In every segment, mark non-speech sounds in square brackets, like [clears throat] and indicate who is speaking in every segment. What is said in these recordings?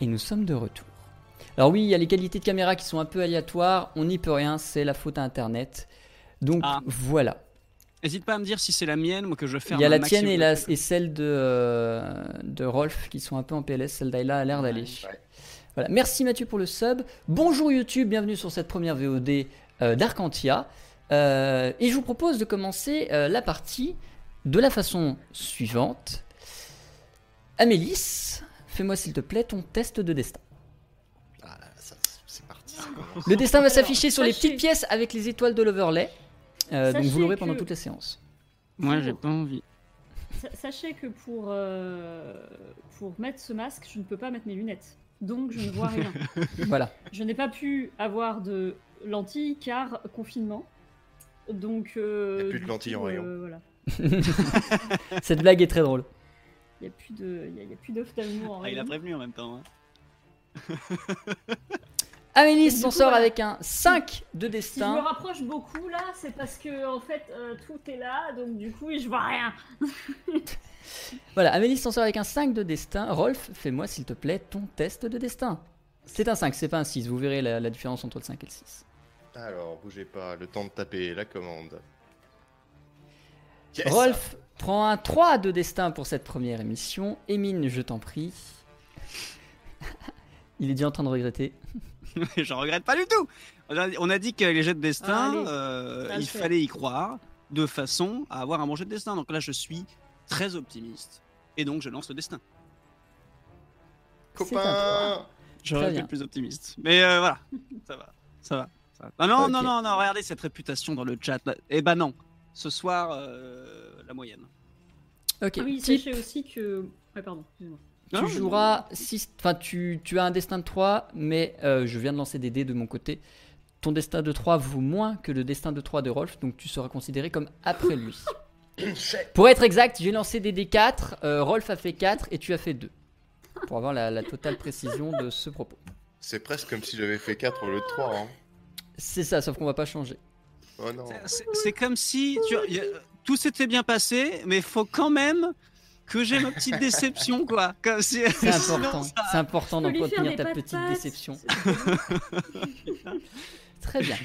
Speaker 1: Et nous sommes de retour. Alors oui, il y a les qualités de caméra qui sont un peu aléatoires, on n'y peut rien, c'est la faute à Internet. Donc
Speaker 2: Ah.
Speaker 1: voilà.
Speaker 2: Hésite pas à me dire si c'est la mienne, moi que je ferme.
Speaker 1: Il y a
Speaker 2: un
Speaker 1: la tienne
Speaker 2: maximum
Speaker 1: et,
Speaker 2: de
Speaker 1: la,
Speaker 2: trucs.
Speaker 1: et celle de, euh, de Rolf qui sont un peu en PLS, celle d'Ayla a l'air d'aller. Voilà. Merci Mathieu pour le sub. Bonjour YouTube, bienvenue sur cette première VOD euh, d'Arcantia. Euh, et je vous propose de commencer euh, la partie de la façon suivante. Amélis, fais-moi s'il te plaît ton test de destin.
Speaker 3: Ah, là, ça, c'est parti.
Speaker 1: Le destin va s'afficher
Speaker 4: Alors,
Speaker 1: sur les
Speaker 4: sachez-
Speaker 1: petites pièces avec les étoiles de l'overlay. Euh, donc vous
Speaker 4: Sachez
Speaker 1: l'aurez
Speaker 4: que-
Speaker 1: pendant toute la séance. [laughs]
Speaker 2: Moi j'ai pas envie.
Speaker 4: Sa- Sachez que pour, euh, pour mettre ce masque, je ne peux pas mettre mes lunettes. Donc je
Speaker 1: [laughs]
Speaker 4: ne vois rien.
Speaker 1: Voilà.
Speaker 4: je n'ai pas pu avoir de lentilles car confinement. Donc.
Speaker 3: Y
Speaker 4: euh,
Speaker 3: a plus de
Speaker 4: du
Speaker 3: lentilles
Speaker 4: coup,
Speaker 3: en rayon.
Speaker 4: euh, voilà.
Speaker 1: Cette blague est très drôle.
Speaker 4: Il n'y a plus de, y a- y a plus d'ophtalmo en
Speaker 2: Ah, il
Speaker 4: rayon.
Speaker 2: a prévenu en même temps. hein.
Speaker 4: Et
Speaker 1: Amélis
Speaker 4: du
Speaker 1: s'en
Speaker 4: coup,
Speaker 1: sort
Speaker 4: voilà.
Speaker 1: avec un 5 de
Speaker 4: Si je me
Speaker 1: destin.
Speaker 4: rapproche beaucoup là, c'est parce que en fait euh, tout est là, donc du coup je vois rien.
Speaker 1: Voilà, Amélis s'en sort avec un 5 de destin. Rolf, fais-moi s'il te plaît ton test de destin. C'est un 5, c'est pas un 6. Vous verrez la, la différence entre le 5 et le 6.
Speaker 3: Alors, bougez pas, le temps de taper la commande. Yes
Speaker 1: Rolf prend un 3 de destin pour cette première émission. Émine, je t'en prie. [laughs] Il est déjà en train de regretter.
Speaker 2: [laughs] J'en regrette pas du tout. On a, on a dit que les jets de
Speaker 1: Ah,
Speaker 2: destin,
Speaker 4: Allez,
Speaker 2: euh,
Speaker 4: ça le
Speaker 2: il
Speaker 4: fait.
Speaker 2: fallait y croire de façon à avoir un bon jet de destin. Donc là je suis très optimiste. Et donc je lance le destin.
Speaker 1: C'est un
Speaker 3: Copain
Speaker 1: Très
Speaker 2: J'aurais
Speaker 1: bien.
Speaker 2: été plus optimiste. Mais euh, voilà, ça va. Ça va. ça va. Ah non,
Speaker 1: Ok.
Speaker 2: non, non, non, regardez cette réputation dans le chat. là. Eh ben non. Ce soir, euh, la moyenne.
Speaker 1: 3. Ok,
Speaker 4: Ah oui,
Speaker 1: Tip,
Speaker 4: sachez aussi que. Ouais, pardon, excusez-moi.
Speaker 2: Non,
Speaker 1: tu
Speaker 2: mais-
Speaker 1: joueras 6. Enfin, tu, tu as un destin de 3, mais euh, je viens de lancer des dés de mon côté. Ton destin de 3 vaut moins que le destin de 3 de Rolf, donc tu seras considéré comme après lui. Pour être exact, j'ai lancé des D4, euh, Rolf a fait 4 et tu as fait 2. Pour avoir la, la totale précision de ce propos.
Speaker 3: C'est presque comme si j'avais fait 4 au lieu de 3. Hein.
Speaker 1: C'est ça, sauf qu'on va pas changer.
Speaker 3: Oh non.
Speaker 2: C'est- C'est c'est comme si tu vois, y a- tout s'était bien passé, mais faut quand même que j'ai ma petite déception, quoi. Comme si- [laughs]
Speaker 1: C'est
Speaker 2: sinon,
Speaker 1: important,
Speaker 2: ça-
Speaker 1: c'est important
Speaker 4: Je peux lui faire
Speaker 1: d'entretenir
Speaker 4: des
Speaker 1: ta
Speaker 4: patates.
Speaker 1: petite déception. Très bien.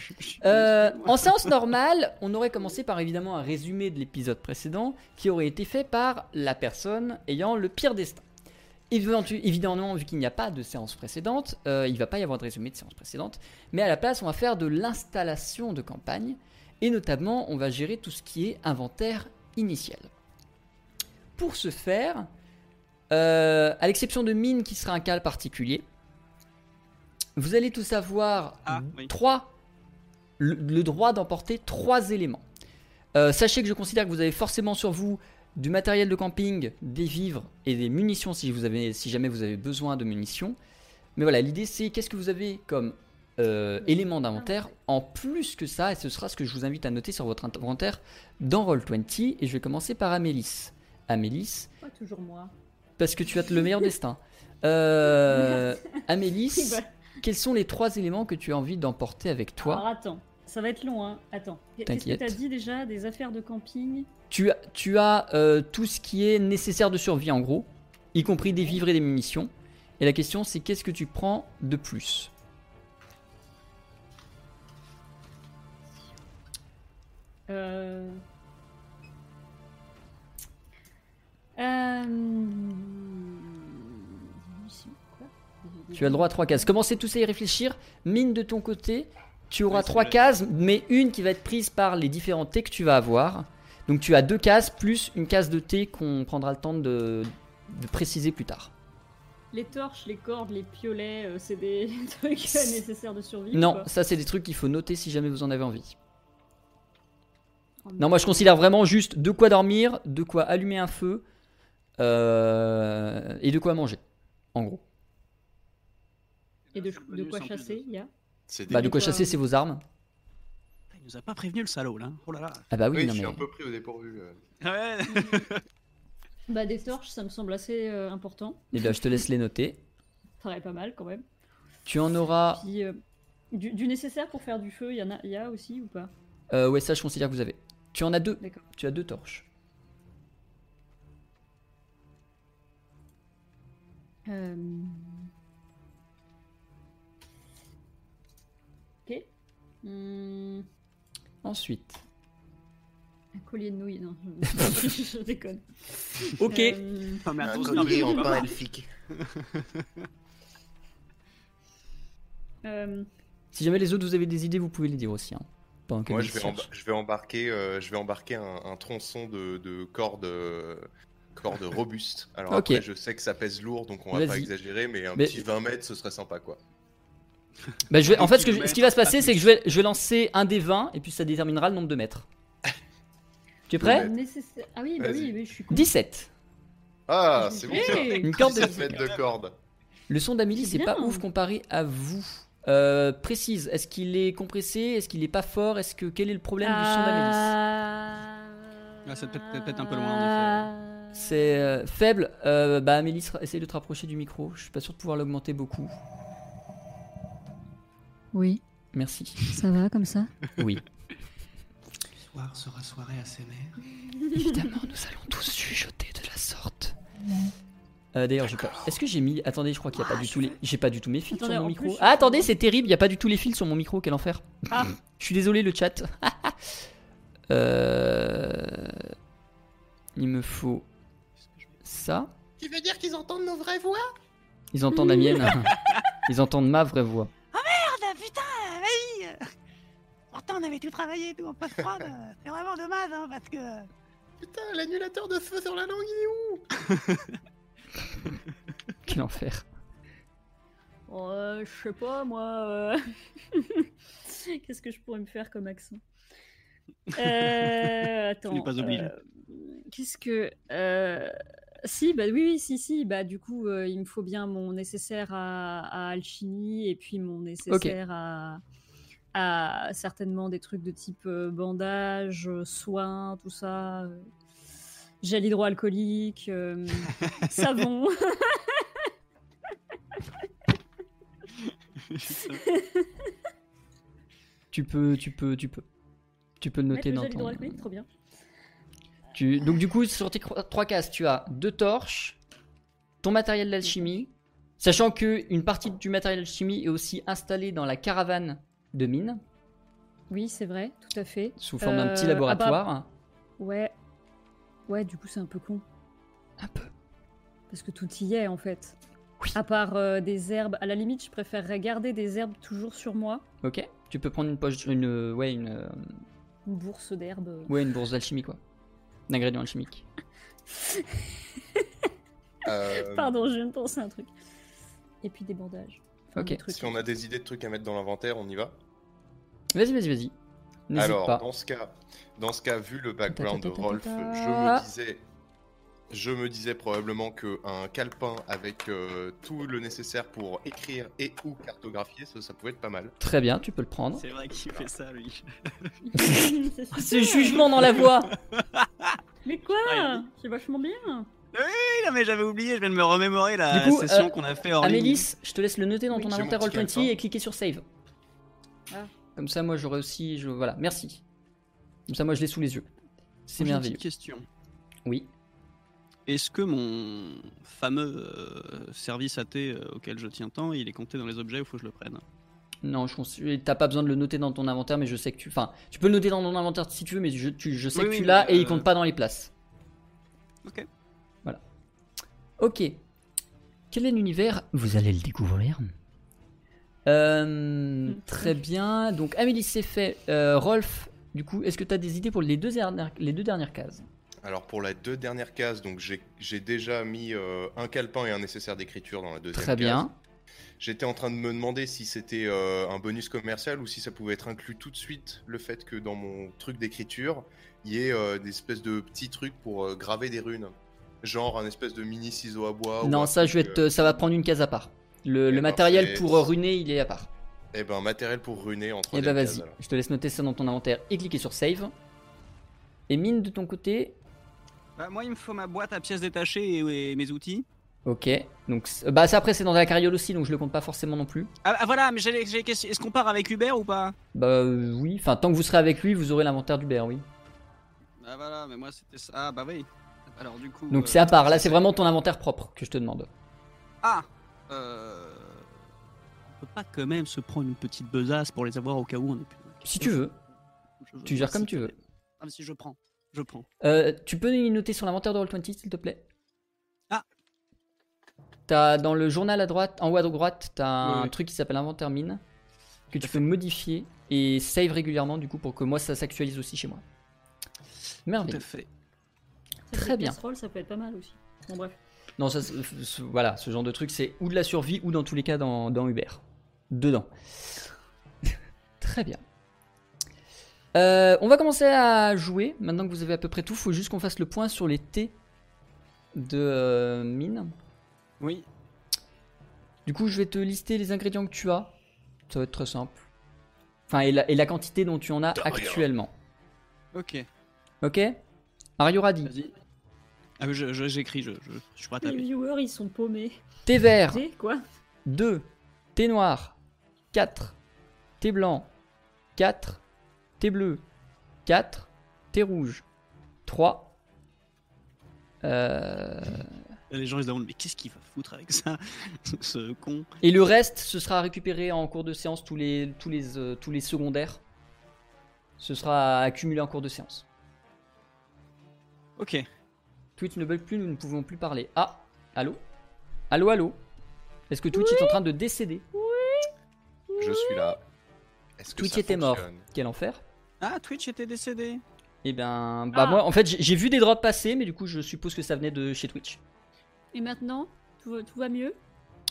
Speaker 1: Euh,
Speaker 2: Excuse-moi.
Speaker 1: en séance normale, on aurait commencé par évidemment un résumé de l'épisode précédent qui aurait été fait par la personne ayant le pire destin. Éventu- Évidemment, vu qu'il n'y a pas de séance précédente, euh, il ne va pas y avoir de résumé de séance précédente, mais à la place, on va faire de l'installation de campagne, et notamment, on va gérer tout ce qui est inventaire initial. Pour ce faire, euh, à l'exception de Mine qui sera un cas particulier, vous allez tous avoir
Speaker 2: Ah, oui.
Speaker 1: trois, le, le droit d'emporter trois éléments. Euh, sachez que je considère que vous avez forcément sur vous du matériel de camping, des vivres et des munitions si, vous avez, si jamais vous avez besoin de munitions. Mais voilà, l'idée c'est qu'est-ce que vous avez comme euh, élément d'inventaire en plus que ça, et ce sera ce que je vous invite à noter sur votre inventaire dans Roll20. Et je vais commencer par Amélis. Amélis,
Speaker 4: Pas toujours moi. [laughs]
Speaker 1: parce que tu as le meilleur destin. Euh, Amélis,
Speaker 4: bah.
Speaker 1: quels sont les trois éléments que tu as envie d'emporter avec
Speaker 4: Alors
Speaker 1: toi
Speaker 4: attends, ça va être long, hein. Attends. Qu'est-ce que
Speaker 1: T'inquiète.
Speaker 4: t'as dit déjà Des affaires de camping
Speaker 1: tu, as- tu as euh, tout ce qui est nécessaire de survie en gros, y compris des vivres et des munitions. Et la question c'est qu'est-ce que tu prends de plus
Speaker 4: Euh... Euh... Division, quoi
Speaker 1: Tu as le droit à trois cases. Commencez tous à y réfléchir. Mine de ton côté, tu auras
Speaker 2: Ouais, c'est
Speaker 1: trois
Speaker 2: vrai.
Speaker 1: cases, mais une qui va être prise par les différents thés que tu vas avoir. Donc tu as deux cases plus une case de thé qu'on prendra le temps de, de préciser plus tard.
Speaker 4: Les torches, les cordes, les piolets, euh, c'est des [laughs]
Speaker 1: [laughs]
Speaker 4: trucs euh, nécessaires de survie ou
Speaker 1: Non,
Speaker 4: pas
Speaker 1: ça c'est des trucs qu'il faut noter si jamais vous en avez envie.
Speaker 4: Oh,
Speaker 1: Non, moi je considère vraiment juste de quoi dormir, de quoi allumer un feu euh, et de quoi manger. En gros.
Speaker 4: Et de, de quoi chasser, il y a
Speaker 3: C'est des...
Speaker 1: Bah, de quoi
Speaker 4: quoi,
Speaker 1: chasser,
Speaker 4: euh,
Speaker 1: c'est vos armes.
Speaker 2: Il nous a pas prévenu le salaud là. Oh là là.
Speaker 1: Ah bah oui,
Speaker 3: oui,
Speaker 1: non
Speaker 3: je suis
Speaker 1: mais.
Speaker 3: un peu pris au dépourvu. euh.
Speaker 2: Ouais.
Speaker 4: Bah des torches, ça me semble assez euh, important.
Speaker 1: Eh bien, je te laisse les noter.
Speaker 4: Ça paraît pas mal quand même.
Speaker 1: Tu en auras.
Speaker 4: Puis euh, du, du nécessaire pour faire du feu, il y en a, il y a aussi ou pas
Speaker 1: Euh, ouais, ça je considère que vous avez. Tu en as deux.
Speaker 4: D'accord.
Speaker 1: Tu as deux torches.
Speaker 4: Euh, Ok. Hmm,
Speaker 1: Ensuite.
Speaker 4: Un collier de nouilles, non.
Speaker 1: [laughs]
Speaker 4: Je, je déconne.
Speaker 1: Ok.
Speaker 4: Euh,
Speaker 2: Non,
Speaker 5: Bah,
Speaker 2: mais
Speaker 3: Un
Speaker 2: attends, non, mais
Speaker 3: collier
Speaker 2: on
Speaker 3: en
Speaker 2: peut
Speaker 3: pain
Speaker 2: pas.
Speaker 3: elfique.
Speaker 4: euh,
Speaker 1: Si jamais les autres vous avez des idées, vous pouvez les dire aussi. Hein, pendant que
Speaker 3: Moi,
Speaker 1: Bill
Speaker 3: je vais,
Speaker 1: cherche.
Speaker 3: emba- je vais embarquer, euh, je vais embarquer un, un tronçon de, de cordes, euh,
Speaker 1: [laughs]
Speaker 3: cordes robustes. Alors
Speaker 1: Ok.
Speaker 3: après, je sais que ça pèse lourd, donc on va pas
Speaker 1: Vas-y.
Speaker 3: exagérer, mais un
Speaker 1: Mais-
Speaker 3: petit 20 mètres, ce serait sympa, quoi.
Speaker 1: Bah, je vais- En
Speaker 2: Donc,
Speaker 1: fait,
Speaker 2: tu
Speaker 1: ce, que
Speaker 2: peux
Speaker 1: je- ce
Speaker 2: mettre
Speaker 1: qui va se
Speaker 2: un
Speaker 1: passer, c'est que je vais, je vais lancer un des 20 et puis ça déterminera le nombre de mètres. tu es prêt
Speaker 3: Ouais.
Speaker 4: nécessaire- Ah oui, bah oui,
Speaker 3: Vas-y.
Speaker 4: oui, je suis con.
Speaker 1: 17.
Speaker 3: Ah, c'est bon, ça.
Speaker 4: Hey
Speaker 1: Une corde de
Speaker 3: 17 mètres de cordes.
Speaker 1: Le son d'Amélie, c'est
Speaker 4: C'est
Speaker 1: pas
Speaker 4: bien.
Speaker 1: ouf comparé à vous. Euh, précise, est-ce qu'il est compressé Est-ce qu'il est pas fort Est-ce que quel est le problème du son d'Amélie
Speaker 2: Ah, c'est peut-être- peut-être un peu loin,
Speaker 4: en effet.
Speaker 1: C'est euh, faible. Euh, bah Amélie, sera- essaye de te rapprocher du micro. Je suis pas sûr de pouvoir l'augmenter beaucoup.
Speaker 4: Oui,
Speaker 1: Merci.
Speaker 4: ça va comme ça
Speaker 1: Oui.
Speaker 2: Ce soir sera soirée ASMR.
Speaker 1: Évidemment, nous allons tous chuchoter de la sorte. Euh, D'ailleurs, j'ai pas. Est-ce que j'ai mis Attendez, Ah, je crois qu'il y a pas du tout les. J'ai pas du tout mes fils sur
Speaker 4: Attendez,
Speaker 1: mon
Speaker 4: en
Speaker 1: micro.
Speaker 4: plus,
Speaker 1: ah,
Speaker 4: je-
Speaker 1: attendez, c'est terrible. Il y a pas du tout les fils sur mon micro. Quel enfer.
Speaker 4: Ah.
Speaker 1: [laughs] je suis désolé, le chat. [laughs] Euh, Il me faut ça.
Speaker 5: Tu veux dire qu'ils entendent nos vraies voix
Speaker 1: Ils entendent la
Speaker 4: [laughs]
Speaker 1: mienne. Ils entendent ma vraie voix.
Speaker 5: Merde, putain, vas-y Pourtant, on avait tout travaillé et tout en post-prod. euh, C'est vraiment dommage, hein, parce que. Putain, l'annulateur de feu sur la langue, il est où
Speaker 1: Quel enfer.
Speaker 4: Bon, euh, je sais pas, moi. euh, [laughs] Qu'est-ce que je pourrais me faire comme accent
Speaker 2: [laughs]
Speaker 4: Euh, Attends.
Speaker 2: n'es pas obligé.
Speaker 4: euh, Qu'est-ce que. euh, Si, bah oui, oui, si, si. Bah, du coup, euh, il me faut bien mon nécessaire à, à alchimie et puis mon nécessaire à, à certainement des trucs de type euh, bandage, euh, soins, tout ça. euh, Gel
Speaker 2: [laughs]
Speaker 4: hydroalcoolique, euh, savon.
Speaker 1: Tu peux, tu peux, tu peux. Tu peux le
Speaker 4: Mettre
Speaker 1: noter
Speaker 4: le
Speaker 1: dans
Speaker 4: gel
Speaker 1: ton.
Speaker 4: hydroalcoolique, trop bien.
Speaker 1: Tu- Donc du coup, sur tes cro- trois cases, tu as deux torches, ton matériel d'alchimie, sachant que une partie du matériel d'alchimie est aussi installée dans la caravane de mine
Speaker 4: Oui, c'est vrai, tout à fait.
Speaker 1: sous forme d'un petit
Speaker 4: Euh, bah,
Speaker 1: laboratoire.
Speaker 4: Ouais. Ouais, du coup, c'est un peu con.
Speaker 1: Un peu.
Speaker 4: Parce que tout y est, en fait.
Speaker 1: Oui.
Speaker 4: À part euh, des herbes. À la limite, je préférerais garder des herbes toujours sur moi.
Speaker 1: Ok. Tu peux prendre une poche, une euh, ouais, une euh,
Speaker 4: Une bourse d'herbes. euh.
Speaker 1: ouais, une bourse d'alchimie quoi, d'ingrédients alchimiques.
Speaker 3: Euh,
Speaker 4: Pardon, je viens de penser à un truc. Et puis des bandages. Enfin,
Speaker 1: Ok.
Speaker 4: des trucs.
Speaker 3: si on a des idées de trucs à mettre dans l'inventaire, on y va.
Speaker 1: Vas-y, vas-y, vas-y. N'hésite
Speaker 3: Alors,
Speaker 1: pas.
Speaker 3: dans ce cas, dans ce cas, vu le background
Speaker 1: Ta,
Speaker 3: de
Speaker 1: ta, ta, ta,
Speaker 3: Rolf, je
Speaker 1: ta, ta.
Speaker 3: me disais, je me disais probablement que un calepin avec euh, tout le nécessaire pour écrire et ou cartographier, ça, ça pouvait être pas mal.
Speaker 1: Très bien, tu peux le prendre.
Speaker 2: [laughs] C'est vrai qu'il fait ça, lui.
Speaker 4: [laughs]
Speaker 1: [laughs]
Speaker 4: C'est
Speaker 1: Ah,
Speaker 4: super.
Speaker 1: Ce jugement dans la voix.
Speaker 4: Mais quoi
Speaker 2: Ah,
Speaker 4: C'est vachement bien.
Speaker 2: Oui, non, mais j'avais oublié, je viens de me remémorer la
Speaker 1: Du coup,
Speaker 2: session
Speaker 1: euh,
Speaker 2: qu'on a fait hors ligne.
Speaker 1: Amélis, je te laisse le noter dans
Speaker 4: Oui.
Speaker 1: ton
Speaker 3: C'est
Speaker 1: inventaire
Speaker 3: mon petit
Speaker 1: Roll20
Speaker 3: calepin.
Speaker 1: et cliquer sur save.
Speaker 4: Ah.
Speaker 1: Comme ça, moi j'aurais aussi. Je... Voilà, merci. Comme ça, moi je l'ai sous les yeux. C'est
Speaker 2: J'ai une
Speaker 1: merveilleux.
Speaker 2: petite question.
Speaker 1: Oui.
Speaker 2: Est-ce que mon fameux euh, service à thé euh, auquel je tiens tant, il est compté dans les objets ou faut que je le prenne
Speaker 1: Non, je considère- t'as pas besoin de le noter dans ton inventaire, mais je sais que tu. Enfin, tu peux le noter dans ton inventaire si tu veux, mais je, tu- je sais
Speaker 2: Oui,
Speaker 1: que
Speaker 2: oui,
Speaker 1: tu l'as
Speaker 2: mais,
Speaker 1: et il
Speaker 2: euh,
Speaker 1: compte pas dans les places.
Speaker 2: Ok.
Speaker 1: Voilà. Ok. Quel est l'univers Vous allez le découvrir. Euh,
Speaker 4: Mm.
Speaker 1: très bien. Donc Amélie c'est fait. Euh, Rolf, du coup, est-ce que t'as des idées pour les deux dernières, les deux dernières cases
Speaker 3: Alors pour la deux dernières cases, donc j'ai j'ai déjà mis euh, un calepin et un nécessaire d'écriture dans la deuxième
Speaker 1: Très
Speaker 3: case.
Speaker 1: bien.
Speaker 3: J'étais en train de me demander si c'était euh, un bonus commercial ou si ça pouvait être inclus tout de suite le fait que dans mon truc d'écriture, il y ait euh, des espèces de petits trucs pour euh, graver des runes. Genre un espèce de mini ciseau à
Speaker 2: Oh,
Speaker 3: bois.
Speaker 1: non, ça, je vais
Speaker 3: euh,
Speaker 2: euh,
Speaker 1: te- ça va prendre une case à part. Le, le
Speaker 3: Eh ben,
Speaker 1: matériel
Speaker 3: c'est-
Speaker 1: pour euh, runer, il est à part.
Speaker 3: Et ben matériel pour runer en
Speaker 1: Et
Speaker 3: troisième
Speaker 1: bah
Speaker 3: case,
Speaker 1: vas-y,
Speaker 3: alors.
Speaker 1: je te laisse noter ça dans ton inventaire et cliquer sur save. Et mine de ton côté,
Speaker 2: Bah, moi, il me faut ma boîte à pièces détachées et, et mes outils.
Speaker 1: ok. Donc c- bah ça après c'est dans la carriole aussi, donc je le compte pas forcément non plus.
Speaker 2: Ah, ah, voilà, mais j'allais, j'allais- qu'est-ce- est-ce qu'on part avec Uber ou pas
Speaker 1: Bah euh, oui, enfin tant que vous serez avec lui, vous aurez l'inventaire du bear, oui.
Speaker 2: Ah voilà, mais moi c'était ça. Ah bah oui. Alors du coup.
Speaker 1: Donc
Speaker 2: euh,
Speaker 1: c'est à part, là c'est vraiment ton inventaire propre que je te demande.
Speaker 2: Ah euh... On peut pas quand même se prendre une petite besace pour les avoir au cas où on est plus.
Speaker 1: Si tu veux.
Speaker 2: Je- je-
Speaker 1: Tu gères comme
Speaker 2: si,
Speaker 1: tu veux.
Speaker 2: Ah mais si je prends, je prends.
Speaker 1: Euh, tu peux y noter sur l'inventaire de Roll20 s'il te plaît
Speaker 2: Ah.
Speaker 1: T'as dans le journal à droite, en haut à droite, t'as un
Speaker 2: Ouais.
Speaker 1: truc qui s'appelle inventaire mine que tu peux modifier et save régulièrement du coup pour que moi ça s'actualise aussi chez moi.
Speaker 2: Tout à
Speaker 1: Merveille.
Speaker 2: fait.
Speaker 4: Ça,
Speaker 1: Très
Speaker 4: cette
Speaker 1: bien.
Speaker 4: casserole, ça peut être pas mal aussi. Bon, bref.
Speaker 1: Non, ça, c'est- ce- voilà, ce genre de truc, c'est ou de la survie ou dans tous les cas dans, dans Uber. Dedans. [laughs] Très bien. Euh, on va commencer à jouer. Maintenant que vous avez à peu près tout, faut juste qu'on fasse le point sur les T de euh, mine.
Speaker 2: Oui.
Speaker 1: Du coup, je vais te lister les ingrédients que tu as. Ça va être très simple. Enfin, et la, et la quantité dont tu en as actuellement.
Speaker 2: Ok.
Speaker 1: Ok Ariora dit
Speaker 2: Vas-y. Ah mais je, je- j'écris, je, je, je suis pas
Speaker 1: Ah
Speaker 4: Les
Speaker 2: tapé.
Speaker 4: viewers, ils sont paumés.
Speaker 1: thé vert,
Speaker 4: J'ai quoi
Speaker 1: 2, thé noir, 4, thé blanc, 4, thé bleu, 4, thé rouge, 3. Euh,
Speaker 2: Les gens ils se demandent mais qu'est-ce qu'il va foutre avec ça, [laughs] ce con.
Speaker 1: Et le reste, ce sera récupéré en cours de séance, tous les, tous les, euh, tous les secondaires. Ce sera accumulé en cours de séance.
Speaker 2: Ok.
Speaker 1: Twitch ne bug plus, nous ne pouvons plus parler. Ah, allô Allô, allô Est-ce que Twitch est en train de décéder
Speaker 3: Je suis là. Est-ce que
Speaker 1: Twitch
Speaker 3: ça
Speaker 1: était mort.
Speaker 3: fonctionne
Speaker 1: Quel enfer
Speaker 2: Ah Twitch était décédé.
Speaker 1: Eh ben, bah
Speaker 4: Ah.
Speaker 1: moi, en fait, j'ai j'ai vu des drops passer, mais du coup, je suppose que ça venait de chez Twitch.
Speaker 4: Et maintenant, tout va, tout va mieux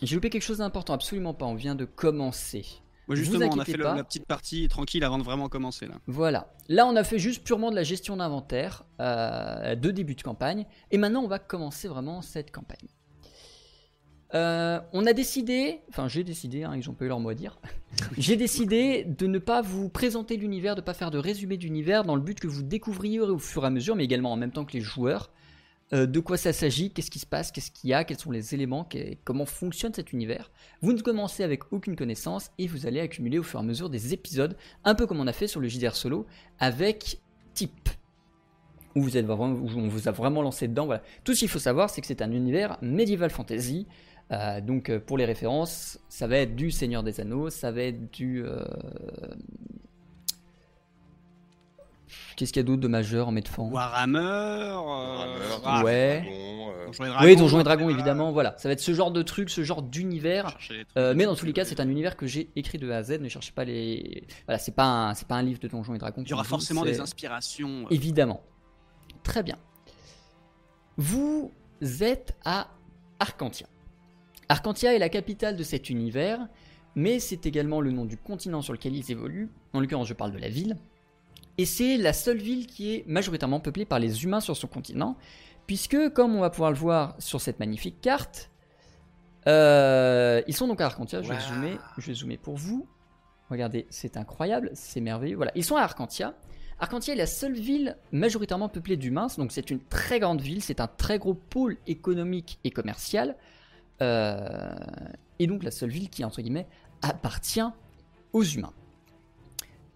Speaker 1: J'ai loupé quelque chose d'important, absolument pas, on vient de commencer.
Speaker 2: Moi
Speaker 1: Vous
Speaker 2: justement on a
Speaker 1: inquiétez
Speaker 2: fait le-
Speaker 1: pas.
Speaker 2: la petite partie tranquille avant de vraiment commencer là.
Speaker 1: Voilà, là on a fait juste purement de la gestion d'inventaire, euh, de début de campagne, et maintenant on va commencer vraiment cette campagne. Euh, on a décidé, enfin j'ai décidé, hein, ils ont pas eu leur mot à dire, j'ai décidé de ne pas vous présenter l'univers, de ne pas faire de résumé d'univers, dans le but que vous découvriez au fur et à mesure, mais également en même temps que les joueurs, euh, de quoi ça s'agit, qu'est-ce qui se passe, qu'est-ce qu'il y a, quels sont les éléments, qu'est- comment fonctionne cet univers. Vous ne commencez avec aucune connaissance et vous allez accumuler au fur et à mesure des épisodes, un peu comme on a fait sur le JDR solo avec Type. Où, vous êtes vraiment- où on vous a vraiment lancé dedans. Voilà. Tout ce qu'il faut savoir, c'est que c'est un univers médiéval fantasy. Euh, donc euh, pour les références, ça va être du Seigneur des Anneaux, ça va être du... euh, Qu'est-ce qu'il y a d'autre de majeur en mettant
Speaker 2: Warhammer.
Speaker 3: Warhammer,
Speaker 2: euh,
Speaker 1: ah, ouais.
Speaker 3: Dragon, euh,
Speaker 2: Donjons et
Speaker 1: Oui,
Speaker 2: Dragons,
Speaker 1: Donjons et Dragons,
Speaker 2: voilà.
Speaker 1: évidemment, voilà. Ça va être ce genre de truc, ce genre d'univers.
Speaker 2: Chercher les trucs.
Speaker 1: Euh, mais dans tous les cas, c'est un univers que j'ai écrit de A à Z. Ne cherchez pas les. Voilà, c'est pas un, c'est pas un livre de Donjons et Dragons.
Speaker 2: Il y aura
Speaker 1: comme
Speaker 2: forcément
Speaker 1: vous,
Speaker 2: des
Speaker 1: c'est-
Speaker 2: inspirations. euh,
Speaker 1: Évidemment. Très bien. Vous êtes à Arcantia. Arcantia est la capitale de cet univers, mais c'est également le nom du continent sur lequel ils évoluent. En l'occurrence, je parle de la ville. Et c'est la seule ville qui est majoritairement peuplée par les humains sur son continent, puisque, comme on va pouvoir le voir sur cette magnifique carte, euh, ils sont donc à Arcantia. Je vais,
Speaker 3: Waouh.
Speaker 1: zoomer, je vais zoomer pour vous. Regardez, c'est incroyable, c'est merveilleux. Voilà, ils sont à Arcantia. Arcantia est la seule ville majoritairement peuplée d'humains, donc c'est une très grande ville, c'est un très gros pôle économique et commercial, euh, et donc la seule ville qui, entre guillemets, appartient aux humains.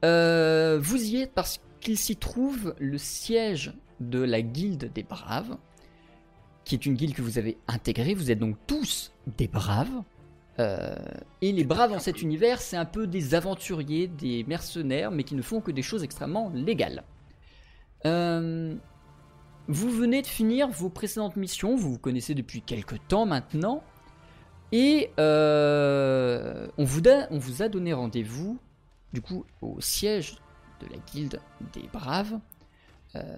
Speaker 1: Euh, vous y êtes parce qu'il s'y trouve le siège de la guilde des braves, qui est une guilde que vous avez intégrée, vous êtes donc tous des braves, Euh, et les braves dans cet univers, c'est un peu des aventuriers, des mercenaires, mais qui ne font que des choses extrêmement légales. Euh, vous venez de finir vos précédentes missions, vous vous connaissez depuis quelques temps maintenant, et euh, on, vous da- on vous a donné rendez-vous, du coup, au siège de la guilde des braves, euh,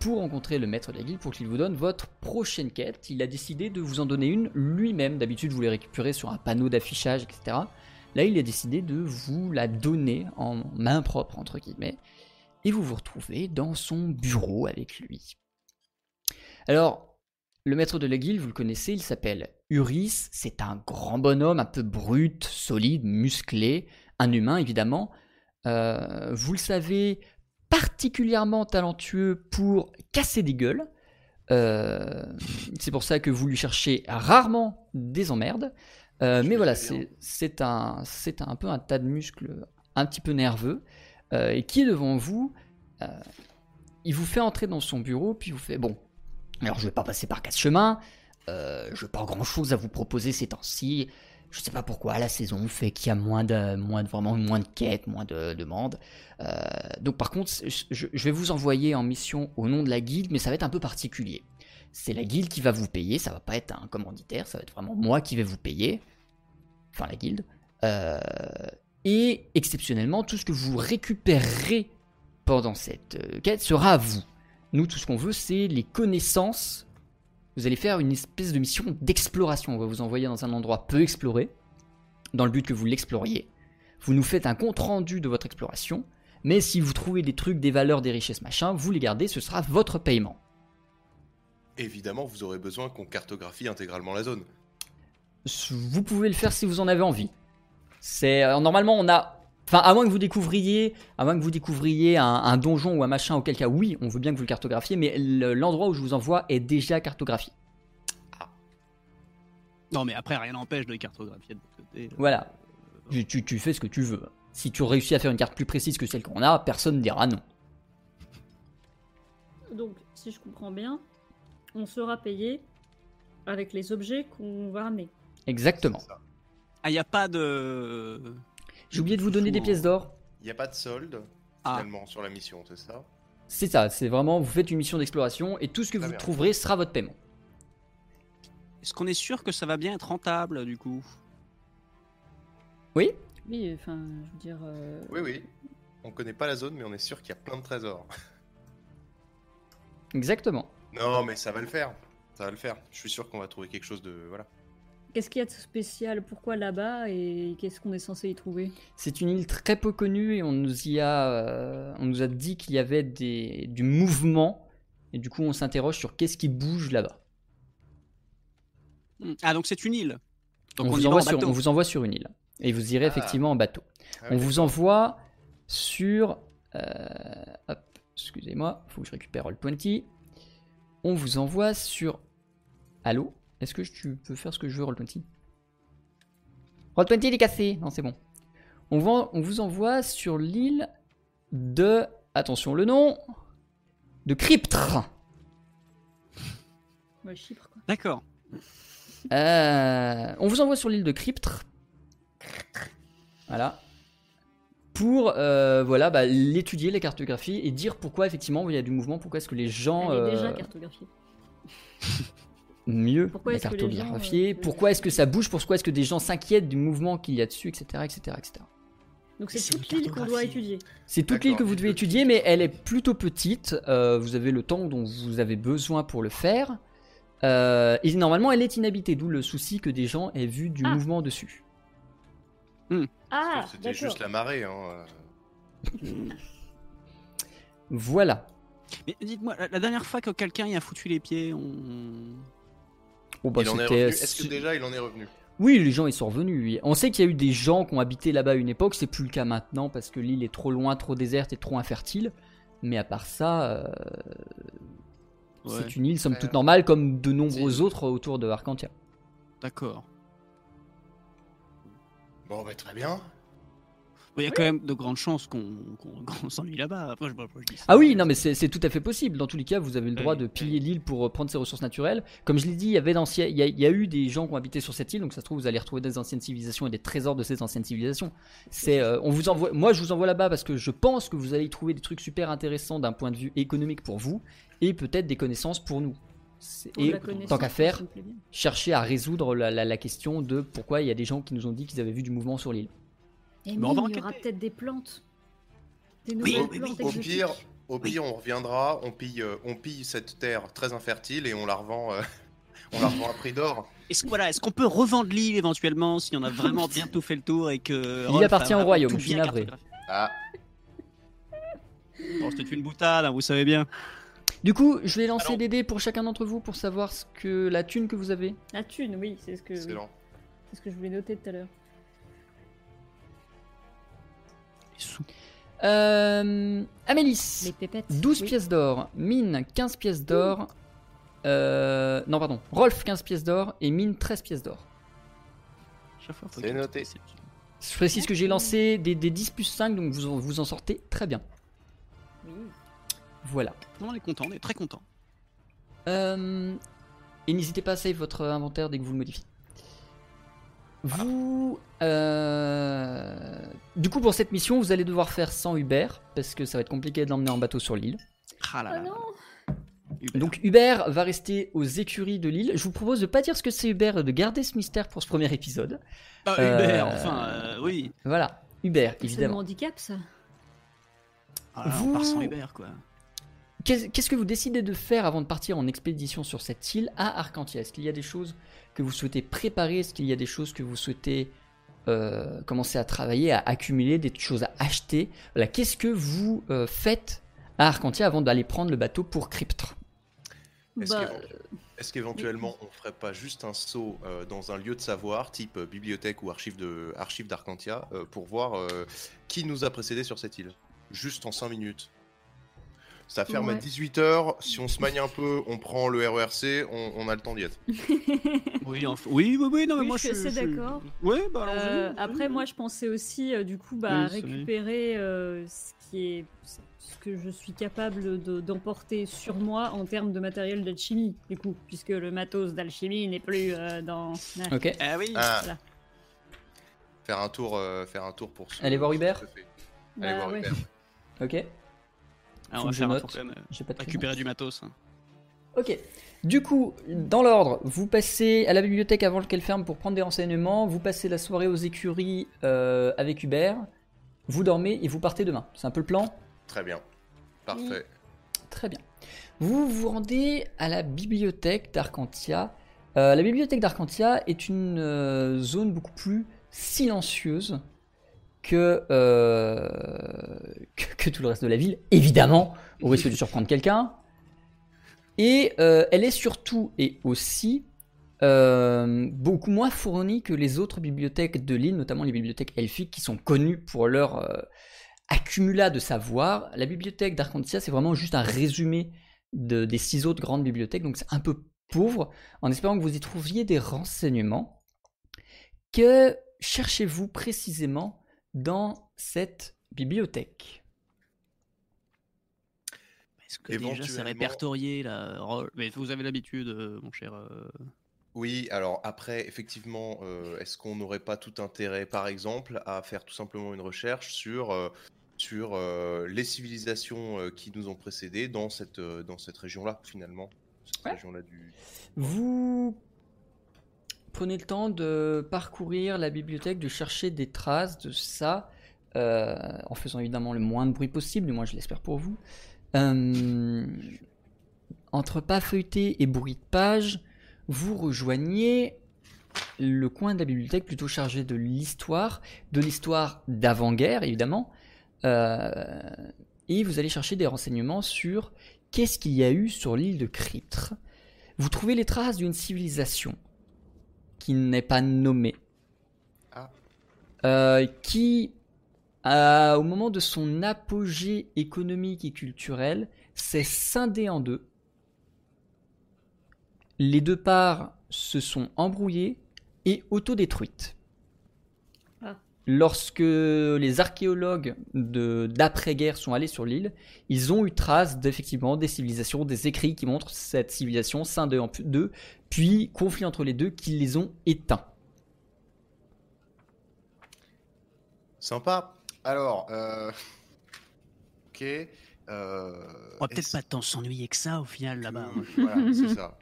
Speaker 1: pour rencontrer le maître de la guilde, pour qu'il vous donne votre prochaine quête. Il a décidé de vous en donner une lui-même. D'habitude, vous les récupérez sur un panneau d'affichage, etc. Là, il a décidé de vous la donner en main propre, entre guillemets. Et vous vous retrouvez dans son bureau avec lui. Alors, le maître de la guilde, vous le connaissez, il s'appelle Uris. C'est un grand bonhomme, un peu brut, solide, musclé, un humain évidemment. Euh, vous le savez, particulièrement talentueux pour casser des gueules. Euh, c'est pour ça que vous lui cherchez rarement des emmerdes. Euh,
Speaker 3: Je
Speaker 1: mais
Speaker 3: le
Speaker 1: voilà,
Speaker 3: sais bien.
Speaker 1: c'est c'est un, c'est un peu un tas de muscles un petit peu nerveux. euh, et qui est devant vous, euh, il vous fait entrer dans son bureau, puis il vous fait Bon, alors je vais pas passer par quatre chemins, euh, je n'ai pas grand chose à vous proposer ces temps-ci. Je sais pas pourquoi la saison fait qu'il y a moins de, moins de, vraiment moins de quêtes, moins de demandes. Euh, donc par contre, je, je- je vais vous envoyer en mission au nom de la guilde, mais ça va être un peu particulier. C'est la guilde qui va vous payer, ça va pas être un commanditaire, ça va être vraiment moi qui vais vous payer. Enfin la guilde. Euh, et exceptionnellement, tout ce que vous récupérerez pendant cette euh, quête sera à vous. Nous, tout ce qu'on veut, c'est les connaissances. Vous allez faire une espèce de mission d'exploration. On va vous envoyer dans un endroit peu exploré, dans le but que vous l'exploriez. Vous nous faites un compte rendu de votre exploration, mais si vous trouvez des trucs, des valeurs, des richesses, machin, vous les gardez, ce sera votre paiement.
Speaker 3: Évidemment, vous aurez besoin qu'on cartographie intégralement la zone.
Speaker 1: Vous pouvez le faire si vous en avez envie. C'est euh, normalement on a, enfin à moins que vous découvriez, à moins que vous découvriez un, un donjon ou un machin, auquel cas oui, on veut bien que vous le cartographiez, mais le- l'endroit où je vous envoie est déjà cartographié.
Speaker 2: Non, mais après, rien n'empêche de cartographier de l'autre côté.
Speaker 1: Voilà. Tu, tu- tu fais ce que tu veux. Si tu réussis à faire une carte plus précise que celle qu'on a, personne ne dira non.
Speaker 4: Donc, si je comprends bien, on sera payé avec les objets qu'on va ramener.
Speaker 1: Exactement.
Speaker 2: Ah, il a pas de.
Speaker 1: J'ai oublié de vous donner des pièces d'or.
Speaker 3: Il n'y a pas de solde,
Speaker 2: Ah.
Speaker 3: finalement, sur la mission, c'est ça
Speaker 1: C'est ça, c'est vraiment, vous faites une mission d'exploration et tout ce que
Speaker 3: Très
Speaker 1: vous
Speaker 3: bien.
Speaker 1: trouverez sera votre paiement.
Speaker 2: Est-ce qu'on est sûr que ça va bien être rentable du coup
Speaker 4: Oui, enfin, je veux dire. euh,
Speaker 3: Oui, oui. On connaît pas la zone, mais on est sûr qu'il y a plein de trésors.
Speaker 1: Exactement.
Speaker 3: Non, mais ça va le faire. Ça va le faire. Je suis sûr qu'on va trouver quelque chose de. Voilà.
Speaker 4: Qu'est-ce qu'il y a de spécial Pourquoi là-bas Et qu'est-ce qu'on est censé y trouver
Speaker 1: C'est une île très peu connue et on nous y a, euh, on nous a dit qu'il y avait des, du mouvement et du coup on s'interroge sur qu'est-ce qui bouge là-bas.
Speaker 2: Hmm. Ah, donc c'est une île. Donc
Speaker 1: On,
Speaker 2: on,
Speaker 1: vous
Speaker 2: y va
Speaker 1: envoie
Speaker 2: en
Speaker 1: sur,
Speaker 2: bateau.
Speaker 1: on vous envoie sur une île et vous irez
Speaker 3: Ah.
Speaker 1: effectivement en bateau.
Speaker 3: Ah
Speaker 1: On
Speaker 3: oui.
Speaker 1: vous envoie sur. euh, hop, excusez-moi, faut que je récupère Roll20. On vous envoie sur. Allô Est-ce que tu peux faire ce que je veux, Roll20 Roll20, il est cassé Non, c'est bon. On, va- on vous envoie sur l'île de. Attention le nom De Cryptre
Speaker 4: Ouais, Chypre, Bah,
Speaker 2: D'accord.
Speaker 4: quoi.
Speaker 1: Euh, on vous envoie sur l'île de Cryptre. Voilà. Pour euh, voilà, bah, l'étudier, la cartographie et dire pourquoi effectivement il y a du mouvement, pourquoi est-ce que les gens
Speaker 4: Elle est déjà
Speaker 1: euh,
Speaker 4: cartographiée.
Speaker 1: mieux
Speaker 4: Pourquoi
Speaker 1: la
Speaker 4: est-ce que les gens,
Speaker 1: cartographier,
Speaker 4: euh,
Speaker 1: pourquoi est-ce que ça bouge, pourquoi est-ce que des gens s'inquiètent du mouvement qu'il y a dessus, etc. etc., etc.
Speaker 4: Donc
Speaker 5: Mais
Speaker 4: c'est
Speaker 5: c'est
Speaker 4: toute
Speaker 5: une
Speaker 4: l'île qu'on doit
Speaker 5: cartographie.
Speaker 4: étudier.
Speaker 1: C'est toute l'île que
Speaker 3: D'accord,
Speaker 1: vous devez
Speaker 3: je-
Speaker 1: étudier, mais elle est plutôt petite. euh, vous avez le temps dont vous avez besoin pour le faire. Euh, et normalement, elle est inhabitée, d'où le souci que des gens aient vu du
Speaker 4: Ah.
Speaker 1: mouvement dessus.
Speaker 4: Ah,
Speaker 3: C'était
Speaker 4: d'accord.
Speaker 3: juste la marée, hein.
Speaker 1: Voilà.
Speaker 2: Mais dites-moi, la, la dernière fois que quelqu'un y a foutu les pieds, on.
Speaker 1: Oh, bah,
Speaker 3: il en est
Speaker 1: c'était-
Speaker 3: revenu. Est-ce que déjà il en est revenu
Speaker 1: Oui, les gens ils sont revenus. oui. On sait qu'il y a eu des gens qui ont habité là-bas à une époque, c'est plus le cas maintenant parce que l'île est trop loin, trop déserte et trop infertile. Mais à part ça, euh,
Speaker 2: Ouais,
Speaker 1: c'est une île somme
Speaker 3: Ouais.
Speaker 1: toute normale comme de nombreux autres autour de Arcantia.
Speaker 2: d'accord.
Speaker 3: Bon, bah très bien.
Speaker 2: Il y a quand même de grandes chances qu'on qu'on- [laughs] qu'on s'ennuie là-bas. Après, je, après, je dis ça.
Speaker 1: Ah oui, non, mais c'est c'est tout à fait possible. Dans tous les cas, vous avez le droit de piller l'île pour euh, prendre ses ressources naturelles. Comme je l'ai dit, il y, avait d'anciens- il y, a, il y a eu des gens qui ont habité sur cette île, donc ça se trouve, vous allez retrouver des anciennes civilisations et des trésors de ces anciennes civilisations. C'est, euh, on vous envoie, moi, je vous envoie là-bas parce que je pense que vous allez y trouver des trucs super intéressants d'un point de vue économique pour vous et peut-être des connaissances pour nous. C'est-
Speaker 4: Ou
Speaker 1: Et
Speaker 4: la connaissance,
Speaker 1: tant qu'à faire,
Speaker 4: ça me plaît bien.
Speaker 1: chercher à résoudre la, la- la question de pourquoi il y a des gens qui nous ont dit qu'ils avaient vu du mouvement sur l'île.
Speaker 4: Et
Speaker 2: Mais on va
Speaker 4: oui, il y aura
Speaker 2: enquêter.
Speaker 4: peut-être des plantes. Des
Speaker 2: Oui,
Speaker 4: nouvelles
Speaker 2: oui, oui.
Speaker 4: plantes
Speaker 3: Au pire,
Speaker 4: exotiques.
Speaker 3: Au pire, on reviendra, on pille, euh, on pille cette terre très infertile et on la revend, euh, [laughs] on la revend à prix d'or.
Speaker 2: Est-ce que- voilà, est-ce qu'on peut revendre l'île éventuellement si on a vraiment bien tout fait le tour et que. Rolf a
Speaker 1: appartient au
Speaker 2: vraiment
Speaker 1: royaume,
Speaker 2: tout
Speaker 1: je suis
Speaker 2: bien
Speaker 1: navré.
Speaker 2: cartographié
Speaker 3: Ah,
Speaker 2: Bon, c'était une boutade, hein, vous savez bien.
Speaker 1: Du coup, je vais lancer
Speaker 3: Alors-
Speaker 1: des dés pour chacun d'entre vous pour savoir ce que la thune que vous avez.
Speaker 4: La thune, oui, c'est ce que oui,
Speaker 3: excellent.
Speaker 4: c'est ce que je voulais noter tout à l'heure.
Speaker 1: Euh, Amélis,
Speaker 4: Les pépettes.
Speaker 1: 12
Speaker 4: oui.
Speaker 1: pièces d'or, Mine 15 pièces d'or, euh, non pardon, Rolf 15 pièces d'or et Mine 13 pièces d'or.
Speaker 2: Chaque fois, faut
Speaker 3: C'est
Speaker 2: qu'il-
Speaker 3: noté.
Speaker 1: Je précise
Speaker 4: Ah.
Speaker 1: que j'ai lancé des, des 10 plus 5, donc vous en- vous en sortez très bien.
Speaker 4: Oui.
Speaker 1: Voilà.
Speaker 2: Non, on est content, on est très content.
Speaker 1: Euh, et n'hésitez pas à save votre inventaire dès que vous le modifiez. Vous. euh, Du coup, pour cette mission, vous allez devoir faire sans Hubert, parce que ça va être compliqué de l'emmener en bateau sur l'île.
Speaker 2: Ah là
Speaker 4: Oh
Speaker 2: là.
Speaker 4: non
Speaker 2: Hubert.
Speaker 1: Donc Hubert va rester aux écuries de l'île. Je vous propose de pas dire ce que c'est Hubert, de garder ce mystère pour ce premier épisode.
Speaker 2: Ah,
Speaker 1: euh,
Speaker 2: Hubert, enfin, euh, oui.
Speaker 1: Voilà, Hubert,
Speaker 4: C'est mon
Speaker 1: évidemment.
Speaker 4: handicap ça.
Speaker 2: Ah,
Speaker 1: Vous-
Speaker 2: On part sans Hubert, quoi.
Speaker 1: Qu'est- Qu'est-ce que vous décidez de faire avant de partir en expédition sur cette île à Arcantia Est-ce qu'il y a des choses que vous souhaitez préparer Est-ce qu'il y a des choses que vous souhaitez euh, commencer à travailler, à accumuler, des choses à acheter Voilà, qu'est-ce que vous euh, faites à Arcantia avant d'aller prendre le bateau pour Cryptre
Speaker 3: Est-ce
Speaker 4: Bah,
Speaker 3: qu'éventu- est-ce qu'éventuellement on ferait pas juste un saut euh, dans un lieu de savoir, type euh, bibliothèque ou archive de archive d'Arcantia, euh, pour voir euh, qui nous a précédé sur cette île Juste en 5 minutes. Ça ferme à
Speaker 4: Ouais.
Speaker 3: 18h, si on se manie un peu, on prend le RERC, on, on a le temps d'y être.
Speaker 2: Oui, enfin- oui, oui, oui, non, mais
Speaker 4: Oui,
Speaker 2: moi
Speaker 4: je
Speaker 2: je
Speaker 4: suis assez d'accord.
Speaker 2: Oui, bah allons-y,
Speaker 4: Euh,
Speaker 2: allons-y.
Speaker 4: après, moi, je pensais aussi, euh, du coup, bah,
Speaker 2: Oui, c'est vrai.
Speaker 4: récupérer euh, ce qui est ce que je suis capable de- d'emporter sur moi en termes de matériel d'alchimie, du coup, puisque le matos d'alchimie n'est plus euh, dans. Ah,
Speaker 1: Ok.
Speaker 2: Ah oui,
Speaker 3: Ah,
Speaker 4: voilà.
Speaker 3: faire un tour, euh, faire un tour pour se-
Speaker 1: Allez voir
Speaker 3: se
Speaker 1: Hubert.
Speaker 3: chauffer.
Speaker 4: Bah,
Speaker 3: Allez voir
Speaker 4: ouais.
Speaker 3: Hubert.
Speaker 1: Ok.
Speaker 2: Ah,
Speaker 1: faut
Speaker 2: on va
Speaker 1: que je
Speaker 2: faire un
Speaker 1: note.
Speaker 2: tour quand même, euh,
Speaker 1: J'ai pas de clé.
Speaker 2: Récupérer du matos. hein.
Speaker 1: Ok. Du coup, dans l'ordre, vous passez à la bibliothèque avant qu'elle ferme pour prendre des renseignements, vous passez la soirée aux écuries euh, avec Hubert, vous dormez et vous partez demain. C'est un peu le plan
Speaker 3: Très bien. Parfait.
Speaker 1: Très bien. Vous vous rendez à la bibliothèque d'Arcantia. Euh, la bibliothèque d'Arcantia est une euh, zone beaucoup plus silencieuse que, euh, que, que tout le reste de la ville, évidemment, au risque de surprendre quelqu'un. Et euh, elle est surtout et aussi euh, beaucoup moins fournie que les autres bibliothèques de l'île, notamment les bibliothèques elfiques qui sont connues pour leur euh, accumulat de savoir. La bibliothèque d'Arcantia, c'est vraiment juste un résumé de- des six autres grandes bibliothèques, donc c'est un peu pauvre, en espérant que vous y trouviez des renseignements. Que cherchez-vous précisément dans cette bibliothèque
Speaker 2: Est-ce que déjà c'est
Speaker 3: Éventuellement-
Speaker 2: répertorié là Rol- Mais vous avez l'habitude, euh, mon cher. euh,
Speaker 3: Oui, alors après, effectivement, euh, est-ce qu'on n'aurait pas tout intérêt, par exemple, à faire tout simplement une recherche sur, euh, sur euh, les civilisations euh, qui nous ont précédés dans cette, euh, dans cette région-là, finalement Cette
Speaker 1: Ouais.
Speaker 3: région-là du...
Speaker 1: Vous prenez le temps de parcourir la bibliothèque, de chercher des traces de ça, euh, en faisant évidemment le moins de bruit possible, du moins je l'espère pour vous. Euh, entre pas feuilleté et bruit de page, vous rejoignez le coin de la bibliothèque plutôt chargé de l'histoire, de l'histoire d'avant-guerre évidemment, euh, et vous allez chercher des renseignements sur qu'est-ce qu'il y a eu sur l'île de Cryptre vous trouvez les traces d'une civilisation qui n'est pas nommée,
Speaker 3: Ah.
Speaker 1: Euh, qui, à- au moment de son apogée économique et culturel, s'est scindée en deux. Les deux parts se sont embrouillées et autodétruites.
Speaker 4: Ah.
Speaker 1: lorsque les archéologues de- d'après-guerre sont allés sur l'île, ils ont eu trace d'effectivement des civilisations, des écrits qui montrent cette civilisation, Saint de en pu- deux, puis conflit entre les deux qui les ont éteints.
Speaker 3: Sympa. Alors, euh... [laughs] ok. euh,
Speaker 2: On va peut-être
Speaker 3: est-ce
Speaker 2: pas tant s'ennuyer que ça au final là-bas.
Speaker 3: que- [laughs] Voilà, c'est ça.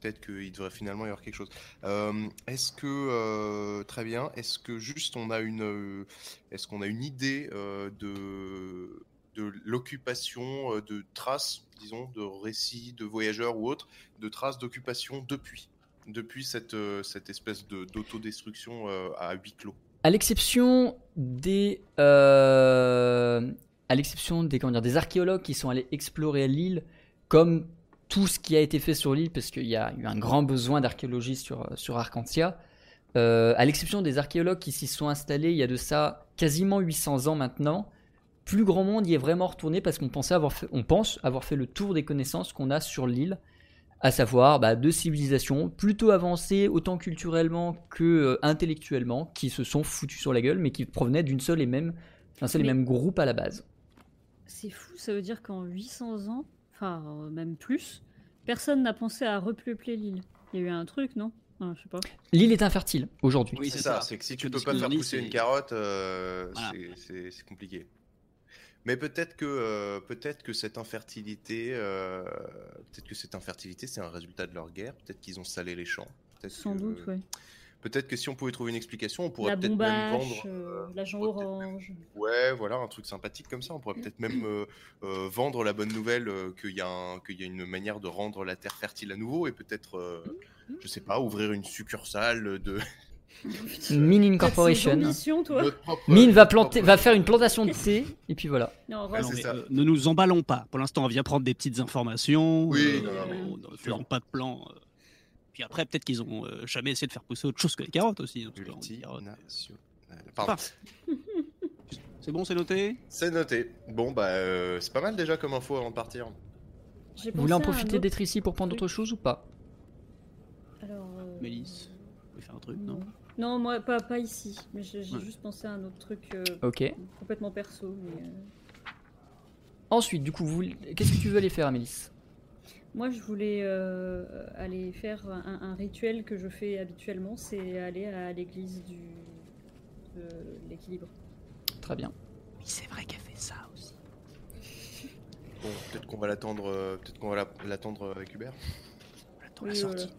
Speaker 3: Peut-être qu'il devrait finalement y avoir quelque chose. Euh, est-ce que euh, très bien. Est-ce que juste on a une, euh, est-ce qu'on a une idée euh, de de l'occupation, euh, de traces, disons, de récits, de voyageurs ou autres, de traces d'occupation depuis, depuis cette euh, cette espèce de d'autodestruction euh, à huis clos.
Speaker 1: À l'exception des, euh, à l'exception des, comment dire, des archéologues qui sont allés explorer l'île, comme tout ce qui a été fait sur l'île, parce qu'il y a eu un grand besoin d'archéologie sur, sur Arcantia, euh, à l'exception des archéologues qui s'y sont installés il y a de ça quasiment 800 ans maintenant, plus grand monde y est vraiment retourné parce qu'on pensait avoir fait, on pense avoir fait le tour des connaissances qu'on a sur l'île, à savoir bah, deux civilisations plutôt avancées autant culturellement que euh, intellectuellement qui se sont foutues sur la gueule mais qui provenaient d'une seule et même d'un seul et
Speaker 4: Mais-
Speaker 1: même groupe à la base.
Speaker 4: C'est fou, ça veut dire qu'en 800 ans, enfin euh, même plus, personne n'a pensé à repeupler l'île. Il y a eu un truc, non Enfin, Je sais pas.
Speaker 1: L'île est infertile aujourd'hui.
Speaker 2: Oui,
Speaker 3: c'est
Speaker 2: c'est ça.
Speaker 3: ça, c'est que si
Speaker 2: Parce
Speaker 3: tu
Speaker 2: que
Speaker 3: peux
Speaker 2: de
Speaker 3: pas
Speaker 2: ce
Speaker 3: faire
Speaker 2: qu'on dit,
Speaker 3: pousser
Speaker 2: c'est-
Speaker 3: une carotte, euh,
Speaker 2: Voilà.
Speaker 3: c'est- c'est c'est compliqué. Mais peut-être que euh, peut-être que cette infertilité, euh, peut-être que cette infertilité, c'est un résultat de leur guerre. Peut-être qu'ils ont salé les champs. Peut-être
Speaker 4: Sans
Speaker 3: que-
Speaker 4: doute, ouais.
Speaker 3: Peut-être que si on pouvait trouver une explication, on pourrait
Speaker 4: La
Speaker 3: peut-être même vendre.
Speaker 4: bombache, euh, l'agent
Speaker 3: on pourrait
Speaker 4: orange.
Speaker 3: Ouais, voilà, un truc sympathique comme ça. On pourrait peut-être même euh, euh, vendre la bonne nouvelle euh, qu'il y, a un- qu'il y a une manière de rendre la terre fertile à nouveau et peut-être, euh, je sais pas, ouvrir une succursale de.
Speaker 1: Mine
Speaker 4: T'as de ces
Speaker 1: Incorporation.
Speaker 4: ambitions, toi
Speaker 3: notre propre-
Speaker 1: Mine va
Speaker 3: notre
Speaker 1: planter,
Speaker 3: propre-
Speaker 1: va faire une plantation de thé et puis voilà.
Speaker 4: Non,
Speaker 3: Ouais,
Speaker 4: Rob,
Speaker 2: Non,
Speaker 3: c'est
Speaker 2: mais,
Speaker 3: ça.
Speaker 2: euh, ne nous emballons pas. Pour l'instant, on vient prendre des petites informations.
Speaker 3: Oui,
Speaker 2: euh,
Speaker 3: non,
Speaker 4: non,
Speaker 2: on ne faisons pas de plan. euh. Puis après, peut-être qu'ils ont euh, jamais essayé de faire pousser autre chose que les carottes aussi. hein, parce qu'on dit carottes.
Speaker 3: Multinational. Pardon.
Speaker 2: C'est bon, c'est noté
Speaker 3: C'est noté. Bon, bah, euh, c'est pas mal déjà comme info avant de partir.
Speaker 4: j'ai
Speaker 1: Vous voulez en
Speaker 4: pensé à un
Speaker 1: profiter
Speaker 4: autre-
Speaker 1: d'être ici pour prendre
Speaker 4: truc.
Speaker 1: d'autres choses ou pas
Speaker 4: Alors, euh,
Speaker 2: Mélisse. On peut faire un truc, non
Speaker 4: Non. Non, moi, pas, pas ici. Mais j'ai j'ai
Speaker 2: Ouais.
Speaker 4: juste pensé à un autre truc euh,
Speaker 1: Ok.
Speaker 4: complètement perso. mais, euh,
Speaker 1: Ensuite, du coup, vous, qu'est-ce que tu veux aller faire, Amélis
Speaker 4: Moi, je voulais euh, aller faire un, un rituel que je fais habituellement, c'est aller à l'église du de l'équilibre.
Speaker 1: Très bien.
Speaker 2: Oui, c'est vrai qu'elle fait ça aussi.
Speaker 3: Bon, peut-être qu'on va l'attendre, euh, peut-être qu'on va la- l'attendre euh, avec Hubert.
Speaker 2: On attend la
Speaker 4: Oui,
Speaker 2: sortie.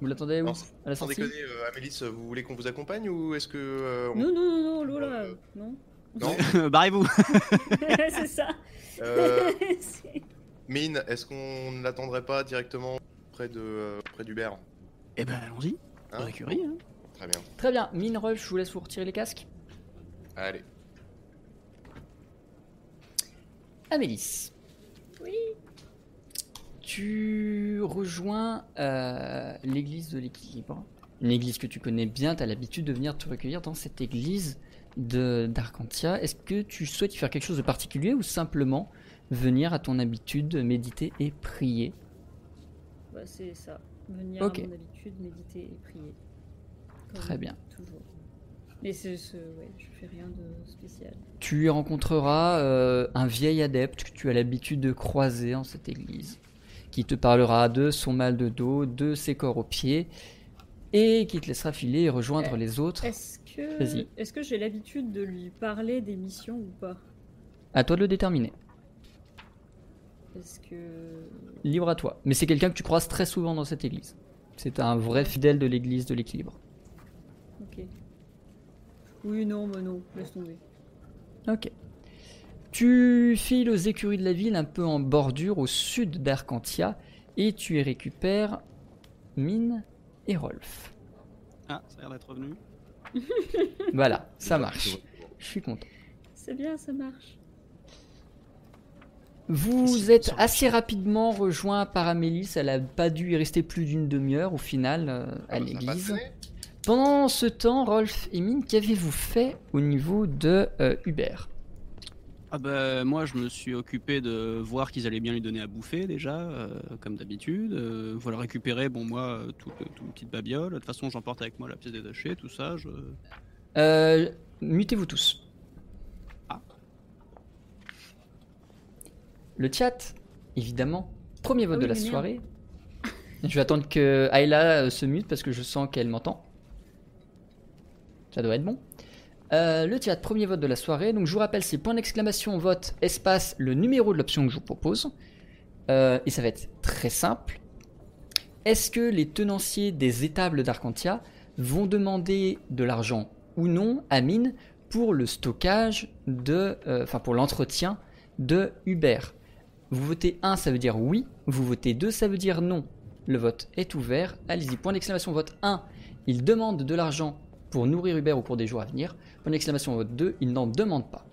Speaker 1: Vous l'attendez où
Speaker 3: Non,
Speaker 1: À la
Speaker 3: Sans
Speaker 1: sortie
Speaker 3: déconner, euh, Amélis, vous voulez qu'on vous accompagne ou est-ce que euh, on-
Speaker 4: Non, non, non, non, Lola,
Speaker 3: Euh,
Speaker 4: non.
Speaker 3: Non.
Speaker 2: [laughs] Barrez-vous
Speaker 4: [laughs] c'est ça.
Speaker 1: [laughs]
Speaker 3: Euh,
Speaker 4: C'est-
Speaker 3: Mine, est-ce qu'on ne l'attendrait pas directement près de euh, près d'Hubert
Speaker 2: Eh ben, allons-y.
Speaker 3: Hein
Speaker 2: Dans la curie, hein.
Speaker 3: Très bien.
Speaker 1: Très bien. Mine Rush, je vous laisse vous retirer les casques.
Speaker 3: Allez.
Speaker 1: Amélis.
Speaker 4: Oui.
Speaker 1: Tu rejoins euh, l'église de l'équilibre. Une église que tu connais bien, tu as l'habitude de venir te recueillir dans cette église de- d'Arcantia. Est-ce que tu souhaites y faire quelque chose de particulier ou simplement venir à ton habitude méditer et prier
Speaker 4: Bah, c'est ça. Venir
Speaker 1: Ok.
Speaker 4: à mon habitude, méditer et prier. Comme
Speaker 1: Très bien.
Speaker 4: Toujours. Mais c'est ce, ouais, je fais rien de spécial.
Speaker 1: Tu y rencontreras euh, un vieil adepte que tu as l'habitude de croiser en cette église, qui te parlera de son mal de dos, de ses corps aux pieds, et qui te laissera filer et rejoindre
Speaker 4: Eh,
Speaker 1: les autres.
Speaker 4: Est-ce
Speaker 1: Vas-y.
Speaker 4: que, est-ce que j'ai l'habitude de lui parler des missions ou pas
Speaker 1: À toi de le déterminer.
Speaker 4: Parce que
Speaker 1: Libre à toi. Mais c'est quelqu'un que tu croises très souvent dans cette église. C'est un vrai fidèle de l'église de l'équilibre.
Speaker 4: Ok. Oui, non, mais non, laisse tomber.
Speaker 1: Ok. Tu files aux écuries de la ville, un peu en bordure, au sud d'Arcantia, et tu y récupères Mine et Rolf.
Speaker 2: Ah, ça a l'air d'être revenu.
Speaker 1: Voilà, ça marche. Je suis content.
Speaker 4: C'est bien, ça marche.
Speaker 1: Vous
Speaker 2: Ici,
Speaker 1: êtes
Speaker 2: sur le
Speaker 1: assez rapidement rejoint par Amélis, elle a pas dû y rester plus d'une demi-heure au final euh, à
Speaker 3: Ah bah, ça passe,
Speaker 1: l'église.
Speaker 3: tenez.
Speaker 1: Pendant ce temps, Rolf et Mine, qu'avez-vous fait au niveau de euh, Hubert
Speaker 2: Ah bah moi je me suis occupé de voir qu'ils allaient bien lui donner à bouffer déjà, euh, comme d'habitude. Euh, voilà récupérer, bon moi, euh, toute, toute une petite babiole. De toute façon j'emporte avec moi la pièce détachée, tout ça. Je...
Speaker 1: Euh, Mutez-vous tous.
Speaker 2: Ah.
Speaker 1: Le chat, évidemment. Premier vote
Speaker 4: Ah
Speaker 1: de la
Speaker 4: oui, mais merde.
Speaker 1: soirée. je vais attendre que Ayla euh, se mute parce que je sens qu'elle m'entend. Ça doit être bon. Euh, le chat, premier vote de la soirée. Donc je vous rappelle, c'est point d'exclamation, vote, espace, le numéro de l'option que je vous propose. Euh, et ça va être très simple. Est-ce que les tenanciers des étables d'Arcantia vont demander de l'argent ou non à Mine pour le stockage de, euh, enfin pour l'entretien de Uber Vous votez 1, ça veut dire oui. Vous votez 2, ça veut dire non. Le vote est ouvert. Allez-y. Point d'exclamation vote 1. Il demande de l'argent pour nourrir Uber au cours des jours à venir. Point d'exclamation vote 2. Il n'en demande pas.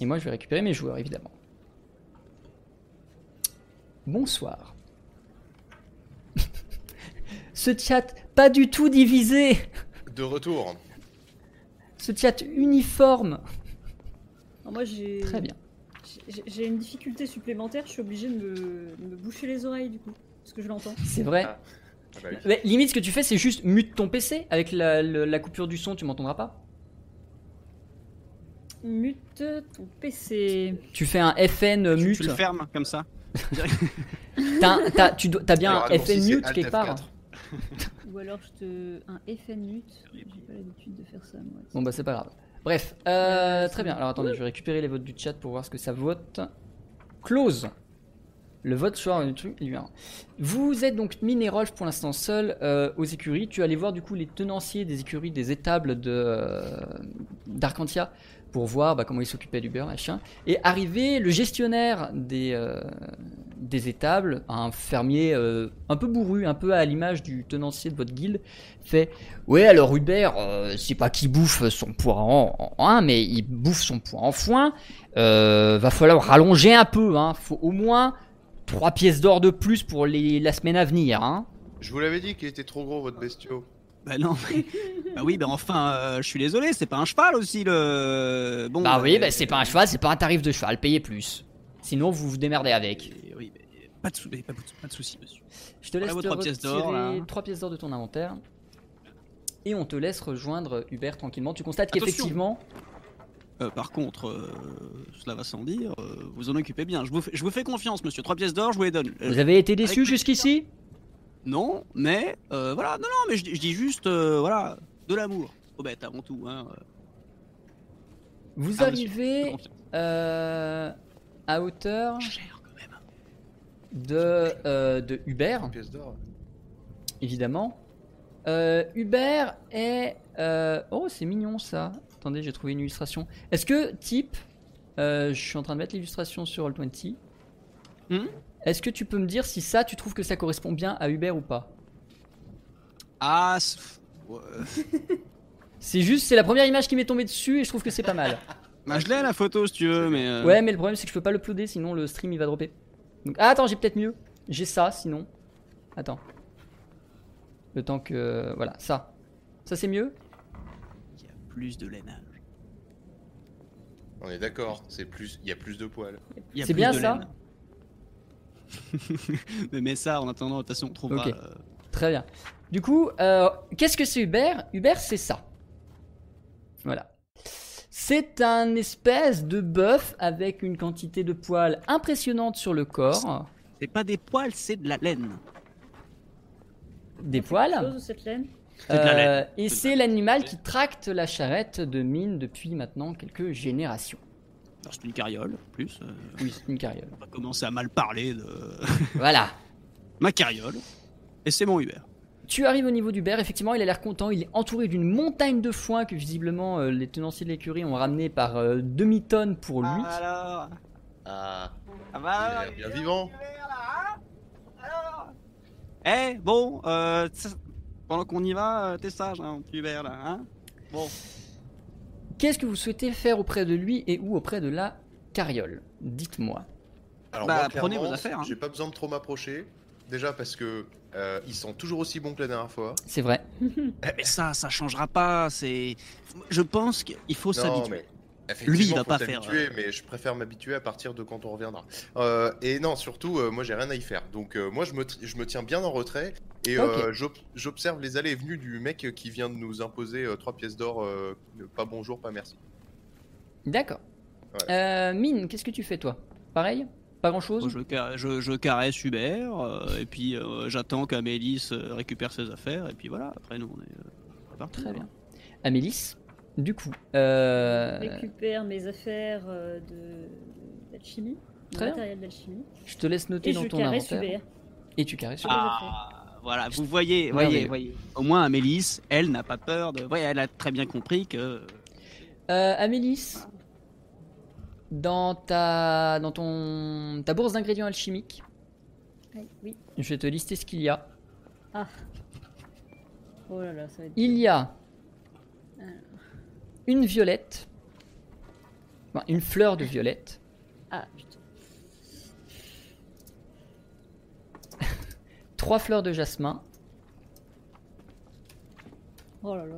Speaker 1: Et moi, je vais récupérer mes joueurs, évidemment. Bonsoir. [laughs] Ce chat pas du tout divisé.
Speaker 3: De retour.
Speaker 1: Ce chat uniforme. [laughs]
Speaker 4: Alors moi, j'ai.
Speaker 1: Très bien.
Speaker 4: j'ai- J'ai une difficulté supplémentaire, je suis obligée de me, me boucher les oreilles du coup, parce que je l'entends.
Speaker 1: [laughs] C'est vrai.
Speaker 3: Ah. Ah bah oui.
Speaker 1: Mais limite, ce que tu fais, c'est juste mute ton PC avec la, le- la coupure du son, tu m'entendras pas.
Speaker 4: Mute ton PC.
Speaker 1: Tu fais un FN
Speaker 2: Tu-
Speaker 1: mute.
Speaker 2: Tu le fermes comme ça.
Speaker 1: T'as, un- t'as- tu dois- t'as bien
Speaker 3: Alors,
Speaker 1: un
Speaker 3: raccourci,
Speaker 1: FN
Speaker 3: Ah, c'est
Speaker 1: mute
Speaker 3: Alt
Speaker 1: quelque
Speaker 3: F4.
Speaker 1: part.
Speaker 4: Ou alors je te. Un FN mute. J'ai pas l'habitude de faire ça moi.
Speaker 1: Bon bah c'est pas grave. Bref, euh,
Speaker 4: Ouais,
Speaker 1: très
Speaker 4: c'est
Speaker 1: bien.
Speaker 4: bon.
Speaker 1: Alors attendez, je vais récupérer les votes du chat pour voir ce que ça vote. Close. Le vote sur le truc, il y a un. Vous êtes donc Mine et Rolf pour l'instant seul euh, aux écuries. Tu allais voir du coup les tenanciers des écuries, des étables de euh, d'Arcantia pour voir bah, comment ils s'occupaient du beurre, machin. Et arrivé le gestionnaire des, euh, des étables, un fermier euh, un peu bourru, un peu à l'image du tenancier de votre guilde, fait Ouais, alors Hubert, euh, c'est pas qu'il bouffe son poids en, en- hein, mais il bouffe son poids en foin. Euh, va falloir rallonger un peu, hein. Faut au moins 3 pièces d'or de plus pour les, la semaine à venir, hein.
Speaker 3: Je vous l'avais dit qu'il était trop gros, votre bestiau.
Speaker 2: Bah non, mais... bah oui, bah enfin, euh, je suis désolé, c'est pas un cheval aussi le. Bon.
Speaker 1: Bah oui,
Speaker 2: euh,
Speaker 1: bah c'est pas un cheval, c'est pas un tarif de cheval, payez plus. Sinon, vous vous démerdez avec.
Speaker 2: et Oui, bah, pas de, sou- mais pas de- pas de soucis, monsieur.
Speaker 1: Je te laisse
Speaker 2: vos
Speaker 1: te
Speaker 2: trois pièces d'or,
Speaker 1: retirer
Speaker 2: là.
Speaker 1: trois pièces d'or de ton inventaire. Et on te laisse rejoindre Hubert tranquillement. Tu constates
Speaker 2: Attention.
Speaker 1: qu'effectivement,
Speaker 2: Euh, par contre, euh, cela va sans dire, euh, vous en occupez bien. Je vous, fais- je vous fais confiance, monsieur. Trois pièces d'or, je vous les donne. Euh,
Speaker 1: vous avez été déçu
Speaker 2: avec-
Speaker 1: jusqu'ici
Speaker 2: Non, mais euh, voilà, non, non, mais je, dis- je dis juste, euh, voilà, de l'amour. Oh bête avant tout, hein. euh,
Speaker 1: Vous
Speaker 2: Ah, monsieur, de
Speaker 1: arrivez
Speaker 2: confiance.
Speaker 1: euh, à hauteur
Speaker 2: Cher quand même.
Speaker 1: de, euh, de Uber,
Speaker 3: Pièce d'or.
Speaker 1: évidemment. Euh, Uber est. euh, Oh, c'est mignon ça. Attendez, j'ai trouvé une illustration. Est-ce que, type, euh, je suis en train de mettre l'illustration sur All20.
Speaker 2: Hmm
Speaker 1: Est-ce que tu peux me dire si ça, tu trouves que ça correspond bien à Uber ou pas
Speaker 2: Ah, c'est- ouais, euh,
Speaker 1: C'est juste, c'est la première image qui m'est tombée dessus et je trouve que c'est pas mal.
Speaker 2: bah, je l'ai la photo si tu veux, mais. euh,
Speaker 1: Ouais, mais le problème c'est que je peux pas l'uploader sinon le stream il va dropper. Donc, ah, attends, j'ai peut-être mieux. J'ai ça sinon. Attends. Le temps que. Voilà, ça. Ça c'est mieux
Speaker 2: Il y a plus de laine.
Speaker 3: On est d'accord, c'est plus, il y a plus de poils.
Speaker 2: Il y a
Speaker 1: C'est
Speaker 2: plus
Speaker 1: bien
Speaker 2: de
Speaker 1: ça
Speaker 2: laine. [laughs] Mais mets ça en attendant, de toute façon, on trouvera.
Speaker 1: Ok.
Speaker 2: euh,
Speaker 1: Très bien. Du coup, euh, qu'est-ce que c'est Uber Uber, c'est ça. Voilà. C'est un espèce de bœuf avec une quantité de poils impressionnante sur le corps.
Speaker 2: C'est pas des poils, c'est de la laine.
Speaker 1: Des
Speaker 4: Quelque
Speaker 1: poils.
Speaker 4: chose de cette laine
Speaker 2: C'est de la laine.
Speaker 1: Euh, et c'est l'animal qui tracte la charrette de mine depuis maintenant quelques générations.
Speaker 2: Alors, c'est une carriole, en plus. euh,
Speaker 1: Oui, c'est une
Speaker 2: [laughs]
Speaker 1: carriole.
Speaker 2: on va commencer à mal parler de [laughs]
Speaker 1: Voilà.
Speaker 2: ma carriole. Et c'est mon Uber.
Speaker 1: Tu arrives au niveau d'Hubert, effectivement, il a l'air content, il est entouré d'une montagne de foin que visiblement euh, les tenanciers de l'écurie ont ramené par euh, demi-tonne pour lui.
Speaker 2: alors
Speaker 3: Ah,
Speaker 2: Ah
Speaker 3: il a l'air bien vivant.
Speaker 2: hein. Eh, bon, euh, tss, pendant qu'on y va, euh, t'es sage, hein, mon petit Hubert, là, hein Bon.
Speaker 1: Qu'est-ce que vous souhaitez faire auprès de lui et ou auprès de la carriole Dites-moi.
Speaker 3: Alors,
Speaker 2: Bah,
Speaker 3: moi,
Speaker 2: prenez
Speaker 3: clairement,
Speaker 2: vos affaires, hein.
Speaker 3: J'ai pas besoin de trop m'approcher. Déjà parce que euh, ils sont toujours aussi bons que la dernière fois.
Speaker 1: C'est vrai.
Speaker 2: Eh, Mais ça, ça changera pas, c'est... Je pense qu'il faut
Speaker 3: non,
Speaker 2: s'habituer.
Speaker 3: mais
Speaker 2: Lui, il va
Speaker 3: faut
Speaker 2: pas
Speaker 3: t'habituer,
Speaker 2: faire, euh,
Speaker 3: mais je préfère m'habituer à partir de quand on reviendra. Euh, et non, surtout, euh, moi, j'ai rien à y faire. Donc, euh, moi, je me, tri- je me tiens bien en retrait et euh, j'ob- j'observe les allées et venues du mec qui vient de nous imposer euh, trois pièces d'or. euh, pas bonjour, pas merci.
Speaker 1: D'accord. Euh, Mine, qu'est-ce que tu fais toi Pareil Pas grand-chose
Speaker 2: Je, ca- je- je caresse Hubert, euh, et puis euh, j'attends qu'Amélis euh, récupère ses affaires, et puis voilà, après nous on est euh, parti.
Speaker 1: Très bien. Amélis, du coup. euh,
Speaker 4: Je récupère mes affaires euh, de- d'alchimie, de...
Speaker 1: Très bien.
Speaker 4: matériel d'alchimie.
Speaker 1: Je te laisse noter
Speaker 4: Et
Speaker 1: dans
Speaker 4: je
Speaker 1: ton
Speaker 4: caresse
Speaker 1: inventaire.
Speaker 4: Hubert.
Speaker 1: Et tu caresses. Hubert.
Speaker 2: Ah, voilà, vous voyez, voyez,
Speaker 1: Merveilleux.
Speaker 2: voyez. Au moins Amélis, elle n'a pas peur de. Ouais, elle a très bien compris que.
Speaker 1: Euh, Amélis, dans ta dans ton ta bourse d'ingrédients alchimiques,
Speaker 4: Aïe, Oui.
Speaker 1: je vais te lister ce qu'il y a.
Speaker 4: Oh là là, ça va être.
Speaker 1: Il y a une violette, enfin, une fleur de violette,
Speaker 4: Ah putain.
Speaker 1: trois fleurs de jasmin,
Speaker 4: Oh là là.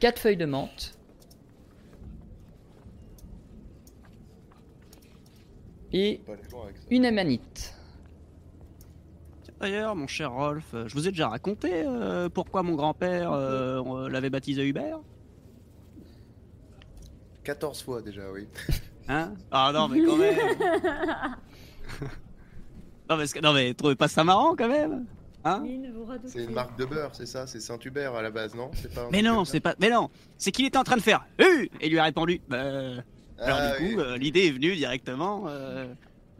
Speaker 1: quatre feuilles de menthe. Et
Speaker 3: Pas aller loin avec ça.
Speaker 1: une amanite.
Speaker 2: D'ailleurs, mon cher Rolf, euh, je vous ai déjà raconté euh, pourquoi mon grand-père euh, on, euh, l'avait baptisé Hubert
Speaker 3: 14 fois déjà, oui.
Speaker 2: Hein Ah non, mais quand même non, mais, ce- non, mais trouvez pas ça marrant quand même Hein
Speaker 4: Mine, vous radoutez.
Speaker 3: C'est une marque de beurre, c'est ça C'est Saint-Hubert à la base, non C'est pas un
Speaker 2: Mais
Speaker 3: truc
Speaker 2: non,
Speaker 3: comme ça
Speaker 2: c'est pas. Mais non, c'est qu'il était en train de faire. Hu Et il lui a répondu. Bah, euh, alors du
Speaker 3: Ah,
Speaker 2: coup,
Speaker 3: oui.
Speaker 2: euh, l'idée est venue directement. euh,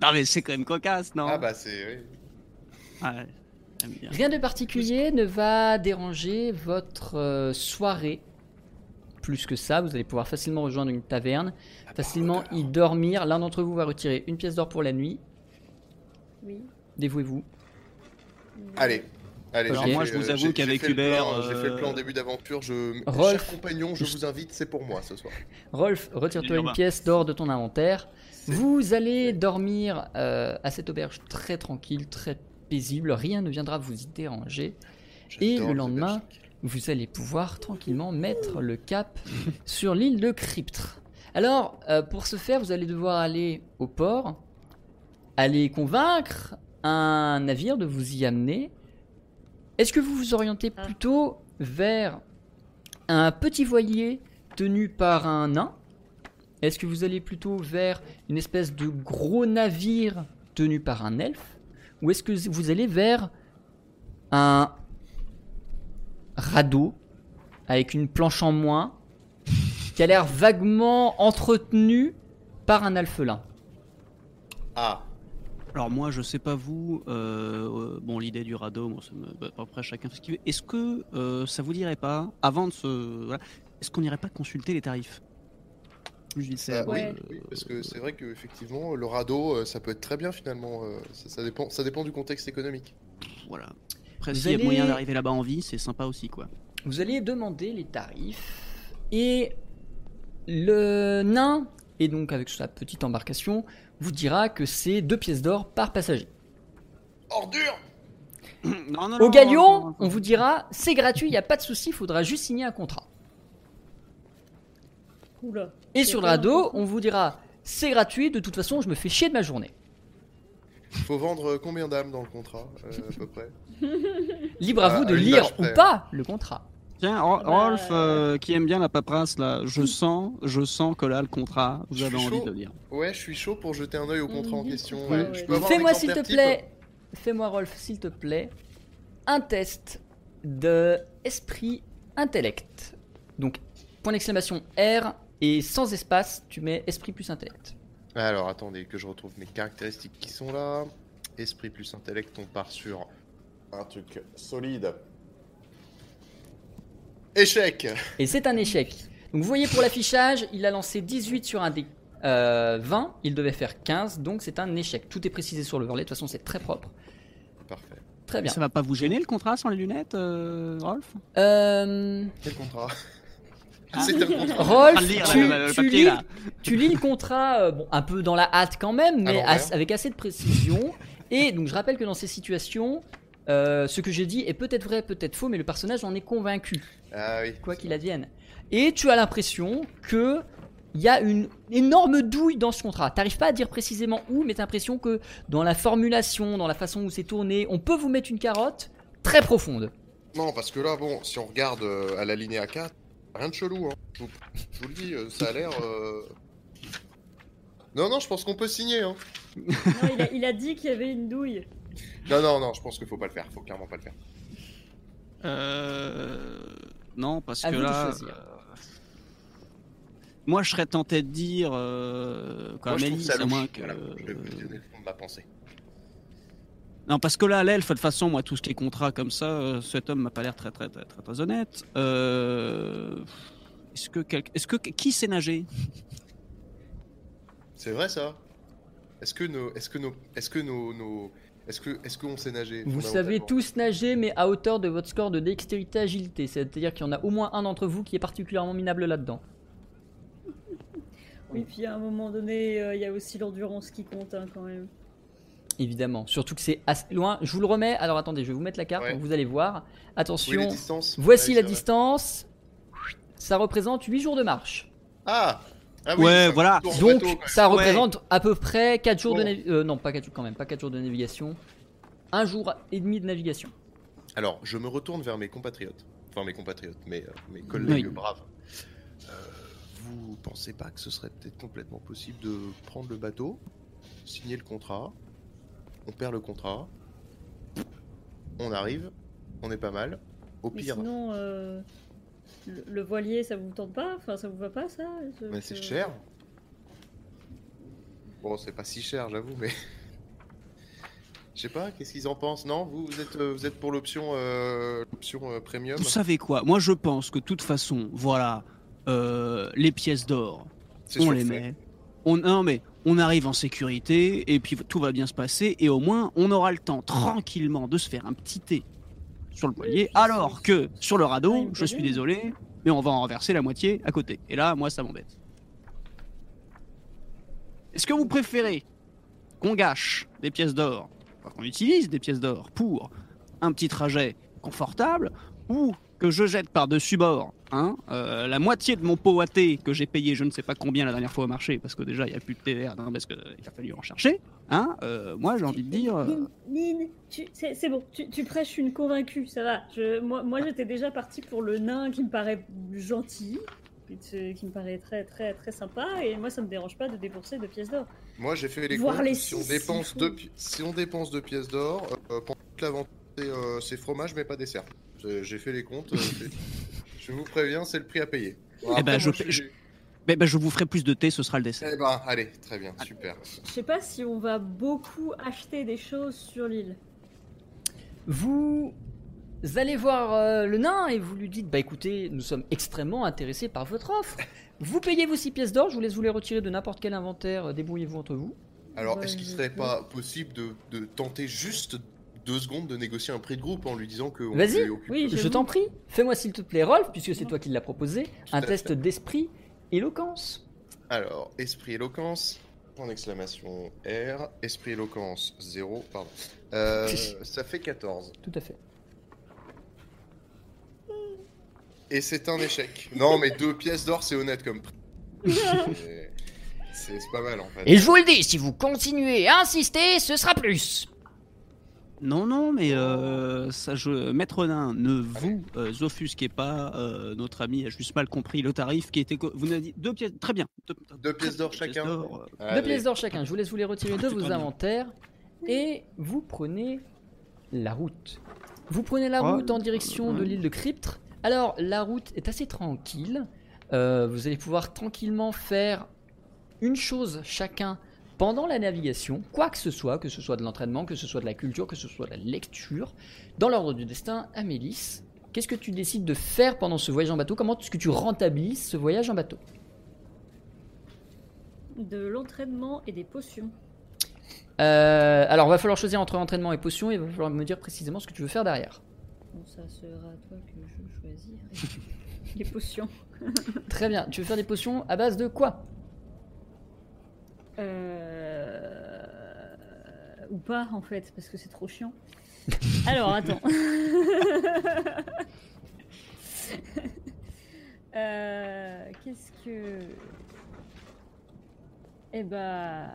Speaker 2: Non mais c'est quand même cocasse, non
Speaker 3: Ah bah, c'est. oui.
Speaker 2: Ouais, j'aime bien.
Speaker 1: Rien de particulier ne va déranger votre euh, soirée. Plus que ça, vous allez pouvoir facilement rejoindre une taverne,
Speaker 3: Ah,
Speaker 1: facilement
Speaker 3: bah,
Speaker 1: y dormir. L'un d'entre vous va retirer une pièce d'or pour la nuit.
Speaker 4: Oui.
Speaker 1: Dévouez-vous.
Speaker 3: Allez. Allez,
Speaker 1: Alors
Speaker 3: j'ai
Speaker 2: moi,
Speaker 3: fait,
Speaker 2: je vous
Speaker 3: euh,
Speaker 2: avoue
Speaker 3: j'ai- j'ai
Speaker 2: qu'avec
Speaker 3: fait le
Speaker 2: Hubert,
Speaker 3: plan, J'ai fait le
Speaker 2: euh,
Speaker 3: plan en début d'aventure. Je...
Speaker 1: Rolf.
Speaker 3: Cher compagnon, je vous invite, c'est pour moi ce soir.
Speaker 1: Rolf, retire-toi
Speaker 2: Urbain.
Speaker 1: une pièce d'or de ton inventaire. Vous allez dormir euh, à cette auberge très tranquille, très paisible. Rien ne viendra vous y déranger. Et
Speaker 3: J'adore
Speaker 1: le
Speaker 3: les
Speaker 1: lendemain,
Speaker 3: auberges.
Speaker 1: vous allez pouvoir tranquillement mettre le cap sur l'île de Cryptre. Alors, euh, pour ce faire, vous allez devoir aller au port, aller convaincre un navire de vous y amener. Est-ce que vous vous orientez
Speaker 4: Ah.
Speaker 1: plutôt vers un petit voilier tenu par un nain Est-ce que vous allez plutôt vers une espèce de gros navire tenu par un elfe Ou est-ce que vous allez vers un radeau avec une planche en moins qui a l'air vaguement entretenu par un alphelin.
Speaker 3: Ah,
Speaker 2: Alors moi, je sais pas vous. euh, euh, bon, l'idée du radeau, bon, ça me- bah, après chacun fait ce qu'il veut. Est-ce que euh, ça vous dirait pas, avant de se, voilà, est-ce qu'on n'irait pas consulter les tarifs Je dis ça,
Speaker 1: Bah,
Speaker 2: Euh,
Speaker 3: bah oui,
Speaker 4: Ouais.
Speaker 3: oui, parce que c'est vrai que effectivement, le radeau, euh, ça peut être très bien finalement. euh, Ça, ça dépend, ça dépend du contexte économique.
Speaker 2: Voilà. Après,
Speaker 1: Vous
Speaker 2: s'il y a moyen
Speaker 1: allez-
Speaker 2: d'arriver là-bas en vie, c'est sympa aussi, quoi.
Speaker 1: Vous allez demander les tarifs et le nain, et donc avec sa petite embarcation, vous dira que c'est deux pièces d'or par passager.
Speaker 3: Ordure
Speaker 2: Non, non,
Speaker 1: Au
Speaker 2: non, Oh, non,
Speaker 1: galion,
Speaker 2: non,
Speaker 1: on vous dira c'est gratuit, il n'y a pas de souci, il faudra juste signer un contrat.
Speaker 4: Oula.
Speaker 1: Et
Speaker 4: Y a
Speaker 1: sur le
Speaker 4: pas un
Speaker 1: radeau,
Speaker 4: contrat
Speaker 1: on vous dira c'est gratuit, de toute façon je me fais chier de ma journée.
Speaker 3: Faut vendre euh, combien d'âmes dans le contrat, euh, à peu près
Speaker 1: Libre à
Speaker 3: Ah,
Speaker 1: vous de
Speaker 3: à une
Speaker 1: lire
Speaker 3: page
Speaker 1: ou
Speaker 3: près.
Speaker 1: pas le contrat.
Speaker 2: Tiens, Ro-
Speaker 4: Bah,
Speaker 2: Rolf, euh, qui aime bien la paperasse, là, je sens, je sens que là, le contrat, vous
Speaker 3: Je
Speaker 2: avez
Speaker 3: suis
Speaker 2: envie
Speaker 3: chaud.
Speaker 2: de lire.
Speaker 3: Ouais, je suis chaud pour jeter un œil au contrat en
Speaker 4: Mhm.
Speaker 3: question.
Speaker 4: Ouais,
Speaker 3: Je
Speaker 4: ouais.
Speaker 3: peux avoir un
Speaker 1: Mm-hmm. Fais-moi s'il te
Speaker 3: exemplaire type
Speaker 1: plaît, fais-moi Rolf s'il te plaît, un test de esprit intellect. Donc point d'exclamation R et sans espace, tu mets esprit plus intellect.
Speaker 3: Alors attendez que je retrouve mes caractéristiques qui sont là. Esprit plus intellect, on part sur un truc solide. Échec
Speaker 1: Et c'est un échec. Donc vous voyez pour l'affichage, il a lancé 18 sur un dé euh, 20, il devait faire 15, donc c'est un échec. Tout est précisé sur le verlet, de toute façon c'est très propre.
Speaker 3: Parfait.
Speaker 1: Très bien.
Speaker 2: Ça va pas vous gêner le contrat sans les lunettes, euh, Rolf
Speaker 1: Euh,
Speaker 3: Quel [laughs] contrat
Speaker 2: Ah.
Speaker 3: C'est un contrat.
Speaker 2: En train
Speaker 1: Rolf,
Speaker 2: de lire, là,
Speaker 1: tu,
Speaker 2: le- le
Speaker 1: tu
Speaker 2: papier,
Speaker 1: lis,
Speaker 2: là.
Speaker 1: tu lis le contrat euh, bon, un peu dans la hâte quand même, mais
Speaker 3: l'envers.
Speaker 1: as- avec assez de précision. Et donc je rappelle que dans ces situations, euh, ce que j'ai dit est peut-être vrai, peut-être faux, mais le personnage en est convaincu,
Speaker 3: Ah oui.
Speaker 1: quoi qu'il advienne. Et tu as l'impression que il y a une énorme douille dans ce contrat. T'arrives pas à dire précisément où, mais t'as l'impression que dans la formulation, dans la façon où c'est tourné, on peut vous mettre une carotte très profonde.
Speaker 3: Non, parce que là, bon, si on regarde euh, à la ligne A4, rien de chelou. hein. Je, vous, je vous le dis, euh, ça a l'air. euh, Non, non, je pense qu'on peut signer. Hein.
Speaker 4: Non, il, a, il a dit qu'il y avait une douille.
Speaker 3: Non, non, non, je pense qu'il faut pas le faire. Faut clairement pas le faire.
Speaker 2: Euh, Non, parce
Speaker 1: À
Speaker 2: que
Speaker 1: vous de
Speaker 2: là.
Speaker 1: choisir.
Speaker 2: euh, Moi, je serais tenté de dire. Euh... Quand
Speaker 3: Moi, je
Speaker 2: même,
Speaker 3: trouve ça
Speaker 2: Elise, à
Speaker 3: louche.
Speaker 2: moins que.
Speaker 3: Voilà, je vais vous donner le fond de ma pensée.
Speaker 2: Non, parce que là, à l'elfe, de toute façon, moi, tout ce qui est contrat comme ça, euh, cet homme m'a pas l'air très, très, très, très, très honnête. Euh... Est-ce que, quel- est-ce que qui sait nager
Speaker 3: C'est vrai ça Est-ce que nos. Est-ce que nos. Est-ce que nos. nos- Est-ce que. Est-ce qu'on sait nager
Speaker 1: Vous savez
Speaker 3: fondamentalement
Speaker 1: tous nager, mais à hauteur de votre score de dextérité agilité. C'est-à-dire qu'il y en a au moins un d'entre vous qui est particulièrement minable là-dedans.
Speaker 4: Oui, puis à un moment donné, euh, il y a aussi l'endurance qui compte hein, quand même.
Speaker 1: Évidemment. Surtout que c'est assez loin. Je vous le remets. Alors attendez, je vais vous mettre la carte,
Speaker 3: Ouais.
Speaker 1: donc vous allez voir.
Speaker 3: Oui, les
Speaker 1: Attention.
Speaker 3: distances.
Speaker 1: Voici
Speaker 3: Ouais,
Speaker 1: la
Speaker 3: c'est vrai.
Speaker 1: distance. Ça représente 8 jours de marche.
Speaker 3: Ah Ah oui,
Speaker 2: Ouais,
Speaker 3: c'est un
Speaker 2: voilà.
Speaker 3: tour en
Speaker 1: Donc
Speaker 3: bateau, quand même.
Speaker 1: ça
Speaker 2: Ouais.
Speaker 1: représente à peu près 4 jours de
Speaker 3: Bon.
Speaker 1: navigation. non, pas 4 jours quand même, pas 4 jours de navigation. Un jour et demi de navigation.
Speaker 3: Alors, je me retourne vers mes compatriotes. Enfin, mes compatriotes, mes, euh, mes collègues
Speaker 2: Oui.
Speaker 3: braves. Euh, vous pensez pas que ce serait peut-être complètement possible de prendre le bateau, signer le contrat, on perd le contrat, on arrive, on est pas mal. Au
Speaker 4: Mais
Speaker 3: pire,
Speaker 4: sinon, euh, le, le voilier, ça vous tente pas Enfin, ça vous va pas ça Je-
Speaker 3: mais c'est
Speaker 4: je-
Speaker 3: cher. euh, Bon, c'est pas si cher, j'avoue, mais. [laughs] Je sais pas, qu'est-ce qu'ils en pensent Non, vous, vous êtes, euh, vous êtes pour l'option euh, l'option euh, premium
Speaker 2: Vous savez quoi Moi, je pense que de toute façon, voilà, euh, les pièces d'or,
Speaker 3: C'est
Speaker 2: on
Speaker 3: sur
Speaker 2: les
Speaker 3: fait.
Speaker 2: met. On, non, mais on arrive en sécurité et puis tout va bien se passer et au moins on aura le temps tranquillement de se faire un petit thé sur le poignet. Alors que sur le
Speaker 4: Ouais,
Speaker 2: radeau,
Speaker 4: mais
Speaker 2: je suis
Speaker 4: bien.
Speaker 2: désolé, mais on va en renverser la moitié à côté. Et là, moi, ça m'embête. Est-ce que vous préférez qu'on gâche des pièces d'or, enfin, qu'on utilise des pièces d'or pour un petit trajet confortable ou que je jette par-dessus bord hein, euh, la moitié de mon pot à thé que j'ai payé je ne sais pas combien la dernière fois au marché parce que déjà il n'y a plus de TR hein, parce qu'il a fallu en chercher hein, euh, moi j'ai envie de dire euh,
Speaker 4: Nin- Nin, tu- c'est c'est bon, tu, tu prêches une convaincue, ça va. Je- moi, moi j'étais déjà partie pour le nain qui me paraît gentil, qui te- qui me paraît très très très sympa, et moi ça me dérange pas de débourser deux pièces d'or.
Speaker 3: Moi j'ai fait les
Speaker 4: Voir
Speaker 3: comptes.
Speaker 4: les
Speaker 3: si, on
Speaker 4: six,
Speaker 3: dépense
Speaker 4: il faut.
Speaker 3: deux, pi- si on dépense deux pièces d'or, euh, pour toute l'aventure, c'est, euh, c'est fromage mais pas dessert. J'ai j'ai fait
Speaker 2: [laughs]
Speaker 3: les comptes. euh, c'est- je vous préviens, c'est le prix à payer. Bon,
Speaker 2: Eh ben,
Speaker 3: après,
Speaker 2: je
Speaker 3: moi,
Speaker 2: paie-
Speaker 3: suis-
Speaker 2: ben, ben, je vous ferai plus de thé ce sera le dessert
Speaker 3: Eh ben, allez, très bien, super.
Speaker 4: Je sais pas si on va beaucoup acheter des choses sur l'île.
Speaker 1: Vous allez voir euh, le nain et vous lui dites Bah écoutez, nous sommes extrêmement intéressés par votre offre. Vous payez vos 6 pièces d'or, je vous laisse vous les retirer de n'importe quel inventaire, euh, débrouillez-vous entre vous.
Speaker 3: Alors,
Speaker 4: Ouais,
Speaker 3: est-ce qu'il
Speaker 4: je-
Speaker 3: serait pas possible de, de tenter juste deux secondes de négocier un prix de groupe en lui disant que on
Speaker 1: Vas-y,
Speaker 3: lui occupe-
Speaker 4: Oui,
Speaker 1: Je
Speaker 4: j'avoue.
Speaker 1: t'en prie, fais-moi s'il te plaît, Rolf, puisque c'est toi qui l'as proposé, un
Speaker 3: Tout à
Speaker 1: test d'esprit, éloquence.
Speaker 3: Alors, esprit éloquence, point d'exclamation R, esprit éloquence 0, pardon. Euh, ça fait 14.
Speaker 1: Tout à fait.
Speaker 3: Et c'est un échec. Non, mais deux pièces d'or, c'est honnête comme
Speaker 1: [laughs]
Speaker 3: prix. C'est- C'est c'est pas mal en fait.
Speaker 1: Et je vous le dis, si vous continuez à insister, ce sera plus.
Speaker 2: non non mais euh, ça je maître nain ne vous euh, offusquez pas euh, notre ami a juste mal compris le tarif qui était co- vous nous avez dit deux pièces très bien deux,
Speaker 3: Deux pièces d'or
Speaker 2: deux pièces
Speaker 3: chacun.
Speaker 2: d'or, euh,
Speaker 1: Deux
Speaker 3: Allez.
Speaker 1: pièces d'or chacun, je vous laisse vous les retirer de
Speaker 2: C'est Ah, pas
Speaker 1: vos
Speaker 2: bien.
Speaker 1: inventaires et vous prenez la route. Vous prenez la
Speaker 2: Oh.
Speaker 1: route en direction de
Speaker 2: Ouais.
Speaker 1: l'île de Cryptre. Alors la route est assez tranquille. Euh, vous allez pouvoir tranquillement faire une chose chacun pendant la navigation, quoi que ce soit, que ce soit de l'entraînement, que ce soit de la culture, que ce soit de la lecture. Dans l'ordre du destin, Amélis, qu'est-ce que tu décides de faire pendant ce voyage en bateau Comment est-ce que tu rentabilises ce voyage en bateau
Speaker 4: De l'entraînement et des potions.
Speaker 1: Euh, alors, va falloir choisir entre entraînement et potion et va falloir me dire précisément ce que tu veux faire derrière.
Speaker 4: Bon, ça sera à toi que je
Speaker 2: [laughs]
Speaker 4: choisirai. les potions.
Speaker 1: Très bien. Tu veux faire des potions à base de quoi
Speaker 4: Euh... Ou pas, en fait, parce que c'est
Speaker 1: [laughs]
Speaker 4: trop chiant. Alors, attends. [laughs] Euh, Qu'est-ce que. Eh bah.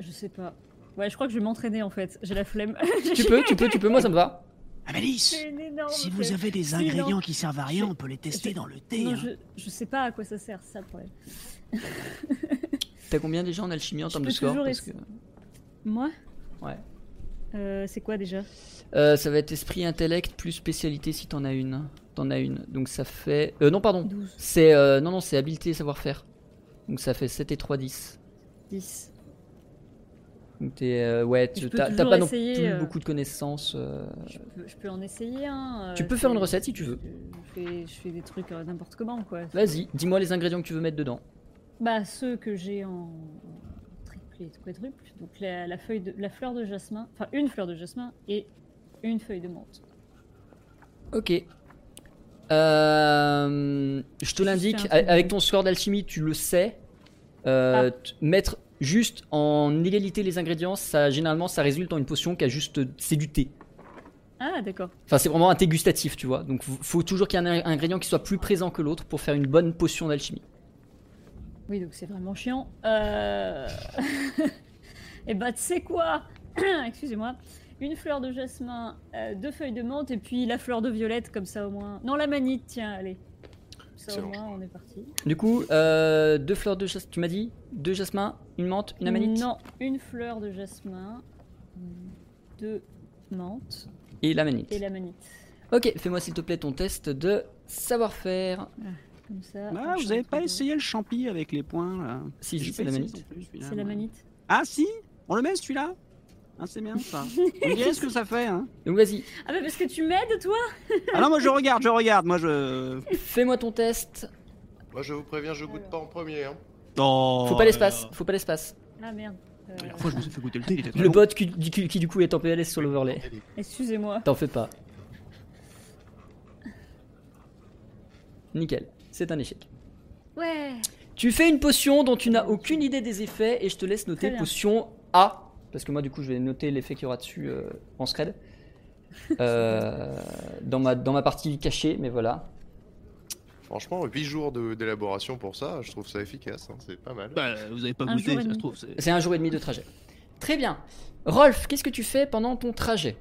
Speaker 4: Je sais pas. Ouais, je crois que je vais m'entraîner en fait. J'ai la flemme. [laughs] J'ai-
Speaker 1: Tu peux, tu peux, tu peux, moi ça me va.
Speaker 2: Amélisse
Speaker 4: j'ai une énorme
Speaker 2: Si
Speaker 4: flemme.
Speaker 2: vous avez des
Speaker 4: Si,
Speaker 2: ingrédients
Speaker 4: non.
Speaker 2: qui servent à rien,
Speaker 4: Je-
Speaker 2: on peut les tester
Speaker 4: je-
Speaker 2: dans le thé.
Speaker 4: Non,
Speaker 2: hein.
Speaker 4: je, je sais pas à quoi ça sert, c'est ça le problème.
Speaker 1: T'as combien déjà en alchimie en
Speaker 4: Je
Speaker 1: termes de
Speaker 4: peux
Speaker 1: score
Speaker 4: toujours
Speaker 1: parce que...
Speaker 4: essa- Moi
Speaker 1: Ouais.
Speaker 4: Euh, c'est quoi déjà
Speaker 1: Euh, Ça va être esprit, intellect, plus spécialité si t'en as une. T'en as une. Donc ça fait. Euh, non, pardon.
Speaker 4: 12,
Speaker 1: C'est. euh, non, non, c'est habileté et savoir-faire. Donc ça fait 7 et 3, 10.
Speaker 4: 10.
Speaker 1: Donc t'es. euh, ouais,
Speaker 4: Je
Speaker 1: tu-
Speaker 4: peux
Speaker 1: t'as t'as
Speaker 4: toujours
Speaker 1: pas non
Speaker 4: essayer,
Speaker 1: plus
Speaker 4: euh,
Speaker 1: beaucoup de connaissances. euh,
Speaker 4: Je peux, je peux en essayer un. euh,
Speaker 1: Tu peux
Speaker 4: je
Speaker 1: faire
Speaker 4: fais-
Speaker 1: une recette si tu veux.
Speaker 4: Je fais, je fais des trucs euh, n'importe comment quoi.
Speaker 1: Vas-y, dis-moi les ingrédients que tu veux mettre dedans.
Speaker 4: Bah, ceux que j'ai en en triple et quadruple. Donc, la, la feuille de, la fleur de jasmin, enfin, une fleur de jasmin et une feuille de menthe.
Speaker 1: Ok. Euh, je te
Speaker 4: Je
Speaker 1: l'indique,
Speaker 4: fais un
Speaker 1: a-
Speaker 4: truc. Ah.
Speaker 1: avec ton score d'alchimie, tu le sais. Euh, t- Mettre juste en égalité les ingrédients, ça généralement ça résulte en une potion qui a juste. C'est du thé.
Speaker 4: Ah, d'accord.
Speaker 1: Enfin, c'est vraiment un thé gustatif, tu vois. Donc, faut- faut toujours qu'il y ait un ingrédient qui soit plus présent que l'autre pour faire une bonne potion d'alchimie.
Speaker 4: Oui, donc c'est vraiment chiant. Euh... [laughs] et bah, tu sais quoi [coughs] Excusez-moi. Une fleur de jasmin, euh, deux feuilles de menthe et puis la fleur de violette, comme ça au moins. Non, la manite, tiens, allez. Comme ça au
Speaker 3: Excellent.
Speaker 4: moins, on est parti.
Speaker 1: Du coup, euh, deux fleurs de jasmin, tu m'as dit Deux jasmin, une menthe, une amanite
Speaker 4: Non, une fleur de jasmin, deux menthes
Speaker 1: Et la manite.
Speaker 4: et la manite.
Speaker 1: Ok, fais-moi s'il te plaît ton test de savoir-faire.
Speaker 4: Comme ça.
Speaker 2: Ah,
Speaker 4: on
Speaker 2: vous avez
Speaker 4: chante
Speaker 2: pas
Speaker 4: les deux.
Speaker 2: essayé le champi avec les points là
Speaker 1: Si,
Speaker 2: J'ai
Speaker 1: si,
Speaker 2: pas
Speaker 1: c'est la
Speaker 2: essayé
Speaker 1: manite.
Speaker 2: non plus, celui-là,
Speaker 4: C'est la
Speaker 2: moi.
Speaker 4: manite.
Speaker 2: Ah si On le met celui-là ah, C'est bien
Speaker 4: [laughs]
Speaker 2: ça. On dirait ce que ça fait. Hein.
Speaker 1: Donc, vas-y,
Speaker 4: Ah bah parce que tu m'aides toi
Speaker 2: Ah non, moi je regarde, je regarde. Moi je.
Speaker 1: fais-moi ton test.
Speaker 3: Moi, je vous préviens, je goûte
Speaker 4: Alors.
Speaker 3: pas en premier. hein.
Speaker 2: Oh,
Speaker 1: Faut pas l'espace, faut pas l'espace.
Speaker 4: Ah merde. Euh,
Speaker 2: La dernière fois, je vous ai fait goûter le thé, il était très
Speaker 1: Le
Speaker 2: bon.
Speaker 1: bot qui, qui- qui, du coup est en PLS sur l'overlay.
Speaker 4: Excusez-moi.
Speaker 1: T'en fais pas. Nickel, c'est un échec.
Speaker 4: Ouais.
Speaker 1: Tu fais une potion dont tu n'as aucune idée des effets et je te laisse noter
Speaker 4: Très bien.
Speaker 1: potion A. Parce que moi, du coup, je vais noter l'effet qu'il y aura dessus euh, en scred. [laughs] Euh, dans, ma, dans ma partie cachée, mais voilà.
Speaker 3: Franchement, 8 jours de- d'élaboration pour ça, je trouve ça efficace. hein, C'est pas mal.
Speaker 2: Bah, vous avez pas
Speaker 4: Un
Speaker 2: goûté,
Speaker 4: jour et
Speaker 2: ça se
Speaker 4: demi.
Speaker 2: trouve. c'est-
Speaker 1: C'est un jour et demi de trajet. Très bien. Rolf, qu'est-ce que tu fais pendant ton trajet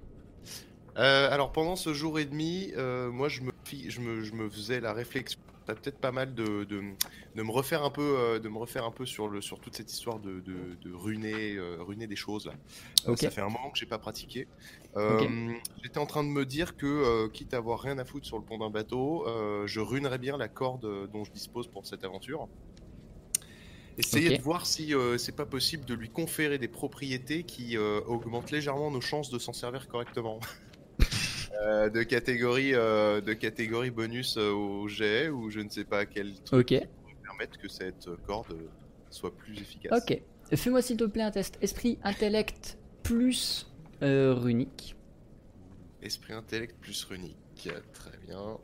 Speaker 3: Euh, alors pendant ce jour et demi, euh, moi je me, fi- je me, je me faisais la réflexion. T'as peut-être pas mal de, de, de me refaire un peu, euh, de me refaire un peu sur le sur toute cette histoire de, de, de ruiner, euh, ruiner des choses là. Euh,
Speaker 1: Ok.
Speaker 3: ça fait un moment que j'ai pas pratiqué. Euh,
Speaker 1: Ok.
Speaker 3: J'étais en train de me dire que euh, quitte à avoir rien à foutre sur le pont d'un bateau, euh, je ruinerais bien la corde euh, dont je dispose pour cette aventure. Essayer
Speaker 1: Ok.
Speaker 3: de voir si euh, c'est pas possible de lui conférer des propriétés qui euh, augmentent légèrement nos chances de s'en servir correctement. [laughs] Euh, de catégorie euh, de catégorie bonus euh, au jet ou je ne sais pas quel truc
Speaker 1: Ok.
Speaker 3: permettre que cette corde euh, soit plus efficace.
Speaker 1: Ok. Fais-moi s'il te plaît un test esprit, intellect plus euh, runique.
Speaker 3: Esprit intellect plus runique. Très bien.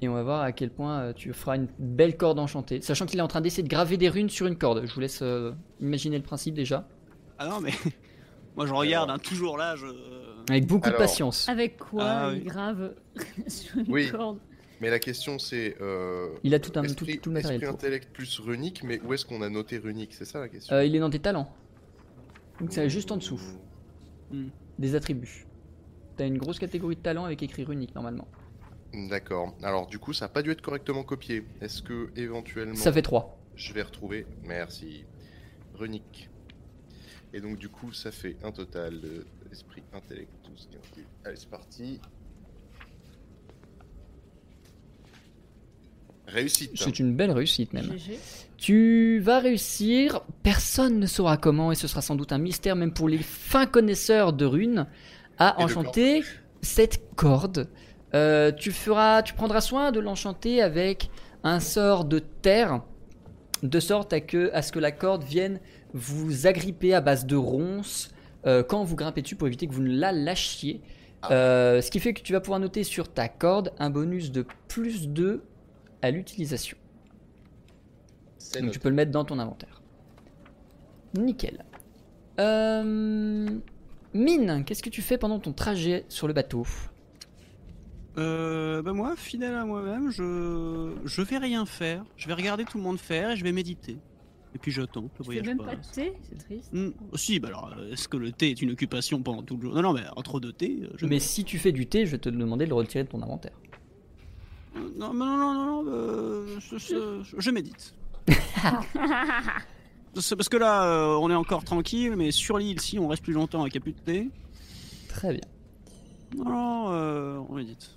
Speaker 1: Et on va voir à quel point euh, tu feras une belle corde enchantée. Sachant qu'il est en train d'essayer de graver des runes sur une corde. Je vous laisse euh, imaginer le principe déjà.
Speaker 2: Ah non, mais. [laughs] Moi je regarde, hein, toujours là, je.
Speaker 1: Avec beaucoup de
Speaker 3: Alors.
Speaker 1: patience.
Speaker 4: Avec quoi
Speaker 2: Ah,
Speaker 4: il
Speaker 2: oui.
Speaker 4: grave [laughs] sur une
Speaker 3: Oui.
Speaker 4: corde
Speaker 3: Mais la question c'est. euh,
Speaker 1: Il a tout un- tout-
Speaker 3: esprit,
Speaker 1: tout le matériel
Speaker 3: esprit
Speaker 1: pour.
Speaker 3: intellect plus runique, mais où est-ce qu'on a noté runique C'est ça la question.
Speaker 1: Euh, il est dans tes talents. Donc c'est juste en dessous. Des attributs. T'as une grosse catégorie de talents avec écrit runique normalement.
Speaker 3: D'accord. Alors du coup, ça n'a pas dû être correctement copié. Est-ce que éventuellement.
Speaker 1: Ça fait 3.
Speaker 3: Je vais retrouver. Merci. Runique. Et donc du coup, ça fait un total de esprit, intellect, 12, 15. Allez, c'est parti. Réussite.
Speaker 1: C'est une belle réussite même.
Speaker 4: GG.
Speaker 1: Tu vas réussir, personne ne saura comment, et ce sera sans doute un mystère, même pour les fins connaisseurs de runes, à
Speaker 3: Et de
Speaker 1: enchanter cette corde. Euh, tu, feras, tu prendras soin de l'enchanter avec un sort de terre, de sorte à, que, à ce que la corde vienne vous agripper à base de ronces euh, quand vous grimpez dessus pour éviter que vous ne la lâchiez.
Speaker 3: Ah.
Speaker 1: Euh, ce qui fait que tu vas pouvoir noter sur ta corde un bonus de plus 2 à l'utilisation.
Speaker 3: C'est
Speaker 1: Donc
Speaker 3: noté.
Speaker 1: tu peux le mettre dans ton inventaire. Nickel. Euh, Mine, qu'est-ce que tu fais pendant ton trajet sur le bateau
Speaker 2: Euh, bah moi, fidèle à moi-même, je je vais rien faire. Je vais regarder tout le monde faire et je vais méditer. Et puis j'attends. que Le
Speaker 4: Tu fais
Speaker 2: voyage
Speaker 4: même
Speaker 2: passe.
Speaker 4: pas de thé, c'est triste.
Speaker 2: Hmm, Si, bah alors, euh, est-ce que le thé est une occupation pendant tout le jour Non, non, mais entre deux thés, euh, je
Speaker 1: Mais si tu fais du thé, je vais te demander de le retirer de ton inventaire.
Speaker 2: Euh, Non, mais non, non, non, non, euh, je, je- je
Speaker 3: [laughs]
Speaker 2: médite. C'est parce que là, euh, on est encore tranquille, mais sur l'île, si on reste plus longtemps et qu'il n'y a plus de thé,
Speaker 1: Très bien.
Speaker 2: non, non, euh, on médite.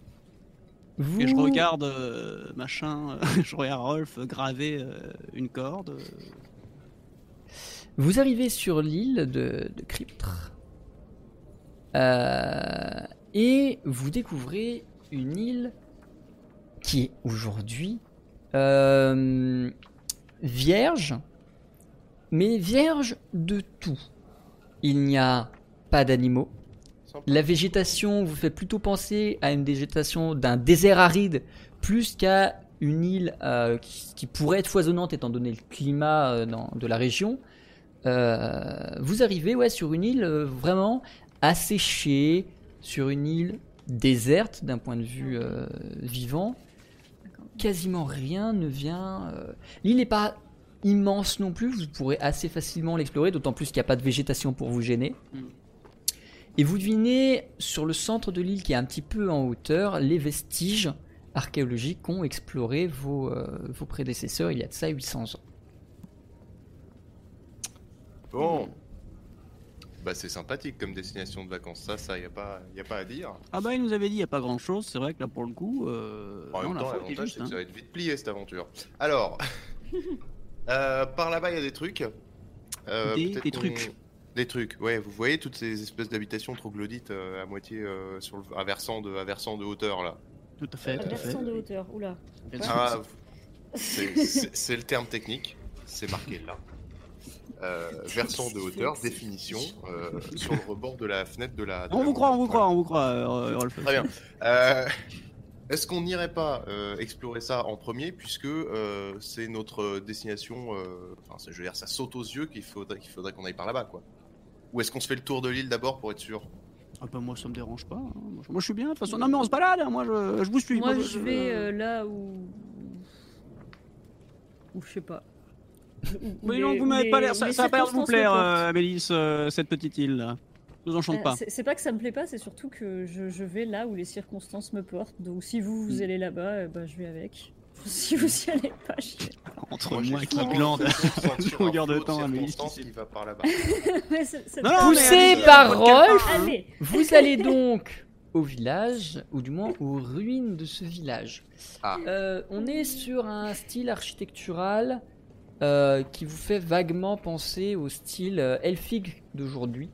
Speaker 1: Vous...
Speaker 2: Et je regarde, euh, machin, euh, [laughs] je regarde Rolf graver euh, une corde. euh,
Speaker 1: Vous arrivez sur l'île de, de Cryptre. Euh, et vous découvrez une île qui est aujourd'hui euh, vierge, mais vierge de tout. Il n'y a pas d'animaux.
Speaker 3: Sympa.
Speaker 1: La végétation vous fait plutôt penser à une végétation d'un désert aride plus qu'à une île euh, qui, qui pourrait être foisonnante étant donné le climat euh, dans- de la région. Euh, vous arrivez ouais, sur une île euh, vraiment asséchée, sur une île déserte d'un point de vue euh, vivant. Quasiment rien ne vient. euh, L'île n'est pas immense non plus, vous pourrez assez facilement l'explorer, d'autant plus qu'il n'y a pas de végétation pour vous gêner.
Speaker 2: Mm.
Speaker 1: Et vous devinez sur le centre de l'île qui est un petit peu en hauteur les vestiges archéologiques qu'ont exploré vos, euh, vos prédécesseurs il y a de ça 800 ans.
Speaker 3: Bon. Bah, c'est sympathique comme destination de vacances. Ça, ça, y a pas, y a pas à dire.
Speaker 2: Ah bah, il nous avait dit il n'y a pas grand chose, c'est vrai que là, pour le coup, euh,
Speaker 3: En
Speaker 2: non,
Speaker 3: même
Speaker 2: la
Speaker 3: temps,
Speaker 2: faute est
Speaker 3: l'avantage,
Speaker 2: juste,
Speaker 3: c'est que
Speaker 2: hein.
Speaker 3: ça va être vite plié cette aventure.
Speaker 2: [laughs]
Speaker 3: Alors, euh, par là-bas, il y a des trucs. Euh,
Speaker 2: Des-
Speaker 3: peut-être
Speaker 2: des
Speaker 3: qu'on-
Speaker 2: trucs.
Speaker 3: Des trucs, ouais, vous voyez toutes ces espèces d'habitations troglodytes euh, à moitié euh, sur le, à, versant de, à versant de hauteur là.
Speaker 2: Tout à fait,
Speaker 4: Un
Speaker 2: tout à fait.
Speaker 4: versant de hauteur, oula.
Speaker 2: Elles sont-
Speaker 3: Ah,
Speaker 4: [laughs]
Speaker 3: c'est- c'est c'est le terme technique, c'est marqué là. Euh, versant de
Speaker 2: [laughs]
Speaker 3: hauteur, définition, euh, sur le rebord de la fenêtre de la. de
Speaker 2: on
Speaker 3: la
Speaker 2: vous croit, on vous
Speaker 3: montagne.
Speaker 2: croit, on vous croit, euh, Rolf.
Speaker 3: Très bien. Euh, Est-ce qu'on n'irait pas euh, explorer ça en premier, puisque euh, c'est notre destination, euh, enfin, c'est- je veux dire, ça saute aux yeux qu'il faudrait qu'il faudrait qu'on aille par là-bas, quoi. Ou est-ce qu'on se fait le tour de l'île d'abord pour être sûr
Speaker 2: Ah bah moi ça me dérange pas. hein. Moi je- moi, je suis bien de toute façon. Non mais on se balade, hein. moi je, je vous suis.
Speaker 4: Moi, je vais euh, là où. Ou je sais pas. Où- où
Speaker 2: Mais non,
Speaker 4: les-
Speaker 2: vous
Speaker 4: où
Speaker 2: m'avez
Speaker 4: les-
Speaker 2: pas l'air.
Speaker 4: où
Speaker 2: Ça,
Speaker 4: les
Speaker 2: ça a pas l'air de vous
Speaker 4: circonstances
Speaker 2: plaire,
Speaker 4: me portent.
Speaker 2: euh, Mélisse, euh, cette petite île là. Je vous enchante
Speaker 4: Euh,
Speaker 2: pas.
Speaker 4: c'est- C'est pas que ça me plaît pas, c'est surtout que je, je vais là où les circonstances me portent. Donc si vous, vous
Speaker 2: Mm.
Speaker 4: allez là-bas, eh ben, je vais avec. Si vous y allez pas, je vais. [laughs]
Speaker 2: Entre
Speaker 3: Moi,
Speaker 2: moi,
Speaker 3: j'ai
Speaker 2: qui
Speaker 3: souvent
Speaker 2: glande.
Speaker 3: l'impression
Speaker 2: [laughs]
Speaker 3: de sentir
Speaker 2: Je
Speaker 3: un
Speaker 2: regarde
Speaker 3: flot de
Speaker 2: tant, mais
Speaker 3: circonstances
Speaker 2: ici,
Speaker 3: qui va par là-bas.
Speaker 4: Ouais, ça- ça-
Speaker 2: Non, non, mais
Speaker 1: Poussé
Speaker 2: allez,
Speaker 1: par
Speaker 2: euh, votre
Speaker 1: Rolf. Euh,
Speaker 2: calepin, hein.
Speaker 4: Allez
Speaker 1: Vous allez donc au village, ou du moins aux ruines de ce village.
Speaker 3: Ah.
Speaker 1: Euh, on est sur un style architectural euh, qui vous fait vaguement penser au style euh, elfique d'aujourd'hui.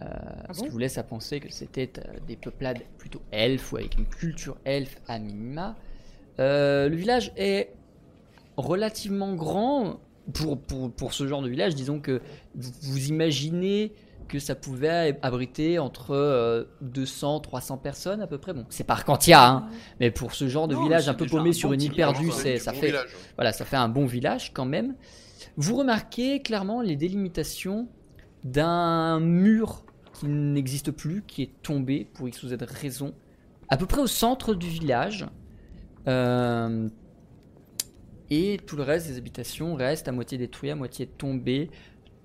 Speaker 4: Ah
Speaker 1: Ce
Speaker 4: bon
Speaker 1: qui vous laisse à penser que c'était euh, des peuplades plutôt elfes ou avec une culture elfe à minima. Euh, le village est relativement grand pour, pour, pour ce genre de village. Disons que vous, vous imaginez que ça pouvait abriter entre euh, 200-300 personnes à peu près. Bon, c'est pas Arcantia, hein, mais pour ce genre de
Speaker 2: Non,
Speaker 1: village
Speaker 2: c'est
Speaker 1: un peu
Speaker 2: déjà
Speaker 1: paumé
Speaker 2: un
Speaker 1: sur
Speaker 2: bon
Speaker 1: une île
Speaker 2: petit
Speaker 1: perdue,
Speaker 2: village,
Speaker 1: c'est-
Speaker 3: Du
Speaker 1: ça
Speaker 3: bon
Speaker 1: fait
Speaker 3: village.
Speaker 1: voilà, ça fait un bon village quand même. Vous remarquez clairement les délimitations d'un mur qui n'existe plus, qui est tombé pour X ou Z raison, à peu près au centre du village. Euh, et tout le reste des habitations reste à moitié détruit, à moitié tombé,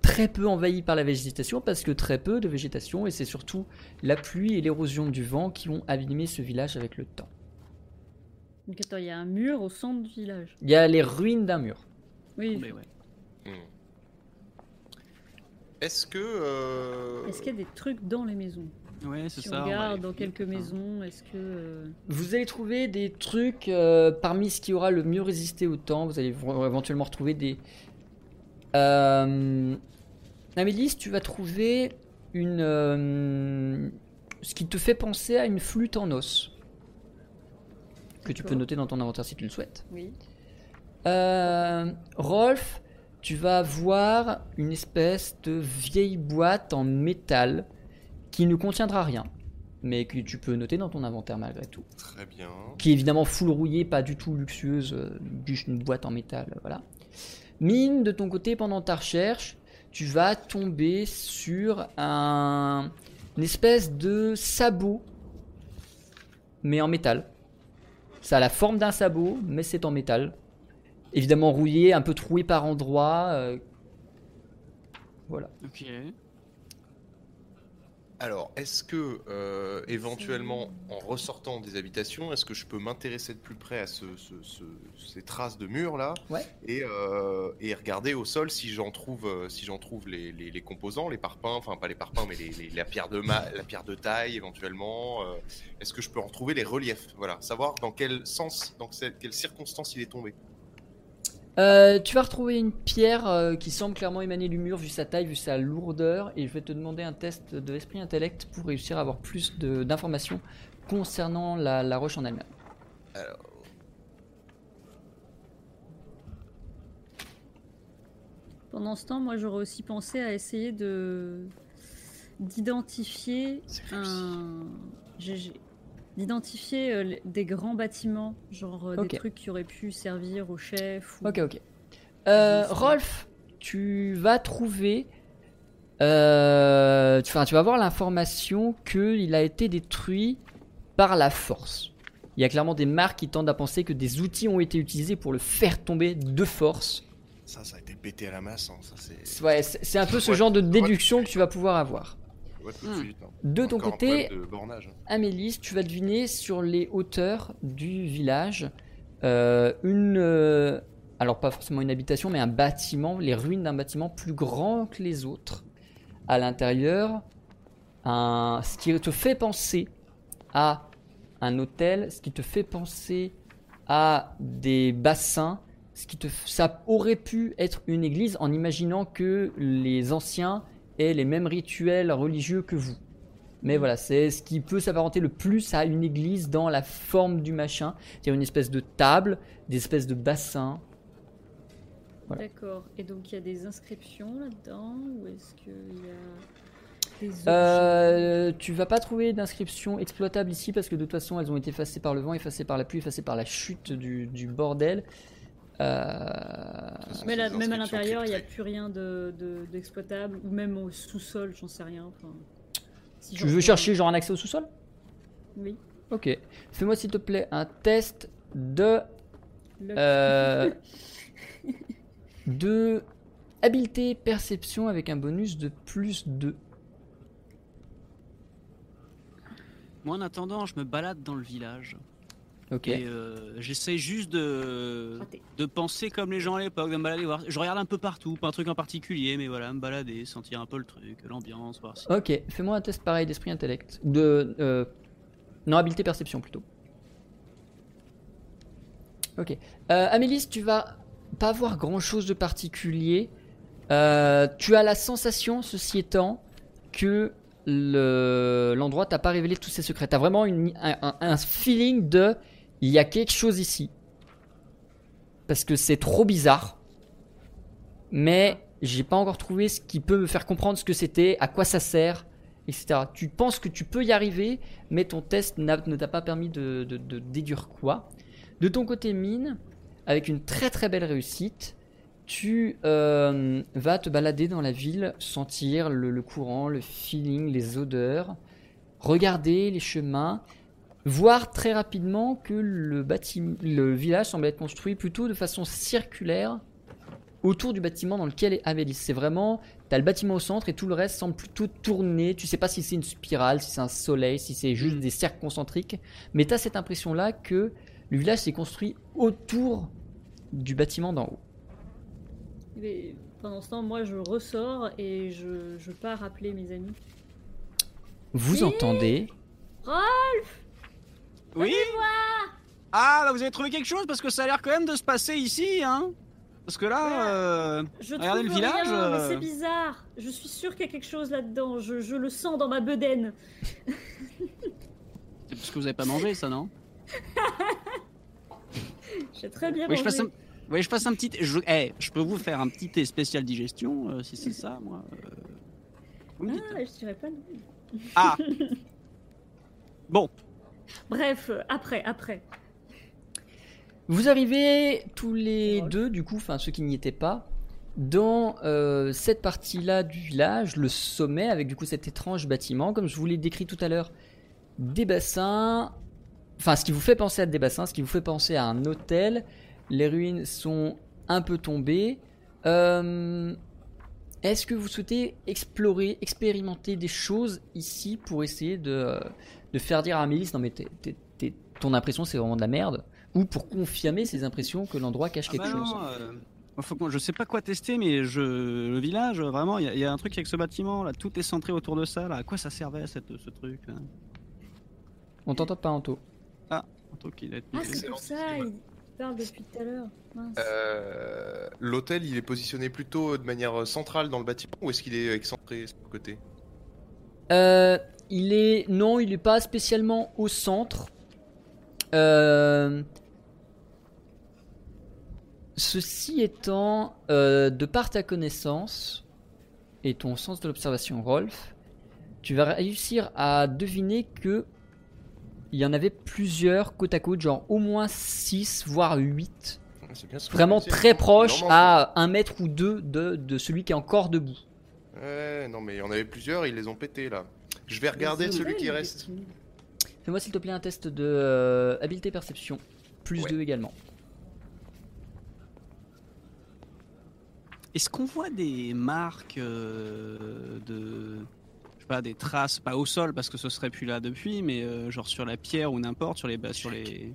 Speaker 1: très peu envahi par la végétation, parce que très peu de végétation, et c'est surtout la pluie et l'érosion du vent qui ont abîmé ce village avec le temps.
Speaker 4: Donc attends, il y a un mur au centre du village.
Speaker 1: Il y a les ruines d'un mur.
Speaker 4: Oui.
Speaker 2: Oh, Mais ouais.
Speaker 3: Est-ce que euh,
Speaker 4: Est-ce qu'il y a des trucs dans les maisons
Speaker 2: Ouais, c'est
Speaker 4: Si
Speaker 2: ça.
Speaker 4: on
Speaker 2: va
Speaker 4: regarde
Speaker 2: aller
Speaker 4: dans
Speaker 2: vite,
Speaker 4: quelques
Speaker 2: hein.
Speaker 4: maisons, est-ce que. euh,
Speaker 1: Vous allez trouver des trucs euh, parmi ce qui aura le mieux résisté au temps. Vous allez v- éventuellement retrouver des. Euh... Amélis, tu vas trouver une. euh, Ce qui te fait penser à une flûte en os. Que tu peux
Speaker 4: D'accord.
Speaker 1: noter dans ton inventaire si tu le souhaites.
Speaker 4: Oui.
Speaker 1: Euh, Rolf, tu vas voir une espèce de vieille boîte en métal qui ne contiendra rien, mais que tu peux noter dans ton inventaire malgré tout
Speaker 3: Très bien.
Speaker 1: qui est évidemment full rouillée, pas du tout luxueuse, euh, juste une boîte en métal, euh, voilà. Mine, de ton côté, pendant ta recherche, tu vas tomber sur un, une espèce de sabot mais en métal. Ça a la forme d'un sabot, mais c'est en métal. Évidemment rouillé, un peu troué par endroits. euh, Voilà.
Speaker 2: Ok.
Speaker 3: Alors, est-ce que, euh, éventuellement, en ressortant des habitations, est-ce que je peux m'intéresser de plus près à ce- ce- ce- ces traces de murs là
Speaker 1: Ouais.
Speaker 3: et, euh, et regarder au sol si j'en trouve, euh, si j'en trouve les, les- les composants, les parpaings, enfin pas les parpaings, mais les, les- la, pierre de ma- la pierre de taille éventuellement. euh, est-ce que je peux en trouver les reliefs Voilà, savoir dans quel sens, dans que- quelles circonstances il est tombé.
Speaker 1: Euh, tu vas retrouver une pierre euh, qui semble clairement émaner du mur vu sa taille, vu sa lourdeur, et je vais te demander un test de esprit intellect pour réussir à avoir plus de- d'informations concernant la, la roche en elle-même.
Speaker 4: Pendant ce temps, moi, j'aurais aussi pensé à essayer de d'identifier
Speaker 3: C'est
Speaker 4: un GG, d'identifier euh, les- des grands bâtiments, genre euh,
Speaker 1: Ok.
Speaker 4: des trucs qui auraient pu servir au chef. Ou...
Speaker 1: Ok, ok. Euh,
Speaker 4: Merci.
Speaker 1: Rolf, tu vas trouver. euh, tu, enfin, tu vas avoir l'information qu'il a été détruit par la force. Il y a clairement des marques qui tendent à penser que des outils ont été utilisés pour le faire tomber de force.
Speaker 3: Ça, ça a été pété à la masse. hein, Ça, c'est.
Speaker 1: Ouais, c'est c'est un peu ce
Speaker 3: Ouais.
Speaker 1: genre de déduction que tu vas pouvoir avoir.
Speaker 3: Ouais, tout de
Speaker 2: Hmm.
Speaker 3: suite, hein.
Speaker 1: De ton
Speaker 3: Encore un
Speaker 1: côté,
Speaker 3: problème de bornage, hein.
Speaker 1: Amélis, tu vas deviner sur les hauteurs du village euh, une. euh, alors, pas forcément une habitation, mais un bâtiment, les ruines d'un bâtiment plus grand que les autres. À l'intérieur, un, ce qui te fait penser à un hôtel, ce qui te fait penser à des bassins, ce qui te, f- ça aurait pu être une église en imaginant que les anciens aient les mêmes rituels religieux que vous. Mais voilà, c'est ce qui peut s'apparenter le plus à une église dans la forme du machin. C'est-à-dire une espèce de table, des espèces de bassins. Voilà.
Speaker 4: D'accord. Et donc il y a des inscriptions là-dedans ou est-ce qu'il y a des objets
Speaker 1: Euh, tu vas pas trouver d'inscription exploitable ici parce que de toute façon elles ont été effacées par le vent, effacées par la pluie, effacées par la chute du, du bordel. Euh,
Speaker 3: De toute façon,
Speaker 4: Mais
Speaker 3: c'est
Speaker 4: là,
Speaker 3: des
Speaker 4: même à
Speaker 3: inscriptions
Speaker 4: l'intérieur, il n'y a
Speaker 3: cryptées.
Speaker 4: plus rien de- de- d'exploitable, ou même au sous-sol, j'en sais rien. enfin, si
Speaker 1: tu
Speaker 4: j'en
Speaker 1: veux
Speaker 4: sais-
Speaker 1: chercher genre un accès au sous-sol
Speaker 4: Oui.
Speaker 1: Ok. Fais-moi s'il te plaît un test de
Speaker 4: Le-
Speaker 1: Euh, de habileté perception avec un bonus de plus 2.
Speaker 2: Moi, en attendant, je me balade dans le village.
Speaker 1: Ok.
Speaker 2: Et euh, j'essaie juste de,
Speaker 4: Raté.
Speaker 2: de penser comme les gens à l'époque, de me balader, voir. Je regarde un peu partout, pas un truc en particulier, mais voilà, me balader, sentir un peu le truc, l'ambiance, voir si.
Speaker 1: Ok, fais-moi un test pareil d'esprit intellect. Ou de. euh, non, habileté perception plutôt. Ok. Euh, Amélis, tu vas pas voir grand chose de particulier. Euh, tu as la sensation, ceci étant, que le- l'endroit t'a pas révélé tous ses secrets. T'as vraiment une- un, un- un feeling de. Il y a quelque chose ici. Parce que c'est trop bizarre. Mais j'ai pas encore trouvé ce qui peut me faire comprendre ce que c'était, à quoi ça sert, etc. Tu penses que tu peux y arriver, mais ton test n'a- ne t'a pas permis de, de- de déduire quoi. De ton côté, mine, avec une très très belle réussite, tu euh, vas te balader dans la ville, sentir le, le courant, le feeling, les odeurs, regarder les chemins, voir très rapidement que le, bâtiment, le village semble être construit plutôt de façon circulaire autour du bâtiment dans lequel est Amélis. C'est vraiment, t'as le bâtiment au centre et tout le reste semble plutôt tourner. Tu sais pas si c'est une spirale, si c'est un soleil, si c'est juste des cercles concentriques. Mais t'as cette impression-là que le village s'est construit autour du bâtiment d'en haut.
Speaker 4: Mais pendant ce temps, moi, je ressors et je, je pars appeler mes amis.
Speaker 1: Vous
Speaker 4: Oui.
Speaker 1: entendez
Speaker 2: Oui Ah, bah vous avez trouvé quelque chose parce que ça a l'air quand même de se passer ici, hein Parce que là. euh,
Speaker 4: Je
Speaker 2: Regardez
Speaker 4: trouve
Speaker 2: le village,
Speaker 4: rien, mais
Speaker 2: euh.
Speaker 4: c'est bizarre. Je suis sûre qu'il y a quelque chose là-dedans. Je, je le sens dans ma bedaine.
Speaker 2: C'est parce que vous avez pas mangé ça, non
Speaker 4: J'ai très bien
Speaker 2: Oui, je
Speaker 4: mangé.
Speaker 2: fasse un. Oui, je fasse un petit. Je... eh, je peux vous faire un petit thé spécial digestion euh, si c'est ça, moi. euh, vous me dites.
Speaker 4: Ah, je dirais pas non.
Speaker 2: Ah Bon,
Speaker 4: Bref, euh, après, après.
Speaker 1: Vous arrivez tous les
Speaker 4: Drôle.
Speaker 1: deux, du coup, enfin ceux qui n'y étaient pas, dans euh, cette partie-là du village, le sommet, avec du coup cet étrange bâtiment, comme je vous l'ai décrit tout à l'heure, des bassins, Enfin, ce qui vous fait penser à des bassins, ce qui vous fait penser à un hôtel. Les ruines sont un peu tombées. Euh, Est-ce que vous souhaitez explorer, expérimenter des choses ici pour essayer de, de faire dire à Amélis, non mais t'es- t'es- t'es- ton impression c'est vraiment de la merde Ou pour confirmer ses impressions que l'endroit cache
Speaker 2: Ah
Speaker 1: quelque
Speaker 2: bah non,
Speaker 1: chose
Speaker 2: euh, faut qu'on- je sais pas quoi tester, mais je, le village, euh, vraiment, il y, a- il y a un truc avec ce bâtiment là, tout est centré autour de ça. Là. À quoi ça servait cette, ce truc hein là
Speaker 1: On t'entend pas, Anto.
Speaker 2: Un truc qui doit être
Speaker 4: Ah,
Speaker 2: muté.
Speaker 4: c'est pour ça, il parle depuis tout à l'heure. Mince.
Speaker 3: Euh, L'hôtel, il est positionné plutôt de manière centrale dans le bâtiment ou est-ce qu'il est excentré sur le côté
Speaker 1: Euh, il est non, il est pas spécialement au centre. Euh, Ceci étant, euh, de par ta connaissance et ton sens de l'observation, Rolf, tu vas réussir à deviner que il y en avait plusieurs côte à côte, genre au moins 6 voire 8
Speaker 3: C'est bien ce que
Speaker 1: vraiment
Speaker 3: je me disais.
Speaker 1: très proche
Speaker 3: Non, non,
Speaker 1: à un mètre ou deux de, de celui qui est encore debout.
Speaker 3: Ouais, non, mais il y en avait plusieurs, ils les ont pétés là. Je vais regarder celui qui reste.
Speaker 1: Fais-moi s'il te plaît un test de euh, habileté perception. Plus
Speaker 3: Ouais.
Speaker 1: 2 également.
Speaker 2: Est-ce qu'on voit des marques euh, de. Je sais pas, des traces, pas au sol parce que ce serait plus là depuis, mais euh, genre sur la pierre ou n'importe, sur les. ba- Sur les...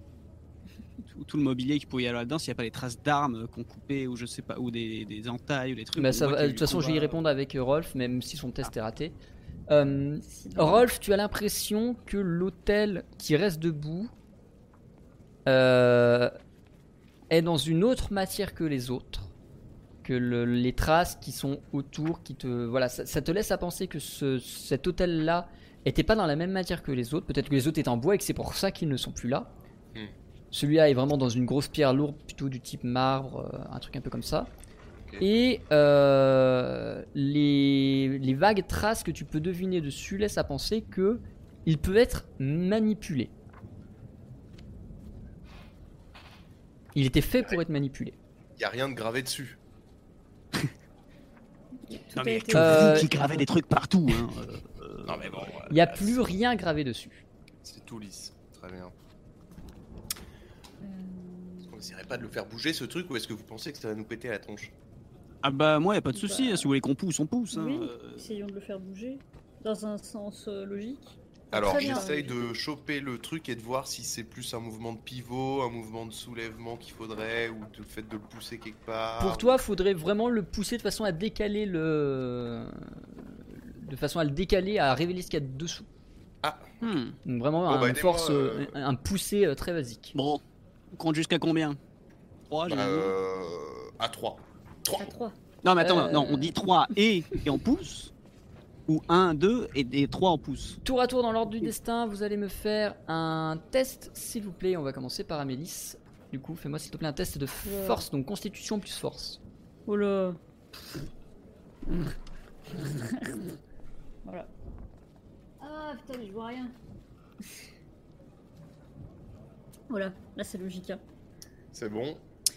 Speaker 2: Tout, tout le mobilier qui pouvait y avoir là-dedans, s'il n'y a pas des traces d'armes qu'on coupait ou je sais pas, ou des, des entailles ou des trucs.
Speaker 1: Bah,
Speaker 2: on
Speaker 1: ça
Speaker 2: voit
Speaker 1: va-
Speaker 2: qu'il y a
Speaker 1: de
Speaker 2: eu
Speaker 1: toute façon, je vais y
Speaker 2: combat.
Speaker 1: répondre avec euh, Rolf, même si son test est raté. Euh, Rolf, tu as l'impression que l'hôtel qui reste debout euh, est dans une autre matière que les autres, que le- les traces qui sont autour, qui te voilà, ça, ça te laisse à penser que ce- cet hôtel-là était pas dans la même matière que les autres. Peut-être que les autres étaient en bois et que c'est pour ça qu'ils ne sont plus là.
Speaker 3: Hmm.
Speaker 1: Celui-là est vraiment dans une grosse pierre lourde, plutôt du type marbre, euh, un truc un peu comme ça.
Speaker 3: Ok.
Speaker 1: Et euh, les, les vagues traces que tu peux deviner dessus laissent à penser que il peut être manipulé. Il était fait pour être manipulé.
Speaker 3: Il y a rien de gravé dessus.
Speaker 4: Tout
Speaker 2: Non,
Speaker 4: a
Speaker 2: mais il y a
Speaker 4: été-
Speaker 2: que
Speaker 1: Euh,
Speaker 2: vous qui gravez des trucs partout. Hein. euh, euh,
Speaker 3: Non, mais bon.
Speaker 1: Il n'y a plus rien gravé dessus.
Speaker 3: C'est tout lisse. Très bien. Est-ce qu'on essaierait pas de le faire bouger ce truc ou est-ce que vous pensez que ça va nous péter la tronche
Speaker 2: Ah bah moi y a pas de souci,
Speaker 4: Bah,
Speaker 2: hein, si vous voulez qu'on pousse, on pousse. hein,
Speaker 4: oui.
Speaker 2: euh.
Speaker 4: Essayons de le faire bouger dans un sens euh, logique.
Speaker 3: Alors
Speaker 4: Très bien.
Speaker 3: j'essaye de choper le truc et de voir si c'est plus un mouvement de pivot, un mouvement de soulèvement qu'il faudrait ou le fait de le pousser quelque part.
Speaker 1: Pour toi, faudrait vraiment le pousser de façon à décaler le. De façon à le décaler, à révéler ce qu'il y a dessous.
Speaker 2: Hmm.
Speaker 1: Donc vraiment
Speaker 3: Bon,
Speaker 1: un
Speaker 3: bah, aidez-moi,
Speaker 1: force,
Speaker 3: euh.
Speaker 1: un, un poussé euh, très basique.
Speaker 2: Bon, on compte jusqu'à combien 3
Speaker 3: Bah, euh, à 3. 3
Speaker 4: À 3.
Speaker 2: Non mais attends,
Speaker 1: euh,
Speaker 2: non, on dit 3 et, et on pousse Ou 1, 2 et, et 3 on pousse
Speaker 1: Tour à tour dans l'ordre du destin, vous allez me faire un test, s'il vous plaît. On va commencer par Amélis. Du coup, fais-moi s'il te plaît un test de force, donc constitution plus force.
Speaker 4: Oh là. [laughs] voilà. Ah putain, mais je vois rien. Voilà, là c'est logique. hein.
Speaker 3: C'est bon.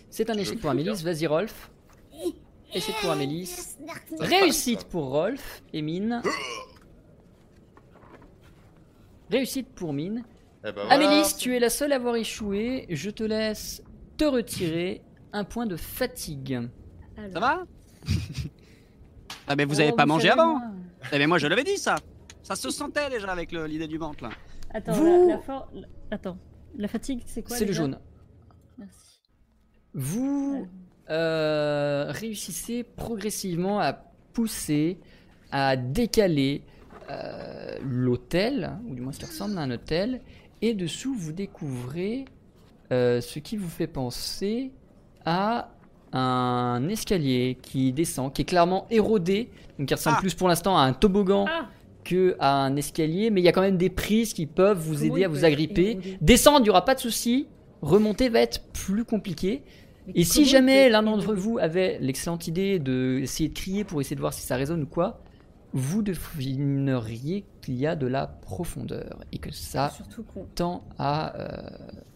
Speaker 1: C'est un
Speaker 3: Je
Speaker 1: échec
Speaker 3: peux
Speaker 1: pour Amélis, vas-y Rolf. Échec pour Amélis. Réussite pour Rolf et Mine. Réussite pour Mine.
Speaker 3: Eh bah, voilà.
Speaker 1: Amélis, tu es la seule à avoir échoué. Je te laisse te retirer un point de fatigue.
Speaker 4: Alors.
Speaker 1: [laughs]
Speaker 2: Ça va Ah mais vous
Speaker 4: Oh,
Speaker 2: avez pas mangé
Speaker 4: savez,
Speaker 2: avant
Speaker 4: moi.
Speaker 2: Eh mais moi je l'avais dit ça Ça se sentait déjà avec le- l'idée du ventre là
Speaker 4: Attends,
Speaker 1: Vous-
Speaker 4: la, la for- la- Attends, la fatigue c'est quoi
Speaker 1: C'est le
Speaker 4: déjà
Speaker 1: jaune.
Speaker 4: Merci.
Speaker 1: Vous euh, réussissez progressivement à pousser, à décaler euh, l'hôtel, ou du moins ce qui ressemble à un hôtel, et dessous vous découvrez euh, ce qui vous fait penser à un escalier qui descend, qui est clairement érodé, donc qui ressemble
Speaker 2: Ah.
Speaker 1: plus pour l'instant à un toboggan
Speaker 4: Ah.
Speaker 1: que à un escalier, mais il y a quand même des prises qui peuvent vous
Speaker 4: Comment
Speaker 1: aider
Speaker 4: il
Speaker 1: à vous
Speaker 4: peut être
Speaker 1: agripper.
Speaker 4: érodé
Speaker 1: Descendre, il n'y aura pas de souci. Remonter va être plus compliqué.
Speaker 4: Mais
Speaker 1: Et si
Speaker 4: comment
Speaker 1: jamais
Speaker 4: peut-être
Speaker 1: l'un
Speaker 4: les
Speaker 1: d'entre
Speaker 4: deux-
Speaker 1: vous avait l'excellente idée de essayer de crier pour essayer de voir si ça résonne ou quoi, vous devineriez qu'il y a de la profondeur et que ça
Speaker 4: Surtout qu'on.
Speaker 1: tend à, euh,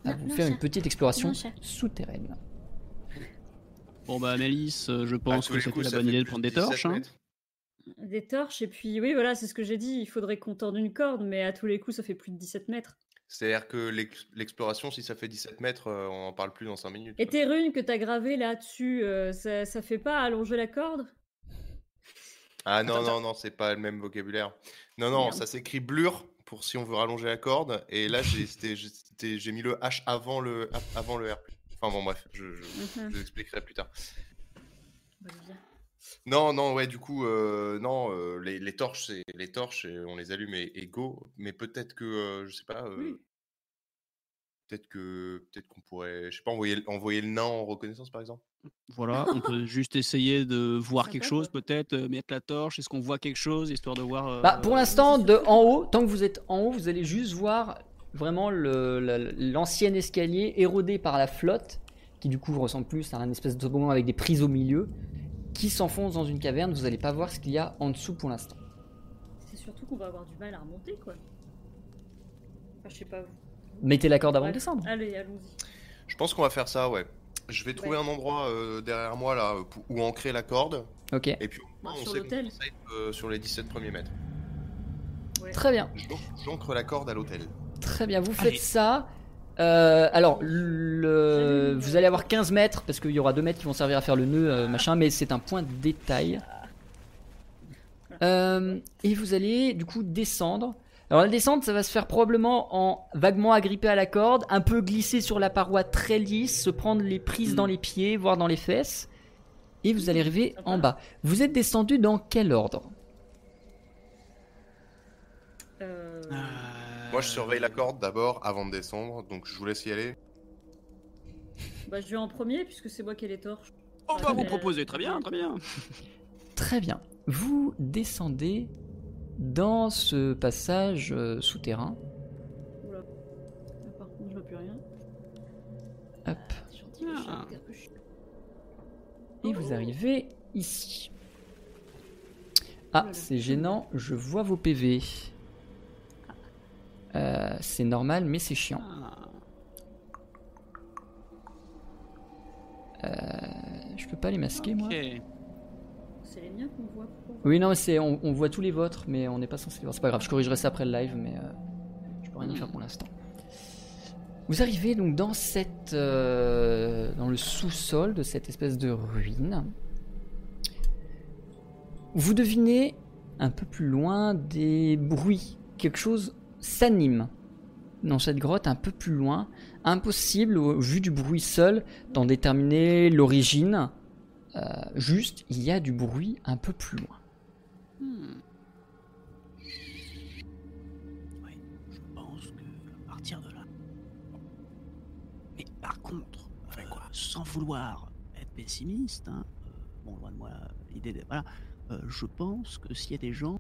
Speaker 1: à
Speaker 4: Non,
Speaker 1: vous
Speaker 4: non,
Speaker 1: faire une
Speaker 4: chat.
Speaker 1: petite exploration
Speaker 4: Non, chat.
Speaker 1: souterraine.
Speaker 2: Bon bah Mélisse, euh, je
Speaker 3: Ah,
Speaker 2: pense
Speaker 3: tous
Speaker 2: que
Speaker 3: les
Speaker 2: c'était
Speaker 3: coups,
Speaker 2: la
Speaker 3: ça
Speaker 2: bonne
Speaker 3: fait
Speaker 2: idée de
Speaker 3: plus
Speaker 2: prendre des
Speaker 3: 17
Speaker 2: torches. hein.
Speaker 3: mètres.
Speaker 4: Des torches, et puis oui, voilà, c'est ce que j'ai dit. Il faudrait qu'on torde une corde, mais à tous les coups, ça fait plus de 17 mètres.
Speaker 3: C'est-à-dire que l'ex- l'exploration, si ça fait 17 mètres, euh, on en parle plus dans 5 minutes.
Speaker 4: Et
Speaker 3: quoi.
Speaker 4: tes runes que t'as gravées là-dessus, euh, ça, ça fait pas allonger la corde
Speaker 3: Ah non, non, non, c'est pas le même vocabulaire. Non, non,
Speaker 4: Merde.
Speaker 3: ça s'écrit blur pour si on veut rallonger la corde. Et là,
Speaker 4: [laughs]
Speaker 3: j'ai c'était- j'ai- c'était- j'ai mis le H avant le, avant le R. Enfin bon, bref, je, je,
Speaker 1: Mhm.
Speaker 3: je
Speaker 4: Mmh.
Speaker 3: vous expliquerai plus tard.
Speaker 4: Bah,
Speaker 3: Non, non, ouais, du coup, euh, non, euh, les, les torches, c'est les torches, et on les allume et, et go. Mais peut-être que, euh, je sais pas, euh,
Speaker 4: Oui.
Speaker 3: peut-être que, peut-être qu'on pourrait, je sais pas, envoyer, le- envoyer le nain en reconnaissance, par exemple.
Speaker 2: Voilà, on
Speaker 1: [laughs]
Speaker 2: peut juste essayer de voir quelque
Speaker 4: Sympa,
Speaker 2: chose, peut-être euh, mettre la torche. Est-ce qu'on voit quelque chose, histoire de voir. euh,
Speaker 1: Bah, pour l'instant, de en haut, tant que vous êtes en haut, vous allez juste voir vraiment le- la- l'ancien escalier érodé par la flotte, qui du coup ressemble plus à un espèce de toboggan avec des prises au milieu, qui s'enfonce dans une caverne. Vous n'allez pas voir ce qu'il y a en dessous pour l'instant.
Speaker 4: C'est surtout qu'on va avoir du mal à remonter, quoi. Enfin, je sais pas. vous.
Speaker 1: Mettez la corde avant de
Speaker 4: Bref,
Speaker 1: descendre.
Speaker 4: Allez, allons-y.
Speaker 3: Je pense qu'on va faire ça, ouais. Je vais trouver un endroit euh, derrière moi là pour- où ancrer la corde
Speaker 1: Ok,
Speaker 3: et puis
Speaker 4: Bah,
Speaker 3: on
Speaker 4: sur
Speaker 3: sait qu'on
Speaker 4: l'hôtel.
Speaker 3: est safe, euh, sur les 17 premiers mètres.
Speaker 1: très bien.
Speaker 3: J'an-
Speaker 4: Mmh.
Speaker 3: J'ancre la corde à l'hôtel.
Speaker 4: Euh,
Speaker 1: Très bien, vous faites
Speaker 2: Allez.
Speaker 1: ça. Euh, alors, le...
Speaker 4: Salut.
Speaker 1: vous allez avoir 15 mètres, parce qu'il y aura 2 mètres qui vont servir à faire le nœud, euh, machin, mais c'est un point de détail. Euh, et vous allez, du coup, descendre. Alors, la descente, ça va se faire probablement en vaguement agrippé à la corde, un peu glisser sur la paroi très lisse, se prendre les prises
Speaker 2: Mm.
Speaker 1: dans les pieds, voire dans les fesses. Et vous allez arriver
Speaker 4: Sympa.
Speaker 1: en bas. Vous êtes descendu dans quel ordre
Speaker 4: Euh,
Speaker 1: Ah.
Speaker 2: euh,
Speaker 3: Moi je surveille la corde d'abord avant de descendre, donc je vous laisse y aller.
Speaker 4: Bah, je vais en premier, puisque c'est moi qui ai les torches.
Speaker 2: On va vous
Speaker 4: Euh,
Speaker 2: proposer. Très bien, très bien.
Speaker 1: Très bien. Vous descendez dans ce passage euh, souterrain.
Speaker 4: Ah, Par contre, je vois plus rien.
Speaker 1: Hop.
Speaker 4: C'est gentil, mais je suis un peu capuche.
Speaker 1: Et vous arrivez ici. Ah, c'est gênant, je vois vos PV. Euh, c'est normal, mais c'est chiant.
Speaker 2: Ah,
Speaker 1: Je peux pas les masquer, moi.
Speaker 2: ok.
Speaker 4: C'est les miens qu'on voit. pourquoi on voit
Speaker 1: Oui, non, mais c'est, on, on voit tous les vôtres, mais on n'est pas censé les voir. C'est pas grave, je corrigerai ça après le live, mais euh, je peux rien y faire pour l'instant. Vous arrivez donc dans cette, euh, dans le sous-sol de cette espèce de ruine. Vous devinez un peu plus loin des bruits. Quelque chose s'anime dans cette grotte un peu plus loin. Impossible, au vu du bruit seul, d'en déterminer l'origine. Euh, juste, il y a du bruit un peu plus loin.
Speaker 2: Hmm. Ouais, je pense que à partir de là. Mais par contre, euh, sans vouloir être pessimiste, hein, euh, bon loin de moi euh, l'idée de voilà, euh, je pense que s'il y a des gens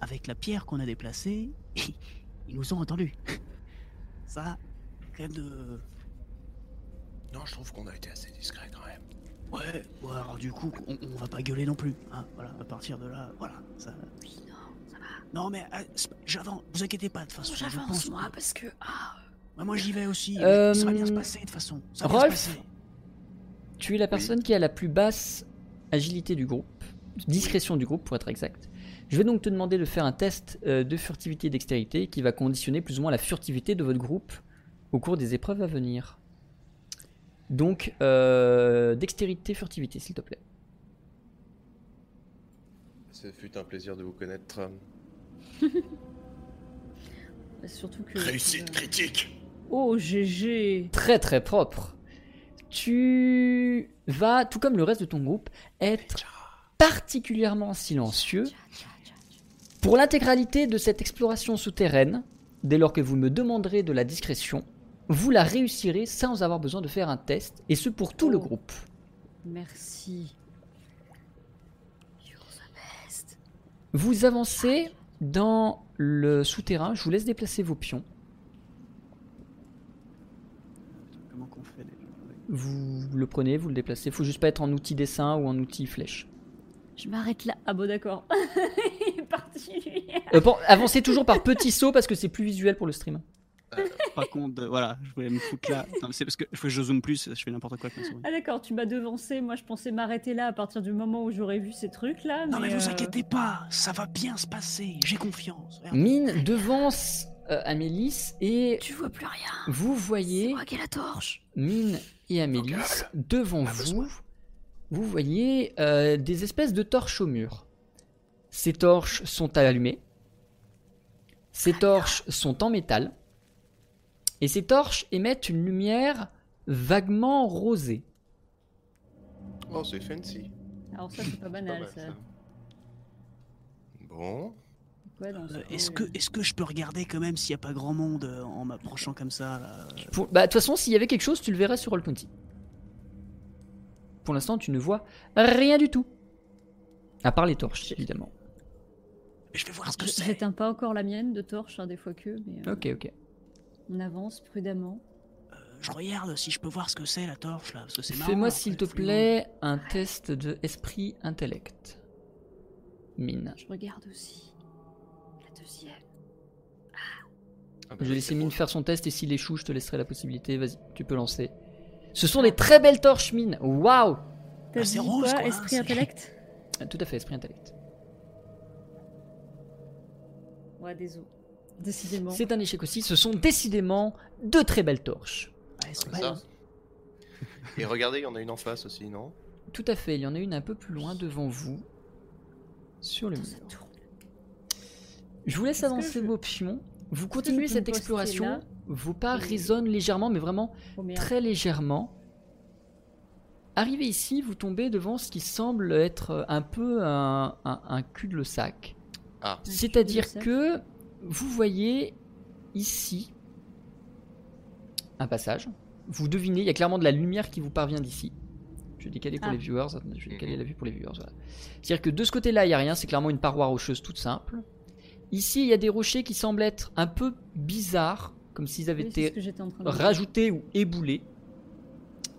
Speaker 2: avec la pierre qu'on a déplacée, [laughs] ils nous ont entendus. [laughs] Ça, rien de.
Speaker 3: Non, je trouve qu'on a été assez discret quand même.
Speaker 2: Ouais, ouais, alors du coup, on, on va pas gueuler non plus. hein, voilà, à partir de là, voilà. Ça...
Speaker 4: Oui, non, ça va.
Speaker 2: Non, mais euh, c'est pas- j'avance, vous inquiétez pas, de toute façon, je pense.
Speaker 4: J'avance, moi,
Speaker 2: que-
Speaker 4: parce que. Ah,
Speaker 2: Ouais, moi, j'y vais aussi. mais
Speaker 1: Euh,
Speaker 2: Ça va bien se passer, de toute façon. Ça va bien
Speaker 1: Rolf
Speaker 2: se passer.
Speaker 1: Tu es la personne qui a la plus basse agilité du groupe, discrétion du groupe pour être exact. Je vais donc te demander de faire un test euh, de furtivité et dextérité qui va conditionner plus ou moins la furtivité de votre groupe au cours des épreuves à venir. Donc, euh, dextérité, furtivité, s'il te plaît.
Speaker 3: Ce fut un plaisir de vous connaître.
Speaker 4: bah, surtout que.
Speaker 3: Réussite
Speaker 4: euh,
Speaker 3: critique
Speaker 4: Oh, GG.
Speaker 1: Très très propre. Tu vas, tout comme le reste de ton groupe, être particulièrement silencieux Pour l'intégralité de cette exploration souterraine, dès lors que vous me demanderez de la discrétion, vous la réussirez sans avoir besoin de faire un test, et ce pour tout le
Speaker 4: Oh.
Speaker 1: groupe.
Speaker 4: Merci. You're the best.
Speaker 1: Vous avancez dans le souterrain, je vous laisse déplacer vos pions.
Speaker 2: Comment qu'on fait déjà
Speaker 1: Vous le prenez, vous le déplacez. Faut juste pas être en outil dessin ou en outil flèche.
Speaker 4: Je m'arrête là. Ah bon, d'accord. [laughs] Il est parti, lui.
Speaker 1: Euh, bon, avancez toujours par petits sauts parce que c'est plus visuel pour le stream.
Speaker 2: Par contre, euh, voilà, je voulais me foutre là. Non, mais c'est parce que faut que je zoome plus, je fais n'importe quoi avec ma souris.
Speaker 4: Ah d'accord, tu m'as devancé. Moi, je pensais m'arrêter là à partir du moment où j'aurais vu ces trucs-là.
Speaker 2: Non, mais vous
Speaker 4: euh,
Speaker 2: inquiétez pas, ça va bien se passer, j'ai confiance. Regarde.
Speaker 1: Mine devance euh, Amélis et
Speaker 4: Tu vois plus rien.
Speaker 1: vous
Speaker 4: C'est
Speaker 1: voyez
Speaker 4: moi qui ai la torche.
Speaker 1: Mine et Amélis devant vous. Vous voyez euh, des espèces de torches au mur. Ces torches sont allumées. Ces torches sont en métal. Et ces torches émettent une lumière vaguement rosée.
Speaker 3: Oh, c'est fancy.
Speaker 4: Alors ça, c'est pas banal,
Speaker 3: Pas
Speaker 4: ça.
Speaker 3: mal, ça. Bon.
Speaker 1: Mm.
Speaker 4: Ouais, dans ce
Speaker 2: Euh,
Speaker 4: coin,
Speaker 2: Est-ce
Speaker 4: euh,
Speaker 2: que, est que je peux regarder quand même s'il n'y a pas grand monde euh, en m'approchant comme ça là
Speaker 1: Pour- bah, De toute façon, s'il y avait quelque chose, tu le verrais sur Roll20. Pour l'instant, tu ne vois rien du tout. À part les torches, évidemment.
Speaker 2: Je vais voir ce que
Speaker 4: je-
Speaker 2: c'est.
Speaker 4: J'éteins pas encore la mienne de torche, hein, des fois que, mais euh,
Speaker 1: Ok, ok.
Speaker 4: on avance prudemment.
Speaker 2: Je regarde si je peux voir ce que c'est la torche là, parce que c'est marrant.
Speaker 1: Fais-moi,
Speaker 2: là,
Speaker 1: s'il
Speaker 2: c'est
Speaker 1: te
Speaker 2: flou.
Speaker 1: plaît, un test de esprit-intellect. Mine.
Speaker 4: Je regarde aussi. La deuxième.
Speaker 3: Ah,
Speaker 1: Je
Speaker 3: bah oui,
Speaker 1: vais
Speaker 3: c'est
Speaker 1: laisser Mine
Speaker 3: bon.
Speaker 1: faire son test et s'il échoue, je te laisserai la possibilité. Vas-y, tu peux lancer. Ce sont des très belles torches, Mine. Waouh
Speaker 4: T'as
Speaker 2: c'est
Speaker 4: dit
Speaker 2: rose,
Speaker 4: quoi,
Speaker 2: quoi, hein,
Speaker 4: esprit
Speaker 2: c'est-
Speaker 4: intellect
Speaker 1: Tout à fait, esprit-intellect.
Speaker 4: Ouais, désolé. Décidément.
Speaker 1: C'est un échec aussi. Ce sont décidément deux très belles torches.
Speaker 2: Ouais, c'est
Speaker 3: Comme
Speaker 2: pas-
Speaker 3: ça. Et regardez, il y en a une en face aussi, non
Speaker 1: Tout à fait, il y en a une un peu plus loin devant vous. Sur le
Speaker 4: Attends,
Speaker 1: mur.
Speaker 4: ça tourne.
Speaker 1: Je vous laisse
Speaker 4: Est-ce que
Speaker 1: avancer
Speaker 4: je-
Speaker 1: vos pions. Vous
Speaker 4: que je peux
Speaker 1: continuez
Speaker 4: me
Speaker 1: cette
Speaker 4: poster
Speaker 1: exploration.
Speaker 4: là
Speaker 1: Vos pas
Speaker 4: Et-
Speaker 1: résonnent légèrement, mais vraiment
Speaker 4: Oh merde.
Speaker 1: très légèrement. Arrivé ici, vous tombez devant ce qui semble être euh, un peu un, un- un cul-de-sac.
Speaker 3: Ah.
Speaker 4: Un
Speaker 1: C'est-à-dire
Speaker 4: cul-de-sac.
Speaker 1: que vous voyez ici un passage. Vous devinez, il y a clairement de la lumière qui vous parvient d'ici. Je vais décaler pour
Speaker 4: Ah.
Speaker 1: les viewers. attendez, Je vais décaler la vue pour les viewers. voilà. C'est-à-dire que de ce côté-là, il n'y a rien. C'est clairement une paroi rocheuse toute simple. Ici, il y a des rochers qui semblent être un peu bizarres, comme s'ils avaient
Speaker 4: Oui, c'est
Speaker 1: été
Speaker 4: ce que j'étais en train de dire.
Speaker 1: rajouté ou éboulé.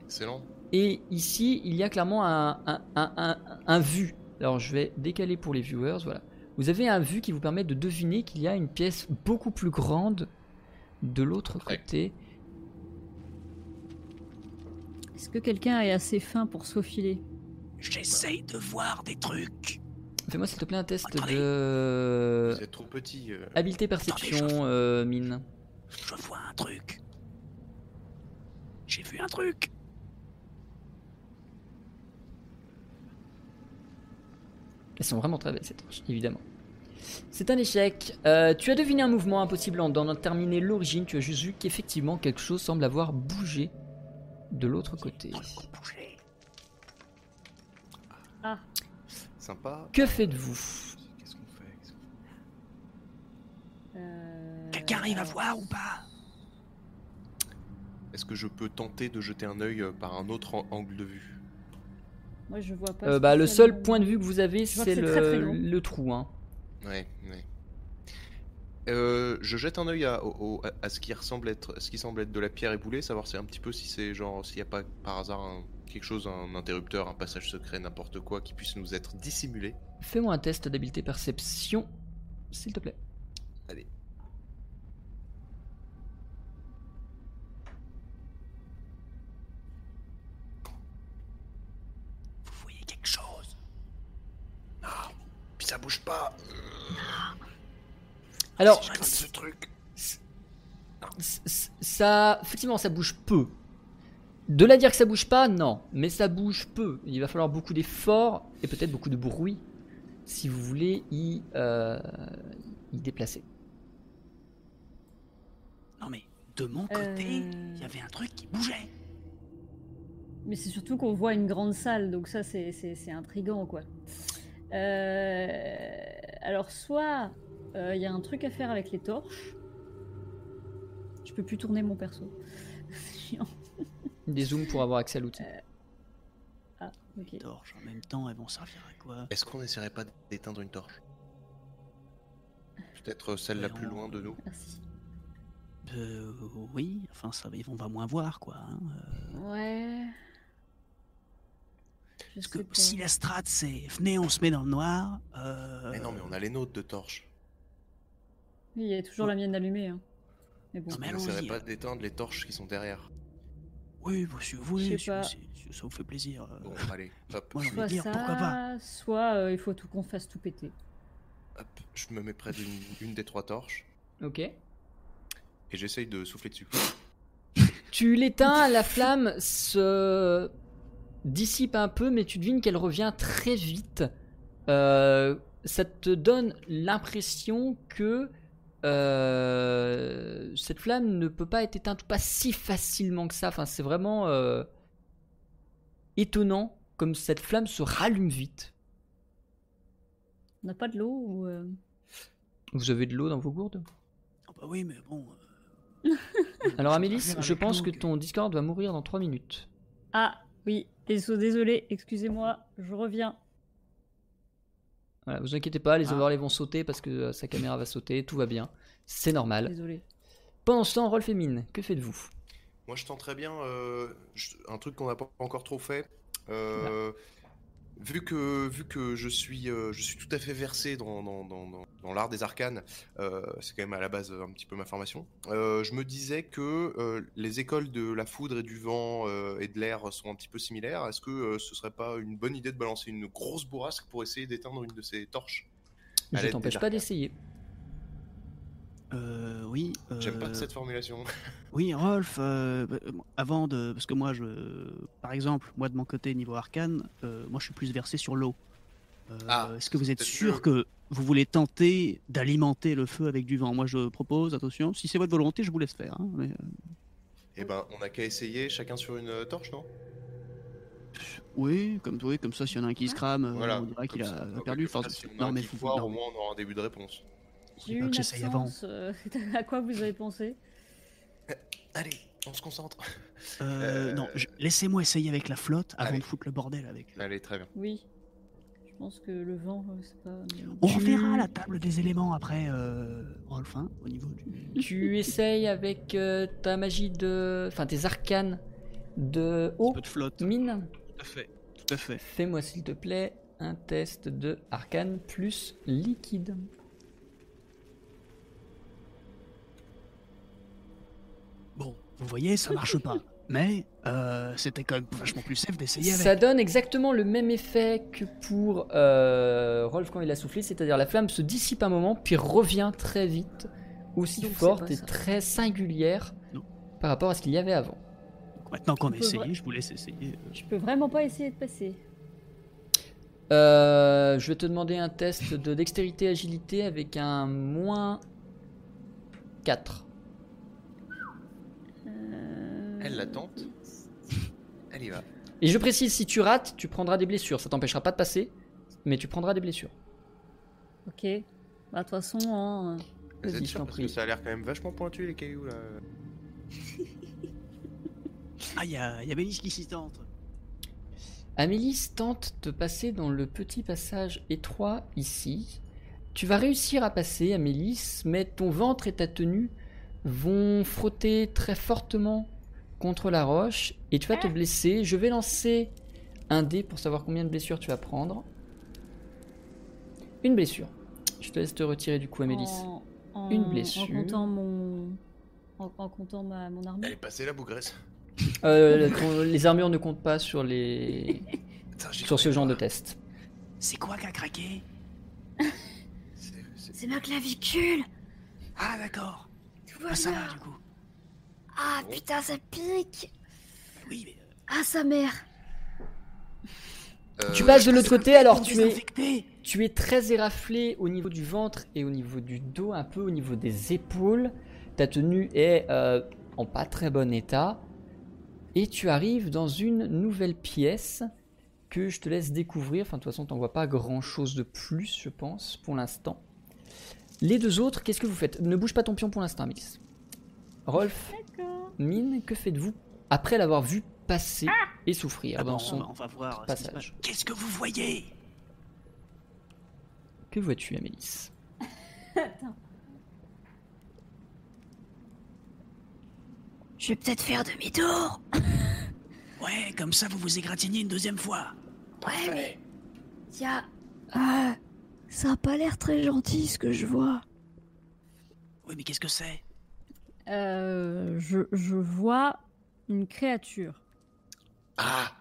Speaker 3: Excellent.
Speaker 1: Et ici, il y a clairement un, un, un, un- un vu. Alors, je vais décaler pour les viewers. Voilà. Vous avez un vu qui vous permet de deviner qu'il y a une pièce beaucoup plus grande de l'autre
Speaker 3: Ouais.
Speaker 1: côté.
Speaker 4: Est-ce que quelqu'un est assez fin pour s'offiler
Speaker 2: J'essaye de voir des trucs.
Speaker 1: Fais-moi, s'il te plaît, un test
Speaker 2: Attendez.
Speaker 1: de.
Speaker 3: Vous êtes trop petit. euh.
Speaker 1: Habileté
Speaker 2: Attendez,
Speaker 1: perception, euh, mine.
Speaker 2: Je vois un truc. J'ai vu un truc.
Speaker 1: Elles sont vraiment très belles, ces torches, évidemment. C'est un échec. Euh, tu as deviné un mouvement impossible en d'en terminer l'origine. Tu as juste vu qu'effectivement quelque chose semble avoir bougé de l'autre côté.
Speaker 2: Un truc qui bougeait.
Speaker 4: Ah,
Speaker 3: Sympa.
Speaker 1: Que faites-vous
Speaker 3: Qu'est-ce qu'on fait Qu'est-ce qu'on
Speaker 4: euh,
Speaker 2: Quelqu'un arrive à
Speaker 4: alors,
Speaker 2: voir ou pas
Speaker 3: fait Est-ce que je peux tenter de jeter un œil euh, par un autre an- angle de vue
Speaker 4: Moi, je vois pas.
Speaker 1: Euh, bah, Le seul
Speaker 4: spécialement.
Speaker 1: point de vue que vous avez,
Speaker 4: Je vois
Speaker 1: c'est
Speaker 4: que c'est très, très
Speaker 1: le,
Speaker 4: grand.
Speaker 1: le trou. Hein.
Speaker 3: Ouais, ouais. Euh, je jette un œil à, au- au- à- à ce qui ressemble être, à ce qui semble être de la pierre éboulée, savoir si un petit peu si c'est genre s'il n'y a pas par hasard un- quelque chose, un interrupteur, un passage secret, n'importe quoi qui puisse nous être dissimulé.
Speaker 1: Fais-moi un test d'habileté perception, s'il te plaît.
Speaker 3: Allez.
Speaker 2: Vous voyez quelque chose
Speaker 3: Puis ça bouge pas.
Speaker 1: Alors,
Speaker 2: Si je vois ce truc.
Speaker 1: c- c- ça, effectivement, ça bouge peu. De là à dire que ça bouge pas, non, mais ça bouge peu. Il va falloir beaucoup d'efforts et peut-être beaucoup de bruit si vous voulez y, euh, y déplacer.
Speaker 2: Non mais de mon côté, il
Speaker 4: Euh.
Speaker 2: y avait un truc qui bougeait.
Speaker 4: Mais c'est surtout qu'on voit une grande salle, donc ça, c'est- c'est c'est intriguant, quoi. Euh, Alors, soit euh, il y a un truc à faire avec les torches. Je peux plus tourner mon perso. [laughs] C'est chiant.
Speaker 1: Des zooms pour avoir accès à l'outil.
Speaker 4: Ah, ok.
Speaker 2: Torche en même temps, elles vont servir à quoi
Speaker 3: Est-ce qu'on n'essaierait pas d'éteindre une torche Peut-être celle la plus loin de nous.
Speaker 4: Merci.
Speaker 2: Euh, oui, enfin ça, ils vont pas moins voir quoi. hein.
Speaker 4: Ouais. Je
Speaker 2: Parce que
Speaker 4: sais pas.
Speaker 2: si la strate c'est venez on se met dans le noir. euh,
Speaker 3: Mais non, mais on a les nôtres de torches.
Speaker 4: Oui, Il y a toujours la mienne allumée. hein. Mais bon.
Speaker 2: Non, mais
Speaker 3: On
Speaker 2: allons-y.
Speaker 3: n'essaierait pas d'éteindre les torches qui sont derrière.
Speaker 2: Oui, bah, si vous voulez,
Speaker 4: sais
Speaker 2: si,
Speaker 4: pas.
Speaker 2: si- si ça vous fait plaisir. euh,
Speaker 3: Bon, allez, hop,
Speaker 2: Moi,
Speaker 3: je,
Speaker 2: j'en
Speaker 4: Soit
Speaker 2: dire,
Speaker 4: ça,
Speaker 2: pourquoi pas.
Speaker 4: soit euh, il faut tout qu'on fasse tout péter.
Speaker 3: hop, je me mets près d'une une des trois torches.
Speaker 1: Ok.
Speaker 3: et j'essaye de souffler dessus.
Speaker 1: Tu l'éteins, la flamme se dissipe un peu, mais tu devines qu'elle revient très vite. Euh, ça te donne l'impression que euh, cette flamme ne peut pas être éteinte, pas si facilement que ça. Enfin, c'est vraiment euh, étonnant comme cette flamme se rallume vite.
Speaker 4: On n'a pas de l'eau ou euh,
Speaker 1: Vous avez de l'eau dans vos gourdes
Speaker 2: Ah bah oui, mais bon. euh.
Speaker 4: [laughs]
Speaker 1: Alors Amélis,
Speaker 2: bien
Speaker 1: je
Speaker 2: avec
Speaker 1: pense
Speaker 2: l'eau
Speaker 1: que
Speaker 2: que-
Speaker 1: ton Discord va mourir dans 3 minutes.
Speaker 4: Ah oui, désolé, désolé, excusez-moi, je reviens.
Speaker 1: Voilà, vous inquiétez pas, les
Speaker 2: Ah.
Speaker 1: overlays vont sauter parce que euh, sa caméra va sauter, tout va bien. C'est normal.
Speaker 4: Désolé.
Speaker 1: Pendant ce temps, Rolf et Mine, que faites-vous
Speaker 3: Moi, je tenterais bien euh, je- un truc qu'on n'a pas encore trop fait. Euh, vu que, vu que je, suis, euh, je suis tout à fait versé dans, dans, dans- dans- dans l'art des arcanes, euh, c'est quand même à la base euh, un petit peu ma formation, euh, je me disais que euh, les écoles de la foudre et du vent euh, et de l'air sont un petit peu similaires. Est-ce que euh, ce serait pas une bonne idée de balancer une grosse bourrasque pour essayer d'éteindre une de ces torches à
Speaker 1: Je
Speaker 3: l'aide
Speaker 1: t'empêche
Speaker 3: des
Speaker 1: pas
Speaker 3: arcanes.
Speaker 1: d'essayer.
Speaker 2: Euh, oui. euh,
Speaker 3: J'aime pas cette formulation.
Speaker 2: Oui, Rolf, euh, bah, euh, avant de. Parce que moi, je. Par exemple, moi de mon côté, niveau arcane, euh, moi je suis plus versé sur l'eau. Euh,
Speaker 3: Ah,
Speaker 2: Est-ce que vous êtes
Speaker 3: peut-être
Speaker 2: sûr
Speaker 3: mieux.
Speaker 2: que vous voulez tenter d'alimenter le feu avec du vent Moi je propose, attention, si c'est votre volonté, je vous laisse faire. hein, mais, euh,
Speaker 3: Eh ben, on n'a qu'à essayer chacun sur une euh, torche, non
Speaker 2: oui, comme, oui, comme ça, s'il y en a un qui se crame, euh,
Speaker 3: Voilà,
Speaker 2: on dira qu'il
Speaker 3: comme ça.
Speaker 2: a
Speaker 3: Ok,
Speaker 2: perdu.
Speaker 3: comme ça,
Speaker 2: force-
Speaker 3: si on a
Speaker 2: non,
Speaker 3: un
Speaker 2: mais
Speaker 3: qui
Speaker 2: faut
Speaker 3: foire,
Speaker 2: non,
Speaker 3: au moins on aura un début de réponse.
Speaker 4: J'ai eu
Speaker 2: pas
Speaker 4: une
Speaker 2: que j'essaye avant.
Speaker 4: absence. euh, [laughs] à quoi vous avez pensé
Speaker 3: Allez, on se concentre.
Speaker 2: euh,
Speaker 3: Euh,
Speaker 2: non, je- laissez-moi essayer avec la flotte avant
Speaker 3: allez.
Speaker 2: de foutre le bordel avec.
Speaker 3: Allez, très bien.
Speaker 4: Oui. Je pense que le vent, euh, c'est pas. Hmm,
Speaker 2: On reverra la table des éléments après, euh, Rolf, hein, au niveau du.
Speaker 1: Tu essayes avec euh, ta magie de. Enfin, tes arcanes de
Speaker 2: Un
Speaker 3: Oh,
Speaker 1: haut.
Speaker 2: peu de flotte.
Speaker 1: Mine,
Speaker 2: Tout à fait, tout à fait.
Speaker 1: fais-moi s'il te plaît un test de arcane plus liquide.
Speaker 2: Bon, vous voyez, ça marche pas. Mais euh, c'était quand même vachement plus safe d'essayer avec.
Speaker 1: Ça donne exactement le même effet que pour euh, Rolf quand il a soufflé, c'est-à-dire la flamme se dissipe un moment puis revient très vite, aussi
Speaker 4: Donc, c'est
Speaker 1: forte
Speaker 4: pas
Speaker 1: et
Speaker 4: ça.
Speaker 1: très singulière
Speaker 2: Non.
Speaker 1: par rapport à ce qu'il y avait avant.
Speaker 2: Donc maintenant qu'on a
Speaker 4: On peut
Speaker 2: essayé,
Speaker 4: voir.
Speaker 2: je euh. vous laisse essayer.
Speaker 4: Je peux vraiment pas essayer de passer.
Speaker 1: Euh, je vais te demander un test de dextérité agilité avec un moins 4.
Speaker 4: Euh,
Speaker 3: Elle l'attente. Elle y va.
Speaker 1: Et je précise, si tu rates, tu prendras des blessures. Ça t'empêchera pas de passer, mais tu prendras des blessures.
Speaker 4: Ok. Bah, de toute façon, hein,
Speaker 1: Vas-y,
Speaker 3: Vous êtes
Speaker 1: je
Speaker 3: sûr
Speaker 1: t'en
Speaker 3: Parce
Speaker 1: prie.
Speaker 3: que ça a l'air quand même vachement pointu les cailloux là.
Speaker 2: Ah, il y a, y a Bélis qui s'y tente.
Speaker 1: Amélis tente de passer dans le petit passage étroit ici. Tu vas réussir à passer, Amélis, mais ton ventre et ta tenue vont frotter très fortement contre la roche et tu vas te blesser. Je vais lancer un dé pour savoir combien de blessures tu vas prendre. Une blessure. Je te laisse te retirer du coup, Amélis.
Speaker 4: en- en-
Speaker 1: Une blessure.
Speaker 4: En comptant mon. En, en comptant ma, mon armure.
Speaker 3: Elle est passée la bougresse.
Speaker 1: Euh, ton- les armures ne comptent pas sur, les...
Speaker 3: Putain, j'y
Speaker 1: sur ce
Speaker 3: croyais
Speaker 1: genre de
Speaker 3: pas.
Speaker 1: test.
Speaker 2: C'est quoi qui a craqué
Speaker 3: C'est- c'est-
Speaker 6: C'est ma clavicule
Speaker 2: Ah, d'accord.
Speaker 6: Tu
Speaker 2: Ah,
Speaker 6: vois
Speaker 2: ça
Speaker 6: ça
Speaker 2: va, du coup.
Speaker 6: Ah putain, ça pique
Speaker 2: Oui, mais. euh,
Speaker 6: Ah sa mère
Speaker 1: Tu
Speaker 3: Euh,
Speaker 1: passes de l'autre côté, alors tu es,
Speaker 2: désinfecté.
Speaker 1: tu es très éraflé au niveau du ventre et au niveau du dos, un peu au niveau des épaules. Ta tenue est euh, en pas très bon état. Et tu arrives dans une nouvelle pièce que je te laisse découvrir. Enfin, de toute façon, t'en vois pas grand chose de plus, je pense, pour l'instant. Les deux autres, qu'est-ce que vous faites Ne bouge pas ton pion pour l'instant, Mix. Rolf,
Speaker 4: D'accord.
Speaker 1: Mine, que faites-vous après l'avoir vu passer et souffrir
Speaker 2: Ah,
Speaker 1: dans
Speaker 2: bon,
Speaker 1: son
Speaker 2: on va, on va voir. ce qui se
Speaker 1: passage.
Speaker 2: passe. Qu'est-ce que vous voyez
Speaker 1: Que vois-tu, Amélis
Speaker 4: Attends.
Speaker 6: Je vais peut-être faire demi-tour
Speaker 2: Ouais, comme ça, vous vous égratignez une deuxième fois.
Speaker 6: Ouais, mais. Tiens. Ah, ça a pas l'air très gentil ce que je vois.
Speaker 2: Oui, mais qu'est-ce que c'est
Speaker 4: Euh, je, je vois une créature.
Speaker 3: Ah,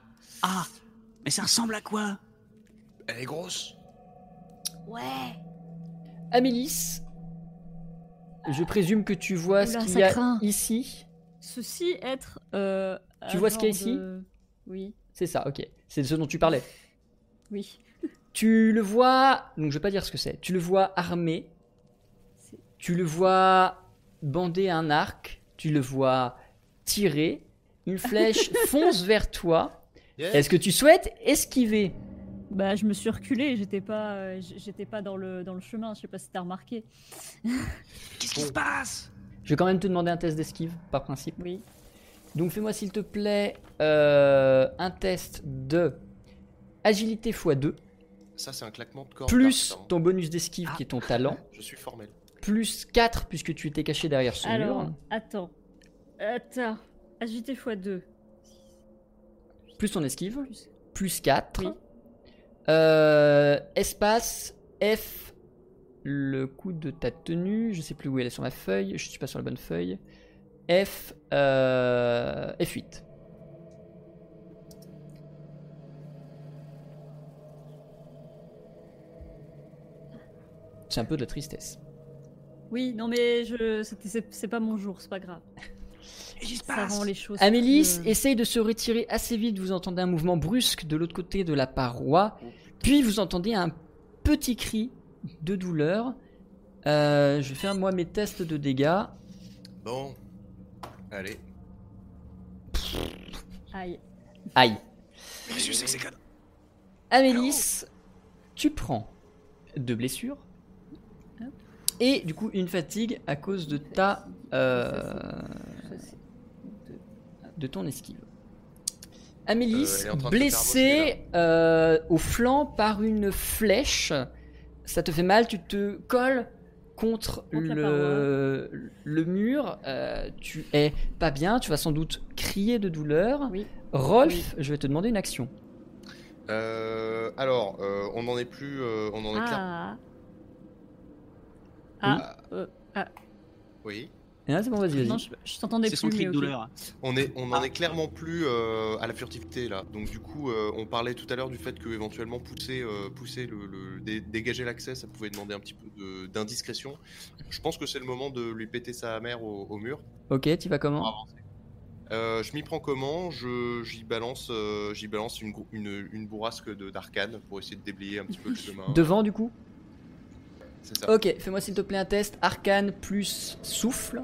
Speaker 2: Ah, mais ça ressemble à quoi
Speaker 3: elle est grosse.
Speaker 6: Ouais
Speaker 1: Amélis, Je présume que tu vois
Speaker 6: Oula,
Speaker 1: ce qu'il
Speaker 6: ça
Speaker 1: y a
Speaker 6: craint.
Speaker 1: ici.
Speaker 4: Ceci être. euh,
Speaker 1: Tu
Speaker 4: un
Speaker 1: vois ce qu'il y a
Speaker 4: genre
Speaker 1: ici
Speaker 4: de- Oui,
Speaker 1: C'est ça, ok. C'est de ce dont tu parlais.
Speaker 4: oui.
Speaker 1: Tu le vois, donc je vais pas dire ce que c'est. Tu le vois armé.
Speaker 4: C'est-
Speaker 1: Tu le vois bander un arc. Tu le vois tirer. Une flèche
Speaker 6: [laughs]
Speaker 1: fonce vers toi.
Speaker 3: Yes.
Speaker 1: Est-ce que tu souhaites esquiver
Speaker 4: Bah, je me suis reculée, j'étais pas, euh, j- j'étais pas dans le, dans le chemin, je sais pas si t'as remarqué.
Speaker 5: Qu'est-ce qui se passe
Speaker 1: Je vais quand même te demander un test d'esquive, par principe.
Speaker 4: Oui.
Speaker 1: Donc fais-moi s'il te plaît euh, un test de agilité x2,
Speaker 3: Ça, c'est un claquement de corps.
Speaker 1: plus
Speaker 3: d'arc,
Speaker 1: ton bonus d'esquive qui est
Speaker 4: Ah.
Speaker 1: ton
Speaker 4: [laughs]
Speaker 1: talent,
Speaker 3: pardon. Je suis formel.
Speaker 1: plus 4 puisque tu étais caché derrière ce
Speaker 4: Alors,
Speaker 1: mur,
Speaker 4: attends. Attends. Agité x2.
Speaker 1: plus ton esquive,
Speaker 4: Plus.
Speaker 1: plus 4.
Speaker 4: Oui.
Speaker 1: Euh, espace F, le coup de ta tenue, je sais plus où elle est sur ma feuille, je suis pas sur la bonne feuille. F, euh, F8. C'est un peu de la tristesse.
Speaker 4: Oui, non mais je, c'était- c'est c'est pas mon jour, c'est pas grave.
Speaker 5: Qu'est-ce qui se
Speaker 4: Ça
Speaker 5: passe
Speaker 4: rend les choses.
Speaker 1: Amélis
Speaker 4: plus, euh,
Speaker 1: essaye de se retirer assez vite. Vous entendez un mouvement brusque de l'autre côté de la paroi. Puis vous entendez un petit cri de douleur. Euh, je vais faire moi mes tests de dégâts.
Speaker 3: Bon. Allez.
Speaker 4: euh, Aïe.
Speaker 1: Aïe.
Speaker 2: Ah,
Speaker 5: Mais je sais que c'est con.
Speaker 1: Amélis, tu prends deux blessures. Et du coup, une fatigue à cause de ta. euh,
Speaker 4: Ça, c'est-
Speaker 1: de ton esquive. Amélis,
Speaker 3: Euh, elle est en train de se
Speaker 1: blessée euh, au flanc par une flèche, ça te fait mal, tu te colles contre,
Speaker 4: Contre la
Speaker 1: le, le mur, euh, tu es pas bien, tu vas sans doute crier de douleur.
Speaker 4: Ah, Oui.
Speaker 1: Rolf,
Speaker 4: Oui.
Speaker 1: je vais te demander une action.
Speaker 3: Euh, alors, euh, on n'en est plus. euh, on en est clair.
Speaker 4: Ah. Ah. euh,
Speaker 3: Oui.
Speaker 1: Et là, c'est bon, vas-y,
Speaker 4: non,
Speaker 1: vas-y.
Speaker 4: je, je t'entendais
Speaker 2: C'est
Speaker 4: plus.
Speaker 2: son cri
Speaker 4: mais
Speaker 2: de
Speaker 4: ok.
Speaker 2: douleur.
Speaker 3: On est, on en
Speaker 2: Ah.
Speaker 3: est clairement plus euh, à la furtivité là. Donc du coup, euh, on parlait tout à l'heure du fait que éventuellement pousser, euh, pousser le, le- dé- dégager l'accès, ça pouvait demander un petit peu de- d'indiscrétion. Je pense que c'est le moment de lui péter sa mère au, au mur.
Speaker 1: Ok, tu vas comment
Speaker 3: Euh, je m'y prends comment Je j'y balance, euh, j'y balance une, grou- une, une bourrasque de- d'arcane pour essayer de déblayer un petit peu le chemin.
Speaker 1: [laughs] Devant, du coup
Speaker 3: C'est ça.
Speaker 1: Ok, fais-moi s'il te plaît un test, arcane plus souffle.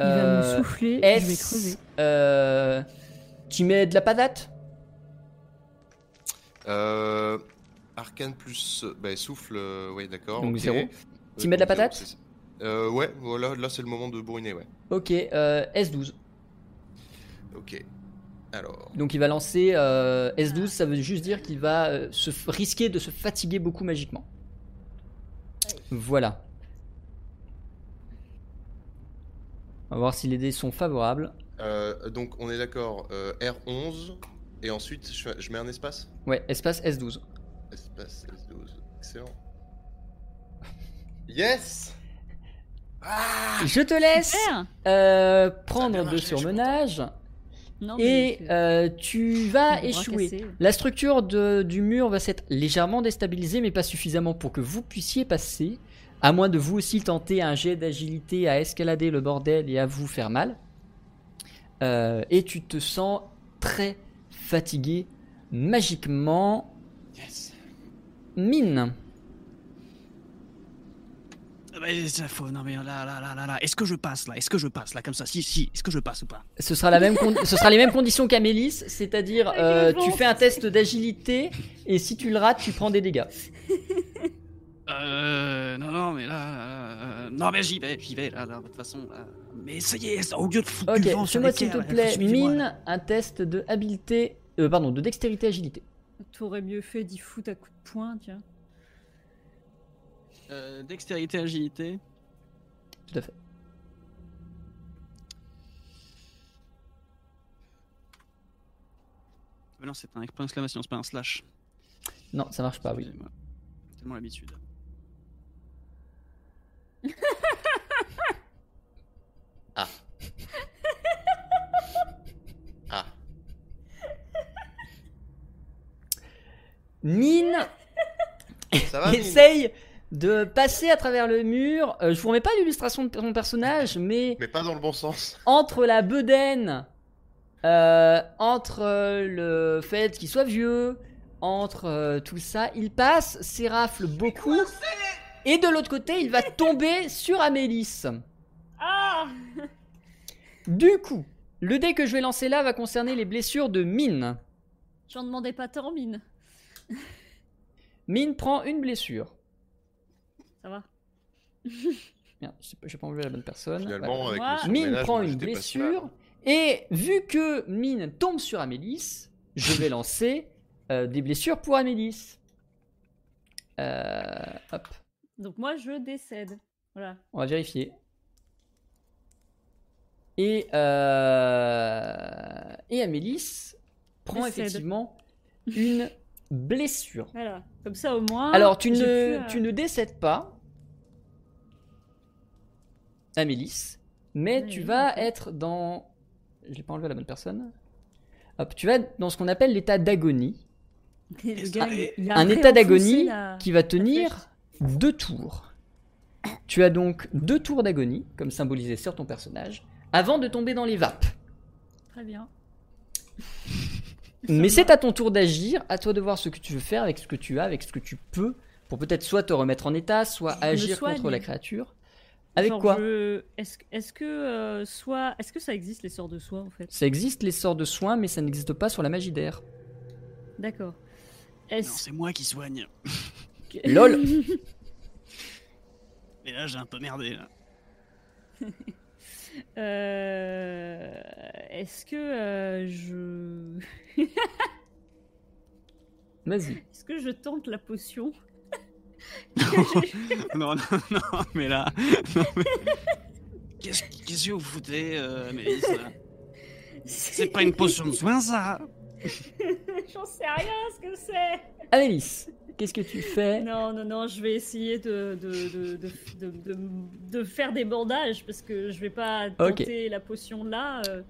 Speaker 4: Il va
Speaker 1: Euh,
Speaker 4: me souffler, je vais
Speaker 1: Est-ce-
Speaker 4: crever.
Speaker 1: euh, tu mets de la patate
Speaker 3: Euh, arcane plus bah, souffle. euh, ouais, d'accord.
Speaker 1: Donc
Speaker 3: ok.
Speaker 1: zéro.
Speaker 3: Euh,
Speaker 1: T'y mets de la
Speaker 3: donc zéro,
Speaker 1: patate
Speaker 3: c'est ça. euh, Ouais, voilà. Là, c'est le moment de bourriner. Ouais.
Speaker 1: Ok, euh, S12.
Speaker 3: Ok. Alors.
Speaker 1: Donc il va lancer euh, S12, ça veut juste dire qu'il va euh, se f- risquer de se fatiguer beaucoup magiquement. Voilà. On va voir si les dés sont favorables.
Speaker 3: Euh, donc on est d'accord, euh, R11, et ensuite je, je mets un espace
Speaker 1: Ouais, espace S12.
Speaker 3: Espace S12,
Speaker 2: [laughs]
Speaker 3: excellent. Yes Ah
Speaker 1: Je te laisse
Speaker 4: Super
Speaker 1: euh,
Speaker 3: Ça a bien
Speaker 1: prendre de
Speaker 3: marché, je suis
Speaker 1: surmenage
Speaker 4: Non, mais
Speaker 1: et
Speaker 4: c'est-
Speaker 1: euh, tu vas
Speaker 4: le bras
Speaker 1: échouer.
Speaker 4: cassé.
Speaker 1: La structure de- du mur va s'être légèrement déstabilisée, mais pas suffisamment pour que vous puissiez passer, à moins de vous aussi tenter un jet d'agilité à escalader le bordel et à vous faire mal. Euh, et tu te sens très fatigué, magiquement.
Speaker 2: Yes.
Speaker 1: Mine.
Speaker 2: Ah bah, ça faut. Non mais là, là, là, là, là. Est-ce que je passe là Est-ce que je passe là comme ça Si, si. Est-ce que je passe ou pas
Speaker 1: Ce sera, la même con- ce sera les mêmes conditions qu'Amélis, c'est-à-dire
Speaker 4: Avec
Speaker 1: euh,
Speaker 4: le
Speaker 1: tu
Speaker 4: vent.
Speaker 1: fais un test d'agilité et si tu le rates, tu prends des dégâts.
Speaker 2: Euh. Non, non, mais là. là, là, euh, non mais j'y vais, j'y vais là, là, de toute façon. Là. Mais ça y est, au lieu de foutre
Speaker 1: Ok,
Speaker 2: du vent sur
Speaker 1: fais-moi
Speaker 2: les
Speaker 1: s'il te
Speaker 2: pierres, là,
Speaker 1: plaît,
Speaker 2: suivez-moi, là.
Speaker 1: mine, un test de habileté, euh, pardon, de dextérité-agilité.
Speaker 4: T'aurais mieux fait d'y foutre à coups de poing, tiens.
Speaker 2: Euh, dextérité, agilité.
Speaker 1: Tout à fait.
Speaker 2: Ah non, c'est un point d'exclamation, c'est pas un slash.
Speaker 1: Non, ça marche pas, Bah oui.
Speaker 2: Excusez-moi. Tellement l'habitude.
Speaker 3: Ah
Speaker 1: Mine
Speaker 3: Ça va
Speaker 1: Ah, [laughs]
Speaker 3: Mine
Speaker 1: essaye de passer à travers le mur. Euh, je vous remets pas l'illustration de son personnage, mais
Speaker 3: Mais pas dans le bon sens.
Speaker 1: entre la bedaine, euh, entre euh, le fait qu'il soit vieux, entre euh, tout ça, il passe, s'érafle beaucoup, et de l'autre côté, il va tomber sur Amélis.
Speaker 4: Ah
Speaker 1: Du coup, le dé que je vais lancer là va concerner les blessures de Mine.
Speaker 4: J'en demandais pas tant, mine.
Speaker 1: Mine prend une blessure.
Speaker 4: Ça va.
Speaker 1: Merde, j'ai pas- j'ai pas enlevé la bonne personne.
Speaker 3: Finalement, avec
Speaker 4: Moi,
Speaker 3: le
Speaker 1: Voilà. Mine
Speaker 3: surménage,
Speaker 1: prend
Speaker 3: moi,
Speaker 1: une
Speaker 3: j'étais pas sûr.
Speaker 1: blessure. Et vu que Mine tombe sur Amélis, je vais lancer euh, des blessures pour Amélis. Euh, hop,
Speaker 4: Donc moi, je décède. Voilà.
Speaker 1: on va vérifier. Et, euh, et Amélis prend
Speaker 4: Décède.
Speaker 1: effectivement une blessure.
Speaker 4: Voilà. Comme ça, au moins.
Speaker 1: Alors, tu
Speaker 4: Ah, j'ai
Speaker 1: ne,
Speaker 4: plus euh, à-
Speaker 1: tu ne décèdes pas, Amélis, mais
Speaker 4: Oui,
Speaker 1: tu
Speaker 4: oui,
Speaker 1: vas
Speaker 4: d'accord.
Speaker 1: être dans. Je l'ai pas enlevé à la bonne personne. Hop, tu vas être dans ce qu'on appelle l'état d'agonie,
Speaker 4: Et euh, le gars, il- il a
Speaker 1: un
Speaker 4: réenfoncé
Speaker 1: état d'agonie
Speaker 4: la-
Speaker 1: qui va tenir deux tours. Tu as donc deux tours d'agonie, comme symbolisé sur ton personnage, avant de tomber dans les vapes.
Speaker 4: Très bien.
Speaker 1: Mais c'est à ton tour d'agir, à toi de voir ce que tu veux faire avec ce que tu as, avec ce que tu peux, pour peut-être soit te remettre en état, soit
Speaker 4: Me
Speaker 1: agir contre
Speaker 4: soigne.
Speaker 1: la créature. Avec
Speaker 4: Genre,
Speaker 1: quoi
Speaker 4: je- Est-ce est-ce que euh, soit est-ce que ça existe les sorts de soie en fait
Speaker 1: Ça existe les sorts de soins, mais ça n'existe pas sur la magie d'air.
Speaker 4: D'accord.
Speaker 2: Non,
Speaker 4: Est-ce
Speaker 2: c'est moi qui soigne.
Speaker 4: que...
Speaker 1: Lol.
Speaker 2: Mais là, j'ai un peu merdé. Là. [laughs]
Speaker 4: Euh, Est-ce que euh, je [laughs]
Speaker 1: Vas-y.
Speaker 4: est-ce que je tente la potion
Speaker 2: non, non, non, mais là. [laughs] non, mais- Qu'est-ce qu'est-ce que vous foutez, euh, Amélis là C'est pas une potion de soin, ça
Speaker 4: [laughs] J'en sais rien ce que c'est.
Speaker 1: Amélis, qu'est-ce que tu fais
Speaker 4: Non non non, je vais essayer de de, de, de- de- de- de faire des bandages parce que je vais pas
Speaker 1: Ok.
Speaker 4: tenter la potion là. euh.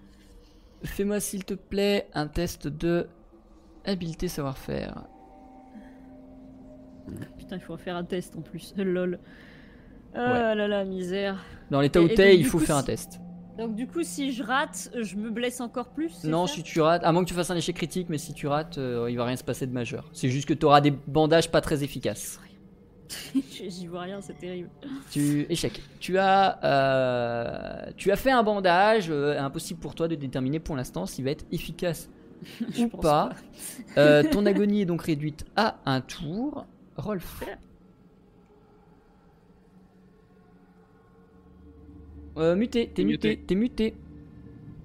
Speaker 1: Fais-moi s'il te plaît un test de habileté savoir-faire.
Speaker 4: Putain, il faut faire un test en plus. [laughs] Lol. Ah là là, misère.
Speaker 1: Dans l'état
Speaker 4: Et-
Speaker 1: où
Speaker 4: et
Speaker 1: t'es,
Speaker 4: donc,
Speaker 1: il
Speaker 4: du
Speaker 1: faut
Speaker 4: coup,
Speaker 1: faire un
Speaker 4: si-
Speaker 1: test.
Speaker 4: Donc du coup, si je rate, je me blesse encore plus. c'est
Speaker 1: Non,
Speaker 4: ça
Speaker 1: si tu rates, à moins que tu fasses un échec critique, mais si tu rates, euh, il va rien se passer de majeur. C'est juste que t'auras des bandages pas très efficaces.
Speaker 4: [laughs] J'y vois rien, c'est terrible.
Speaker 1: Tu échec. Tu as, euh, tu as fait un bandage. euh, impossible pour toi de déterminer pour l'instant s'il va être efficace
Speaker 4: [laughs] Je
Speaker 1: ou
Speaker 4: pense
Speaker 1: pas. Euh, ton agonie est donc réduite à un tour. Rolf. Euh, muté, t'es muté,
Speaker 2: Muté.
Speaker 1: t'es muté.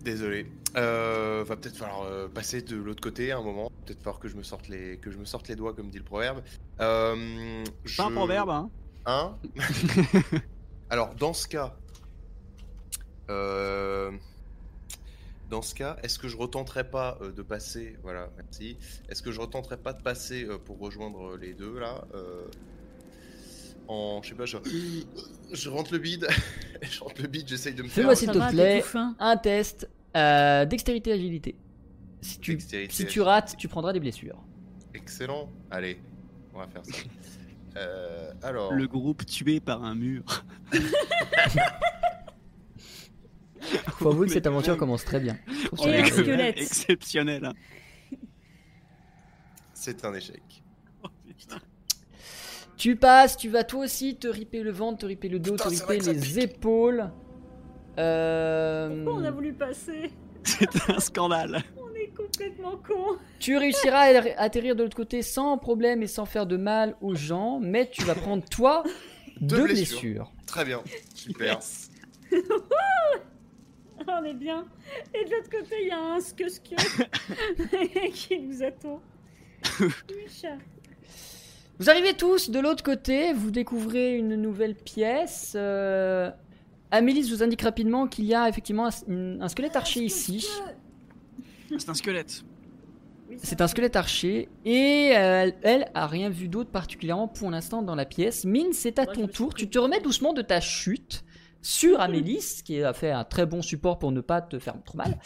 Speaker 3: Désolé. Euh, va peut-être falloir euh, passer de l'autre côté à un moment. Peut-être falloir que je me sorte les que je me sorte les doigts comme dit le proverbe. Euh, je-
Speaker 2: Pas un proverbe, hein
Speaker 1: [laughs]
Speaker 3: Hein Alors, dans ce cas. euh, Dans ce cas, est-ce que je retenterai pas euh, de passer. Voilà, merci. Est-ce que je retenterai pas de passer euh, pour rejoindre les deux là euh, En. Je sais pas, je. [coughs] Je rentre le bide. [laughs] je rentre le bide, j'essaye de me faire.
Speaker 1: Fais-moi
Speaker 4: Ça
Speaker 1: te
Speaker 4: va, t'es
Speaker 1: plaît.
Speaker 4: tout fin.
Speaker 1: Un test. euh, dextérité, agilité. Si tu,
Speaker 3: Dextérité,
Speaker 1: si tu rates, tu prendras des blessures.
Speaker 3: Excellent. Allez, on va
Speaker 1: [laughs]
Speaker 3: faire ça. Euh, alors.
Speaker 2: Le groupe tué par un mur.
Speaker 1: Faut avouer que
Speaker 2: Mais
Speaker 1: cette aventure
Speaker 2: même-
Speaker 1: commence très bien. Je trouve ça
Speaker 4: Et un
Speaker 1: merveilleux.
Speaker 2: [laughs]
Speaker 4: squelette.
Speaker 2: Exceptionnel. hein.
Speaker 3: C'est un échec.
Speaker 2: Oh, putain.
Speaker 1: Tu passes, tu vas toi aussi te riper le ventre, te riper le dos,
Speaker 3: Putain,
Speaker 1: te
Speaker 3: c'est
Speaker 1: riper
Speaker 3: vrai que ça
Speaker 1: les épaules. Euh,
Speaker 4: Pourquoi on a voulu passer
Speaker 2: C'est un scandale.
Speaker 4: On est complètement con. [laughs]
Speaker 1: Tu réussiras à r- atterrir de l'autre côté sans problème et sans faire de mal aux gens, mais tu vas prendre toi deux,
Speaker 3: Deux
Speaker 1: blessures.
Speaker 3: blessures. Très bien.
Speaker 1: [laughs]
Speaker 3: Super.
Speaker 4: on est bien. Et de l'autre côté, il y a un skeusque [laughs] qui nous attend. Oui, chat.
Speaker 1: Vous arrivez tous de l'autre côté, vous découvrez une nouvelle pièce. euh, Amélis vous indique rapidement qu'il y a effectivement un, s- une- un squelette archer ici.
Speaker 2: C'est un squelette.
Speaker 4: Oui, ça
Speaker 1: C'est
Speaker 4: va.
Speaker 1: un squelette archer et euh, elle, elle a rien vu d'autre particulièrement pour l'instant dans la pièce. Mine, c'est à
Speaker 4: Moi, je
Speaker 1: ton
Speaker 4: me suis
Speaker 1: tour.
Speaker 4: pris.
Speaker 1: Tu te remets doucement de ta chute sur Amélis, qui a fait un très bon support pour ne pas te faire trop mal.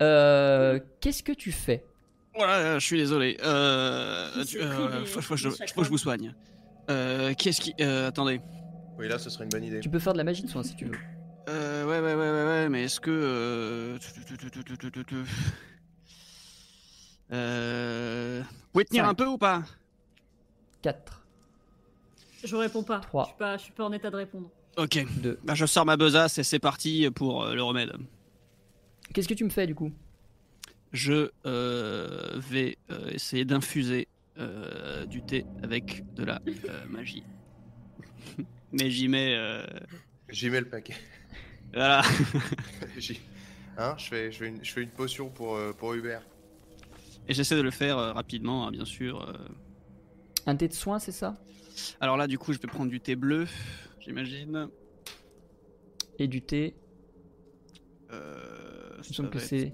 Speaker 1: Euh, Qu'est-ce que tu fais
Speaker 2: Voilà, je suis désolé. Euh,
Speaker 4: Qui
Speaker 2: tu-
Speaker 4: s'est pris
Speaker 2: euh,
Speaker 4: les-
Speaker 2: faut, faut que je,
Speaker 4: les
Speaker 2: faut que je vous soigne. Euh, Qu'est-ce qui. euh, attendez.
Speaker 3: Oui, là, ce serait une bonne idée.
Speaker 1: Tu peux faire de la magie de soin si tu veux.
Speaker 2: Euh, ouais, ouais, ouais, ouais, ouais, mais est-ce que. Euh... tu- tu- tu- tu- tu- tu- tu- tu- Euh... Vous pouvez tenir un
Speaker 1: Cinq.
Speaker 2: peu ou pas
Speaker 1: 4,
Speaker 4: Je réponds pas.
Speaker 1: Trois.
Speaker 4: Je suis pas, je suis pas en état de répondre.
Speaker 2: Ok.
Speaker 1: 2.
Speaker 2: Bah, je sors ma besace et c'est parti pour euh, le remède.
Speaker 1: Qu'est-ce que tu me fais du coup
Speaker 2: Je euh, vais euh, essayer d'infuser euh, du thé avec de la euh, magie. [laughs] mais j'y mets. euh,
Speaker 3: J'y mets le paquet.
Speaker 2: Voilà.
Speaker 3: J'y- Hein, je fais, je fais une, je fais une potion pour, euh, pour Hubert.
Speaker 2: Et j'essaie de le faire euh, rapidement, hein, bien sûr. euh.
Speaker 1: Un thé de soin, c'est ça
Speaker 2: Alors là, du coup, je vais prendre du thé bleu, j'imagine.
Speaker 1: Et du thé,
Speaker 2: Euh,
Speaker 1: il me
Speaker 2: ça
Speaker 1: semble
Speaker 2: va
Speaker 1: que
Speaker 2: être-
Speaker 1: c'est.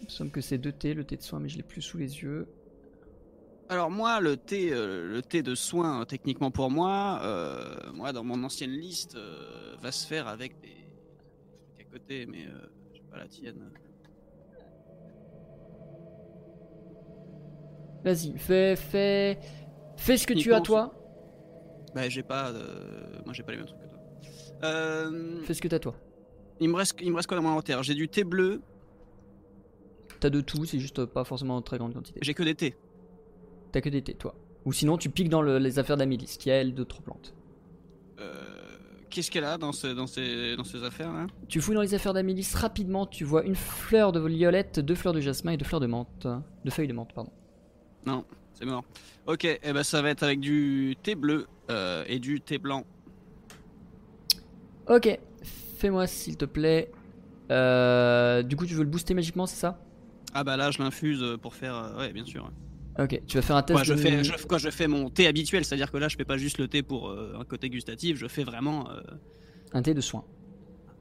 Speaker 1: Il me semble que c'est deux thés, le thé de soin, mais je l'ai plus sous les yeux.
Speaker 2: Alors moi, le thé, euh, le thé de soin, euh, techniquement pour moi, euh, moi dans mon ancienne liste, euh, va se faire avec des trucs à côté, mais euh, j'ai pas la tienne.
Speaker 1: Vas-y, fais, fais. Fais ce que tu
Speaker 2: Techniquement,
Speaker 1: as toi.
Speaker 2: Bah j'ai pas, euh, moi j'ai pas les mêmes trucs que toi. Euh,
Speaker 1: Fais ce que t'as toi.
Speaker 2: il me reste, il me reste quoi dans mon inventaire J'ai du thé bleu,
Speaker 1: T'as de tout, c'est juste euh, pas forcément en très grande quantité.
Speaker 2: j'ai que des thés.
Speaker 1: T'as que des thés, toi. Ou sinon, tu piques dans le- les affaires d'Amilis, qui a elle d'autres plantes.
Speaker 2: Euh, Qu'est-ce qu'elle a dans ce, dans ces, dans ces affaires là
Speaker 1: Tu fouilles dans les affaires d'Amilis rapidement, tu vois une fleur de violette, deux fleurs de jasmin et deux fleurs de menthe. De feuilles de menthe, pardon.
Speaker 2: C'est mort. Ok, et ben ça va être avec du thé bleu euh, et du thé blanc.
Speaker 1: Ok, fais-moi s'il te plaît. Euh, du coup, tu veux le booster magiquement, c'est ça
Speaker 2: Ah bah là, je l'infuse pour faire, euh, ouais, bien sûr.
Speaker 1: Ok, tu vas faire un test.
Speaker 2: Quoi, je
Speaker 1: de-
Speaker 2: fais, je, quoi, je fais mon thé habituel, c'est-à-dire que là, je fais pas juste le thé pour euh, un côté gustatif, je fais vraiment euh,
Speaker 1: Un thé de soin.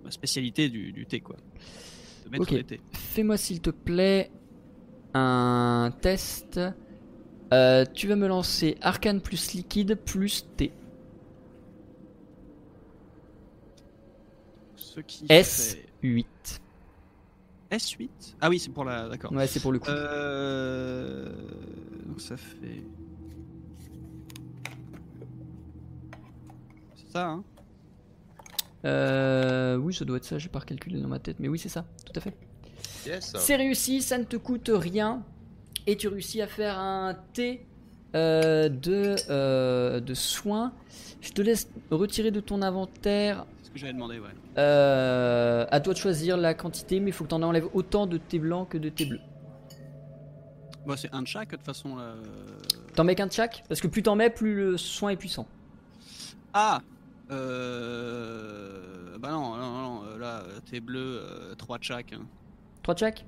Speaker 2: ma spécialité du, du thé, quoi. De mettre
Speaker 1: Ok.
Speaker 2: des thés.
Speaker 1: Fais-moi s'il te plaît un test. Euh, tu vas me lancer arcane plus liquide plus thé.
Speaker 2: Ce qui fait-
Speaker 1: S8.
Speaker 2: S8 Ah oui, c'est pour la... D'accord.
Speaker 1: Ouais, c'est pour le coup.
Speaker 2: Euh... Donc ça fait... C'est ça, hein
Speaker 1: Euh, oui, ça doit être ça, j'ai pas recalculé dans ma tête, mais oui, c'est ça, tout à fait.
Speaker 3: Yes.
Speaker 1: C'est réussi, ça ne te coûte rien, et tu réussis à faire un thé euh, de, euh, de soins. Je te laisse retirer de ton inventaire,
Speaker 2: C'est ce que j'avais demandé, ouais.
Speaker 1: euh, à toi de choisir la quantité, mais il faut que t'en enlèves autant de thé blanc que de thé bleu.
Speaker 2: Bon, c'est un de chaque, de toute façon, là... euh.
Speaker 1: T'en mets qu'un de chaque, parce que plus t'en mets, plus le soin est puissant.
Speaker 2: Ah euh... Bah non, non, non, euh, là, euh, thé bleu, 3 de chaque. hein.
Speaker 1: 3 de chaque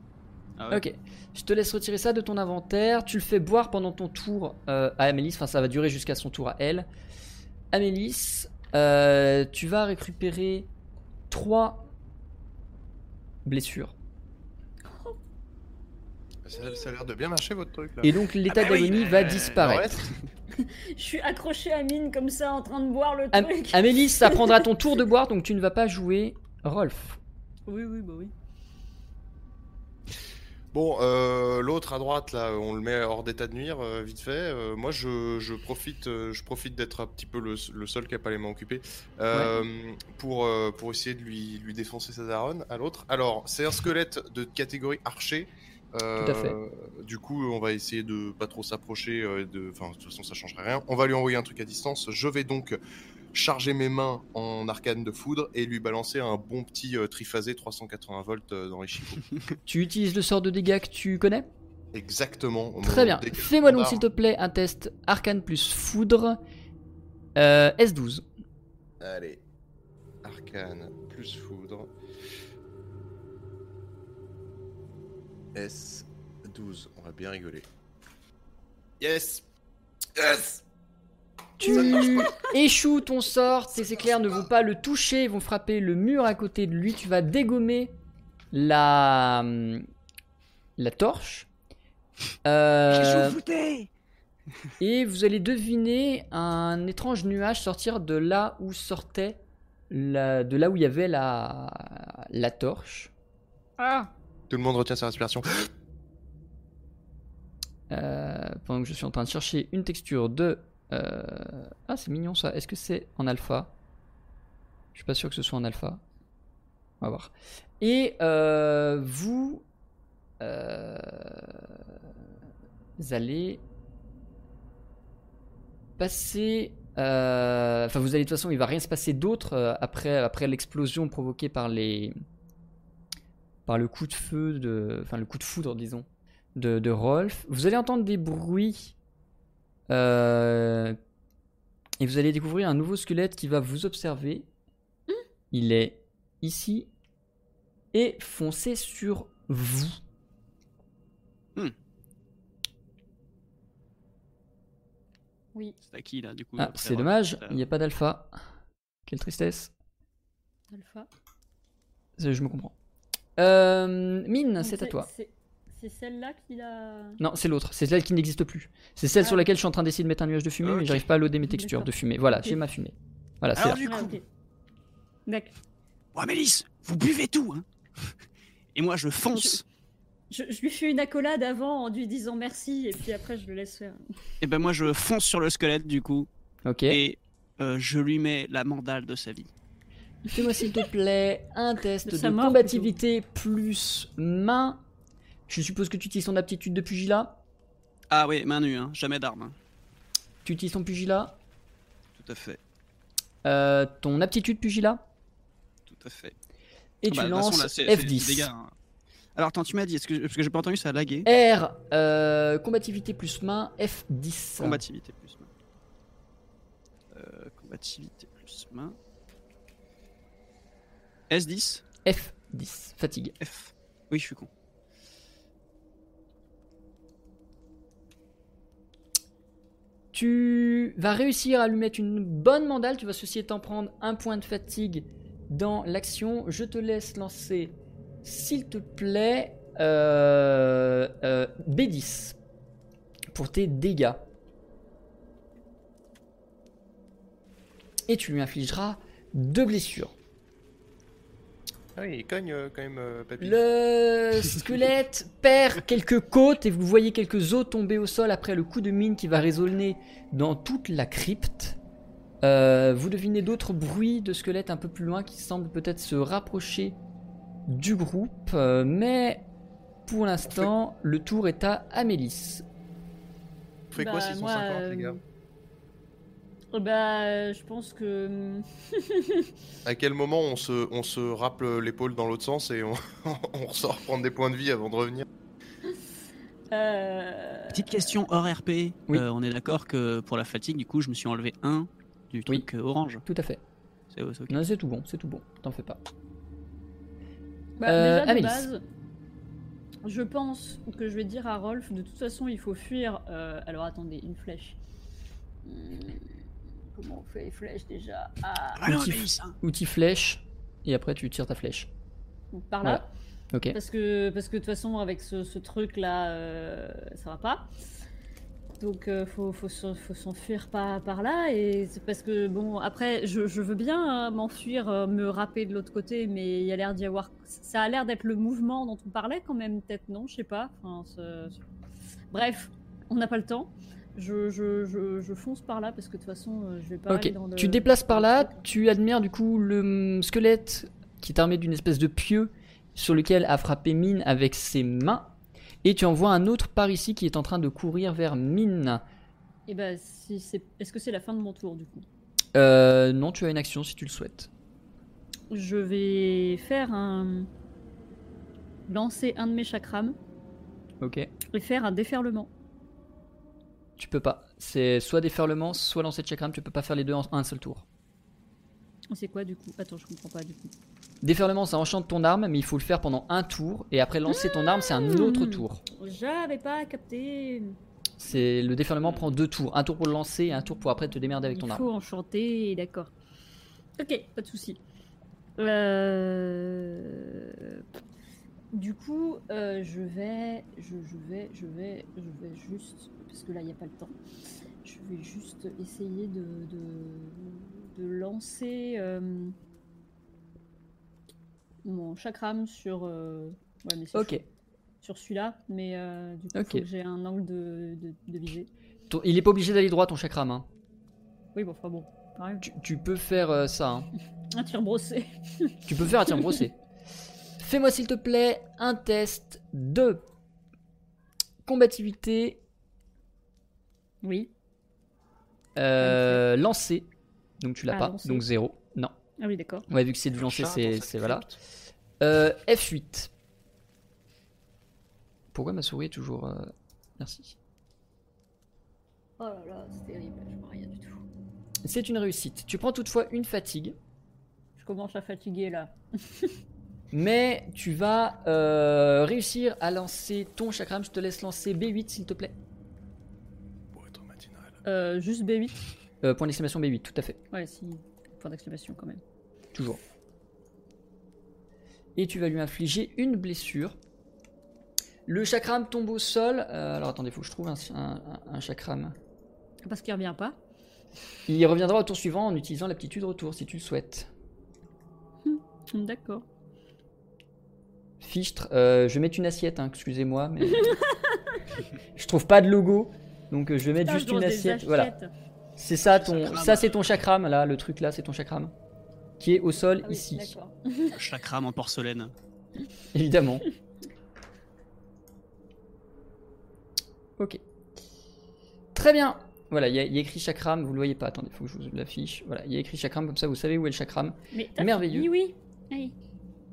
Speaker 2: Ah ouais.
Speaker 1: Ok, je te laisse retirer ça de ton inventaire. Tu le fais boire pendant ton tour euh, à Amélis. Enfin, ça va durer jusqu'à son tour à elle. Amélis, euh, tu vas récupérer 3 blessures.
Speaker 3: Ça, ça a l'air de bien marcher votre truc là.
Speaker 1: Et donc, l'état
Speaker 5: bah oui,
Speaker 1: d'agonie va
Speaker 5: euh,
Speaker 1: disparaître.
Speaker 4: Je suis accrochée à mine comme ça en train de boire le
Speaker 1: Am-
Speaker 4: truc.
Speaker 1: Amélis, ça prendra ton
Speaker 5: [laughs]
Speaker 1: tour de boire, donc tu ne vas pas jouer Rolf.
Speaker 4: Oui, oui, bah oui.
Speaker 3: Bon, euh, l'autre à droite là, on le met hors d'état de nuire euh, vite fait. Euh, moi, je, je profite, euh, je profite d'être un petit peu le, le seul qui a pas les mains occupées euh, pour euh, pour essayer de lui lui défoncer sa daronne à l'autre. Alors, c'est un squelette de catégorie archer. Euh,
Speaker 1: Tout à fait.
Speaker 3: Du coup, on va essayer de pas trop s'approcher. euh, de, enfin, de toute façon, ça changerait rien. On va lui envoyer un truc à distance. Je vais donc charger mes mains en arcane de foudre et lui balancer un bon petit euh, triphasé 380 volts euh, dans les chicots.
Speaker 1: Tu utilises le sort de dégâts que tu connais
Speaker 3: Exactement. au
Speaker 1: Très
Speaker 3: moment
Speaker 1: bien.
Speaker 3: où décale
Speaker 1: Fais-moi
Speaker 3: son
Speaker 5: Ah bah.
Speaker 1: donc, s'il
Speaker 3: arme.
Speaker 1: te plaît, un test arcane plus foudre euh, S12.
Speaker 3: Allez. Arcane plus foudre. S12. On va bien rigoler. Yes Yes
Speaker 1: Tu échoues ton sort, tes éclairs ne vont pas le toucher, ils vont frapper le mur à côté de lui, tu vas dégommer la, la torche. Euh,
Speaker 5: Je suis foutais
Speaker 1: et vous allez deviner un étrange nuage sortir de là où sortait, la- de là où il y avait la, la torche.
Speaker 4: Ah
Speaker 3: Tout le monde retient sa respiration.
Speaker 1: Euh, pendant que je suis en train de chercher une texture de Euh, Ah, c'est mignon ça. Est-ce que c'est en alpha Je suis pas sûr que ce soit en alpha. On va voir. Et euh, vous, euh, vous allez passer. euh, Enfin, vous allez de toute façon, il va rien se passer d'autre euh, après, après l'explosion provoquée par les, par le coup de feu de, enfin le coup de foudre, disons, de, de Rolf. Vous allez entendre des bruits euh, et vous allez découvrir un nouveau squelette qui va vous observer.
Speaker 2: Hmm.
Speaker 1: Il est ici et foncé sur vous.
Speaker 4: Oui,
Speaker 2: C'est à qui là du coup
Speaker 1: Ah,
Speaker 2: après
Speaker 1: c'est
Speaker 2: avoir-
Speaker 1: dommage,
Speaker 2: euh,
Speaker 1: il n'y a pas d'alpha. Quelle tristesse.
Speaker 4: alpha.
Speaker 1: Je je me comprends. Euh, mine,
Speaker 4: Donc
Speaker 1: c'est à toi.
Speaker 4: Ah, c'est- C'est celle-là qu'il a.
Speaker 1: Non, c'est l'autre. C'est celle qui n'existe plus. C'est celle
Speaker 4: Ah.
Speaker 1: sur laquelle je suis en train d'essayer de mettre un nuage de fumée, mais
Speaker 2: Ok.
Speaker 1: j'arrive pas à loader mes textures de
Speaker 4: D'accord.
Speaker 1: fumée. Voilà,
Speaker 4: Ok.
Speaker 1: j'ai ma fumée. Voilà, c'est
Speaker 2: Alors
Speaker 1: là.
Speaker 2: du
Speaker 4: Ah,
Speaker 2: coup,
Speaker 4: ok. D'accord.
Speaker 2: moi Mélisse, vous buvez tout hein [laughs] Et moi je fonce.
Speaker 4: Je, je lui fais une accolade avant en lui disant merci et puis après je le laisse euh. faire.
Speaker 2: Et ben moi je fonce sur le squelette du coup
Speaker 1: Ok.
Speaker 2: et euh, je lui mets la mandale de sa vie.
Speaker 1: Fais-moi s'il te plaît un test
Speaker 4: De
Speaker 1: de,
Speaker 4: sa mort,
Speaker 1: combativité plus main. Je suppose que tu utilises ton aptitude de pugilat.
Speaker 2: Ah oui, main nue hein, jamais d'arme. hein.
Speaker 1: Tu utilises ton pugilat.
Speaker 2: Tout à fait,
Speaker 1: Euh, ton aptitude pugilat.
Speaker 2: tout à fait.
Speaker 1: Et tu
Speaker 2: Bah, de toute façon,
Speaker 1: lances
Speaker 2: là, c'est- c'est du dégât,
Speaker 1: F10.
Speaker 2: hein. Alors attends, tu m'as dit, est-ce que, parce que j'ai pas entendu, ça a lagué.
Speaker 1: R, euh, combativité plus main, F10.
Speaker 2: Combativité plus main. Euh, combativité plus main. S10
Speaker 1: F10. Fatigue.
Speaker 2: F. Oui, je suis con.
Speaker 1: Tu vas réussir à lui mettre une bonne mandale. Tu vas ceci étant prendre un point de fatigue dans l'action. Je te laisse lancer, s'il te plaît, euh, euh, B10 pour tes dégâts. Et tu lui infligeras deux blessures.
Speaker 3: Ah oui, il cogne euh, quand même, euh, papy.
Speaker 1: Le squelette perd quelques côtes et vous voyez quelques os tomber au sol après le coup de mine qui va résonner dans toute la crypte. Euh, vous devinez d'autres bruits de squelettes un peu plus loin qui semblent peut-être se rapprocher du groupe, euh, mais pour l'instant, le tour est à Amélis.
Speaker 3: On fait quoi
Speaker 4: Bah,
Speaker 3: s'ils sont
Speaker 4: moi,
Speaker 3: 50, les gars
Speaker 4: euh, euh, Bah, euh, je pense que. hum,
Speaker 3: À quel moment on se, on se rappe l'épaule dans l'autre sens et on, [laughs] on ressort prendre des points de vie avant de revenir
Speaker 4: euh,
Speaker 2: Petite question hors RP.
Speaker 1: Oui.
Speaker 2: Euh, on est d'accord que pour la fatigue, du coup, je me suis enlevé un du truc euh, orange.
Speaker 1: Tout à fait.
Speaker 2: C'est c'est ok.
Speaker 1: Non, c'est tout bon, c'est tout bon, t'en fais pas.
Speaker 4: bah,
Speaker 1: Euh,
Speaker 4: déjà, de
Speaker 1: Amélis.
Speaker 4: base, je pense que je vais dire à Rolf de toute façon, il faut fuir. euh, alors attendez, une flèche. Hum, Comment on fait les flèches déjà Ah,
Speaker 2: Ah non,
Speaker 1: Outil-
Speaker 2: Mélisse, hein.
Speaker 1: Outil flèche, et après tu tires ta flèche.
Speaker 4: par là.
Speaker 1: Voilà. Ok.
Speaker 4: Parce que parce que de toute façon avec ce, ce truc là euh, ça va pas. Donc euh, faut faut s'en- faut s'enfuir par par là et c'est parce que bon après je, je veux bien hein, m'enfuir euh, me râper de l'autre côté mais il y a l'air d'y avoir ça a l'air d'être le mouvement dont on parlait quand même peut-être non je sais pas Enfin, ce- ce- bref on n'a pas le temps je, je, je, je fonce par là parce que de toute façon euh, je vais pas
Speaker 1: Ok,
Speaker 4: aller dans le-
Speaker 1: tu déplaces par
Speaker 4: dans le
Speaker 1: là,
Speaker 4: truc.
Speaker 1: tu admires du coup le hum, squelette qui est armé d'une espèce de pieu sur lequel a frappé Mine avec ses mains, et tu en vois un autre par ici qui est en train de courir vers Mine.
Speaker 4: et ben si c'est est-ce que c'est la fin de mon tour du coup
Speaker 1: Euh, non, tu as une action si tu le souhaites.
Speaker 4: Je vais faire un. lancer un de mes chakrams
Speaker 1: Ok.
Speaker 4: et faire un déferlement.
Speaker 1: Tu peux pas. C'est soit déferlement, soit lancer de chakram, tu peux pas faire les deux en un seul tour.
Speaker 4: C'est quoi du coup Attends, je comprends pas du coup.
Speaker 1: Déferlement, ça enchante ton arme, mais il faut le faire pendant un tour, et après lancer ton arme, c'est un autre
Speaker 4: Mmh.
Speaker 1: tour.
Speaker 4: J'avais pas capté.
Speaker 1: C'est Le déferlement prend deux tours, un tour pour le lancer et un tour pour après te démerder avec ton
Speaker 4: Il
Speaker 1: arme.
Speaker 4: faut enchanter, d'accord. Ok, pas de souci. Euh, Du coup, euh, je vais, je, je vais, je vais, je vais juste, parce que là, il n'y a pas le temps. Je vais juste essayer de, de, de lancer euh, mon chakram sur. euh, ouais, mais c'est
Speaker 1: Ok.
Speaker 4: chaud. Sur celui-là, mais euh, du coup,
Speaker 1: Ok.
Speaker 4: faut que j'ai un angle de, de, de visée.
Speaker 1: Ton- Il est pas obligé d'aller droit ton chakram. Hein.
Speaker 4: Oui, bon, enfin bon. pareil.
Speaker 1: Tu, tu peux faire euh, ça. hein.
Speaker 4: Un tir brossé.
Speaker 1: Tu peux faire un tir brossé. Fais-moi s'il te plaît un test de combativité
Speaker 4: [laughs] Oui.
Speaker 1: euh, lancé. Donc tu l'as
Speaker 4: Ah,
Speaker 1: pas,
Speaker 4: lancé.
Speaker 1: donc zéro. Non.
Speaker 4: Ah oui, d'accord.
Speaker 1: Ouais, vu que c'est du lancer,
Speaker 3: Chat
Speaker 1: c'est
Speaker 3: dans sa
Speaker 1: c'est- voilà.
Speaker 3: crypte.
Speaker 1: Euh, F8. Pourquoi ma souris est toujours. euh, Merci.
Speaker 6: Oh là là, c'est terrible, je vois rien du tout.
Speaker 1: C'est une réussite. Tu prends toutefois une fatigue,
Speaker 4: Je commence à fatiguer là.
Speaker 1: mais tu vas euh, réussir à lancer ton chakram. Je te laisse lancer B8 s'il te plaît.
Speaker 3: Pour être matinal.
Speaker 4: Euh, juste B8.
Speaker 1: Euh, point d'exclamation B8, tout à fait.
Speaker 4: Ouais, si. Point d'exclamation quand même.
Speaker 1: Toujours. Et tu vas lui infliger une blessure. Le chakram tombe au sol. Euh, alors attendez, faut que je trouve un, un, un chakram.
Speaker 4: Parce qu'il revient pas.
Speaker 1: Il reviendra au tour suivant en utilisant l'aptitude retour si tu le souhaites.
Speaker 4: D'accord.
Speaker 1: Fichtre, euh, je vais mettre une assiette, hein, excusez-moi,
Speaker 4: [laughs]
Speaker 1: mais je trouve pas de logo, donc euh, je vais mettre
Speaker 4: Putain,
Speaker 1: juste
Speaker 4: je lance
Speaker 1: une
Speaker 4: des
Speaker 1: assiette.
Speaker 4: assiettes.
Speaker 1: Voilà, c'est ça ton,
Speaker 2: Chakram.
Speaker 1: ça c'est ton chakram là, le truc là, c'est ton chakram qui est au sol
Speaker 4: Ah oui,
Speaker 1: ici,
Speaker 4: d'accord.
Speaker 2: Chakram en porcelaine.
Speaker 1: évidemment. ok, très bien. Voilà, il y, a- il y a écrit chakram, vous le voyez pas. Attendez, faut que je vous l'affiche. Voilà, il y a écrit chakram comme ça, vous savez où est le chakram.
Speaker 4: Mais t'as
Speaker 1: Merveilleux.
Speaker 4: fini, oui. Allez.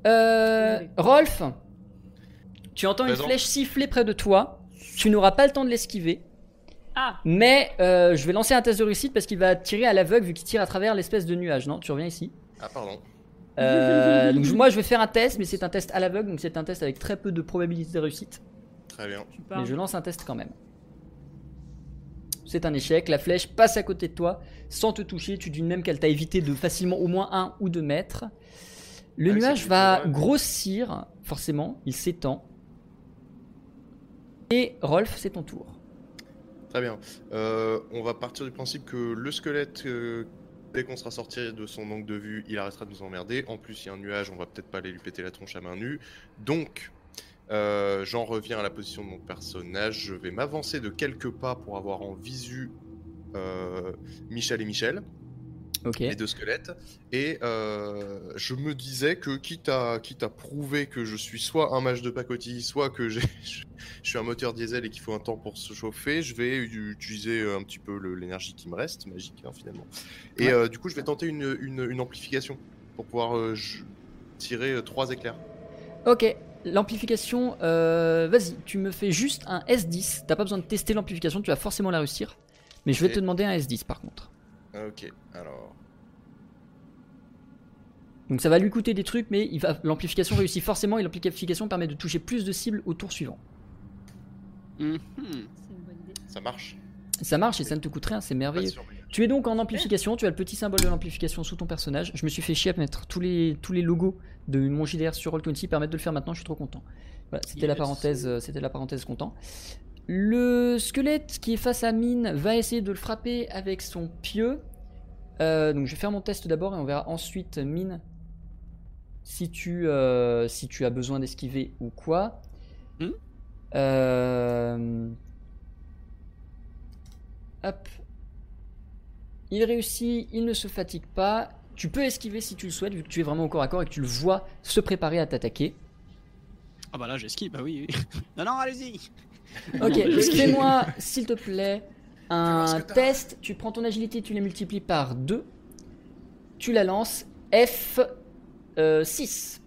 Speaker 1: Euh,
Speaker 4: Désolé.
Speaker 1: Rolf, tu entends une
Speaker 3: Présent.
Speaker 1: flèche siffler près de toi. Tu n'auras pas le temps de l'esquiver,
Speaker 4: Ah,
Speaker 1: mais euh, je vais lancer un test de réussite parce qu'il va tirer à l'aveugle vu qu'il tire à travers l'espèce de nuage. Non, tu reviens ici.
Speaker 3: Ah, pardon.
Speaker 1: Euh, donc je- moi je vais faire un test, mais c'est un test à l'aveugle, donc c'est un test avec très peu de probabilité de réussite.
Speaker 3: Très bien.
Speaker 4: tu
Speaker 1: Mais
Speaker 4: parles.
Speaker 1: je lance un test quand même. C'est un échec, la flèche passe à côté de toi sans te toucher, tu dis même qu'elle t'a évité de facilement au moins un ou deux mètres. Le
Speaker 3: Ah oui, c'est
Speaker 1: nuage
Speaker 3: plus
Speaker 1: va
Speaker 3: courageux.
Speaker 1: grossir, forcément, il s'étend. Et Rolf, c'est ton tour.
Speaker 3: Très bien. Euh, on va partir du principe que le squelette, euh, dès qu'on sera sorti de son angle de vue, il arrêtera de nous emmerder. En plus, il y a un nuage, on va peut-être pas aller lui péter la tronche à main nue. Donc, euh, j'en reviens à la position de mon personnage. Je vais m'avancer de quelques pas pour avoir en visu euh, Michel et Michel,
Speaker 1: Ok.
Speaker 3: les deux squelettes. Et euh, je me disais que, quitte à, quitte à prouver que je suis soit un mage de pacotille, soit que j'ai- [laughs] je je suis un moteur diesel et qu'il faut un temps pour se chauffer, je vais u- utiliser euh, un petit peu le- l'énergie qui me reste, magique hein, finalement. Et
Speaker 1: Ouais.
Speaker 3: euh, du coup, je vais tenter une, une- une amplification pour pouvoir euh, je- tirer euh, trois éclairs.
Speaker 1: Ok, l'amplification, euh, vas-y, tu me fais juste un S10. T'as pas besoin de tester l'amplification, tu vas forcément la réussir. Mais je vais
Speaker 3: Ok.
Speaker 1: te demander un S10 par contre.
Speaker 3: Ok, alors.
Speaker 1: Donc ça va lui coûter des trucs, mais il va- l'amplification réussit forcément et l'amplification permet de toucher plus de cibles au tour suivant.
Speaker 2: Mhm.
Speaker 4: C'est une bonne idée.
Speaker 3: Ça marche
Speaker 1: Ça marche et ça ne te coûte rien, c'est
Speaker 3: Pas de
Speaker 1: merveilleux.
Speaker 3: surprise.
Speaker 1: Tu es donc en amplification, tu as le petit symbole de l'amplification sous ton personnage. Je me suis fait chier à mettre tous les, tous les logos de mon JDR sur Roll20 permettent de le faire maintenant, je suis trop content. Voilà, c'était la
Speaker 2: Yes.
Speaker 1: parenthèse, euh, c'était la parenthèse content. Le squelette qui est face à Mine va essayer de le frapper avec son pieu. Euh, donc je vais faire mon test d'abord et on verra ensuite euh, Mine si tu, euh, si tu as besoin d'esquiver ou quoi.
Speaker 2: Hmm.
Speaker 1: Euh, Hop, il réussit, il ne se fatigue pas. Tu peux esquiver si tu le souhaites, vu que tu es vraiment au corps à corps et que tu le vois se préparer à
Speaker 3: [laughs]
Speaker 1: t'attaquer.
Speaker 2: Ah bah là j'esquive, bah oui. oui. non non allez-y.
Speaker 1: Ok,
Speaker 2: Non, mais-
Speaker 1: fais-moi, s'il te plaît,
Speaker 3: Fais voir
Speaker 1: un
Speaker 3: ce que t'as.
Speaker 1: test. Tu prends ton agilité, tu la multiplies par 2. Tu la lances euh, F6.
Speaker 4: C'est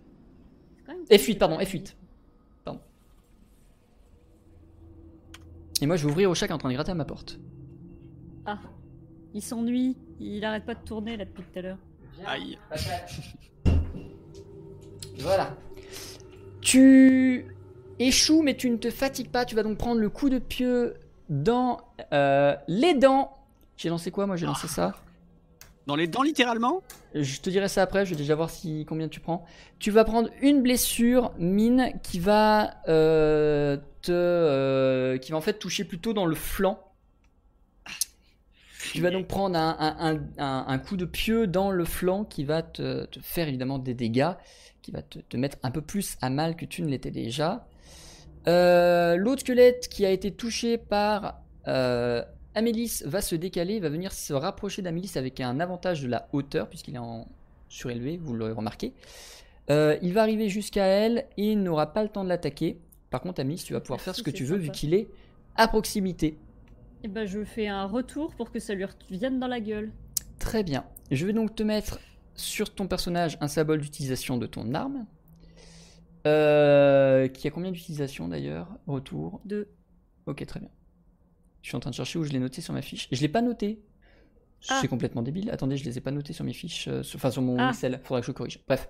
Speaker 4: quand même
Speaker 1: F8, pardon, F8. Pardon. Et moi, je vais ouvrir au chat qui est en train de gratter à ma porte.
Speaker 4: Ah, il s'ennuie. Il arrête pas de tourner là depuis tout à l'heure.
Speaker 2: Aïe.
Speaker 1: Voilà. Tu échoues, mais tu ne te fatigues pas. Tu vas donc prendre le coup de pieu dans euh, les dents. J'ai lancé quoi Moi, j'ai lancé ça.
Speaker 2: Dans les dents littéralement
Speaker 1: Je te dirai ça après. Je vais déjà voir si combien tu prends. Tu vas prendre une blessure mine qui va euh, te, euh, qui va en fait toucher plutôt dans le flanc. Tu vas donc prendre un, un- un- un- un coup de pieu dans le flanc qui va te, te faire évidemment des dégâts, qui va te, te mettre un peu plus à mal que tu ne l'étais déjà. Euh, L'autre squelette qui a été touché par euh, Amélis va se décaler, va venir se rapprocher d'Amélis avec un avantage de la hauteur, puisqu'il est en surélevé, vous l'aurez remarqué. Euh, il va arriver jusqu'à elle et il n'aura pas le temps de l'attaquer. Par contre, Amélis, tu vas pouvoir
Speaker 4: Merci,
Speaker 1: faire ce que
Speaker 4: c'est
Speaker 1: tu veux vu
Speaker 4: sympa.
Speaker 1: qu'il est à proximité.
Speaker 4: Et bah, je fais un retour pour que ça lui revienne dans la gueule.
Speaker 1: Très bien. Je vais donc te mettre sur ton personnage un symbole d'utilisation de ton arme. Euh, qui a combien d'utilisation d'ailleurs Retour.
Speaker 4: Deux.
Speaker 1: Ok, très bien. Je suis en train de chercher où je l'ai noté sur ma fiche. Je l'ai pas noté.
Speaker 4: Ah.
Speaker 1: C'est complètement débile. Attendez, je les ai pas notés sur mes fiches, euh, sur- enfin sur mon
Speaker 4: Ah.
Speaker 1: Excel. Faudra que je corrige. Bref.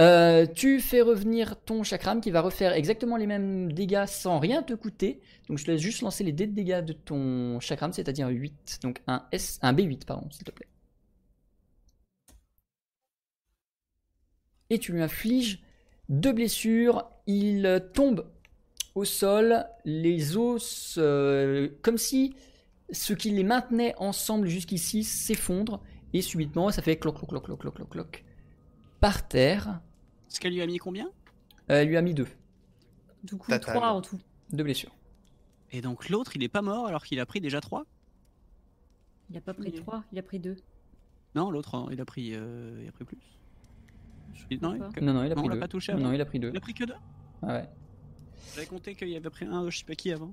Speaker 1: Euh, tu fais revenir ton chakram qui va refaire exactement les mêmes dégâts sans rien te coûter. Donc je te laisse juste lancer les dés de dégâts de ton chakram, c'est-à-dire 8. Donc un, S, un B8, pardon, s'il te plaît. Et tu lui infliges deux blessures. Il euh, tombe au sol, les os, euh, comme si ce qui les maintenait ensemble jusqu'ici s'effondre, et subitement ça fait cloc, cloc, cloc, cloc, cloc, cloc, cloc, par terre.
Speaker 2: Ce qu'elle lui a mis combien
Speaker 1: Euh, elle lui a mis deux,
Speaker 4: Du coup,
Speaker 3: Tatane.
Speaker 4: trois en tout.
Speaker 1: deux blessures.
Speaker 2: Et donc l'autre, il est pas mort alors qu'il a pris déjà 3
Speaker 4: Il a pas
Speaker 2: Oui.
Speaker 4: pris trois, il a pris deux.
Speaker 2: Non, l'autre, hein, il a pris, euh, il a pris plus. Il- Non,
Speaker 4: pas.
Speaker 2: il-
Speaker 1: Non, non, il a
Speaker 2: Non,
Speaker 1: pris
Speaker 2: on l'a
Speaker 1: deux.
Speaker 2: pas touché
Speaker 1: Non,
Speaker 2: avant.
Speaker 1: il a pris deux.
Speaker 2: il a pris que 2
Speaker 1: Ah ouais.
Speaker 2: J'avais compté qu'il y avait pris un, euh, je sais pas qui avant.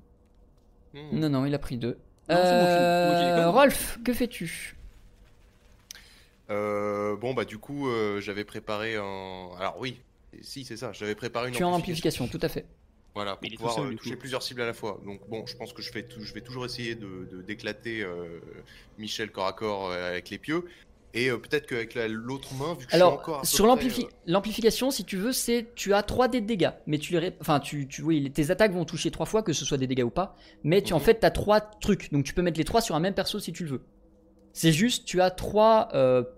Speaker 3: Hmm.
Speaker 1: Non, non, il a pris deux.
Speaker 2: Non, c'est moi qui- moi qui
Speaker 1: Euh,
Speaker 2: déconne.
Speaker 1: Rolf, que fais-tu
Speaker 3: Euh, bon, bah, du coup, euh, j'avais préparé un. Alors, oui, Et si, c'est ça, j'avais préparé une
Speaker 1: Tu es en amplification, tout à fait.
Speaker 3: Voilà,
Speaker 2: Mais
Speaker 3: pour
Speaker 2: il est tout
Speaker 3: pouvoir
Speaker 2: seul,
Speaker 3: euh,
Speaker 2: du
Speaker 3: toucher
Speaker 2: coup.
Speaker 3: plusieurs cibles à la fois. Donc, bon, je pense que je, fais tout- je vais toujours essayer de de- d'éclater euh, Michel corps à corps euh, avec les pieux. Et euh, peut-être qu'avec la- l'autre main, vu que je suis encore. à
Speaker 1: Alors,
Speaker 3: peu
Speaker 1: sur
Speaker 3: près, euh.
Speaker 1: l'amplifi- l'amplification, si tu veux, c'est tu as 3 dés de dégâts, mais tu les ré- enfin tu, tu oui, les- tes attaques vont toucher 3 fois que ce soit des dégâts ou pas, mais tu en
Speaker 3: Mhm.
Speaker 1: fait tu as 3 trucs. Donc tu peux mettre les 3 sur un même perso si tu le veux. C'est juste tu as 3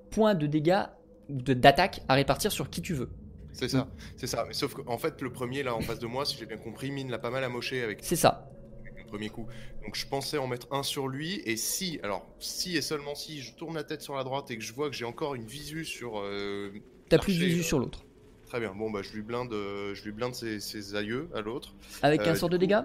Speaker 1: points de dégâts ou de- d'attaque à répartir sur qui tu veux.
Speaker 3: euh, C'est ça, c'est ça. Mais sauf qu'en fait, le premier, là, en face de moi, si j'ai bien compris, mine l'a pas mal amoché avec
Speaker 1: C'est ça.
Speaker 3: le premier coup. Donc je pensais en mettre un sur lui, et si, alors si et seulement si je tourne la tête sur la droite et que je vois que j'ai encore une visu sur... euh,
Speaker 1: T'as plus de
Speaker 3: Marcher,
Speaker 1: visu
Speaker 3: euh,
Speaker 1: sur l'autre.
Speaker 3: Très bien, bon bah je lui blinde, euh, je lui blinde ses, ses aïeux à l'autre.
Speaker 1: Avec
Speaker 3: euh,
Speaker 1: un sort
Speaker 3: du
Speaker 1: de
Speaker 3: coup,
Speaker 1: dégâts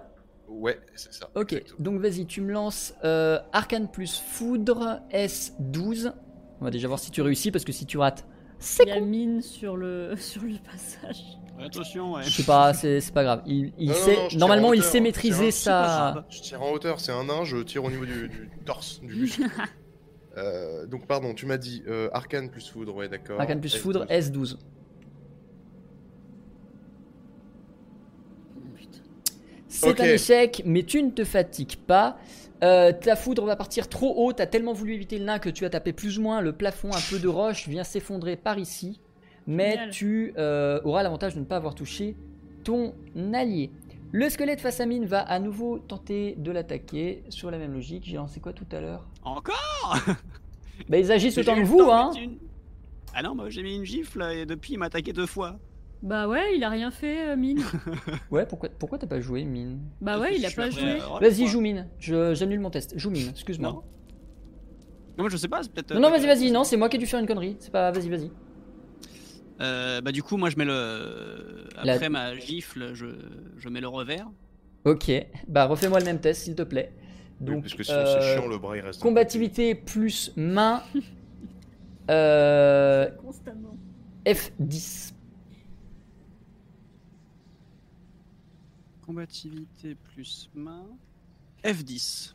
Speaker 3: Ouais, c'est ça.
Speaker 1: Ok,
Speaker 3: exactement.
Speaker 1: donc vas-y, tu me lances euh, Arcane plus Foudre S12. On va déjà voir si tu réussis parce que si tu rates, c'est
Speaker 4: Il y a mine sur le, [laughs] sur le passage.
Speaker 2: Attention, ouais.
Speaker 1: Je sais pas, c'est c'est pas grave. Il, il
Speaker 3: Non, non,
Speaker 1: sait,
Speaker 3: non, je tire
Speaker 1: normalement,
Speaker 3: en
Speaker 1: il
Speaker 3: hauteur,
Speaker 1: sait
Speaker 3: hein.
Speaker 1: maîtriser
Speaker 3: C'est pas
Speaker 1: sa.
Speaker 2: grave.
Speaker 3: Je tire en hauteur, c'est un nain, je tire au niveau du, du torse, du
Speaker 1: [laughs]
Speaker 3: muscle. Euh, donc pardon, tu m'as dit euh, arcane plus foudre, ouais d'accord.
Speaker 1: Arcane plus
Speaker 3: Et-
Speaker 1: foudre S12. C'est
Speaker 3: Ok.
Speaker 1: un échec, mais tu ne te fatigues pas. Euh, ta foudre va partir trop haut. T'as tellement voulu éviter le nain que tu as tapé plus ou moins le plafond. Un peu de roche vient s'effondrer par ici, mais
Speaker 4: Génial.
Speaker 1: tu euh, auras l'avantage de ne pas avoir touché ton allié. Le squelette face à mine va à nouveau tenter de l'attaquer sur la même logique. J'ai lancé quoi tout à l'heure
Speaker 2: Encore
Speaker 1: Bah ils agissent
Speaker 2: J'ai
Speaker 1: autant
Speaker 2: eu
Speaker 1: que
Speaker 2: le
Speaker 1: vous,
Speaker 2: temps de
Speaker 1: hein
Speaker 2: mettre une- Ah non, moi j'ai mis une gifle et depuis il m'a attaqué deux fois.
Speaker 4: Bah ouais, il a rien fait, euh, mine.
Speaker 1: Ouais, pourquoi, pourquoi t'as pas joué mine
Speaker 4: Bah
Speaker 2: Parce que
Speaker 4: ouais, il
Speaker 2: je
Speaker 4: a
Speaker 2: suis
Speaker 4: pas
Speaker 2: après,
Speaker 4: joué.
Speaker 2: euh, Rolf,
Speaker 1: Vas-y,
Speaker 2: quoi.
Speaker 1: joue mine. Je- J'annule mon test. Joue mine, excuse-moi.
Speaker 2: Non. Non, mais je sais pas, c'est peut-être.
Speaker 1: Non, non, vas-y, vas-y, non, c'est moi qui ai dû faire une connerie. C'est pas, vas-y, vas-y.
Speaker 2: Euh, bah, du coup, moi je mets le.
Speaker 1: La-
Speaker 2: Après ma gifle, je, je mets le revers.
Speaker 1: Ok, bah refais-moi le même test, s'il te plaît.
Speaker 3: Oui,
Speaker 1: Donc,
Speaker 3: parce que sinon
Speaker 1: euh,
Speaker 3: c'est chiant, le bras il reste.
Speaker 1: combativité plus
Speaker 3: [laughs]
Speaker 1: main, euh,
Speaker 4: Constamment.
Speaker 1: F10.
Speaker 2: Combativité plus main. F10.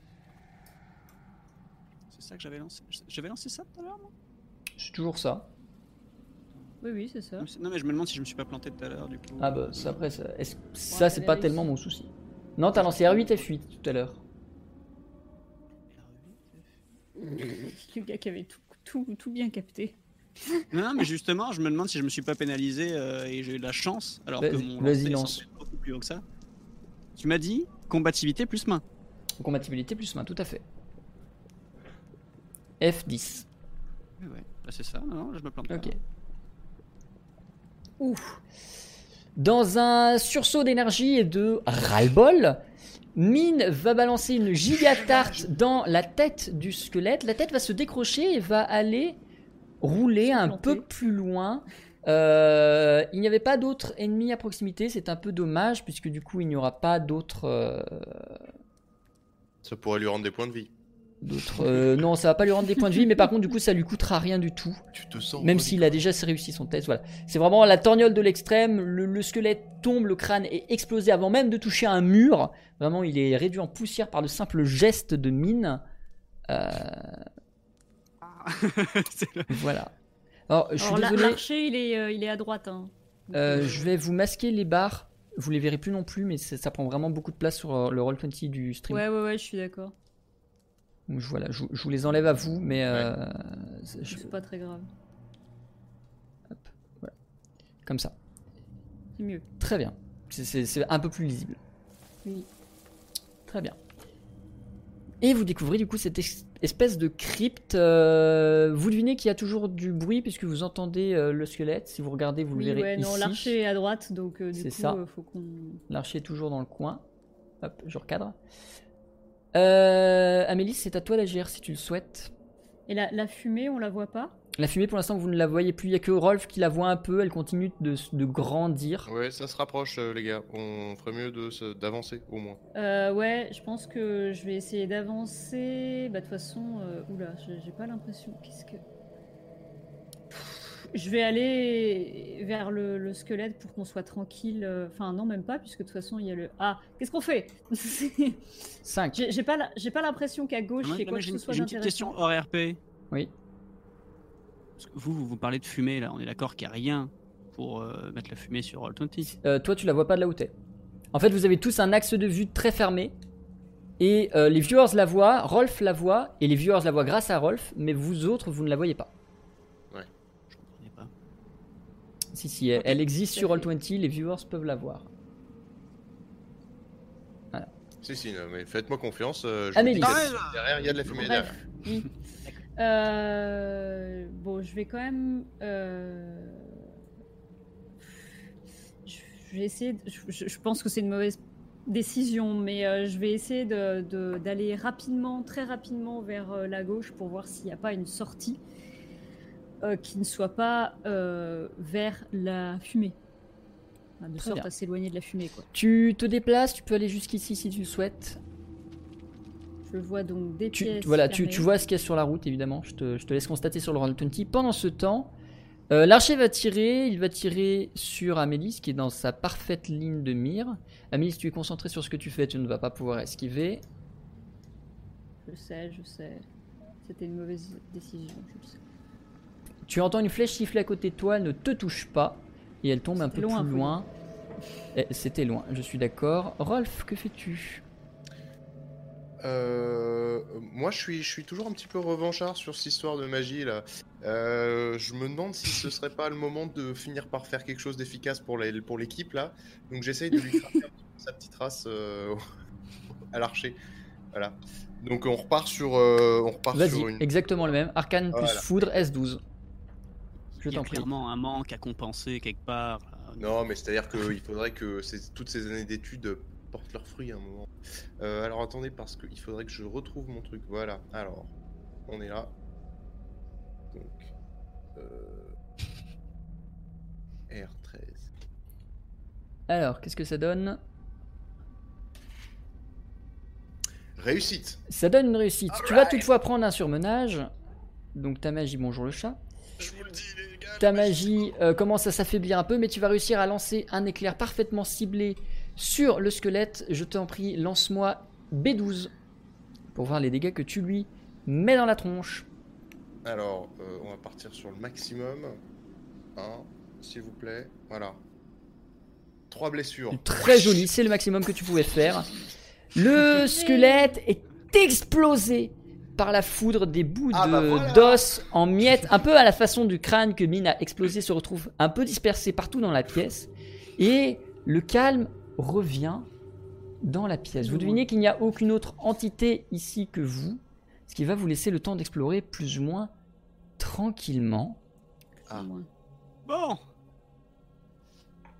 Speaker 2: C'est ça que j'avais lancé. J'avais lancé ça tout à l'heure, moi
Speaker 1: C'est toujours ça.
Speaker 4: Oui, oui, c'est ça.
Speaker 2: Non, mais je me demande si je me suis pas planté tout à l'heure, du coup.
Speaker 1: Ah bah, ça, après, ça, est-ce- ça c'est pas
Speaker 4: vérifie.
Speaker 1: tellement mon souci. Non, t'as lancé R8, F8 tout à l'heure.
Speaker 4: Le gars qui avait tout, tout, tout bien capté.
Speaker 2: Non, non, mais justement, je me demande si je me suis pas pénalisé euh, et j'ai eu de la chance. Alors que
Speaker 1: Vas-y, vas-y,
Speaker 2: mon lancer est
Speaker 1: lance.
Speaker 2: censé être beaucoup plus haut que ça. Tu m'as dit combativité plus main.
Speaker 1: Combativité plus main, tout à fait. F10.
Speaker 2: Ouais, ouais. Bah, c'est ça. Non, non, je me plante. pas.
Speaker 1: Ok. Ouf. Dans un sursaut d'énergie et de ras-le-bol, Mine va balancer une gigatarte dans la tête du squelette. La tête va se décrocher et va aller rouler un
Speaker 4: planter.
Speaker 1: peu plus loin. Euh, il n'y avait pas d'autres ennemis à proximité, c'est un peu dommage puisque du coup il n'y aura pas d'autres. euh,
Speaker 3: Ça pourrait lui rendre des points de vie.
Speaker 1: d'autres. euh, non, ça va pas lui rendre des points de vie, mais par contre, du coup, ça lui coûtera rien du tout.
Speaker 3: Tu te sens.
Speaker 1: Même s'il a déjà réussi son test, voilà. C'est vraiment la torgnole de l'extrême, le, le squelette tombe, le crâne est explosé avant même de toucher un mur. Vraiment, il est réduit en poussière par le simple geste de mine. Euh,
Speaker 2: [laughs] C'est le-
Speaker 1: voilà. Alors, je suis
Speaker 4: Alors, la-
Speaker 1: désolé,
Speaker 4: l'archer, il est, euh, il est à droite. hein. Donc,
Speaker 1: euh,
Speaker 4: euh,
Speaker 1: je vais vous masquer les barres. Vous les verrez plus non plus, mais ça, ça prend vraiment beaucoup de place sur euh, le Roll20 du stream.
Speaker 4: Ouais, ouais, ouais, je suis d'accord.
Speaker 1: Donc, je- voilà, je, je vous les enlève à vous, mais euh, c'est- je-
Speaker 4: C'est pas très grave.
Speaker 1: comme ça.
Speaker 4: C'est mieux.
Speaker 1: Très bien. C'est- C'est c'est un peu plus lisible.
Speaker 4: Oui.
Speaker 1: Très bien. Et vous découvrez du coup cette es- espèce de crypte. euh, vous devinez qu'il y a toujours du bruit puisque vous entendez euh, le squelette. Si vous regardez, vous
Speaker 4: Oui,
Speaker 1: le verrez
Speaker 4: ouais, non,
Speaker 1: ici.
Speaker 4: l'archer est à droite, donc euh, du
Speaker 1: C'est
Speaker 4: coup,
Speaker 1: ça.
Speaker 4: euh, faut qu'on.
Speaker 1: L'archer est toujours dans le coin. Hop, je recadre. Euh, Amélie, c'est à toi d'agir si tu le souhaites.
Speaker 4: Et la, la fumée, on la voit pas
Speaker 1: La fumée, pour l'instant, vous ne la voyez plus. Il n'y a que Rolf qui la voit un peu. Elle continue de, de grandir.
Speaker 3: Ouais, ça se rapproche, euh, les gars. On ferait mieux de se- d'avancer au moins.
Speaker 4: Euh, ouais, je pense que je vais essayer d'avancer. Bah, de toute façon, euh, oula, j'ai j'ai pas l'impression. Qu'est-ce que. Pff, Je vais aller vers le, le squelette pour qu'on soit tranquille. euh, Enfin, non, même pas, puisque de toute façon, il y a le. Ah, qu'est-ce qu'on fait [laughs]
Speaker 1: 5.
Speaker 4: J'ai j'ai pas la- j'ai pas l'impression qu'à gauche,
Speaker 2: Moi,
Speaker 4: il y ait quoi que
Speaker 2: j'ai
Speaker 4: ce
Speaker 2: une,
Speaker 4: soit
Speaker 2: j'ai une petite
Speaker 4: d'intéressant.
Speaker 2: question hors RP.
Speaker 1: Oui.
Speaker 2: Parce que vous, vous, vous parlez de fumée là, on est d'accord qu'il n'y a rien pour euh, mettre la fumée sur Roll20.
Speaker 1: Euh, toi, tu la vois pas de là où t'es. En fait, vous avez tous un axe de vue très fermé. Et euh, les viewers la voient, Rolf la voit, et les viewers la voient grâce à Rolf, mais vous autres, vous ne la voyez pas.
Speaker 2: Je comprenais pas.
Speaker 1: Si, si, elle, elle existe
Speaker 4: tout à
Speaker 1: sur
Speaker 4: fait.
Speaker 1: Roll20, les viewers peuvent la voir.
Speaker 3: Si, si, non, mais faites-moi confiance. euh, je
Speaker 1: Amélie.
Speaker 3: vous dis
Speaker 2: Arrête,
Speaker 3: que derrière, il y a de la fumée
Speaker 4: Bref.
Speaker 3: derrière.
Speaker 4: Oui. Euh, bon, je vais quand même. euh, Je je vais essayer. de- je- Je, je pense que c'est une mauvaise décision, mais euh, je vais essayer de- de- d'aller rapidement, très rapidement vers euh, la gauche pour voir s'il n'y a pas une sortie euh, qui ne soit pas euh, vers la fumée. Enfin, de
Speaker 1: Très
Speaker 4: sorte
Speaker 1: bien.
Speaker 4: à s'éloigner de la fumée, quoi.
Speaker 1: Tu te déplaces, tu peux aller jusqu'ici si tu le souhaites.
Speaker 4: Je vois donc des
Speaker 1: Tu,
Speaker 4: pièces.
Speaker 1: tu- voilà, tu, tu
Speaker 4: fermées.
Speaker 1: vois ce qu'il y a sur la route, évidemment. Je te, je te laisse constater sur le Roll20. Pendant ce temps, euh, l'archer va tirer. Il va tirer sur Amélis, qui est dans sa parfaite ligne de mire. Amélis, tu es concentré sur ce que tu fais, tu ne vas pas pouvoir esquiver.
Speaker 4: Je sais, je sais. C'était une mauvaise décision, je le sais.
Speaker 1: Tu entends une flèche siffler à côté de toi, elle ne te touche pas, et elle tombe un peu
Speaker 4: C'était loin,
Speaker 1: plus
Speaker 4: Pauline.
Speaker 1: loin. Eh, C'était loin, je suis d'accord. Rolf, que fais-tu
Speaker 3: Euh, moi, je suis, je suis toujours un petit peu revanchard sur cette histoire de magie là. Euh, je me demande si ce serait pas le moment de finir par faire quelque chose d'efficace pour les- pour l'équipe là. Donc j'essaye de lui craquer un petit peu sa petite race euh, [laughs] à l'archer. Voilà. Donc on repart sur, euh, on repart
Speaker 1: Vas-y,
Speaker 3: sur une.
Speaker 1: exactement le même. Arcane plus
Speaker 3: Voilà.
Speaker 1: foudre, S12. Je
Speaker 2: Il y a
Speaker 1: t'en prie.
Speaker 2: clairement un manque à compenser quelque part. là.
Speaker 3: Non, mais c'est-à-dire qu'il faudrait que ces- toutes ces années d'études portent leurs fruits à un moment. Euh, alors attendez, parce qu'il faudrait que je retrouve mon truc. Voilà, alors, on est là. Donc, [laughs] euh, R13.
Speaker 1: Alors, qu'est-ce que ça donne
Speaker 3: Réussite
Speaker 1: Ça donne une réussite. Tu vas toutefois prendre un surmenage. Donc ta magie, bonjour le chat.
Speaker 3: Je vous le dis, les gars
Speaker 1: Ta magie euh, commence à s'affaiblir un peu, mais tu vas réussir à lancer un éclair parfaitement ciblé sur le squelette. Je t'en prie, lance-moi B12 pour voir les dégâts que tu lui mets dans la tronche.
Speaker 3: Alors, euh, on va partir sur le maximum. 1, s'il vous plaît. Voilà. Trois blessures.
Speaker 1: Très joli, c'est le maximum que tu pouvais faire. Le squelette est explosé par la foudre des bouts
Speaker 3: Ah
Speaker 1: de-
Speaker 3: bah voilà.
Speaker 1: d'os en miettes, un peu à la façon du crâne que Mine a explosé, se retrouve un peu dispersé partout dans la pièce. Et le calme revient dans la pièce. Vous devinez qu'il n'y a aucune autre entité ici que vous, ce qui va vous laisser le temps d'explorer plus ou moins tranquillement.
Speaker 3: Ah.
Speaker 2: Bon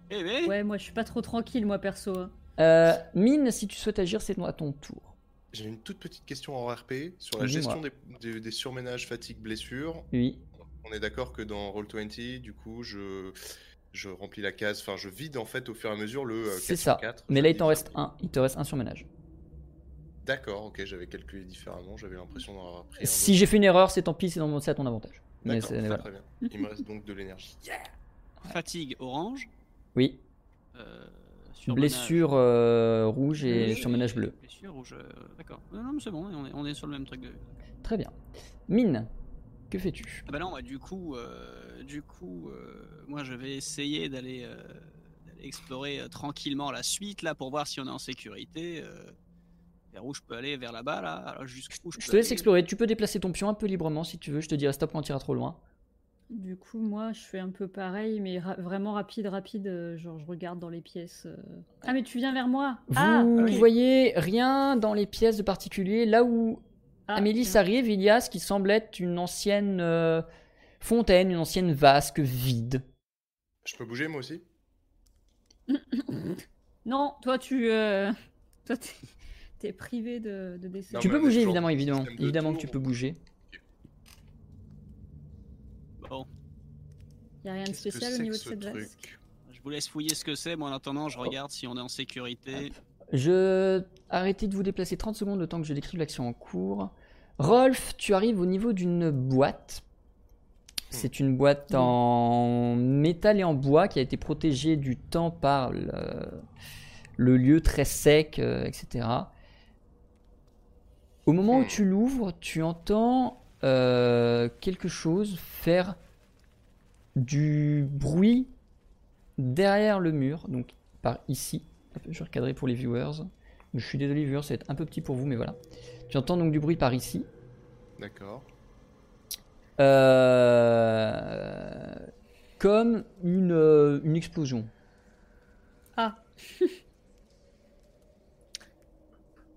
Speaker 2: Eh ben
Speaker 4: Ouais, moi je suis pas trop tranquille, moi perso. hein.
Speaker 1: Euh, Mine, si tu souhaites agir, c'est à ton tour.
Speaker 3: J'ai une toute petite question en RP sur la
Speaker 1: Dis-moi.
Speaker 3: gestion des, des- des surménages, fatigue, blessures.
Speaker 1: Oui.
Speaker 3: On est d'accord que dans Roll20, du coup, je, je remplis la case, enfin, je vide en fait au fur et à mesure le euh,
Speaker 1: C'est
Speaker 3: 404.
Speaker 1: Mais là, il t'en
Speaker 3: c'est-à-dire-
Speaker 1: reste un. Il te reste un surmenage.
Speaker 3: D'accord, ok, j'avais calculé différemment, j'avais l'impression d'en avoir pris un.
Speaker 1: Si j'ai fait une erreur, c'est tant pis, c'est dans mon- c'est à ton avantage. Mais
Speaker 3: D'accord,
Speaker 1: c'est-
Speaker 3: très,
Speaker 1: voilà.
Speaker 3: très bien. Il me reste donc
Speaker 1: [laughs]
Speaker 3: de l'énergie.
Speaker 2: Fatigue orange.
Speaker 1: Oui,
Speaker 2: euh, surmenage-
Speaker 1: blessure euh, rouge et surmenage bleu.
Speaker 2: Blessure rouge. euh, D'accord. Non, non, mais c'est bon, on est, on est sur le même truc de.
Speaker 1: Très bien. Mine, que fais-tu
Speaker 2: Ah bah non, ouais, du coup, euh, du coup, euh, moi je vais essayer d'aller euh, d'aller explorer euh, tranquillement la suite là pour voir si on est en sécurité. euh, vers où je peux aller, vers là-bas là. Alors jusqu'où je,
Speaker 1: Je te
Speaker 2: peux
Speaker 1: laisse
Speaker 2: aller.
Speaker 1: explorer, tu peux déplacer ton pion un peu librement si tu veux, je te dirai stop quand tu iras trop loin.
Speaker 4: Du coup, moi, je fais un peu pareil, mais ra- vraiment rapide, rapide. euh, Genre, je regarde dans les pièces. euh. Ah, mais tu viens vers moi
Speaker 1: Vous
Speaker 4: Ah
Speaker 2: oui.
Speaker 1: voyez rien dans les pièces de particulier. Là où
Speaker 4: Ah,
Speaker 1: Amélie
Speaker 4: tiens.
Speaker 1: s'arrive, il y a ce qui semble être une ancienne euh, fontaine, une ancienne vasque vide.
Speaker 3: Je peux bouger moi aussi
Speaker 4: Non, toi, tu. euh, [laughs] Toi, t'es- t'es privé de, de dessin.
Speaker 3: Non,
Speaker 1: tu
Speaker 3: mais
Speaker 1: peux
Speaker 3: avec
Speaker 1: bouger
Speaker 3: genre
Speaker 1: évidemment,
Speaker 3: de
Speaker 1: évidemment,
Speaker 3: système de
Speaker 1: évidemment que tu
Speaker 3: tour.
Speaker 1: peux bouger.
Speaker 2: Bon,
Speaker 4: Y a rien de
Speaker 3: Qu'est-ce que
Speaker 4: spécial
Speaker 3: c'est
Speaker 4: au
Speaker 3: que
Speaker 4: niveau de
Speaker 3: ce
Speaker 4: cette
Speaker 3: truc
Speaker 4: vasque.
Speaker 2: je vous laisse fouiller ce que c'est. Moi en attendant,
Speaker 1: Oh.
Speaker 2: je regarde si on est en sécurité.
Speaker 1: Je arrêtez de vous déplacer 30 secondes le temps que je décrive l'action en cours. Rolf, tu arrives au niveau d'une boîte. C'est une boîte en métal et en bois qui a été protégée du temps par le, le lieu très sec, euh, etc. Au moment où
Speaker 3: Hmm.
Speaker 1: tu l'ouvres, tu entends euh, quelque chose faire du bruit derrière le mur, donc par ici. Hop, Je vais recadrer pour les viewers. Je suis désolé, viewers, ça va être un peu petit pour vous, mais voilà. Tu entends donc du bruit par ici.
Speaker 3: D'accord.
Speaker 1: Euh, Comme une, euh, une explosion.
Speaker 4: Ah,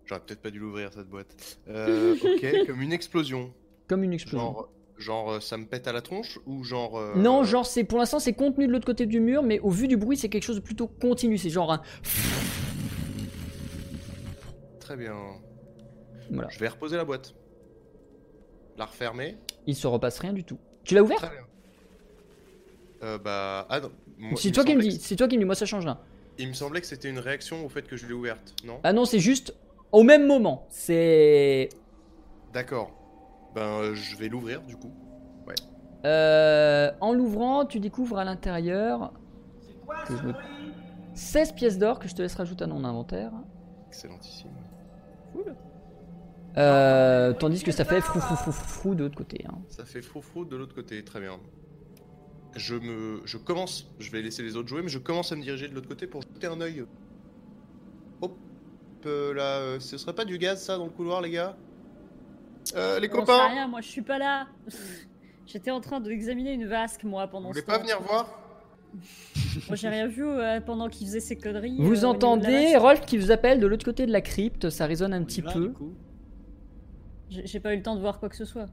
Speaker 3: J'aurais peut-être pas dû l'ouvrir cette
Speaker 4: [laughs]
Speaker 3: boîte. Euh, ok, comme une explosion.
Speaker 1: Comme une explosion.
Speaker 3: Genre, genre euh, ça me pète à la tronche ou genre. euh,
Speaker 1: Non, genre, c'est pour l'instant, c'est contenu de l'autre côté du mur, mais au vu du bruit, c'est quelque chose de plutôt continu. C'est genre un.
Speaker 3: Très bien.
Speaker 1: Voilà.
Speaker 3: Je vais reposer la boîte. La refermer.
Speaker 1: Il se repasse rien du tout. Tu l'as ouvert
Speaker 3: Très bien. Euh, bah. Ah non. moi, il
Speaker 1: C'est toi qui me
Speaker 3: semblait
Speaker 1: dis, c'est toi qui me dis, moi ça change rien.
Speaker 3: que- Il me semblait que c'était une réaction au fait que je l'ai ouverte, non
Speaker 1: Ah non, c'est juste au même moment. C'est.
Speaker 3: D'accord. Ben, euh, je vais l'ouvrir du coup.
Speaker 1: Euh, en l'ouvrant, tu découvres à l'intérieur. que je me- 16 pièces d'or que je te laisse rajouter à mon inventaire.
Speaker 3: Excellentissime.
Speaker 1: Euh, tandis que ça fait frou frou frou frou, frou de l'autre côté. hein.
Speaker 3: Ça fait froufrou de l'autre côté, très bien. Je me, je commence, je vais laisser les autres jouer, mais je commence à me diriger de l'autre côté pour jeter un œil. Hop, euh, là, euh, ce serait pas du gaz ça dans le couloir, les gars Euh, Les
Speaker 4: j'en sais
Speaker 3: copains,
Speaker 4: rien, moi, je suis pas là. [laughs] J'étais en train d'examiner une vasque, moi,
Speaker 3: vous
Speaker 4: pendant
Speaker 3: voulez
Speaker 4: ce
Speaker 3: pas
Speaker 4: temps.
Speaker 3: venir voir
Speaker 4: Moi, j'ai rien vu euh, pendant qu'il faisait ses conneries. euh, au
Speaker 1: Vous
Speaker 4: niveau de la
Speaker 1: entendez
Speaker 4: vasque.
Speaker 1: Rolf qui vous appelle de l'autre côté de la crypte, ça résonne un
Speaker 2: On y
Speaker 1: petit
Speaker 2: va,
Speaker 1: peu.
Speaker 2: du coup.
Speaker 4: J'ai j'ai pas eu le temps de voir quoi que ce soit.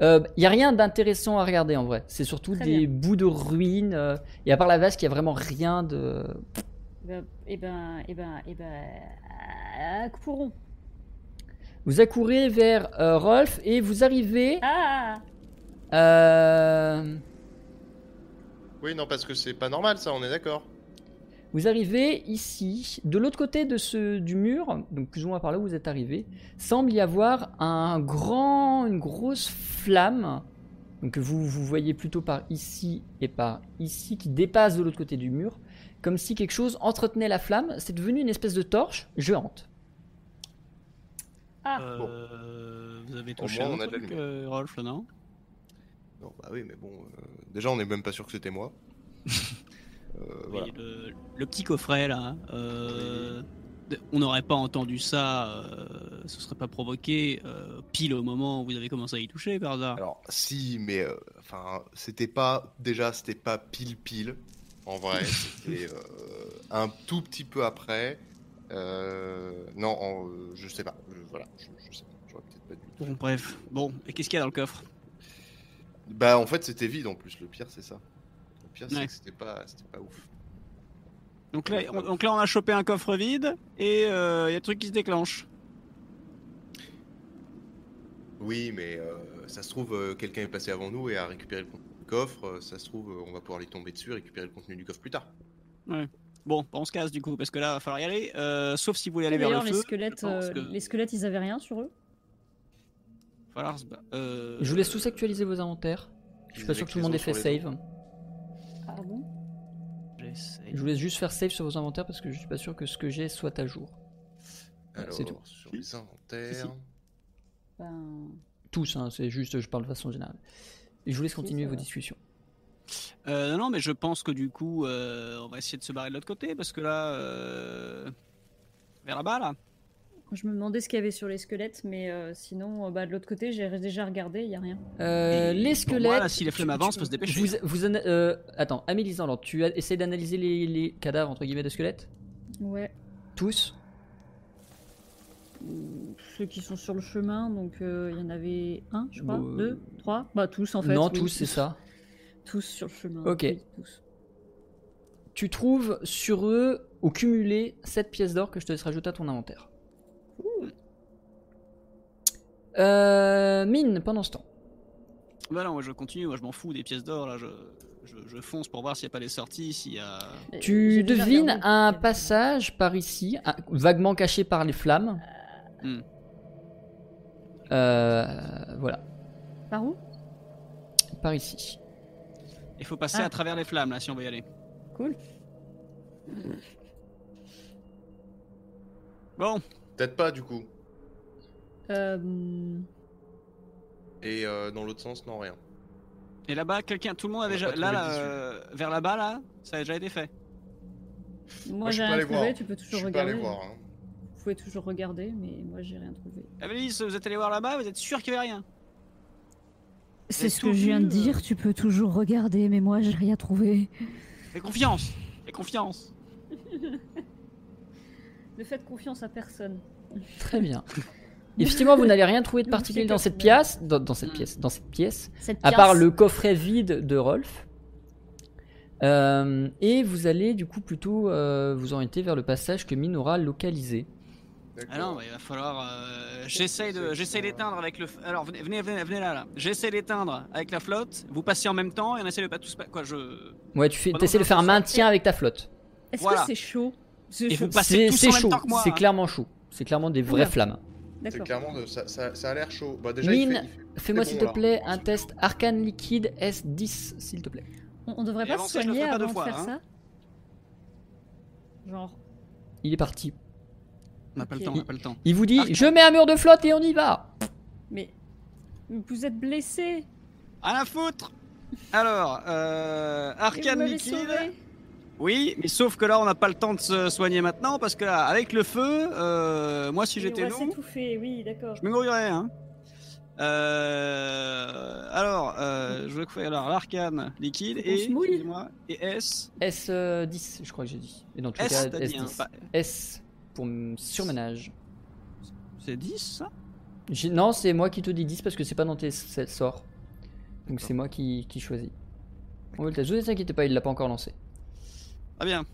Speaker 1: Il Euh, y a rien d'intéressant à regarder en vrai. C'est surtout
Speaker 4: Très
Speaker 1: des bouts de ruines. euh, et à part la vasque, il y a vraiment rien de.
Speaker 4: Bah, Eh ben, eh ben, eh ben, ah, courons.
Speaker 1: Vous accourez vers euh, Rolf et vous arrivez.
Speaker 4: Ah
Speaker 1: euh,
Speaker 3: Oui, non, parce que c'est pas normal ça, on est d'accord.
Speaker 1: Vous arrivez ici, de l'autre côté de ce, du mur, donc plus ou moins par là où vous êtes arrivé, semble y avoir un grand, une grosse flamme, donc que vous, vous voyez plutôt par ici et par ici, qui dépasse de l'autre côté du mur, comme si quelque chose entretenait la flamme, c'est devenu une espèce de torche géante.
Speaker 4: Ah.
Speaker 2: Euh, Vous avez touché
Speaker 3: moins,
Speaker 2: un
Speaker 3: on a de la
Speaker 2: truc, euh, Rolf, non
Speaker 3: Non, bah oui, mais bon, euh, déjà on est même pas sûr que c'était moi. Euh, voilà.
Speaker 2: Oui, le, le petit coffret là, euh, de- on n'aurait pas entendu ça, euh, ce serait pas provoqué euh, pile au moment où vous avez commencé à y toucher par hasard.
Speaker 3: Alors, si, mais euh, enfin, c'était pas déjà, c'était pas pile pile
Speaker 1: [laughs]
Speaker 3: en vrai, c'était euh, un tout petit peu après. Euh, non, en- euh, je sais pas, je- voilà, je, je sais pas, j'aurais peut-être pas dû.
Speaker 2: Bon, bref, bon, et qu'est-ce qu'il y a dans le coffre
Speaker 3: Bah, en fait, c'était vide en plus, le pire, c'est ça. Le pire, c'est
Speaker 2: Ouais.
Speaker 3: que c'était pas, c'était pas ouf.
Speaker 2: donc là,
Speaker 3: Euh.
Speaker 2: on, donc là, on a chopé un coffre vide et euh, il y a le truc qui se déclenche.
Speaker 3: Oui, mais euh, ça se trouve, euh, quelqu'un est passé avant nous et a récupéré le contenu du coffre, euh, ça se trouve, euh, on va pouvoir lui tomber dessus et récupérer le contenu du coffre plus tard.
Speaker 2: Bon, bah, on se casse du coup, parce que là, va falloir y aller. euh, sauf si vous voulez aller vers le
Speaker 4: D'ailleurs, les
Speaker 2: feu.
Speaker 4: squelettes,
Speaker 2: je pense
Speaker 4: euh,
Speaker 2: que-
Speaker 4: les squelettes, ils avaient rien sur eux
Speaker 2: falloir se ba- euh,
Speaker 1: Je vous laisse tous actualiser vos inventaires. Je suis pas
Speaker 3: Ils
Speaker 1: sûr
Speaker 3: avaient
Speaker 1: que tout le monde ait
Speaker 3: les os
Speaker 1: fait
Speaker 3: sur les
Speaker 1: save.
Speaker 4: Ah bon
Speaker 2: j'essaye.
Speaker 1: Je vous laisse juste faire save sur vos inventaires parce que je suis pas sûr que ce que j'ai soit à jour.
Speaker 3: dents.
Speaker 1: Ouais, c'est tout.
Speaker 3: Alors, sur les inventaires.
Speaker 4: Ben,
Speaker 1: Tous, hein, c'est juste, je parle de façon générale. Et je vous laisse
Speaker 4: Si,
Speaker 1: continuer
Speaker 4: ça
Speaker 1: vos
Speaker 4: va.
Speaker 1: discussions.
Speaker 2: Euh, non, non, mais je pense que du coup, euh, on va essayer de se barrer de l'autre côté, parce que là, euh, vers là-bas, là.
Speaker 4: Je me demandais ce qu'il y avait sur les squelettes, mais euh, sinon, euh, bah, de l'autre côté, j'ai déjà regardé, il n'y a rien.
Speaker 1: Euh,
Speaker 2: Et
Speaker 1: les
Speaker 2: pour
Speaker 1: squelettes.
Speaker 2: moi, là, si les flammes
Speaker 1: tu-
Speaker 2: avancent,
Speaker 1: tu-
Speaker 2: faut se dépêcher.
Speaker 1: Vous, vous ana- euh, attends, Amélie Zanland, tu as- essaies d'analyser les, les cadavres entre guillemets de squelettes
Speaker 4: Ouais.
Speaker 1: Tous
Speaker 4: Ou Ceux qui sont sur le chemin, donc euh, il y en avait un, je crois,
Speaker 1: Euh,
Speaker 4: deux, trois. Bah, tous en fait.
Speaker 1: Non,
Speaker 4: oui.
Speaker 1: tous, c'est ça.
Speaker 4: Tous sur le chemin.
Speaker 1: Ok.
Speaker 4: oui, tous.
Speaker 1: Tu trouves sur eux, au cumulé, 7 pièces d'or que je te laisse rajouter à ton inventaire. Euh, mine, pendant ce temps.
Speaker 2: Bah non, moi je continue, moi je m'en fous des pièces d'or, là, je, je, je fonce pour voir s'il n'y a pas les sorties, s'il y a...
Speaker 4: Mais j'ai
Speaker 1: Tu
Speaker 4: déjà
Speaker 1: devines
Speaker 4: regardé.
Speaker 1: un passage par ici, un- vaguement caché par les flammes.
Speaker 2: Hmm.
Speaker 1: Euh, voilà,
Speaker 4: Par où
Speaker 1: par ici.
Speaker 2: Il faut passer
Speaker 4: Ah.
Speaker 2: à travers les flammes, là, si on veut y aller.
Speaker 4: Cool.
Speaker 2: Bon,
Speaker 3: Peut-être pas, du coup.
Speaker 4: Euh, hum,
Speaker 3: Et euh, dans l'autre sens, non, rien.
Speaker 2: et là-bas, quelqu'un, tout le monde
Speaker 3: On
Speaker 2: avait
Speaker 3: a
Speaker 2: déjà...
Speaker 3: pas
Speaker 2: Là,
Speaker 3: trouvé
Speaker 2: là,
Speaker 3: d'issue.
Speaker 2: euh, vers là-bas, là, ça a déjà été fait.
Speaker 4: Moi,
Speaker 3: je suis pas
Speaker 4: j'ai rien
Speaker 3: allé
Speaker 4: trouvé,
Speaker 3: voir.
Speaker 4: tu peux
Speaker 3: Je
Speaker 4: toujours
Speaker 3: suis pas
Speaker 4: regarder.
Speaker 3: allé voir. hein.
Speaker 4: Vous pouvez toujours regarder, mais moi, j'ai rien trouvé.
Speaker 2: Amélis, vous êtes allé voir là-bas, vous êtes sûr qu'il n'y avait rien
Speaker 6: C'est ce
Speaker 2: tout
Speaker 6: que je viens de
Speaker 2: vu, euh.
Speaker 6: dire, tu peux toujours regarder, mais moi j'ai rien trouvé.
Speaker 2: Fais confiance Fais confiance
Speaker 4: Ne faites confiance à personne.
Speaker 1: Très bien. [laughs] Effectivement, vous n'allez rien trouver de
Speaker 4: Vous
Speaker 1: particulier
Speaker 4: faites
Speaker 1: dans cette
Speaker 4: un-
Speaker 1: pièce, dans, dans cette
Speaker 2: Hmm.
Speaker 1: pièce, dans cette pièce,
Speaker 4: Cette
Speaker 1: à part
Speaker 4: pièce.
Speaker 1: le coffret vide de Rolf. Euh, et vous allez du coup plutôt euh, vous orienter vers le passage que Mine aura localisé.
Speaker 3: D'accord.
Speaker 2: Ah non, bah, il va falloir... euh, J'essaye
Speaker 3: c'est
Speaker 2: de-
Speaker 3: que
Speaker 2: j'essaye
Speaker 3: ça-
Speaker 2: d'éteindre avec le... f- Alors, venez, venez, venez, venez là, là. J'essaye d'éteindre avec la flotte, vous passez en même temps, et on essaie de pas tous... pa- Quoi, je...
Speaker 1: Ouais, tu fais,
Speaker 2: Pendant
Speaker 1: essaies de
Speaker 2: que
Speaker 1: faire un
Speaker 2: je-
Speaker 1: maintien avec ta flotte.
Speaker 4: Est-ce
Speaker 2: Voilà.
Speaker 4: que c'est chaud C'est
Speaker 2: Et vous
Speaker 4: chaud.
Speaker 2: passez
Speaker 1: C'est
Speaker 2: tous
Speaker 1: c'est
Speaker 2: en même
Speaker 1: chaud,
Speaker 2: temps que moi
Speaker 1: c'est
Speaker 2: hein.
Speaker 1: clairement chaud. C'est clairement des vraies
Speaker 4: Oula.
Speaker 1: flammes.
Speaker 3: C'est
Speaker 4: D'accord.
Speaker 3: clairement de- ça, ça, ça a l'air chaud. Bah déjà,
Speaker 1: Mine,
Speaker 3: il fait, il
Speaker 1: Fais-moi
Speaker 3: C'est
Speaker 1: s'il te
Speaker 3: bon, là.
Speaker 1: plaît un test arcane liquide S10, s'il te plaît.
Speaker 4: On, on devrait
Speaker 2: Et
Speaker 4: pas
Speaker 2: avant
Speaker 4: se
Speaker 2: ça, je le
Speaker 4: soigner
Speaker 2: ferai pas deux
Speaker 4: avant de
Speaker 2: fois,
Speaker 4: faire
Speaker 2: hein.
Speaker 4: ça Genre,
Speaker 1: Il est parti.
Speaker 2: On n'a pas le
Speaker 4: Ok.
Speaker 2: temps, on n'a pas le temps.
Speaker 1: Il vous dit
Speaker 2: Arcane.
Speaker 1: Je mets un mur de flotte et on y va
Speaker 4: mais vous êtes blessé
Speaker 2: À la foutre Alors, euh, arcane liquide. Oui, mais sauf que là, on n'a pas le temps de se soigner maintenant parce que là, avec le feu, euh, moi, si j'étais nous,
Speaker 4: étouffé, oui, d'accord.
Speaker 2: je me mourirais. Hein. Euh, alors, euh, je veux faire alors l'arcane liquide
Speaker 4: On
Speaker 2: et
Speaker 4: se mouille.
Speaker 2: excusez-moi, et S,
Speaker 1: S10, euh, je crois que j'ai dit. Et dans tous les
Speaker 2: S,
Speaker 1: cas,
Speaker 2: t'as dit, hein,
Speaker 1: S10.
Speaker 2: pas-
Speaker 1: S pour m- surménage.
Speaker 2: c'est 10 ça
Speaker 1: J'ai- Non, c'est moi qui te dis 10 parce que c'est pas dans tes s- sorts. Donc c'est moi qui, qui choisis. On veut le test. Ne vous inquiétez pas, il l'a pas encore lancé.
Speaker 2: Ah bien,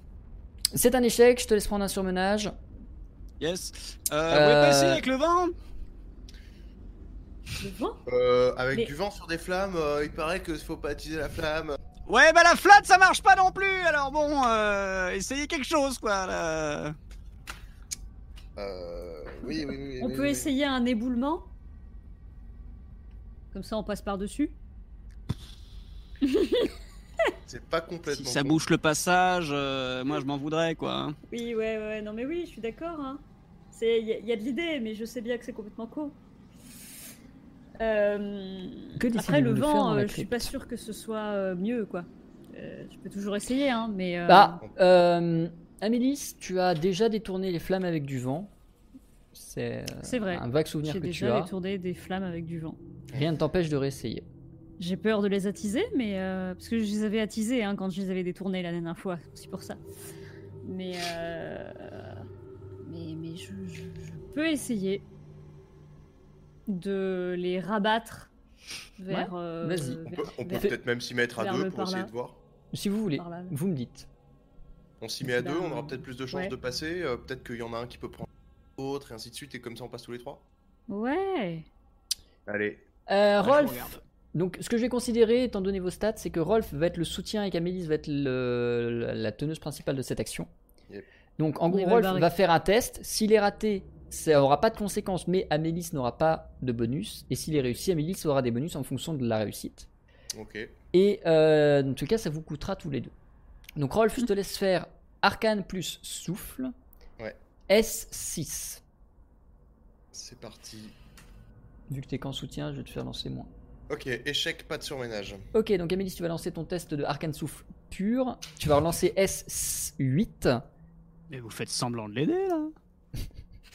Speaker 1: C'est un échec, je te laisse prendre un surmenage.
Speaker 2: yes. Euh, Vous voulez
Speaker 1: Euh,
Speaker 2: pas essayer avec le vent
Speaker 4: Le vent
Speaker 3: fait- Euh, avec
Speaker 4: Mais-
Speaker 3: du vent sur des flammes, euh, il paraît que faut pas attiser la flamme.
Speaker 2: Ouais, bah la flotte, ça marche pas non plus. Alors bon, euh, essayez quelque chose quoi. là.
Speaker 3: Euh, oui, oui, oui.
Speaker 4: On
Speaker 3: oui,
Speaker 4: peut
Speaker 3: oui.
Speaker 4: essayer un éboulement Comme ça, on passe par-dessus
Speaker 3: C'est pas complètement.
Speaker 2: Si ça
Speaker 3: con.
Speaker 2: bouche le passage, euh, moi je m'en voudrais quoi. hein.
Speaker 4: Oui, ouais, ouais, non mais oui, je suis d'accord. Il y, a- y a de l'idée, mais je sais bien que c'est complètement con. Euh,
Speaker 1: Que
Speaker 4: Après,
Speaker 1: décidez-vous
Speaker 4: le
Speaker 1: de faire dans
Speaker 4: vent,
Speaker 1: la
Speaker 4: euh, je suis pas
Speaker 1: crypte
Speaker 4: sûre que ce soit euh, mieux, quoi. Euh, je peux toujours essayer, hein, mais... euh,
Speaker 1: Bah, euh, Amélis, tu as déjà détourné les flammes avec du vent. C'est euh,
Speaker 4: C'est vrai.
Speaker 1: un vague souvenir
Speaker 4: J'ai
Speaker 1: que tu
Speaker 4: déjà
Speaker 1: as.
Speaker 4: détourné des flammes avec du vent.
Speaker 1: Rien ne t'empêche de réessayer.
Speaker 4: J'ai peur de les attiser, mais euh, parce que je les avais attisés hein, quand je les avais détournés la dernière fois, c'est pour ça. Mais euh, mais, mais je, je- je peux essayer de les rabattre vers. euh,
Speaker 1: vas-y.
Speaker 4: vers-
Speaker 3: On peut, on peut
Speaker 4: vers-
Speaker 3: peut-être même s'y mettre à
Speaker 4: vers
Speaker 3: deux
Speaker 4: le
Speaker 3: pour
Speaker 4: par
Speaker 3: essayer
Speaker 4: là.
Speaker 3: de voir.
Speaker 1: Si vous voulez,
Speaker 4: par là.
Speaker 1: vous me dites.
Speaker 3: On s'y met à
Speaker 4: Bah,
Speaker 3: deux, on aura peut-être plus de chances
Speaker 4: ouais.
Speaker 3: de passer. euh, peut-être qu'il y en a un qui peut prendre l'autre et ainsi de suite, et comme ça on passe tous les trois.
Speaker 4: Ouais.
Speaker 3: Allez.
Speaker 1: Euh,
Speaker 4: Ah,
Speaker 2: Là, Ah, je
Speaker 1: Rolf,
Speaker 2: regarde.
Speaker 1: Donc, ce que je vais considérer, étant donné vos stats, c'est que Rolf va être le soutien et qu'Amélis va être le- la- la teneuse principale de cette action.
Speaker 3: Yep.
Speaker 1: Donc, en
Speaker 4: On
Speaker 1: gros,
Speaker 4: est mal
Speaker 1: Rolf
Speaker 4: barré.
Speaker 1: va faire un test. S'il est raté, ça n'aura pas de conséquences, mais Amélis n'aura pas de bonus. Et s'il est réussi, Amélis aura des bonus en fonction de la réussite.
Speaker 3: Ok.
Speaker 1: Et euh, en tout cas, ça vous coûtera tous les deux. Donc, Rolf, je te laisse faire arcane plus souffle.
Speaker 3: Ouais.
Speaker 1: S6.
Speaker 3: C'est parti.
Speaker 1: Vu que t'es qu'en soutien, je vais te faire lancer moins.
Speaker 3: Ok, échec, pas de
Speaker 4: [laughs]
Speaker 3: surménage.
Speaker 1: Ok, donc Amélie, tu vas lancer ton test de arcane souffle pur. Tu vas relancer S8.
Speaker 2: Mais vous faites semblant de l'aider là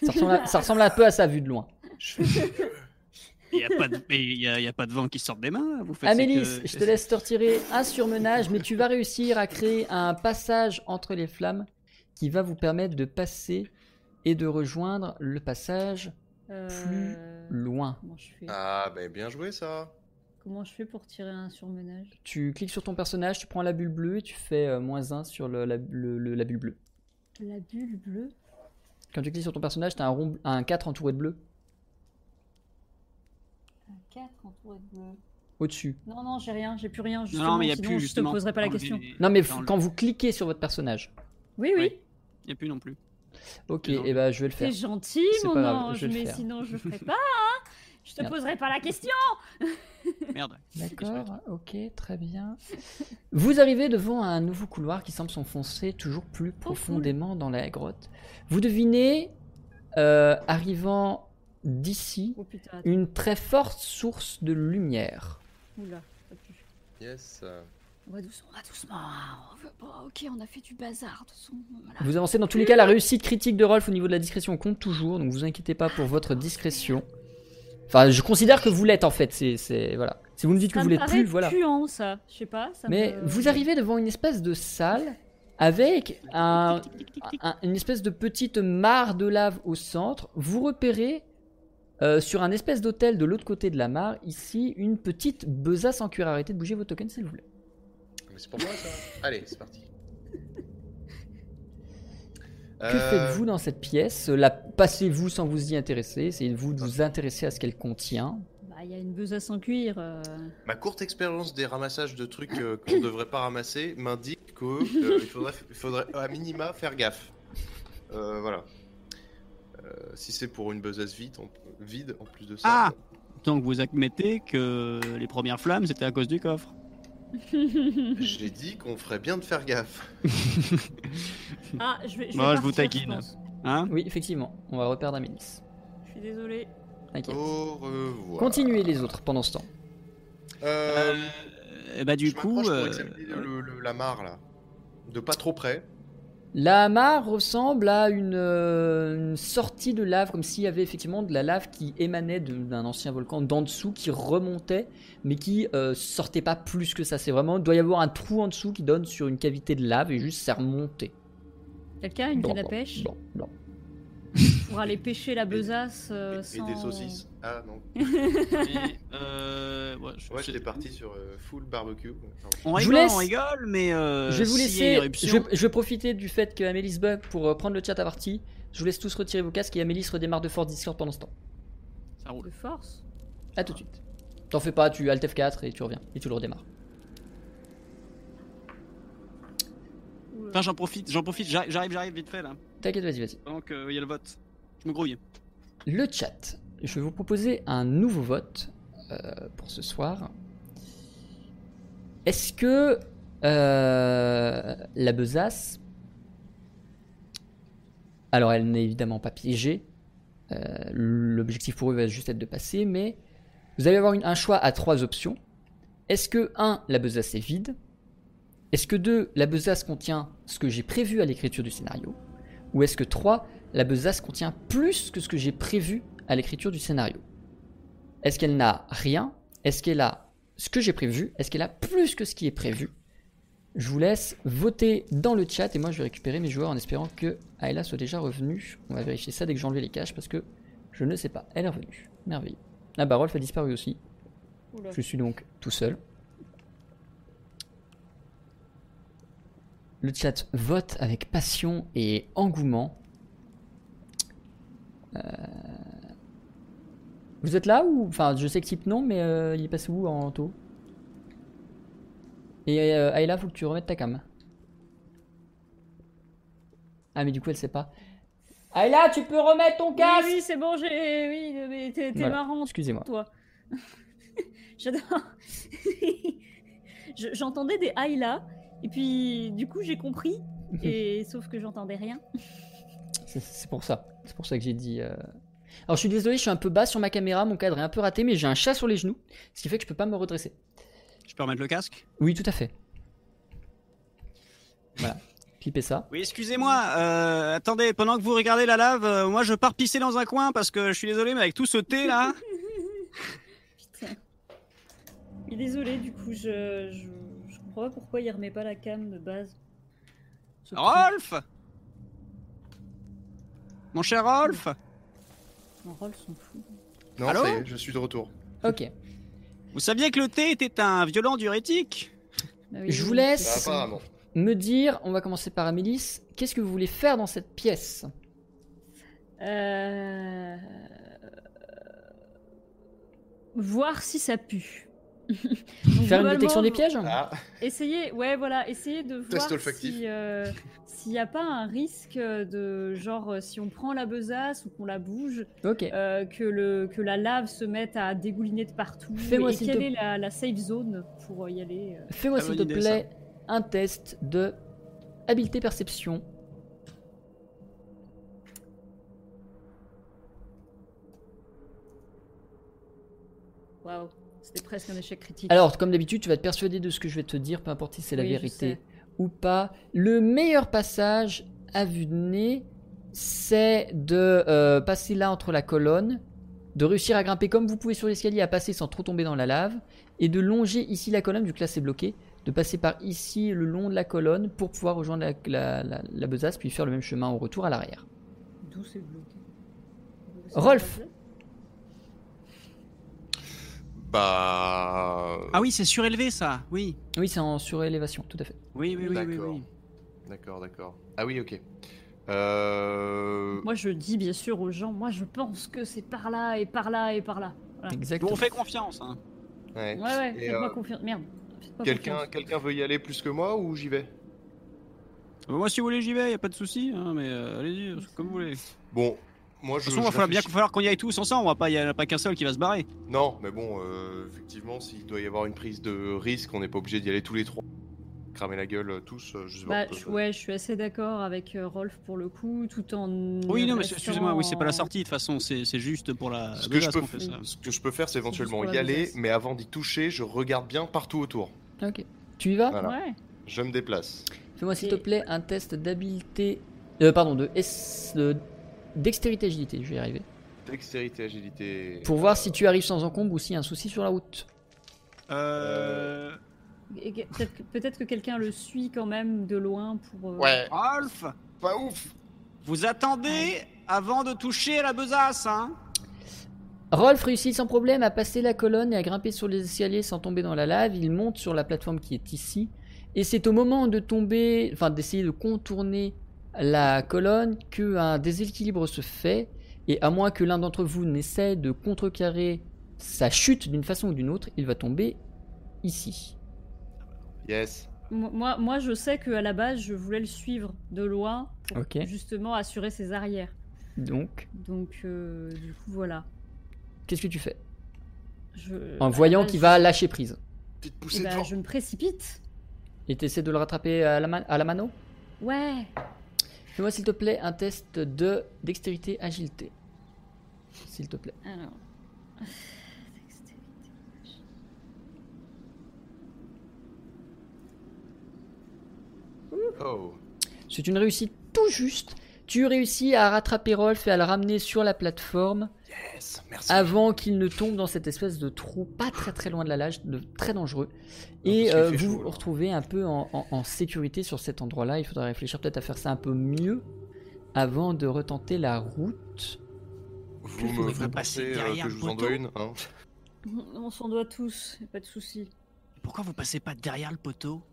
Speaker 1: Ça ressemble, à- ça ressemble un peu à ça vue de loin.
Speaker 3: Je fais-
Speaker 2: Il n'y a, pas de- mais y a- y a pas de vent qui sort des mains là. Vous faites c'est
Speaker 1: Amélie,
Speaker 2: que-
Speaker 1: je te laisse te retirer un surmenage, mais tu vas réussir à créer un passage entre les flammes qui va vous permettre de passer et de rejoindre le passage
Speaker 4: Euh,
Speaker 1: loin.
Speaker 4: Comment je fais
Speaker 3: Ah, ben bien joué ça.
Speaker 4: Comment je fais pour tirer un surmenage
Speaker 1: Tu cliques sur ton personnage, tu prends la bulle bleue et tu fais euh, moins 1 sur le- la, le- le- la bulle bleue.
Speaker 4: La bulle bleue
Speaker 1: Quand tu cliques sur ton personnage, t'as un, rond- un 4 entouré de bleu
Speaker 4: Un 4 entouré de bleu.
Speaker 1: au-dessus.
Speaker 4: Non, non, j'ai rien, j'ai plus rien.
Speaker 2: Non,
Speaker 4: Justement,
Speaker 2: non, mais il n'y a
Speaker 4: sinon,
Speaker 2: plus
Speaker 4: je te
Speaker 2: justement. Ah,
Speaker 4: poserai pas la
Speaker 2: Dans
Speaker 4: question.
Speaker 2: les-
Speaker 1: Non mais
Speaker 2: dans le-
Speaker 1: quand vous cliquez sur votre personnage,
Speaker 4: Oui, oui,
Speaker 2: Oui. Il n'y a plus non plus.
Speaker 1: Ok,
Speaker 2: Ils ont-
Speaker 1: et bah je vais le
Speaker 4: t'es
Speaker 1: faire.
Speaker 4: gentil,
Speaker 1: C'est
Speaker 4: mon
Speaker 1: pas grave,
Speaker 4: ange,
Speaker 1: je vais le
Speaker 4: mais
Speaker 1: faire.
Speaker 4: sinon je
Speaker 1: [laughs]
Speaker 4: ferai pas, hein Je te
Speaker 1: Merde.
Speaker 4: poserai pas la question
Speaker 1: [laughs]
Speaker 2: Merde.
Speaker 1: D'accord, ok, très bien. [laughs] Vous arrivez devant un nouveau couloir qui semble s'enfoncer toujours plus
Speaker 4: Oh,
Speaker 1: profondément dans la grotte. Vous devinez, euh, arrivant d'ici,
Speaker 4: Oh putain, attends,
Speaker 1: une très forte source de lumière.
Speaker 4: oula, ça pue.
Speaker 3: Yes.
Speaker 4: On va doucement, on va doucement.
Speaker 6: Ah, on veut pas. ok, on a fait du bazar. De toute façon, voilà.
Speaker 1: Vous avancez dans tous les cas, la réussite critique de Rolf au niveau de la discrétion compte toujours, donc vous inquiétez pas pour votre discrétion. Enfin, je considère que vous l'êtes en fait, c'est- c'est... Voilà. Si vous me dites que
Speaker 4: Ça
Speaker 1: vous
Speaker 4: me
Speaker 1: l'êtes
Speaker 4: paraît
Speaker 1: plus, voilà.
Speaker 4: puant, ça. Je sais pas, ça
Speaker 1: Mais
Speaker 4: me-
Speaker 1: vous arrivez devant une espèce de salle avec un, un- une espèce de petite mare de lave au centre. Vous repérez euh, sur un espèce d'hôtel de l'autre côté de la mare, ici, une petite besace en cuir. Arrêtez de bouger vos tokens s'il vous plaît.
Speaker 3: Mais c'est pour moi ça. Allez, c'est parti.
Speaker 1: Que
Speaker 3: Euh.
Speaker 1: faites-vous dans cette pièce La passez-vous sans vous y intéresser Essayez-vous de vous intéresser à ce qu'elle contient
Speaker 4: Bah, il y a une besace en cuir.
Speaker 1: [laughs]
Speaker 4: euh,
Speaker 3: Ma courte expérience des ramassages de trucs euh, qu'on ne devrait pas ramasser m'indique qu'il faudrait, il faudrait à minima faire gaffe. Euh, voilà. Euh, si c'est pour une besace vide, on peut- vide en plus de ça.
Speaker 2: Ah Donc vous admettez que les premières flammes c'était à cause du coffre.
Speaker 3: J'ai dit qu'on ferait bien de faire gaffe.
Speaker 4: Ah, je vais. Je, vais
Speaker 3: Bah,
Speaker 2: Bon, je vous
Speaker 4: partir,
Speaker 2: taquine.
Speaker 4: pense.
Speaker 2: Hein
Speaker 1: Oui, effectivement, on va reperdre Amélis.
Speaker 4: Je suis désolée.
Speaker 1: T'inquiète.
Speaker 3: Au revoir.
Speaker 1: Continuez les autres pendant ce temps.
Speaker 3: Euh,
Speaker 2: et bah du
Speaker 3: je
Speaker 2: coup.
Speaker 3: m'approche pour
Speaker 2: euh,
Speaker 3: examiner
Speaker 2: [laughs]
Speaker 3: le- le- la mare là. De pas trop près.
Speaker 1: La mare ressemble à une, euh, une sortie de lave, comme s'il y avait effectivement de la lave qui émanait de- d'un ancien volcan d'en dessous, qui remontait, mais qui euh, sortait pas plus que ça. C'est vraiment, il doit y avoir un trou en dessous qui donne sur une cavité de lave et juste ça remontait.
Speaker 4: Quelqu'un a une
Speaker 1: Blanc,
Speaker 4: canne à
Speaker 1: blanc,
Speaker 4: pêche
Speaker 1: blanc, blanc.
Speaker 4: pour aller pêcher la besace euh,
Speaker 3: et, et
Speaker 4: sans.
Speaker 3: des saucisses. Ah non.
Speaker 2: et, euh, ouais, je-
Speaker 3: Ouais,
Speaker 2: je-
Speaker 3: j'étais parti sur euh, full barbecue. Pardon.
Speaker 1: Je
Speaker 2: On rigole,
Speaker 1: vous laisse-
Speaker 2: on rigole, mais. euh,
Speaker 1: je vais vous
Speaker 2: s'il y a
Speaker 1: laisser.
Speaker 2: éruption-
Speaker 1: Je, vais- je vais profiter du fait que Amélis bug pour euh, prendre le chat à partie. Je vous laisse tous retirer vos casques et Amélis redémarre de force Discord pendant ce temps.
Speaker 2: Ça roule.
Speaker 4: De force
Speaker 1: A tout de suite. T'en fais pas, tu Alt F4 et tu reviens et tu le redémarres.
Speaker 4: Oula.
Speaker 2: Enfin, j'en profite, j'en profite, j'arrive, j'arrive, j'arrive vite fait là.
Speaker 1: T'inquiète, vas-y, vas-y.
Speaker 2: Donc, il y a le vote. Je me grouille.
Speaker 1: le chat. Je vais vous proposer un nouveau vote euh, pour ce soir. Est-ce que euh, la besace, alors elle n'est évidemment pas piégée, euh, l'objectif pour eux va juste être de passer, mais vous allez avoir une- un choix à trois options. Est-ce que 1, la besace est vide Est-ce que 2, la besace contient ce que j'ai prévu à l'écriture du scénario Ou est-ce que 3, la besace contient plus que ce que j'ai prévu à l'écriture du scénario. Est-ce qu'elle n'a rien Est-ce qu'elle a ce que j'ai prévu Est-ce qu'elle a plus que ce qui est prévu Je vous laisse voter dans le chat et moi je vais récupérer mes joueurs en espérant que Ayla soit déjà revenue. On va vérifier ça dès que j'ai enlevé les caches parce que je ne sais pas. Elle est revenue. Merveilleux. La barole a disparu aussi.
Speaker 4: Oula.
Speaker 1: Je suis donc tout seul. Le chat vote avec passion et engouement. Euh, Vous êtes là ou Enfin, je sais que Sip non, mais euh, il est passé où en taux Et euh, Ayla, faut que tu remettes ta cam. Ah, mais du coup, elle sait pas. Ayla, tu peux remettre ton
Speaker 4: Ah Oui,
Speaker 1: casque
Speaker 4: oui, c'est bon, j'ai. Oui, mais t'es t'es
Speaker 1: Voilà.
Speaker 4: marrant,
Speaker 1: Excusez-moi.
Speaker 4: toi. [laughs] J'adore. [laughs] Je- J'entendais des hi là, et puis du coup j'ai
Speaker 1: [laughs]
Speaker 4: compris, et sauf que j'entendais rien.
Speaker 1: C'est- C'est pour ça. C'est pour ça que j'ai dit. euh. Alors je suis désolé, je suis un peu bas sur ma caméra, mon cadre est un peu raté, mais j'ai un chat sur les genoux, ce qui fait que je peux pas me redresser.
Speaker 2: Je peux remettre le casque
Speaker 1: Oui, tout à fait. Voilà. Clipez ça.
Speaker 2: Oui, excusez-moi. euh, attendez, pendant que vous regardez la lave, euh, moi je pars pisser dans un coin parce que je suis désolé, mais avec tout ce thé là.
Speaker 4: Putain. Mais désolé, du coup je, je, je comprends pas pourquoi il remet pas la cam de base. Ce truc.
Speaker 2: Rolf Mon cher Rolf
Speaker 4: Mon rôle s'en fout.
Speaker 3: Non,
Speaker 2: Allô
Speaker 3: ça y est, je suis de retour.
Speaker 1: Ok.
Speaker 2: Vous saviez que le thé était un violent diurétique
Speaker 4: Bah oui,
Speaker 1: Je
Speaker 4: oui,
Speaker 1: vous
Speaker 4: oui.
Speaker 3: Bah,
Speaker 1: laisse
Speaker 3: apparemment.
Speaker 1: me dire, on va commencer par Amélis, qu'est-ce que vous voulez faire dans cette pièce
Speaker 4: Euh, Voir si ça pue. [laughs] Donc,
Speaker 1: Faire une détection
Speaker 4: globalement,
Speaker 1: des pièges
Speaker 3: Ah,
Speaker 4: Essayez, ouais, voilà, essayez de voir
Speaker 3: Test olfactif.
Speaker 4: si, euh, s'il n'y a pas un risque de genre euh, si on prend la besace ou qu'on la bouge,
Speaker 1: Ok.
Speaker 4: euh, que, le, que la lave se mette à dégouliner de partout.
Speaker 1: Fais-moi,
Speaker 4: et
Speaker 1: s'il
Speaker 4: quelle
Speaker 1: te-
Speaker 4: est la, la safe zone pour euh, y aller euh.
Speaker 1: Fais-moi
Speaker 2: Très
Speaker 1: s'il te
Speaker 2: bonne idée,
Speaker 1: plaît un test de habileté perception.
Speaker 4: Waouh, c'était presque un échec critique.
Speaker 1: Alors, comme d'habitude, tu vas te persuader de ce que je vais te dire, peu importe si c'est la
Speaker 4: Oui, je
Speaker 1: vérité
Speaker 4: sais.
Speaker 1: ou pas. Le meilleur passage à vue de nez, c'est de euh, passer là entre la colonne, de réussir à grimper comme vous pouvez sur l'escalier, à passer sans trop tomber dans la lave, et de longer ici la colonne, vu que là c'est bloqué, de passer par ici le long de la colonne pour pouvoir rejoindre la, la- la- la besace, puis faire le même chemin au retour à l'arrière.
Speaker 4: D'où c'est bloqué
Speaker 1: Rolf.
Speaker 3: bah.
Speaker 2: Ah oui, c'est surélevé ça, oui.
Speaker 1: Oui, c'est en surélévation, tout à fait.
Speaker 2: Oui, oui, oui, oui.
Speaker 3: D'accord.
Speaker 2: oui.
Speaker 3: D'accord, d'accord. Ah oui, ok. Euh...
Speaker 4: Moi je dis bien sûr aux gens, moi je pense que c'est par là et par là et par là.
Speaker 2: Bon,
Speaker 1: Exactement.
Speaker 2: on fait confiance. Hein.
Speaker 3: ouais.
Speaker 4: Ouais, ouais,
Speaker 3: Et,
Speaker 4: faites-moi
Speaker 3: euh,
Speaker 4: confiance. Merde. faites-moi
Speaker 3: Quelqu'un
Speaker 4: confiance.
Speaker 3: quelqu'un veut y aller plus que moi ou j'y vais
Speaker 2: Euh, Moi, si vous voulez, j'y vais, y a pas de souci, hein, mais euh, allez-y, c'est comme vous voulez. De toute
Speaker 3: Bon, moi je.
Speaker 2: façon, il va
Speaker 3: je
Speaker 2: falloir bien
Speaker 3: réfléchis.
Speaker 2: falloir qu'on y aille tous ensemble, on va pas, y en a pas qu'un seul qui va se barrer.
Speaker 3: Non, mais bon, euh, effectivement, s'il doit y avoir une prise de risque, on n'est pas obligé d'y aller tous les trois. Cramer la gueule euh, tous, euh, je sais
Speaker 4: Bah,
Speaker 3: pas.
Speaker 4: je- ouais, je suis assez d'accord avec euh, Rolf pour le coup, tout en.
Speaker 2: Oui, non, mais c'est-
Speaker 4: restant
Speaker 2: excusez-moi, oui, c'est pas la
Speaker 4: en-
Speaker 2: sortie, de toute façon, c'est c'est juste pour la.
Speaker 3: Ce
Speaker 2: la
Speaker 3: que, je
Speaker 2: besace
Speaker 3: peux,
Speaker 2: qu'on fait ça.
Speaker 3: ce que je peux faire, c'est
Speaker 4: juste
Speaker 3: éventuellement
Speaker 4: pour la
Speaker 3: y aller,
Speaker 4: besace.
Speaker 3: mais avant d'y toucher, je regarde bien partout autour.
Speaker 1: Ok. Tu y vas
Speaker 3: Voilà.
Speaker 4: Ouais.
Speaker 3: Je me déplace.
Speaker 1: Fais-moi s'il te
Speaker 4: Et-
Speaker 1: plaît un test d'habileté. euh, pardon, de S- de dextérité agilité, je vais y arriver.
Speaker 3: Dextérité, agilité.
Speaker 1: Pour voir si tu arrives sans encombre ou s'il y a un souci sur la route.
Speaker 2: Euh.
Speaker 4: Et que- Peut-être que, peut-être que quelqu'un le suit quand même de loin pour. euh,
Speaker 3: Ouais,
Speaker 2: Rolf
Speaker 3: pas ouf
Speaker 2: Vous attendez avant de toucher à la besace, hein
Speaker 1: Rolf réussit sans problème à passer la colonne et à grimper sur les escaliers sans tomber dans la lave. Il monte sur la plateforme qui est ici. Et c'est au moment de tomber, enfin d'essayer de contourner la colonne qu'un déséquilibre se fait. Et à moins que l'un d'entre vous n'essaie de contrecarrer sa chute d'une façon ou d'une autre, il va tomber ici.
Speaker 3: Yes.
Speaker 4: Mo- Moi, moi, je sais qu'à la base, je voulais le suivre de loin pour
Speaker 1: Ok.
Speaker 4: justement assurer ses arrières.
Speaker 1: Donc,
Speaker 4: Donc, euh, du coup, voilà.
Speaker 1: qu'est-ce que tu fais
Speaker 4: Je, à
Speaker 1: En
Speaker 4: la
Speaker 1: voyant
Speaker 4: base,
Speaker 1: qu'il va lâcher prise.
Speaker 3: Petite
Speaker 4: je- eh
Speaker 3: poussée
Speaker 4: ben,
Speaker 2: Bah,
Speaker 3: de vent.
Speaker 4: je me précipite.
Speaker 1: Et t'essaies de le rattraper à la, man- à la mano
Speaker 4: Ouais.
Speaker 1: Fais-moi s'il te plaît un test de dextérité agilité. S'il te plaît.
Speaker 4: Alors. Ah,
Speaker 3: Oh.
Speaker 1: C'est une réussite tout juste. Tu réussis à rattraper Rolf et à le ramener sur la plateforme
Speaker 3: Yes, merci.
Speaker 1: avant qu'il ne tombe dans cette espèce de trou pas très très loin de la lage, de très dangereux. Et
Speaker 3: parce qu'il
Speaker 1: euh,
Speaker 3: fait
Speaker 1: vous
Speaker 3: chaud,
Speaker 1: vous
Speaker 3: là.
Speaker 1: retrouvez un peu en, en- en sécurité sur cet endroit-là. Il faudra réfléchir peut-être à faire ça un peu mieux avant de retenter la route.
Speaker 3: Vous
Speaker 1: faudrait
Speaker 3: me faites
Speaker 2: passer
Speaker 3: penser euh,
Speaker 2: derrière
Speaker 3: que
Speaker 2: le
Speaker 3: je vous en
Speaker 2: poteau
Speaker 3: dois une, hein
Speaker 4: On s'en doit tous, pas de soucis.
Speaker 2: Pourquoi vous passez pas derrière le poteau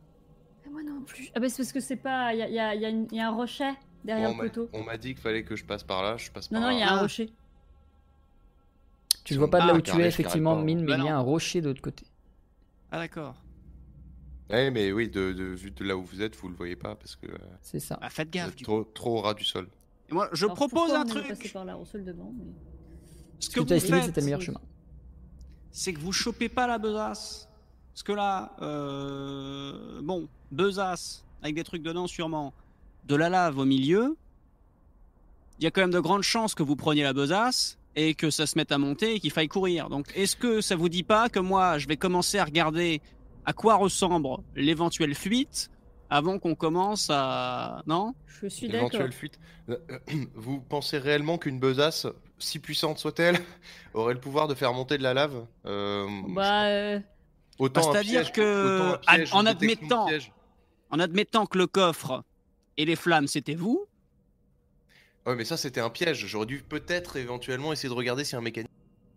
Speaker 6: Mais Moi non plus.
Speaker 4: Ah bah c'est parce que c'est pas. Il y a, y a- y a une- y a un rocher derrière
Speaker 3: on
Speaker 4: le
Speaker 3: m'a-
Speaker 4: poteau.
Speaker 3: on m'a dit qu'il fallait que je passe par là, je passe
Speaker 4: Non,
Speaker 3: par
Speaker 4: non,
Speaker 3: là.
Speaker 4: il y a un
Speaker 2: Ah.
Speaker 4: rocher.
Speaker 1: Tu ne vois pas de là
Speaker 3: Ah,
Speaker 1: où tu
Speaker 3: car là,
Speaker 1: es,
Speaker 3: je t'arrête
Speaker 1: effectivement,
Speaker 3: pas.
Speaker 1: mine, mais
Speaker 2: Bah
Speaker 1: il y a
Speaker 2: non.
Speaker 1: un rocher de l'autre côté.
Speaker 2: Ah d'accord.
Speaker 3: Ouais, Eh, mais oui, de, de- vu de là où vous êtes, vous le voyez pas parce que euh,
Speaker 1: C'est ça.
Speaker 2: Ah, faites
Speaker 3: vous
Speaker 2: gaffe.
Speaker 3: êtes
Speaker 2: du coup.
Speaker 3: trop, trop au ras du sol.
Speaker 2: Et Moi, je
Speaker 4: Alors,
Speaker 2: propose
Speaker 4: pourquoi
Speaker 2: un
Speaker 4: on est passé
Speaker 2: truc.
Speaker 4: par là, on se le demande. mais-
Speaker 2: Ce
Speaker 1: Tu
Speaker 2: que
Speaker 1: as
Speaker 2: vous
Speaker 1: estimé que c'était
Speaker 2: faites,
Speaker 1: le meilleur
Speaker 4: oui.
Speaker 1: chemin.
Speaker 2: c'est que vous chopez pas la besace. Parce que là, euh, bon, besace avec des trucs dedans sûrement, de la lave au milieu. Il y a quand même de grandes chances que vous preniez la besace et que ça se mette à monter et qu'il faille courir. Donc, est-ce que ça vous dit pas que moi, je vais commencer à regarder à quoi ressemble l'éventuelle fuite avant qu'on commence à non
Speaker 4: Je suis d'accord.
Speaker 3: Éventuelle fuite. Euh, [clears throat] euh, Vous pensez réellement qu'une besace, si puissante soit-elle, [laughs] aurait le pouvoir de faire monter de la lave Euh,
Speaker 4: Bah, euh,
Speaker 3: Autant
Speaker 2: Bah,
Speaker 3: un
Speaker 2: c'est-à-dire
Speaker 3: piège-
Speaker 2: que-
Speaker 3: autant un piège,
Speaker 2: en
Speaker 3: une détection de
Speaker 2: admettant-
Speaker 3: piège.
Speaker 2: En admettant que le coffre et les flammes c'était vous,
Speaker 3: Ouais, mais ça c'était un piège. J'aurais dû peut-être éventuellement essayer de regarder si un mécanisme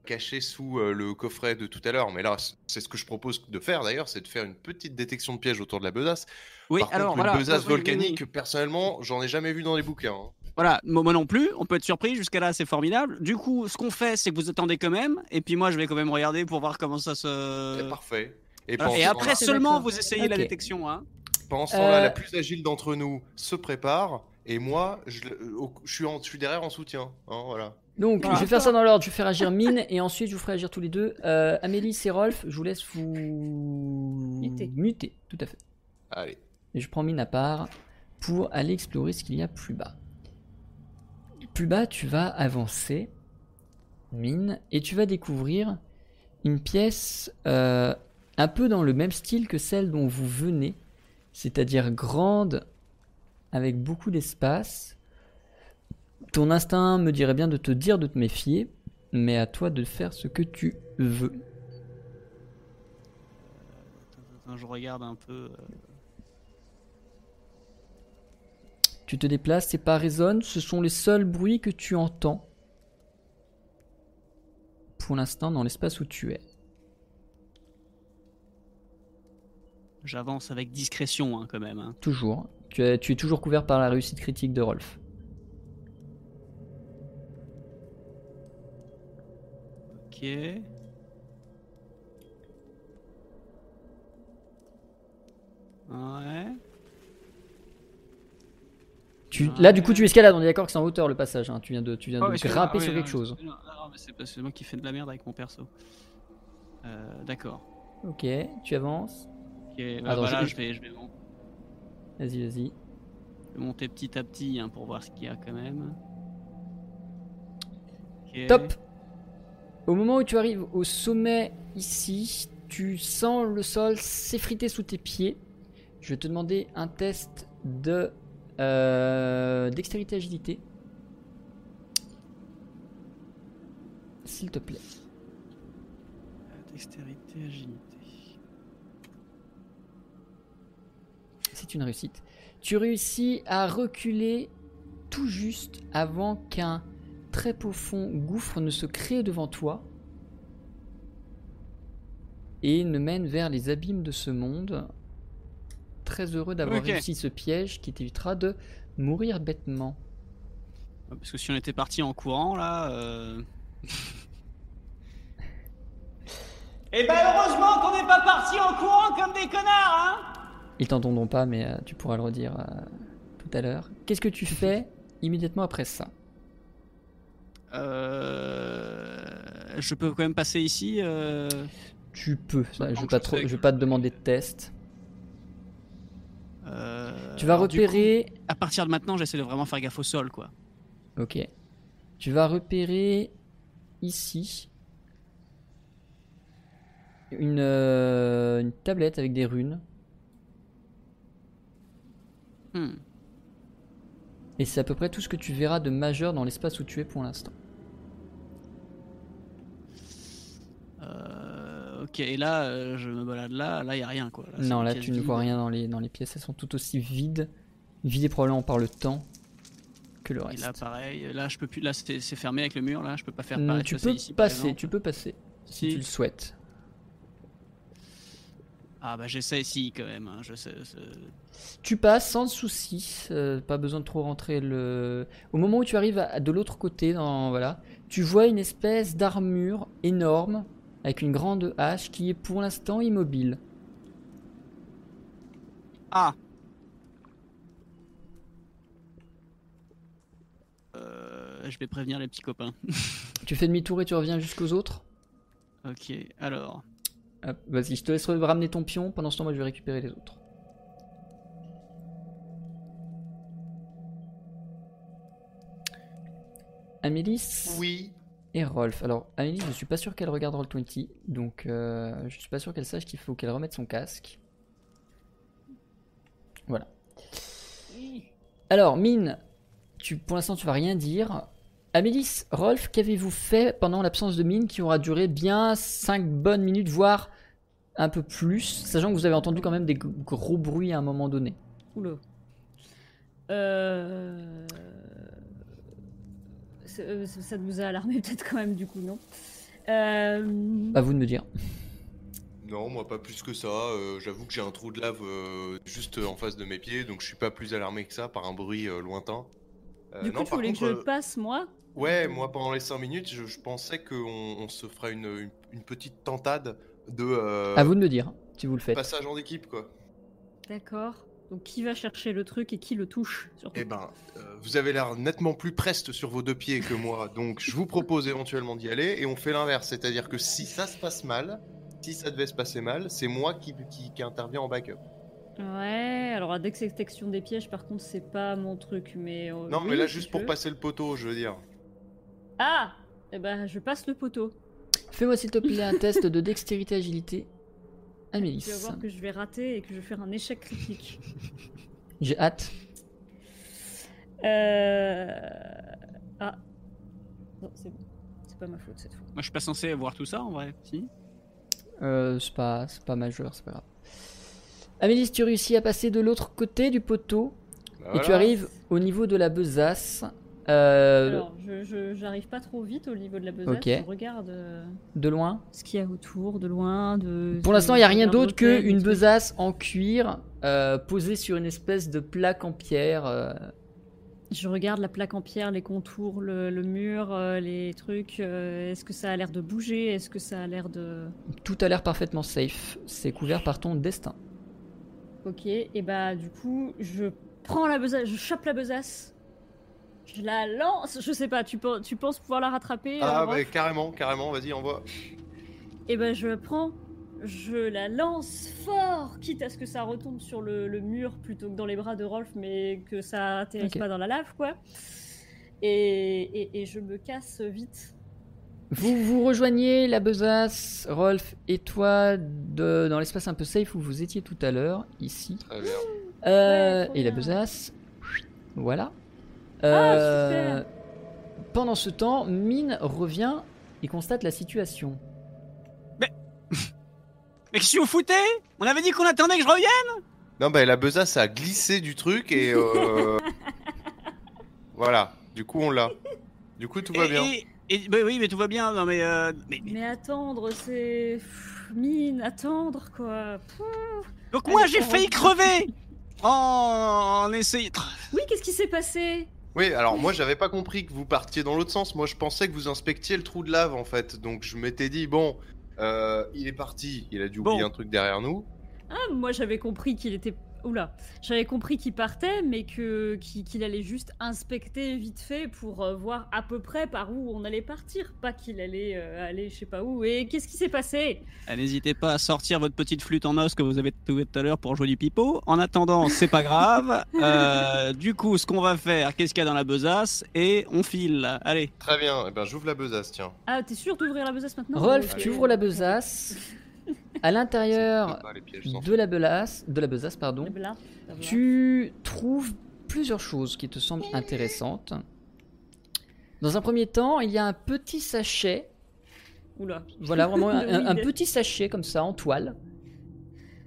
Speaker 3: caché sous euh, le coffret de tout à l'heure. Mais là, c- c'est ce que je propose de faire d'ailleurs, c'est de faire une petite détection de piège autour de la besace.
Speaker 2: oui.
Speaker 3: Par
Speaker 2: alors
Speaker 3: contre, une
Speaker 2: voilà.
Speaker 3: besace
Speaker 2: Oui, oui, oui, oui.
Speaker 3: volcanique, personnellement, j'en ai jamais vu dans les bouquins. hein.
Speaker 2: Voilà, moi moi non plus, on peut être surpris, jusqu'à là c'est formidable. Du coup, ce qu'on fait, c'est que vous attendez quand même, et puis moi je vais quand même regarder pour voir comment ça
Speaker 3: C'est
Speaker 2: se...
Speaker 3: parfait. Et
Speaker 2: Et
Speaker 3: pendant
Speaker 2: après
Speaker 3: ce
Speaker 4: c'est
Speaker 2: seulement
Speaker 4: d'accord.
Speaker 2: vous essayez la
Speaker 1: Ok.
Speaker 2: détection, hein.
Speaker 3: temps-là- pendant ce temps-là,
Speaker 1: Euh,
Speaker 3: la plus agile d'entre nous se prépare et moi, je, le- au- je suis, en- je suis derrière en soutien. hein, voilà.
Speaker 1: Donc,
Speaker 2: Voilà.
Speaker 1: je vais faire ça dans l'ordre. Je vais faire agir Mine et ensuite je vous ferai agir tous les deux. Euh, Amélie et Rolf, je vous laisse vous
Speaker 4: Muter.
Speaker 1: muter. Tout à fait.
Speaker 3: Allez.
Speaker 1: Et je prends Mine à part pour aller explorer ce qu'il y a plus bas. Plus bas, tu vas avancer, Mine, et tu vas découvrir une pièce euh, un peu dans le même style que celle dont vous venez, c'est-à-dire grande, avec beaucoup d'espace. Ton instinct me dirait bien de te dire de te méfier, mais à toi de faire ce que tu veux.
Speaker 2: Attends, Je regarde un peu... euh,
Speaker 1: Tu te déplaces et pas résonne, ce sont les seuls bruits que tu entends. Pour l'instant, dans l'espace où tu es.
Speaker 2: J'avance avec discrétion hein, quand même. hein.
Speaker 1: Toujours. Tu es, tu es toujours couvert par la réussite critique de Rolf.
Speaker 2: Ok. Ah Ouais.
Speaker 1: Tu,
Speaker 2: Ouais.
Speaker 1: là, du coup, tu escalades. On est d'accord que c'est en hauteur le passage. hein. Tu viens de, tu viens
Speaker 2: Ah. Oh,
Speaker 1: de
Speaker 2: excuse-moi,
Speaker 1: grimper
Speaker 2: ah oui,
Speaker 1: sur
Speaker 2: non,
Speaker 1: quelque chose.
Speaker 2: Non, non, mais c'est pas- c'est moi qui fais de la merde avec mon perso. Euh, D'accord.
Speaker 1: Ok, tu avances.
Speaker 2: Ok, bah,
Speaker 1: Attends,
Speaker 2: voilà,
Speaker 1: je-
Speaker 2: je vais, je vais mon-
Speaker 1: Vas-y, vas-y.
Speaker 2: Je vais monter petit à petit hein, pour voir ce qu'il y a quand même. Ok.
Speaker 1: Top Au moment où tu arrives au sommet ici, tu sens le sol s'effriter sous tes pieds. Je vais te demander un test de euh, dextérité agilité. S'il te plaît.
Speaker 2: Dextérité, agilité.
Speaker 1: C'est une réussite. Tu réussis à reculer tout juste avant qu'un très profond gouffre ne se crée devant toi et ne mène vers les abîmes de ce monde. Très heureux d'avoir
Speaker 2: Ok.
Speaker 1: réussi ce piège qui t'évitera de mourir bêtement.
Speaker 2: Ouais, Parce que si on était parti en courant là. Euh... Et bah heureusement qu'on n'est pas parti en courant comme des connards, hein
Speaker 1: Ils t'entendront pas, mais euh, tu pourras le redire euh, tout à l'heure. Qu'est-ce
Speaker 2: [laughs]
Speaker 1: que tu fais immédiatement après ça
Speaker 2: Euh. Je peux quand même passer ici. Euh...
Speaker 1: Tu peux. ça, je
Speaker 2: Maintenant
Speaker 1: vais
Speaker 2: que
Speaker 1: pas
Speaker 2: Bah, je
Speaker 1: trop,
Speaker 2: sais
Speaker 1: je vais
Speaker 2: que-
Speaker 1: pas te demander de test.
Speaker 2: euh,
Speaker 1: tu vas
Speaker 2: alors, du coup,
Speaker 1: repérer.
Speaker 2: à partir de maintenant, j'essaie de vraiment faire gaffe au sol, quoi.
Speaker 1: Ok. Tu vas repérer ici une, euh, une tablette avec des runes.
Speaker 2: Hmm.
Speaker 1: Et c'est à peu près tout ce que tu verras de majeur dans l'espace où tu es pour l'instant.
Speaker 2: Ah, Euh, ok, et là, euh, je me balade là, là, il a rien, quoi. c'est
Speaker 1: Non,
Speaker 2: une
Speaker 1: là
Speaker 2: pièce
Speaker 1: tu ne vois
Speaker 2: vide.
Speaker 1: rien dans les, dans les pièces. Elles sont tout aussi vides. Vidées probablement par le temps que le
Speaker 2: Et
Speaker 1: reste.
Speaker 2: là, pareil, là, je peux plus, là, c'est c'est fermé avec le mur, là, je peux pas faire
Speaker 1: Hmm,
Speaker 2: pareil,
Speaker 1: tu
Speaker 2: passer
Speaker 1: peux
Speaker 2: ici, par
Speaker 1: passer,
Speaker 2: exemple.
Speaker 1: tu peux passer si
Speaker 2: Si.
Speaker 1: tu le souhaites.
Speaker 2: Ah bah j'essaie si quand même, hein, je sais. c'est-
Speaker 1: Tu passes sans souci, euh, pas besoin de trop rentrer le. Au moment où tu arrives à- de l'autre côté, dans voilà, tu vois une espèce d'armure énorme avec une grande hache qui est pour l'instant immobile.
Speaker 2: Ah Euh, Je vais prévenir les petits copains.
Speaker 1: Tu fais demi-tour et tu reviens jusqu'aux autres.
Speaker 2: Ok, alors.
Speaker 1: Hop, Vas-y, je te laisse ramener ton pion. Pendant ce temps, moi, je vais récupérer les autres. Amélis
Speaker 3: Oui.
Speaker 1: et Rolf. Alors, Amélie, je suis pas sûr qu'elle regarde Roll20, donc euh, je suis pas sûr qu'elle sache qu'il faut qu'elle remette son casque. Voilà. Alors, Mine, tu, pour l'instant, tu vas rien dire. Amélis, Rolf, qu'avez-vous fait pendant l'absence de Mine qui aura duré bien 5 bonnes minutes, voire un peu plus, sachant que vous avez entendu quand même des g- gros bruits à un moment donné
Speaker 4: Oula. Euh... c'est- euh, Ça ça vous a alarmé [laughs] peut-être quand même du coup, non Euh,
Speaker 2: Ah,
Speaker 1: À vous de me dire.
Speaker 3: Non, moi pas plus que ça. euh, J'avoue que j'ai un trou de lave euh, juste en face de mes pieds, donc je suis pas plus alarmé que ça par un bruit euh, lointain.
Speaker 2: bah,
Speaker 3: Euh,
Speaker 4: Du coup,
Speaker 3: non,
Speaker 4: tu
Speaker 3: par
Speaker 4: voulais
Speaker 3: contre,
Speaker 4: que je passe, moi
Speaker 3: euh, Ouais, moi pendant les 5 minutes, je, je pensais qu'on on se ferait une, une, une petite tentade de euh,
Speaker 4: Ah
Speaker 1: À vous de me dire si vous le faites.
Speaker 3: passage en équipe, quoi.
Speaker 4: D'accord. Donc, qui va chercher le truc et qui le touche surtout
Speaker 3: Eh ben, euh, vous avez l'air nettement plus preste sur vos deux pieds que moi, [laughs] donc je vous propose éventuellement d'y aller et on fait l'inverse, c'est-à-dire que si ça se passe mal, si ça devait se passer mal, c'est moi qui, qui, qui intervient en backup.
Speaker 4: Ouais, alors la détection des pièges, par contre, c'est pas mon truc, mais. euh,
Speaker 3: Non,
Speaker 4: oui,
Speaker 3: mais là
Speaker 4: si
Speaker 3: juste
Speaker 4: tu
Speaker 3: pour
Speaker 4: veux.
Speaker 3: passer le poteau, je veux dire.
Speaker 4: Ah Eh ben, je passe le poteau.
Speaker 1: Fais-moi s'il te plaît un test de dextérité-agilité. Amélis.
Speaker 4: Tu vas voir que je vais rater et que je vais faire un
Speaker 1: [laughs]
Speaker 4: échec critique.
Speaker 1: J'ai hâte.
Speaker 4: Euh... Ah. Non, c'est bon. C'est pas ma faute cette fois.
Speaker 2: Moi je suis pas censé voir tout ça en vrai, si
Speaker 1: Euh, c'est pas, c'est pas majeur, c'est pas grave. Amélis, tu réussis à passer de l'autre côté du poteau
Speaker 3: Bah
Speaker 1: et
Speaker 3: voilà.
Speaker 1: tu arrives au niveau de la besace. Euh,
Speaker 4: Alors, je- je j'arrive pas trop vite au niveau de la besace.
Speaker 1: Ok.
Speaker 4: Je regarde euh,
Speaker 1: de loin.
Speaker 4: ce qu'il y a autour, de loin, de.
Speaker 1: Pour l'instant, il n'y a
Speaker 4: je
Speaker 1: rien
Speaker 4: regarde
Speaker 1: d'autre
Speaker 4: l'hôtel, des
Speaker 1: qu'une
Speaker 4: trucs.
Speaker 1: besace en cuir euh, posée sur une espèce de plaque en pierre. euh,
Speaker 4: Je regarde la plaque en pierre, les contours, le, le mur, euh, les trucs. euh, Est-ce que ça a l'air de bouger Est-ce que ça a l'air de.
Speaker 1: tout a l'air parfaitement safe. C'est couvert par ton destin.
Speaker 4: Ok, et bah du coup, je prends la besace, je chope la besace, je la lance, je sais pas, tu, pen- tu penses pouvoir la rattraper
Speaker 3: Ah,
Speaker 4: euh, Rof
Speaker 3: ouais, carrément, carrément, vas-y, envoie.
Speaker 4: Et bah je la prends, je la lance fort, quitte à ce que ça retombe sur le, le mur plutôt que dans les bras de Rolf, mais que ça atterrisse
Speaker 1: Ok.
Speaker 4: pas dans la lave, quoi. Et, et- et je me casse vite.
Speaker 1: Vous vous rejoignez la besace, Rolf et toi, de- dans l'espace un peu safe où vous étiez tout à l'heure, ici.
Speaker 3: Très bien.
Speaker 1: Euh,
Speaker 4: trop
Speaker 1: et la
Speaker 4: bien.
Speaker 1: besace. Voilà. Euh,
Speaker 4: Ah,
Speaker 1: pendant ce temps, Mine revient et constate la situation.
Speaker 2: Mais qu'est-ce que vous foutez On avait dit qu'on attendait que je revienne
Speaker 3: Non, bah la besace a glissé du truc et. euh, voilà, du coup on l'a. Du coup tout va
Speaker 2: Et-
Speaker 3: bien.
Speaker 2: Et, et- bah oui, mais tout va bien, non mais. euh, mais- mais-
Speaker 4: Mais attendre, c'est. pff, Mine, attendre, quoi. Pff.
Speaker 2: Donc
Speaker 4: Elle
Speaker 2: moi
Speaker 4: est
Speaker 2: j'ai
Speaker 4: pas
Speaker 2: failli
Speaker 4: rentrée.
Speaker 2: [laughs] crever en, en essayant.
Speaker 4: Oui, qu'est-ce qui s'est passé
Speaker 3: Oui, alors moi j'avais pas compris que vous partiez dans l'autre sens. Moi je pensais que vous inspectiez le trou de lave en fait. Donc je m'étais dit, bon, euh, il est parti, il a dû oublier
Speaker 2: Bon.
Speaker 3: un truc derrière nous.
Speaker 4: Ah, moi j'avais compris qu'il était. Oula, j'avais compris qu'il partait, mais que qu'il qu'il allait juste inspecter vite fait pour euh, voir à peu près par où on allait partir, pas qu'il allait euh, aller je sais pas où. Et qu'est-ce qui s'est passé
Speaker 2: Ah, N'hésitez pas à sortir votre petite flûte en os que vous avez trouvée tout à l'heure pour jouer du pipeau. En attendant, c'est pas [laughs] grave. Euh, du coup, ce qu'on va faire, qu'est-ce qu'il y a dans la besace Et on file. Allez.
Speaker 3: Très bien, et ben j'ouvre la besace, tiens.
Speaker 4: Ah, t'es sûr d'ouvrir la besace maintenant
Speaker 1: Rolf,
Speaker 4: Euh,
Speaker 1: tu ouvres la
Speaker 4: [laughs]
Speaker 1: besace. À l'intérieur
Speaker 3: C'est pas Ah, les pièges sans
Speaker 1: de la besace, de la besace, pardon,
Speaker 4: Eh ben là, ça va.
Speaker 1: tu trouves plusieurs choses qui te semblent intéressantes. Dans un premier temps, il y a un petit sachet
Speaker 4: Oula.
Speaker 1: Voilà, vraiment
Speaker 4: [laughs]
Speaker 1: un,
Speaker 4: De
Speaker 1: un- un
Speaker 4: weed.
Speaker 1: petit sachet comme ça en toile.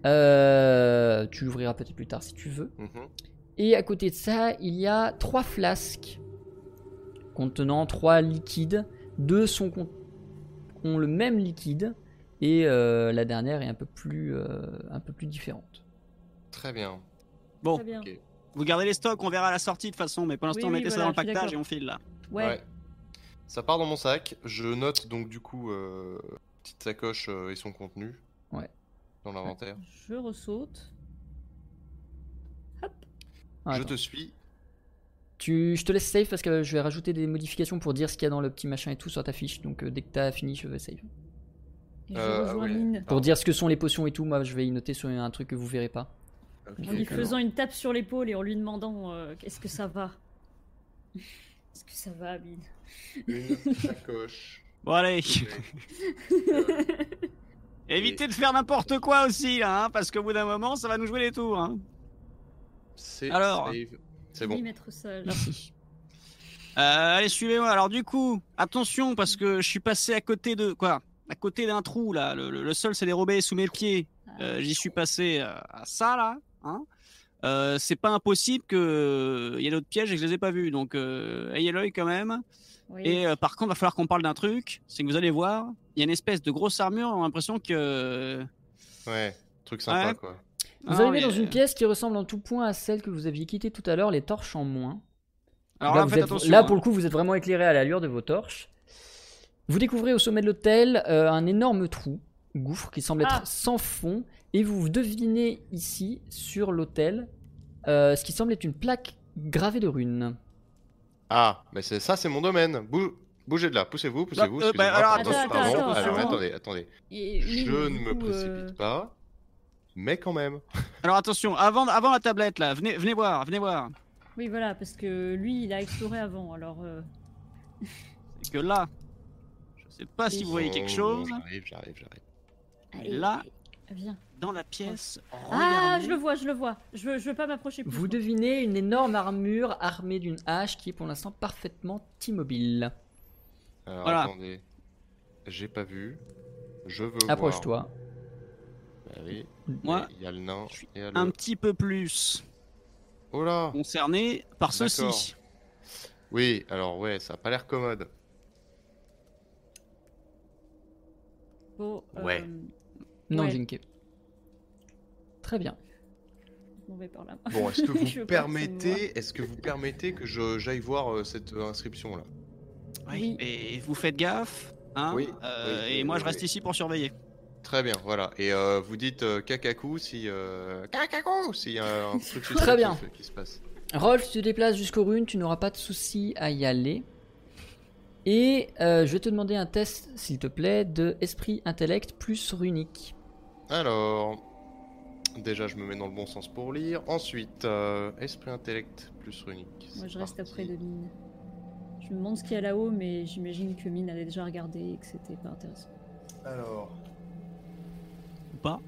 Speaker 1: Euh, tu l'ouvriras peut-être plus tard si tu veux.
Speaker 3: Mhm.
Speaker 1: Et à côté de ça, il y a trois flasques contenant trois liquides. Deux sont con- ont le même liquide et euh, la dernière est un peu plus, euh, un peu plus différente.
Speaker 3: Très bien.
Speaker 2: Bon,
Speaker 4: Très bien.
Speaker 3: ok.
Speaker 2: vous gardez les stocks, on verra à la sortie de toute façon, mais pour l'instant,
Speaker 4: Oui, oui,
Speaker 2: mettez ça
Speaker 4: voilà,
Speaker 2: dans le
Speaker 4: je suis
Speaker 2: pactage et
Speaker 4: d'accord.
Speaker 2: on file là.
Speaker 4: Ouais.
Speaker 3: Ça part dans mon sac. Je note donc du coup euh, petite sacoche euh, et son contenu.
Speaker 1: Ouais.
Speaker 3: Dans l'inventaire.
Speaker 4: Je ressaute.
Speaker 1: Ah,
Speaker 3: je
Speaker 1: attends.
Speaker 3: te suis.
Speaker 1: Tu, je te laisse save parce que je vais rajouter des modifications pour dire ce qu'il y a dans le petit machin et tout sur ta fiche. Donc euh, dès que t'as fini, je vais save.
Speaker 4: Et je
Speaker 3: Euh, ah
Speaker 4: rejoins
Speaker 3: ouais.
Speaker 4: Mine.
Speaker 1: Pour dire ce que sont les potions et tout, moi je vais y noter sur un truc que vous verrez pas.
Speaker 4: En lui
Speaker 1: Ok, alors.
Speaker 4: faisant une tape sur l'épaule et en lui demandant euh, Est-ce que ça va [laughs] Est-ce que ça va, Mine
Speaker 3: Une [laughs] sacoche.
Speaker 2: Bon, allez,
Speaker 3: Euh,
Speaker 4: [laughs]
Speaker 2: évitez de faire n'importe quoi aussi, là, hein, parce qu'au bout d'un moment, ça va nous jouer les tours. hein.
Speaker 3: C'est
Speaker 2: Alors.
Speaker 3: save. C'est
Speaker 4: Oui,
Speaker 3: bon.
Speaker 4: maître sage.
Speaker 2: Merci. Euh, allez, suivez-moi. Alors du coup, attention parce que je suis passé à côté de quoi À côté d'un trou là. Le, le- le sol s'est dérobé sous mes pieds.
Speaker 1: Ah.
Speaker 2: Euh, J'y suis passé euh, à ça là. hein. Euh, c'est pas impossible que il y ait d'autres pièges et que je les ai pas vus. Donc euh, ayez l'œil quand même.
Speaker 4: Oui.
Speaker 2: Et euh, par contre, va falloir qu'on parle d'un truc. C'est que vous allez voir, il y a une espèce de grosse armure. On a l'impression que Ah
Speaker 3: Ouais. Truc sympa
Speaker 2: Ouais.
Speaker 3: quoi.
Speaker 1: Vous
Speaker 2: Non,
Speaker 1: arrivez
Speaker 2: mais-
Speaker 1: dans une pièce qui ressemble en tout point à celle que vous aviez quittée tout à l'heure, les torches en moins.
Speaker 2: Alors
Speaker 1: là,
Speaker 2: là,
Speaker 1: vous
Speaker 2: faites
Speaker 1: êtes-
Speaker 2: attention.
Speaker 1: là,
Speaker 2: hein.
Speaker 1: pour le coup, vous êtes vraiment éclairé à l'allure de vos torches. Vous découvrez au sommet de l'hôtel euh, un énorme trou, gouffre, qui semble être
Speaker 4: Ah.
Speaker 1: sans fond. Et vous devinez ici, sur l'hôtel, euh, ce qui semble être une plaque gravée de runes.
Speaker 3: Ah, mais c'est ça, c'est mon domaine. Bou- Bougez de là, poussez-vous, poussez-vous.
Speaker 2: Bah, euh, bah,
Speaker 3: excusez-moi,
Speaker 2: alors,
Speaker 3: pardon,
Speaker 4: attends,
Speaker 3: pardon.
Speaker 4: attends,
Speaker 3: Alors,
Speaker 4: attends.
Speaker 3: attendez, attendez.
Speaker 4: Et Mine,
Speaker 3: Je ne
Speaker 4: du
Speaker 3: me
Speaker 4: coup, euh,
Speaker 3: précipite pas, mais quand même.
Speaker 2: Alors attention, avant, avant la tablette là, venez, venez voir, venez voir.
Speaker 4: Oui, voilà, parce que lui, il a exploré avant, alors. euh,
Speaker 2: C'est que là, je sais pas si vous voyez quelque
Speaker 3: Oh,
Speaker 2: chose.
Speaker 3: J'arrive, j'arrive, j'arrive.
Speaker 2: Et là,
Speaker 4: Viens.
Speaker 2: dans la pièce.
Speaker 4: Ah,
Speaker 2: regardez.
Speaker 4: je le vois, je le vois. Je veux, je veux pas m'approcher plus.
Speaker 1: Vous
Speaker 4: moi.
Speaker 1: devinez une énorme armure armée d'une hache qui est pour l'instant parfaitement immobile.
Speaker 3: Alors,
Speaker 2: Voilà.
Speaker 3: attendez. J'ai pas vu. Je veux voir.
Speaker 1: Approche-toi.
Speaker 3: Bah oui,
Speaker 2: Moi,
Speaker 3: il y a le nain.
Speaker 2: je suis
Speaker 3: Et il y a le...
Speaker 2: un petit peu plus
Speaker 3: Oh là
Speaker 2: concerné par
Speaker 3: D'accord.
Speaker 2: ceci.
Speaker 3: Oui, alors ouais, ça a pas l'air commode.
Speaker 4: Bon, euh,
Speaker 3: Ouais.
Speaker 1: Non,
Speaker 4: Ouais.
Speaker 1: Jinke. Très bien.
Speaker 4: on va par là.
Speaker 3: Bon, est-ce que
Speaker 4: Je veux pas que
Speaker 3: vous
Speaker 4: ça me
Speaker 3: permettez, est-ce que vous permettez que je- j'aille voir euh, cette inscription là
Speaker 2: Oui.
Speaker 4: Oui.
Speaker 2: Et vous faites gaffe. Hein
Speaker 3: Oui,
Speaker 2: euh,
Speaker 3: oui, oui,
Speaker 2: et moi,
Speaker 3: oui,
Speaker 2: je reste
Speaker 3: oui.
Speaker 2: ici pour surveiller.
Speaker 3: Très bien, voilà. Et euh, vous dites euh, kakaku si euh, kakaku s'il y a un truc
Speaker 1: Très bien.
Speaker 3: suspectif qui se passe.
Speaker 1: Rolf, tu te déplaces jusqu'aux runes, tu n'auras pas de souci à y aller. Et euh, je vais te demander un test, s'il te plaît, de esprit intellect plus runique.
Speaker 3: Alors, déjà je me mets dans le bon sens pour lire. Ensuite, euh, esprit intellect plus runique.
Speaker 4: Moi,
Speaker 3: c'est
Speaker 4: je reste
Speaker 3: parti.
Speaker 4: après de Mine. Je me demande ce qu'il y a là-haut, mais j'imagine que Mine avait déjà regardé et que c'était pas intéressant.
Speaker 3: Alors,
Speaker 2: Ou pas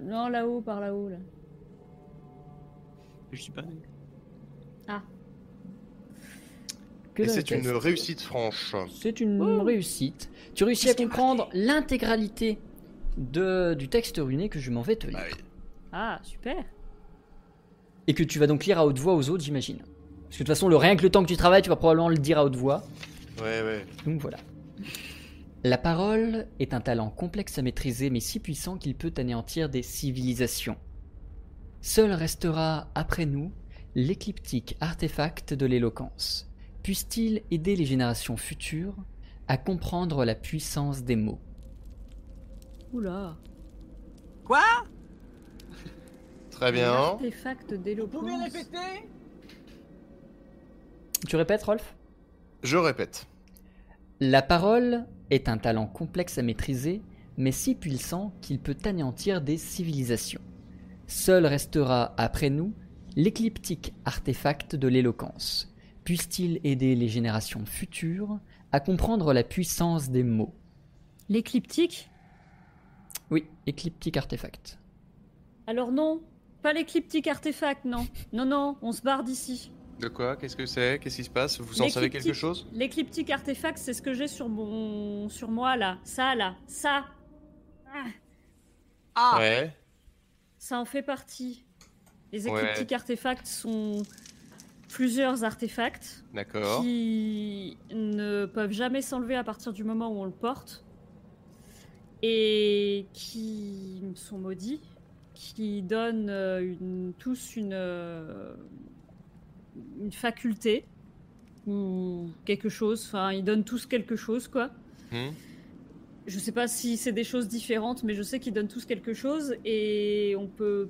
Speaker 4: Non, là-haut, par là-haut, là.
Speaker 2: Je suis pas.
Speaker 1: Que
Speaker 3: et
Speaker 1: donne le
Speaker 3: c'est une
Speaker 1: test
Speaker 3: réussite franche.
Speaker 1: C'est une réussite. Tu réussis à
Speaker 5: Qu'est-ce qui est
Speaker 1: comprendre l'intégralité de- du texte runé que je m'en vais te lire.
Speaker 3: Bah oui.
Speaker 4: Ah, super
Speaker 1: Et que tu vas donc lire à haute voix aux autres, j'imagine. Parce que de toute façon, le, rien que le temps que tu travailles, tu vas probablement le dire à haute voix.
Speaker 3: Ouais, ouais.
Speaker 1: Donc voilà. La parole est un talent complexe à maîtriser mais si puissant qu'il peut anéantir des civilisations. Seul restera, après nous, l'écliptique artefact de l'éloquence. Puisse-t-il aider les générations futures à comprendre la puissance des mots
Speaker 4: Oula
Speaker 3: Très
Speaker 4: Un
Speaker 3: bien.
Speaker 4: artefact
Speaker 5: Vous pouvez
Speaker 4: d'éloquence.
Speaker 5: répéter
Speaker 1: Tu répètes, Rolf
Speaker 3: Je répète.
Speaker 1: La parole est un talent complexe à maîtriser, mais si puissant qu'il peut anéantir des civilisations. Seul restera, après nous, l'écliptique artefact de l'éloquence. Puisse-t-il aider les générations futures à comprendre la puissance des mots
Speaker 4: L'écliptique
Speaker 1: Oui, écliptique artefact.
Speaker 4: Alors non, pas l'écliptique artefact, non. Non, non, on se barre d'ici.
Speaker 3: De quoi Qu'est-ce que c'est Qu'est-ce qui se passe Vous en savez quelque
Speaker 4: L'écliptique.
Speaker 3: chose
Speaker 4: L'écliptique artefact, c'est ce que j'ai sur mon... sur moi, là. Ça, là. Ça
Speaker 5: Ah
Speaker 3: Ouais.
Speaker 4: Ça en fait partie. Les
Speaker 3: Ouais.
Speaker 4: écliptiques artefacts sont plusieurs artefacts
Speaker 3: D'accord.
Speaker 4: qui ne peuvent jamais s'enlever à partir du moment où on le porte. et qui sont maudits, qui donnent euh, une- tous une, euh, une faculté ou quelque chose. Enfin, ils donnent tous quelque chose, quoi.
Speaker 3: Hmm.
Speaker 4: Je sais pas si c'est des choses différentes, mais je sais qu'ils donnent tous quelque chose et on peut,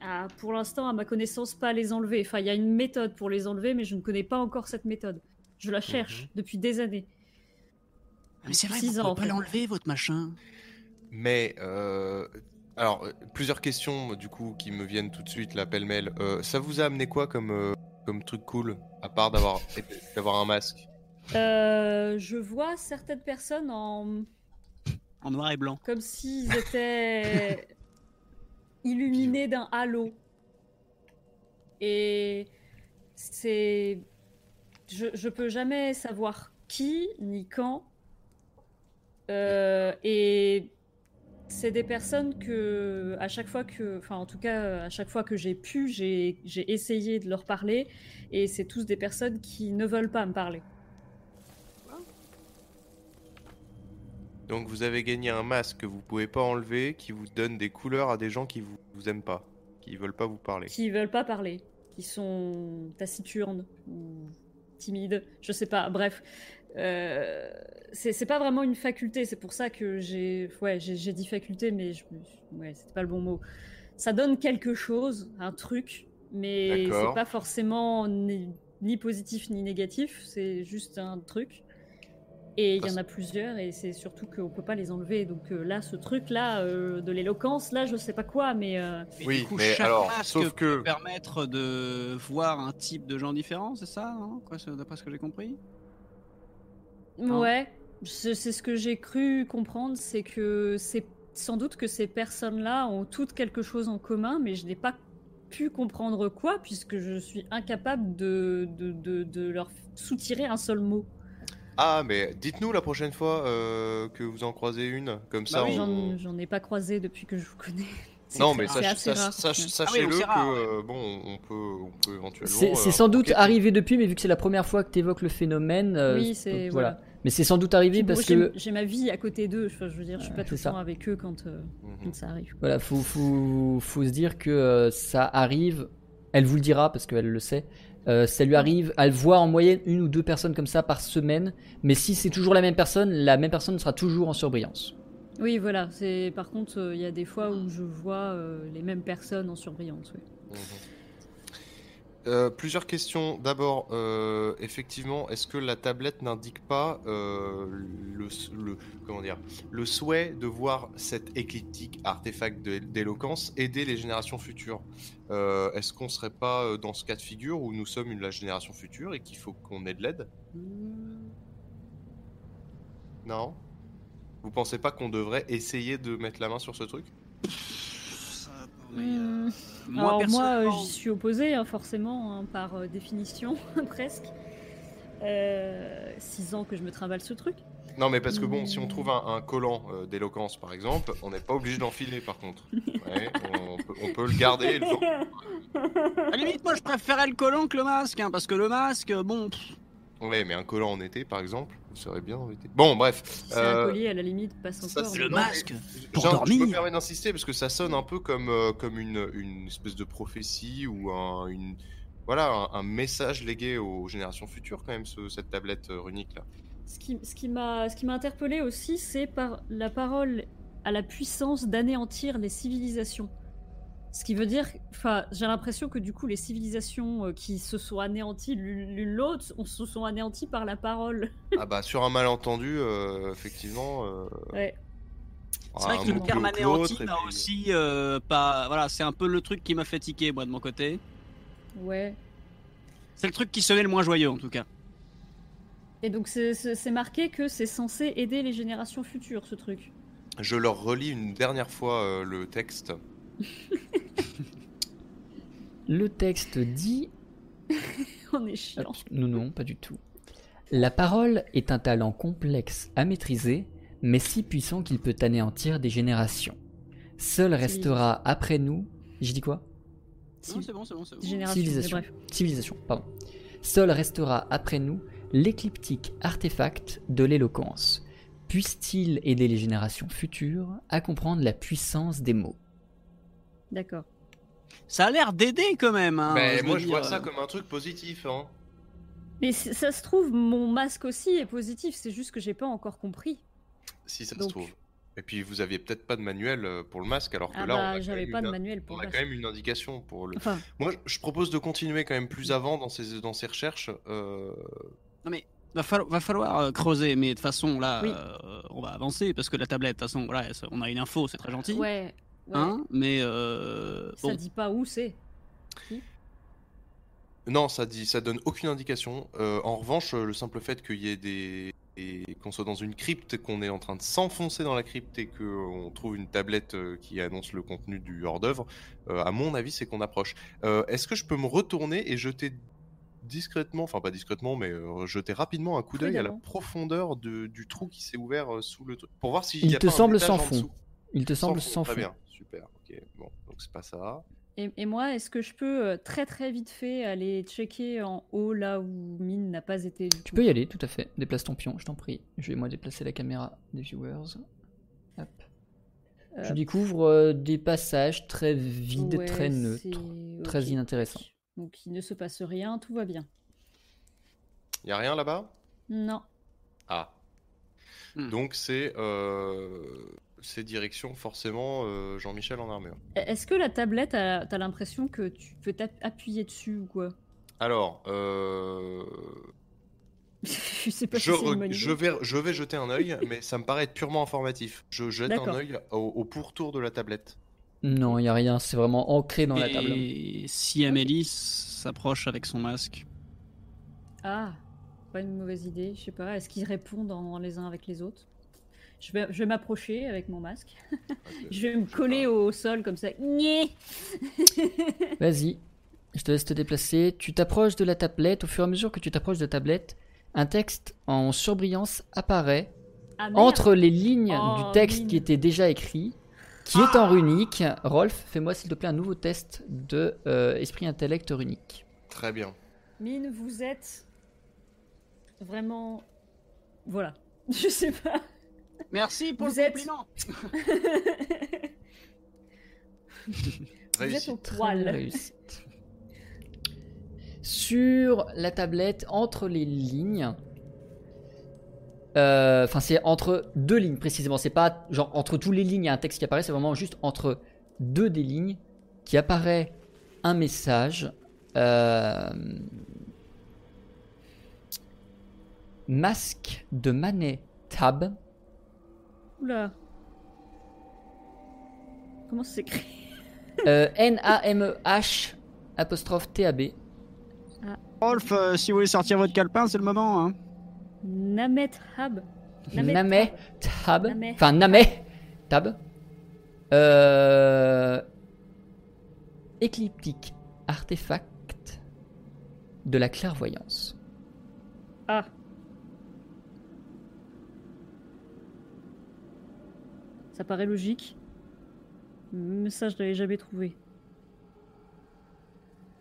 Speaker 4: ah, pour l'instant, à ma connaissance, pas les enlever. Enfin, il y a une méthode pour les enlever, mais je ne connais pas encore cette méthode. Je la cherche depuis des années.
Speaker 2: Ah, mais c'est vrai,
Speaker 4: Six
Speaker 2: vous
Speaker 4: ans,
Speaker 2: pouvez
Speaker 4: en
Speaker 2: pas
Speaker 4: fait.
Speaker 2: l'enlever, votre machin.
Speaker 3: Mais, euh, alors, euh, plusieurs questions, du coup, qui me viennent tout de suite, la pêle-mêle. Euh, ça vous a amené quoi comme, euh, comme truc cool, à part d'avoir [laughs] d'avoir un masque
Speaker 4: Euh, je vois certaines personnes en
Speaker 2: En noir et blanc.
Speaker 4: comme s'ils étaient illuminés d'un halo. Et c'est je, je peux jamais savoir qui ni quand. Euh, et c'est des personnes que, à chaque fois que, enfin en tout cas, euh, à chaque fois que j'ai pu, j'ai j'ai essayé de leur parler, et c'est tous des personnes qui ne veulent pas me parler.
Speaker 3: Donc, vous avez gagné un masque que vous pouvez pas enlever, qui vous donne des couleurs à des gens qui vous, vous aiment pas, qui veulent pas vous parler.
Speaker 4: qui veulent pas parler, qui sont taciturnes ou timides, je sais pas. Bref, euh, c'est c'est pas vraiment une faculté. C'est pour ça que j'ai, ouais, j'ai j'ai dit faculté, mais je, me- ouais, c'était pas le bon mot. Ça donne quelque chose, un truc, mais
Speaker 3: D'accord.
Speaker 4: c'est pas forcément ni, ni positif ni négatif. C'est juste un truc. Et il y en a plusieurs, et c'est surtout qu'on peut pas les enlever. Donc euh, là, ce truc-là, euh, de l'éloquence, là, je sais pas quoi, mais euh,
Speaker 2: Mais
Speaker 3: Oui,
Speaker 2: du coup,
Speaker 3: mais
Speaker 2: chaque
Speaker 3: alors,
Speaker 2: masque
Speaker 3: sauf
Speaker 2: peut
Speaker 3: que-
Speaker 2: permettre de voir un type de gens différents, c'est ça hein Quoi, c'est- D'après ce que j'ai compris
Speaker 1: Hein.
Speaker 2: Non.
Speaker 4: Ouais, c'est c'est ce que j'ai cru comprendre, c'est que c'est sans doute que ces personnes-là ont toutes quelque chose en commun, mais je n'ai pas pu comprendre quoi, puisque je suis incapable de, de, de- de leur soutirer un seul mot.
Speaker 3: Ah, mais dites-nous la prochaine fois euh, que vous en croisez une, comme ça
Speaker 2: Ah oui.
Speaker 4: J'en
Speaker 3: on...
Speaker 4: j'en ai pas croisé depuis que je vous connais. C'est
Speaker 3: Non,
Speaker 4: très-
Speaker 3: mais
Speaker 4: c'est
Speaker 3: sach-
Speaker 4: assez
Speaker 3: sach-
Speaker 4: rare,
Speaker 3: sach-
Speaker 4: ouais.
Speaker 3: sachez-le
Speaker 2: Ah oui,
Speaker 3: que,
Speaker 2: c'est rare, ouais.
Speaker 3: euh, bon, on peut, on peut éventuellement...
Speaker 1: C'est c'est
Speaker 3: euh,
Speaker 1: sans doute
Speaker 3: enquêter.
Speaker 1: arrivé depuis, mais vu que c'est la première fois que tu évoques le phénomène. euh,
Speaker 4: Oui,
Speaker 1: c'est-
Speaker 4: c'est-
Speaker 1: Voilà.
Speaker 4: voilà.
Speaker 1: Mais c'est sans doute arrivé
Speaker 4: Puis bon,
Speaker 1: parce
Speaker 4: j'ai-
Speaker 1: que.
Speaker 4: J'ai ma vie à côté d'eux, enfin, je veux dire, je suis
Speaker 1: Ouais,
Speaker 4: pas tout le
Speaker 1: c'est ça.
Speaker 4: temps avec eux quand, euh,
Speaker 3: [laughs] Mhm.
Speaker 4: quand ça arrive.
Speaker 1: Voilà, faut, faut, faut se dire que euh, ça arrive. Elle vous le dira parce qu'elle le sait. euh, ça lui arrive, elle voit en moyenne une ou deux personnes comme ça par semaine. Mais si c'est toujours la même personne, la même personne sera toujours en surbrillance.
Speaker 4: Oui, voilà, c'est par contre, euh, il y a des fois où je vois euh, les mêmes personnes en surbrillance. ouais.
Speaker 3: Mhm. Euh, plusieurs questions. D'abord, euh, effectivement, est-ce que la tablette n'indique pas euh, le, le- comment dire, le souhait de voir cet écliptique artefact de- d'éloquence aider les générations futures Euh, Est-ce qu'on serait pas euh, dans ce cas de figure où nous sommes une, la génération future et qu'il faut qu'on ait de l'aide
Speaker 4: Hmm.
Speaker 3: Non Vous pensez pas qu'on devrait essayer de mettre la main sur ce truc
Speaker 2: Ça, mais, euh,
Speaker 4: Hmm.
Speaker 2: Moi,
Speaker 4: Alors moi, euh,
Speaker 2: personnellement,
Speaker 4: j'y suis opposée, hein, forcément, hein, par euh, définition, [laughs] presque. Euh, six ans que je me trimballe
Speaker 2: [laughs]
Speaker 4: ce truc.
Speaker 3: Non, mais parce que bon,
Speaker 4: Mm.
Speaker 3: si on trouve un, un collant euh, d'éloquence, par exemple, on n'est pas obligé d'enfiler, par
Speaker 2: [laughs]
Speaker 3: contre. Ouais, on, peut, on peut le garder. et le vendre.
Speaker 2: à la limite, moi, je préférais le collant que le masque, hein, parce que le masque, bon, pff,
Speaker 3: Ouais, mais un collant en été, par exemple, vous serez bien embêté. Bon, bref.
Speaker 4: C'est
Speaker 3: euh,
Speaker 4: un collier, à la limite, passe
Speaker 3: ça,
Speaker 4: encore.
Speaker 3: c'est
Speaker 2: le
Speaker 3: Non,
Speaker 2: masque. pour
Speaker 3: Jean, Je me
Speaker 2: dormir.
Speaker 3: permets d'insister parce que ça sonne un peu comme, euh, comme une, une espèce de prophétie ou un, une, voilà, un, un message légué aux générations futures, quand même, ce- cette tablette euh, runique là.
Speaker 4: Ce qui, ce qui m'a ce qui m'a interpellée aussi, c'est par la parole à la puissance d'anéantir les civilisations. Ce qui veut dire, enfin, j'ai l'impression que du coup, les civilisations euh, qui se sont anéanties l'une l'une l'autre, on se sont anéanties par la parole.
Speaker 3: Ah bah, sur un malentendu, euh, effectivement. euh,
Speaker 4: Ouais.
Speaker 2: C'est
Speaker 3: un
Speaker 2: vrai que le
Speaker 3: mot
Speaker 2: terme
Speaker 3: clôt que Ah, l'autre,
Speaker 2: anéanti
Speaker 3: et
Speaker 2: m'a
Speaker 3: puis-
Speaker 2: aussi euh, pas. Voilà, c'est un peu le truc qui m'a fait tiquer, moi, de mon côté.
Speaker 4: Ouais.
Speaker 2: C'est le truc qui sonnait le moins joyeux, en tout cas.
Speaker 4: Et donc c'est- c'est c'est marqué que c'est censé aider les générations futures, ce truc. [laughs]
Speaker 3: Je leur relis une dernière fois euh, le texte.
Speaker 1: Le texte dit
Speaker 4: On est chiant.
Speaker 1: Abs- Non, non, pas du tout. La parole est un talent complexe à maîtriser, mais si puissant qu'il peut anéantir des générations. Seul restera après nous. J'ai dit quoi
Speaker 4: Si-
Speaker 2: Non, c'est bon, c'est bon, c'est bon.
Speaker 4: Génération.
Speaker 1: Civilisation.
Speaker 4: mais bref.
Speaker 1: Civilisation, pardon. Seul restera après nous l'écliptique artefact de l'éloquence. puisse-t-il aider les générations futures à comprendre la puissance des mots
Speaker 4: D'accord.
Speaker 2: Ça a l'air d'aider quand même. hein,
Speaker 3: Mais
Speaker 2: veux
Speaker 3: Ben, moi, je
Speaker 2: dire,
Speaker 3: vois
Speaker 2: euh,
Speaker 3: ça comme un truc positif. Hein.
Speaker 4: Mais c- ça se trouve, mon masque aussi est positif, c'est juste que j'ai pas encore compris.
Speaker 3: Si ça se
Speaker 4: Donc-
Speaker 3: trouve. Et puis vous aviez peut-être pas de manuel euh, pour le masque, alors que
Speaker 4: Ah
Speaker 3: là on a
Speaker 4: bah,
Speaker 3: quand
Speaker 4: j'avais
Speaker 3: même
Speaker 4: pas de
Speaker 3: une-
Speaker 4: manuel pour
Speaker 3: on a
Speaker 4: le
Speaker 3: quand même une indication pour le.
Speaker 4: Enfin,
Speaker 3: Moi, je propose de continuer quand même plus avant dans ces dans ces recherches. euh,
Speaker 2: Va falloir, va falloir, euh, creuser, mais de toute façon, là,
Speaker 4: Oui.
Speaker 2: euh, on va avancer parce que la tablette, de toute façon, voilà, ça- on a une info, c'est très gentil.
Speaker 4: ouais, ouais.
Speaker 2: Hein, mais euh,
Speaker 4: ça
Speaker 2: bon,
Speaker 4: dit pas où c'est.
Speaker 3: Non, ça dit, ça donne aucune indication. Euh, en revanche, euh, le simple fait qu'il y ait des, des- qu'on soit dans une crypte, qu'on est en train de s'enfoncer dans la crypte et qu'on trouve une tablette euh, qui annonce le contenu du hors-d'œuvre, euh, à mon avis, c'est qu'on approche. Euh, Est-ce que je peux me retourner et jeter discrètement, enfin pas discrètement, mais euh, jeter rapidement un coup d'œil à la
Speaker 4: Prudemment.
Speaker 3: profondeur de- du trou qui s'est ouvert euh, sous le truc pour voir s'il
Speaker 1: Il
Speaker 3: y a
Speaker 1: te
Speaker 3: pas un
Speaker 1: semble
Speaker 3: étage
Speaker 1: sans
Speaker 3: en
Speaker 1: fond.
Speaker 3: dessous.
Speaker 1: Il te semble sans
Speaker 3: Très
Speaker 1: fond.
Speaker 3: bien, super. Ok, bon, donc c'est pas ça.
Speaker 4: Et, et moi, est-ce que je peux euh, très très vite fait aller checker en haut là où Mine n'a pas été du
Speaker 1: Tu
Speaker 4: tout
Speaker 1: peux y aller, tout à fait. Déplace ton pion, je t'en prie. Je vais moi déplacer la caméra des viewers. Hop. Je
Speaker 4: Hop.
Speaker 1: découvre euh, des passages très vides,
Speaker 4: Ouais,
Speaker 1: très neutres,
Speaker 4: c'est-
Speaker 1: très
Speaker 4: ok.
Speaker 1: inintéressants.
Speaker 4: Donc il ne se passe rien, tout va bien.
Speaker 3: Il y a rien là-bas?
Speaker 4: Non.
Speaker 3: Ah.
Speaker 2: Hmm.
Speaker 3: Donc c'est euh, c'est direction forcément euh, Jean-Michel en armure.
Speaker 4: E- Est-ce que la tablette, a- t'as l'impression que tu peux t'appuyer dessus ou quoi [laughs]
Speaker 3: Alors, euh,
Speaker 4: Je sais pas
Speaker 3: je,
Speaker 4: si c'est une
Speaker 3: re-
Speaker 4: bonne idée.
Speaker 3: je, vais, je vais jeter un œil, mais ça me paraît être purement informatif. Je jette un
Speaker 4: D'accord.
Speaker 3: œil au, au pourtour de la tablette.
Speaker 1: Non, il n'y a rien, c'est vraiment ancré dans la table.
Speaker 2: et si Amélie s'approche avec son masque,
Speaker 4: Ah, pas une mauvaise idée. Je sais pas. Est-ce qu'ils répondent en- les uns avec les autres je vais, je vais m'approcher avec mon masque. [laughs] Je vais me coller au, sol comme ça. Nyeh
Speaker 1: Vas-y, je te laisse te déplacer. Tu t'approches de la tablette, au fur et à mesure que tu t'approches de la tablette, un texte en surbrillance apparaît
Speaker 4: Ah, merde.
Speaker 1: entre les lignes
Speaker 4: Oh, Ah.
Speaker 1: du texte qui
Speaker 4: mine.
Speaker 1: était déjà écrit, qui est en runique. Rolf, fais-moi s'il te plaît un nouveau test de euh, esprit intellect runique.
Speaker 3: Très bien.
Speaker 4: Mine, vous êtes vraiment. Voilà. [laughs] Je sais pas.
Speaker 2: merci pour
Speaker 4: Vous
Speaker 2: le
Speaker 4: êtes-
Speaker 2: compliment.
Speaker 4: Vous êtes
Speaker 3: Réussi.
Speaker 4: au
Speaker 1: Très belle
Speaker 4: poil.
Speaker 1: réussite. Sur la tablette, entre les lignes. euh, Enfin, c'est entre deux lignes précisément. C'est pas genre entre toutes les lignes il y a un texte qui apparaît. C'est vraiment juste entre deux des lignes qui apparaît un message. euh, masque de Manet Tab.
Speaker 4: Oula. Comment ça s'écrit
Speaker 1: euh, N-A-M-E-H apostrophe T-A-B.
Speaker 2: Rolf, euh, si vous voulez sortir votre calepin, c'est le moment. Hein.
Speaker 4: Namet Hab. Namet
Speaker 1: Namet
Speaker 4: Hab.
Speaker 1: Tab.
Speaker 4: Namet.
Speaker 1: Enfin, Namet Tab. Euh, Écliptique artefact de la clairvoyance.
Speaker 4: Ah. Ça paraît logique. Mais ça, je l'avais jamais trouvé.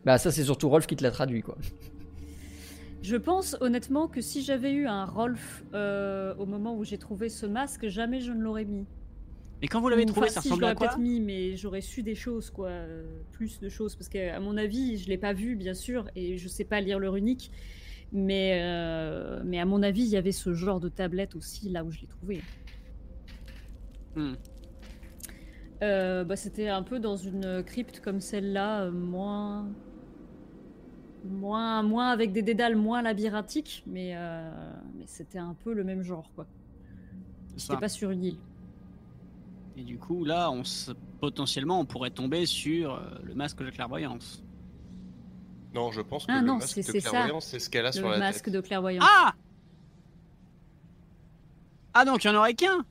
Speaker 1: Bah, ça, c'est surtout Rolf qui te l'a traduit, quoi. [laughs]
Speaker 4: Je pense honnêtement que si j'avais eu un Rolf euh, au moment où j'ai trouvé ce masque, jamais je ne l'aurais mis.
Speaker 2: Et quand vous l'avez
Speaker 4: Ou,
Speaker 2: trouvé,
Speaker 4: enfin,
Speaker 2: ça
Speaker 4: si,
Speaker 2: ressemble
Speaker 4: je
Speaker 2: à
Speaker 4: l'aurais
Speaker 2: quoi
Speaker 4: peut-être mis, mais j'aurais su des choses, quoi. euh, plus de choses. Parce qu'à mon avis, je l'ai pas vu, bien sûr, et je sais pas lire le runique. Mais, euh, mais à mon avis, il y avait ce genre de tablette aussi, là où je l'ai trouvé.
Speaker 2: Hmm.
Speaker 4: Euh, bah, C'était un peu dans une crypte comme celle-là, euh, moins... moins. moins avec des dédales moins labyrinthiques, mais, euh, mais c'était un peu le même genre, quoi.
Speaker 2: C'est
Speaker 4: C'était
Speaker 2: ça.
Speaker 4: pas sur une île.
Speaker 2: Et du coup, là, on s- potentiellement, on pourrait tomber sur euh, le masque de la clairvoyance.
Speaker 3: Non, je pense que
Speaker 4: Ah
Speaker 3: le
Speaker 4: non,
Speaker 3: masque
Speaker 4: c'est-
Speaker 3: de
Speaker 4: c'est ça.
Speaker 3: clairvoyance, c'est ce qu'elle a sur
Speaker 4: Le
Speaker 3: la
Speaker 4: masque
Speaker 3: tête.
Speaker 4: de clairvoyance.
Speaker 2: Ah Ah donc, il n'y en aurait
Speaker 3: Euh,
Speaker 2: qu'un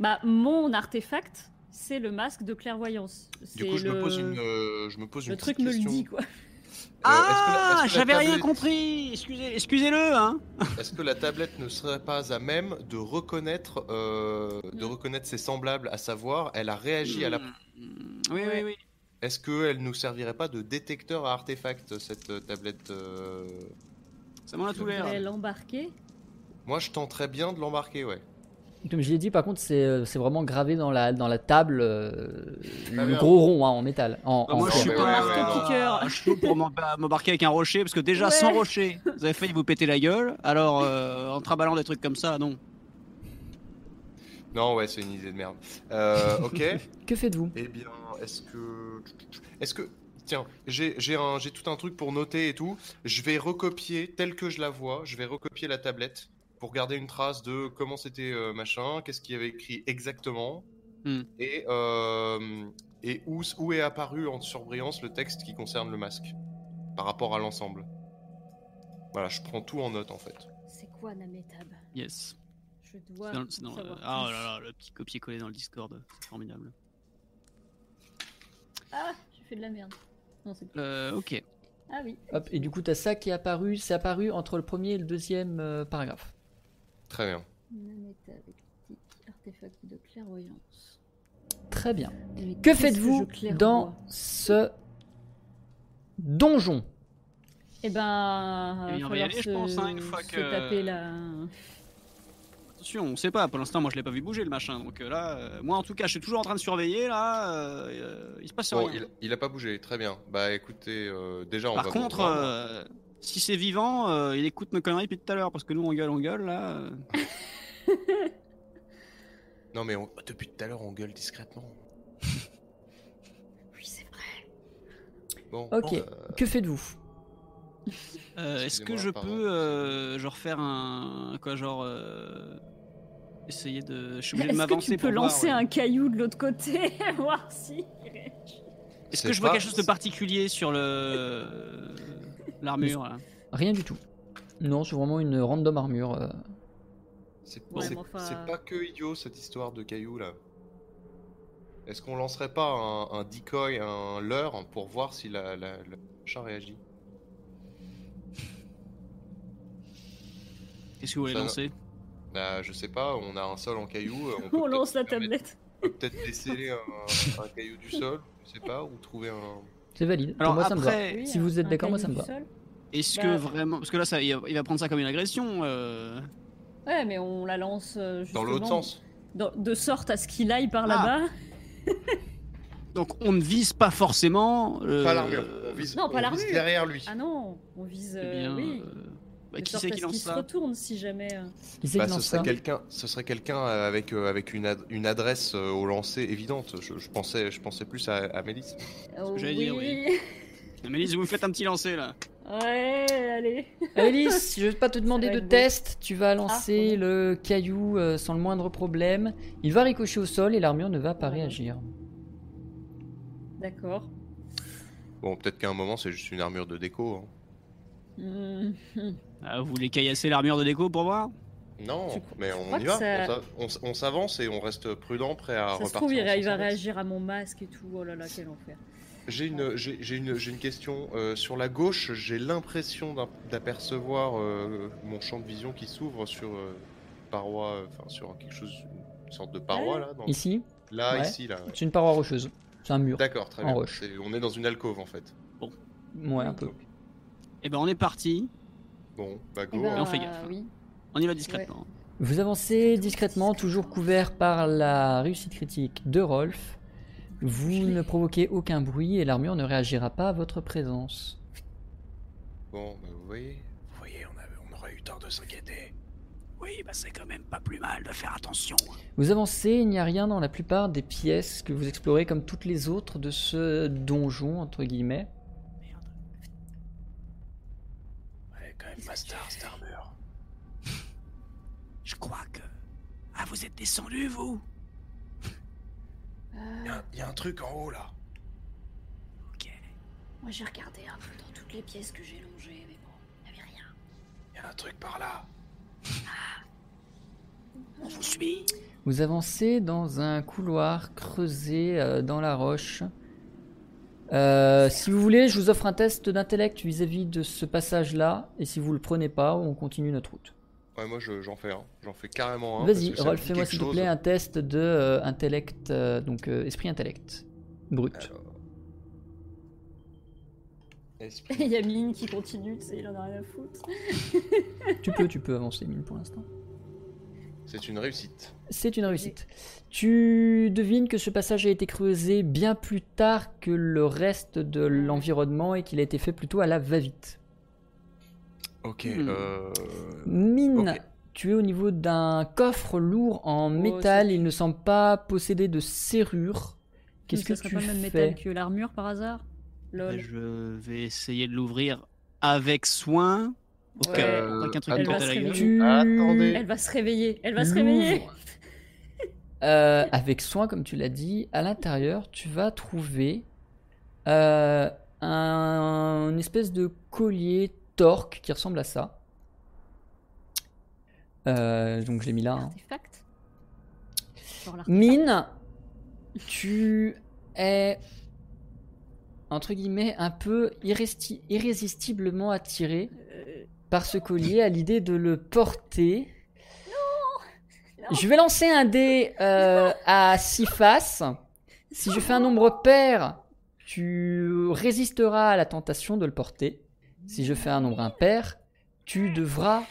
Speaker 4: bah, mon artefact, c'est le masque de clairvoyance.
Speaker 3: Du
Speaker 4: C'est
Speaker 3: coup, je me
Speaker 4: le-
Speaker 3: pose une, euh, je me pose
Speaker 4: Le
Speaker 3: une
Speaker 4: truc
Speaker 3: petite
Speaker 4: me le
Speaker 3: question.
Speaker 4: dit, quoi.
Speaker 3: Euh, est-ce que la- est-ce
Speaker 2: Ah
Speaker 3: que la
Speaker 2: J'avais rien
Speaker 3: tablette-
Speaker 2: compris Excusez- Excusez-le, hein
Speaker 3: Est-ce que la tablette ne serait pas à même de reconnaître, euh, de
Speaker 4: Mm.
Speaker 3: reconnaître ses semblables, à savoir, elle a réagi à la.
Speaker 2: Hmm. Oui, oui, oui.
Speaker 3: Est-ce qu'elle nous servirait pas de détecteur à artefacts cette euh, tablette euh,
Speaker 2: Ça m'en a tout
Speaker 4: Je
Speaker 2: l'air.
Speaker 4: vais l'embarquer.
Speaker 3: Moi, je tenterais bien de l'embarquer, ouais.
Speaker 1: Comme je l'ai dit, par contre, c'est euh, c'est vraiment gravé dans la, dans la table, euh,
Speaker 3: Ah,
Speaker 1: le
Speaker 3: merde.
Speaker 1: gros rond hein, en métal. En, en-
Speaker 2: Ah, Bah, moi, je
Speaker 3: en-
Speaker 2: suis
Speaker 3: ouais,
Speaker 2: pas
Speaker 3: ouais, ouais,
Speaker 4: ouais.
Speaker 2: [laughs] je suis chaud pour m'emba- m'embarquer avec un rocher, parce que déjà,
Speaker 4: Ouais.
Speaker 2: sans rocher, vous avez failli vous péter la gueule. Alors, euh, en traballant des trucs comme ça, non.
Speaker 3: Non, ouais, c'est une idée de merde. Euh, ok.
Speaker 1: Que faites-vous
Speaker 3: Eh bien, est-ce que. Est-ce que. Tiens, j'ai j'ai un- j'ai tout un truc pour noter et tout. Je vais recopier, tel que je la vois, je vais recopier la tablette pour garder une trace de comment c'était euh, machin, qu'est-ce qu'il y avait écrit exactement,
Speaker 2: Hmm.
Speaker 3: et, euh, et où, s- où est apparu en surbrillance le texte qui concerne le masque par rapport à l'ensemble. Voilà, je prends tout en note en fait.
Speaker 6: C'est quoi Nametab
Speaker 2: Yes.
Speaker 6: Je dois.
Speaker 2: C'est dans le- c'est dans le-
Speaker 6: savoir
Speaker 2: ah oh
Speaker 6: plus.
Speaker 2: là là, le petit copier-coller dans le Discord, c'est formidable.
Speaker 6: Ah, je fais de la merde. Non, c'est pas.
Speaker 2: Euh, ok.
Speaker 6: Ah oui.
Speaker 1: Hop, Et du coup, t'as ça qui est apparu. C'est apparu entre le premier et le deuxième euh, paragraphe.
Speaker 3: Très bien.
Speaker 6: Nametab, artefact de clairvoyance.
Speaker 1: Très bien.
Speaker 6: Mais
Speaker 1: Que
Speaker 6: qu'est-ce je
Speaker 1: faites-vous
Speaker 6: clairvoie
Speaker 1: dans ce donjon
Speaker 4: Eh ben,
Speaker 2: Eh bien, on va y
Speaker 4: falloir
Speaker 2: aller, je
Speaker 4: se-
Speaker 2: pense, hein, une fois
Speaker 4: se
Speaker 2: que-
Speaker 4: taper la.
Speaker 2: Attention, on sait pas. Pour l'instant, moi, je l'ai pas vu bouger le machin. Donc euh, là, euh, moi, en tout cas, je suis toujours en train de surveiller. Là, euh, et, euh, il se passe
Speaker 3: Bon,
Speaker 2: rien.
Speaker 3: il, il a pas bougé, très bien. Bah écoutez, euh, déjà on
Speaker 2: Par
Speaker 3: va.
Speaker 2: contre, euh, si c'est vivant, euh, il écoute nos conneries depuis tout à l'heure parce que nous, on gueule, on gueule. Là, euh.
Speaker 3: Non mais on- depuis tout à l'heure on gueule discrètement.
Speaker 6: Oui, c'est vrai.
Speaker 3: Bon,
Speaker 1: Ok.
Speaker 3: euh,
Speaker 1: Que faites-vous
Speaker 2: Euh, est-ce que
Speaker 3: Excusez-moi,
Speaker 2: je
Speaker 3: pardon.
Speaker 2: peux, euh, genre, faire un quoi, genre, euh, essayer de. Je suis obligé de
Speaker 4: Est-ce que
Speaker 2: m'avancer
Speaker 4: tu peux
Speaker 2: pour voir,
Speaker 4: lancer
Speaker 2: ouais.
Speaker 4: un caillou de l'autre côté [laughs] voir si il réagit
Speaker 2: Est-ce
Speaker 3: C'est
Speaker 2: que je vois
Speaker 3: pas-
Speaker 2: quelque chose de particulier sur le euh, l'armure là
Speaker 1: Rien du tout. Non, c'est vraiment une random armure. euh.
Speaker 3: C'est
Speaker 4: Ouais,
Speaker 3: c'est-
Speaker 4: mais enfin-
Speaker 3: c'est pas que idiot cette histoire de cailloux là. Est-ce qu'on lancerait pas un, un decoy, un leurre pour voir si la, la- le chat réagit
Speaker 2: Qu'est-ce que vous voulez
Speaker 3: Ça-
Speaker 2: lancer
Speaker 3: Bah, Je sais pas, on a un sol en cailloux.
Speaker 4: [laughs]
Speaker 3: euh, On, peut
Speaker 4: On lance la
Speaker 3: peut-être permettre-
Speaker 4: tablette.
Speaker 3: on peut Peut-être déceler un, un caillou du sol, je sais pas, ou trouver un.
Speaker 1: C'est valide.
Speaker 2: Alors
Speaker 1: Pour moi, ça me va.
Speaker 2: après,
Speaker 1: Si vous êtes d'accord, moi, ça me va.
Speaker 2: est-ce
Speaker 4: Bah-
Speaker 2: que vraiment, parce que là, ça, il va- il va prendre ça comme une agression. euh.
Speaker 4: Ouais, mais on la lance euh,
Speaker 3: Dans
Speaker 4: justement,
Speaker 3: l'autre sens.
Speaker 4: dans- de sorte à ce qu'il aille par
Speaker 2: Ah.
Speaker 4: là-bas.
Speaker 2: Donc, on ne vise pas forcément. euh,
Speaker 3: Pas l'armure. On vise,
Speaker 4: non, pas
Speaker 3: on vise
Speaker 4: l'armure.
Speaker 3: derrière lui.
Speaker 4: Ah non, on vise.
Speaker 2: eh
Speaker 4: euh,
Speaker 2: bien,
Speaker 4: oui.
Speaker 2: euh, bah,
Speaker 4: de
Speaker 2: qui
Speaker 4: sorte
Speaker 2: c'est
Speaker 4: à
Speaker 2: qui
Speaker 4: ce qu'il
Speaker 2: lance
Speaker 4: se
Speaker 2: ça
Speaker 4: retourne si jamais. euh.
Speaker 1: Qui c'est
Speaker 3: Bah,
Speaker 1: qui
Speaker 3: ce
Speaker 1: lance
Speaker 3: serait
Speaker 1: ça
Speaker 3: quelqu'un, ce serait quelqu'un euh, avec euh, avec une, ad- une adresse euh, au lancer évidente. Je, je pensais, je pensais plus à, à Mélisse.
Speaker 4: Oh,
Speaker 2: j'allais dire, oui. Amélie, vous faites un petit lancer là.
Speaker 4: ouais, allez.
Speaker 1: Alice, je vais pas te demander
Speaker 4: Ça va
Speaker 1: de
Speaker 4: être beau.
Speaker 1: test. Tu vas lancer
Speaker 4: pardon.
Speaker 1: le caillou euh, sans le moindre problème. Il va ricocher au sol et l'armure ne va pas
Speaker 4: Pardon.
Speaker 1: réagir.
Speaker 4: D'accord.
Speaker 3: Bon, peut-être qu'à un moment c'est juste une armure de déco. hein.
Speaker 4: Hmm.
Speaker 2: Ah, vous voulez caillasser l'armure de déco pour voir
Speaker 3: Non,
Speaker 4: Tu cro-
Speaker 3: mais
Speaker 4: tu
Speaker 3: on
Speaker 4: crois
Speaker 3: y
Speaker 4: que
Speaker 3: va.
Speaker 4: ça-
Speaker 3: on s'a- On, s- on s'avance et on reste prudent, prêt à
Speaker 4: Ça
Speaker 3: repartir.
Speaker 4: se trouve, il,
Speaker 3: en
Speaker 4: ré- il va
Speaker 3: sens inverse.
Speaker 4: réagir à mon masque et tout. Oh là là, quel enfer.
Speaker 3: J'ai une, j'ai, j'ai une, j'ai une question. euh, sur la gauche, j'ai l'impression d'ap- d'apercevoir euh, mon champ de vision qui s'ouvre sur euh, paroi, euh, enfin sur quelque chose, une sorte de paroi là. dans-
Speaker 1: Ici,
Speaker 3: Là,
Speaker 1: Ouais.
Speaker 3: ici, là. ouais.
Speaker 1: c'est une paroi rocheuse. C'est un mur.
Speaker 3: D'accord, très
Speaker 1: En
Speaker 3: bien.
Speaker 1: roche.
Speaker 3: C'est- on est dans une alcôve en fait.
Speaker 1: Ouais, un peu.
Speaker 2: Eh ben, on est parti.
Speaker 3: Bon, bah
Speaker 4: Eh
Speaker 3: go.
Speaker 4: ben,
Speaker 2: on fait gaffe. hein.
Speaker 4: Oui. [laughs]
Speaker 2: On y va discrètement.
Speaker 1: Vous avancez discrètement, toujours couvert par la réussite critique de Rolf. Vous ne provoquez aucun bruit et l'armure ne réagira pas à votre présence.
Speaker 3: Bon, bah, vous voyez.
Speaker 5: Vous voyez, on, avait, on aurait eu tort de s'inquiéter.
Speaker 2: Oui, bah c'est quand même pas plus mal de faire attention. hein.
Speaker 1: Vous avancez, il n'y a rien dans la plupart des pièces que vous explorez comme toutes les autres de ce donjon, entre guillemets.
Speaker 2: Merde.
Speaker 5: Ouais, quand même, Master, cette armure.
Speaker 2: [laughs] Je crois que. Ah, vous êtes descendu, vous
Speaker 4: Euh,
Speaker 5: Y'a y a un truc en haut là.
Speaker 2: Ok.
Speaker 6: Moi, j'ai regardé un peu dans toutes les pièces que j'ai longées, mais bon, il n'y avait rien.
Speaker 5: Y'a un truc par là.
Speaker 2: On vous suit
Speaker 1: Vous avancez dans un couloir creusé euh, dans la roche. Euh, si vous voulez, je vous offre un test d'intellect vis-à-vis de ce passage-là, et si vous le prenez pas, on continue notre route.
Speaker 3: Ouais, moi je- j'en fais un. J'en fais carrément un.
Speaker 1: Vas-y,
Speaker 3: parce que ça me
Speaker 1: Rolf,
Speaker 3: dit
Speaker 1: fais-moi
Speaker 3: quelque
Speaker 1: s'il te
Speaker 3: chose.
Speaker 1: plaît un test de euh, intellect, euh, donc euh, esprit intellect brut.
Speaker 3: Alors. Esprit.
Speaker 4: Il y a Mine qui continue, tu sais, il en a rien à foutre.
Speaker 1: Tu peux, tu peux avancer mine pour l'instant.
Speaker 3: C'est une réussite.
Speaker 1: C'est une réussite. Tu devines que ce passage a été creusé bien plus tard que le reste de l'environnement et qu'il a été fait plutôt à la va-vite.
Speaker 3: Ok.
Speaker 1: Mmh.
Speaker 2: Hmm.
Speaker 3: euh,
Speaker 1: Mine,
Speaker 3: Ok.
Speaker 1: tu es au niveau d'un coffre lourd
Speaker 4: Oh,
Speaker 1: en métal. Il ne semble pas posséder de serrure. Qu'est-ce
Speaker 4: Donc,
Speaker 1: que
Speaker 4: ça serait
Speaker 1: tu
Speaker 4: pas le même
Speaker 1: fais
Speaker 4: métal que l'armure par hasard
Speaker 2: Bah,
Speaker 4: Lol.
Speaker 2: je vais essayer de l'ouvrir avec soin. Au
Speaker 1: Ouais.
Speaker 2: cas où, pas qu'un truc me
Speaker 3: Elle va
Speaker 2: pète à
Speaker 4: se
Speaker 2: la gueule.
Speaker 4: réveiller.
Speaker 1: Tu
Speaker 3: Attendez.
Speaker 4: Elle va se réveiller. Elle va se réveiller.
Speaker 1: l'ouvres. Euh, avec soin, comme tu l'as dit, à l'intérieur, tu vas trouver euh, un une espèce de collier torque qui ressemble à ça. Euh, donc je l'ai mis là. hein.
Speaker 4: Artefact Genre l'artefact.
Speaker 1: Mine, tu es entre guillemets un peu irrésti- irrésistiblement attiré
Speaker 4: Euh,
Speaker 1: par ce collier à l'idée de le porter.
Speaker 4: non.
Speaker 1: Je vais lancer un dé euh, à 6 faces. Si je fais un nombre pair, tu résisteras à la tentation de le porter. Si je fais un nombre impair, tu devras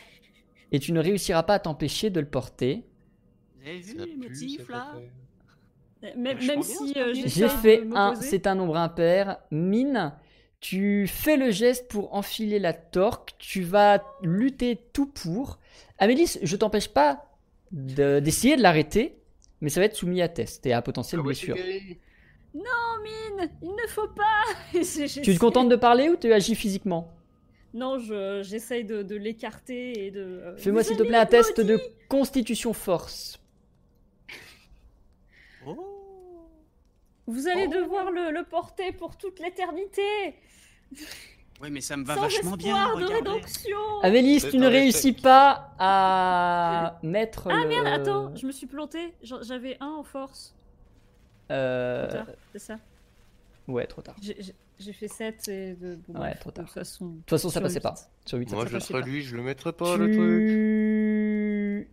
Speaker 1: et tu ne réussiras pas à t'empêcher de le porter.
Speaker 2: Vous avez
Speaker 3: ça
Speaker 2: vu les
Speaker 3: pue,
Speaker 2: motifs
Speaker 3: ça
Speaker 2: là
Speaker 3: fait-
Speaker 4: Même,
Speaker 2: Vachement
Speaker 4: même
Speaker 2: bien,
Speaker 4: si
Speaker 2: ce
Speaker 4: euh,
Speaker 2: truc.
Speaker 4: j'essaie
Speaker 1: J'ai
Speaker 4: de
Speaker 1: fait un,
Speaker 4: m'opposer.
Speaker 1: c'est un nombre impair. Mine, tu fais le geste pour enfiler la torque, tu vas lutter tout pour. Amélis, je t'empêche pas de- d'essayer de, l'arrêter, mais ça va être soumis à test et à potentielle
Speaker 3: Ah ouais, c'est
Speaker 1: blessure.
Speaker 3: guéri.
Speaker 4: Oh, mine, il ne faut pas [laughs]
Speaker 1: Tu te contentes de parler ou tu agis physiquement
Speaker 4: Non, je- j'essaye de, de l'écarter et de. euh,
Speaker 1: Fais-moi
Speaker 4: vous
Speaker 1: s'il te
Speaker 4: allez
Speaker 1: plaît un
Speaker 4: être
Speaker 1: test
Speaker 4: maudits.
Speaker 1: de constitution force.
Speaker 2: Oh
Speaker 4: Vous allez
Speaker 2: Oh.
Speaker 4: devoir le, le porter pour toute l'éternité
Speaker 2: Ouais, mais ça me va
Speaker 4: Sans
Speaker 2: vachement
Speaker 4: espoir
Speaker 2: bien.
Speaker 4: de
Speaker 2: regardez.
Speaker 4: rédemption
Speaker 1: Amélis,
Speaker 3: C'est
Speaker 1: tu ne
Speaker 3: un
Speaker 1: réussis
Speaker 3: échec.
Speaker 1: pas à mettre.
Speaker 4: Ah
Speaker 1: le-
Speaker 4: merde, attends, je me suis plantée. J'en- J'avais un en force.
Speaker 1: Euh,
Speaker 4: Trop tard, C'est ça.
Speaker 1: Ouais, trop tard.
Speaker 4: J'ai- J'ai j'ai fait 7 et de. bon,
Speaker 1: Ouais,
Speaker 4: bref,
Speaker 1: trop tard.
Speaker 4: De toute façon.
Speaker 1: De toute façon, ça
Speaker 4: Sur
Speaker 1: passait
Speaker 4: huit.
Speaker 1: pas. Sur 8,
Speaker 3: Moi,
Speaker 4: ça
Speaker 3: je
Speaker 4: passait
Speaker 3: serais
Speaker 4: pas.
Speaker 3: lui, je le mettrais pas le truc.
Speaker 1: tu...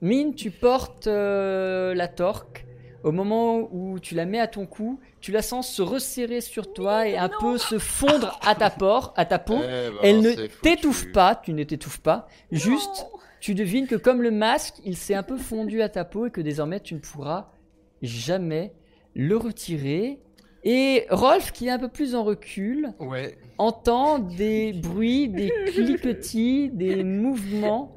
Speaker 1: Mine, tu portes euh, la torque. Au moment où tu la mets à ton cou, tu la sens se resserrer sur toi et un peu se fondre à ta, por- à ta peau.
Speaker 3: Eh ben,
Speaker 1: Elle ne
Speaker 3: c'est foutu.
Speaker 1: t'étouffe pas, tu ne t'étouffes pas. Juste,
Speaker 4: Oh,
Speaker 1: tu devines que comme le masque, il s'est un peu fondu à ta peau et que désormais tu ne pourras jamais le retirer. Et Rolf, qui est un peu plus en recul,
Speaker 3: Ouais.
Speaker 1: entend des bruits, des cliquetis, des mouvements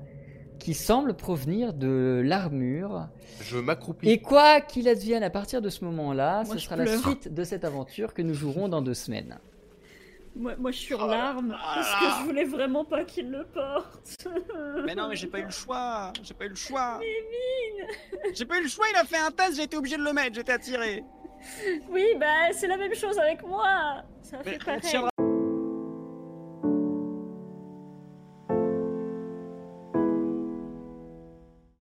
Speaker 1: qui semblent provenir de l'armure.
Speaker 3: Je m'accroupis.
Speaker 1: Et quoi qu'il advienne à partir de ce moment-là,
Speaker 4: Moi,
Speaker 1: ce
Speaker 4: je
Speaker 1: sera la
Speaker 4: pleure.
Speaker 1: suite de cette aventure que nous jouerons dans deux semaines.
Speaker 4: Moi, moi, je suis
Speaker 2: Oh
Speaker 4: en larmes parce que je voulais vraiment pas qu'il le porte. [laughs]
Speaker 2: Mais non, mais j'ai pas eu le choix. J'ai pas eu le choix. J'ai pas eu le choix. Il a fait un test. J'ai été obligé de le mettre. J'étais attiré.
Speaker 4: Oui, bah c'est la même chose avec moi. Ça
Speaker 2: Mais
Speaker 4: fait
Speaker 2: on
Speaker 4: pareil.
Speaker 2: tiendra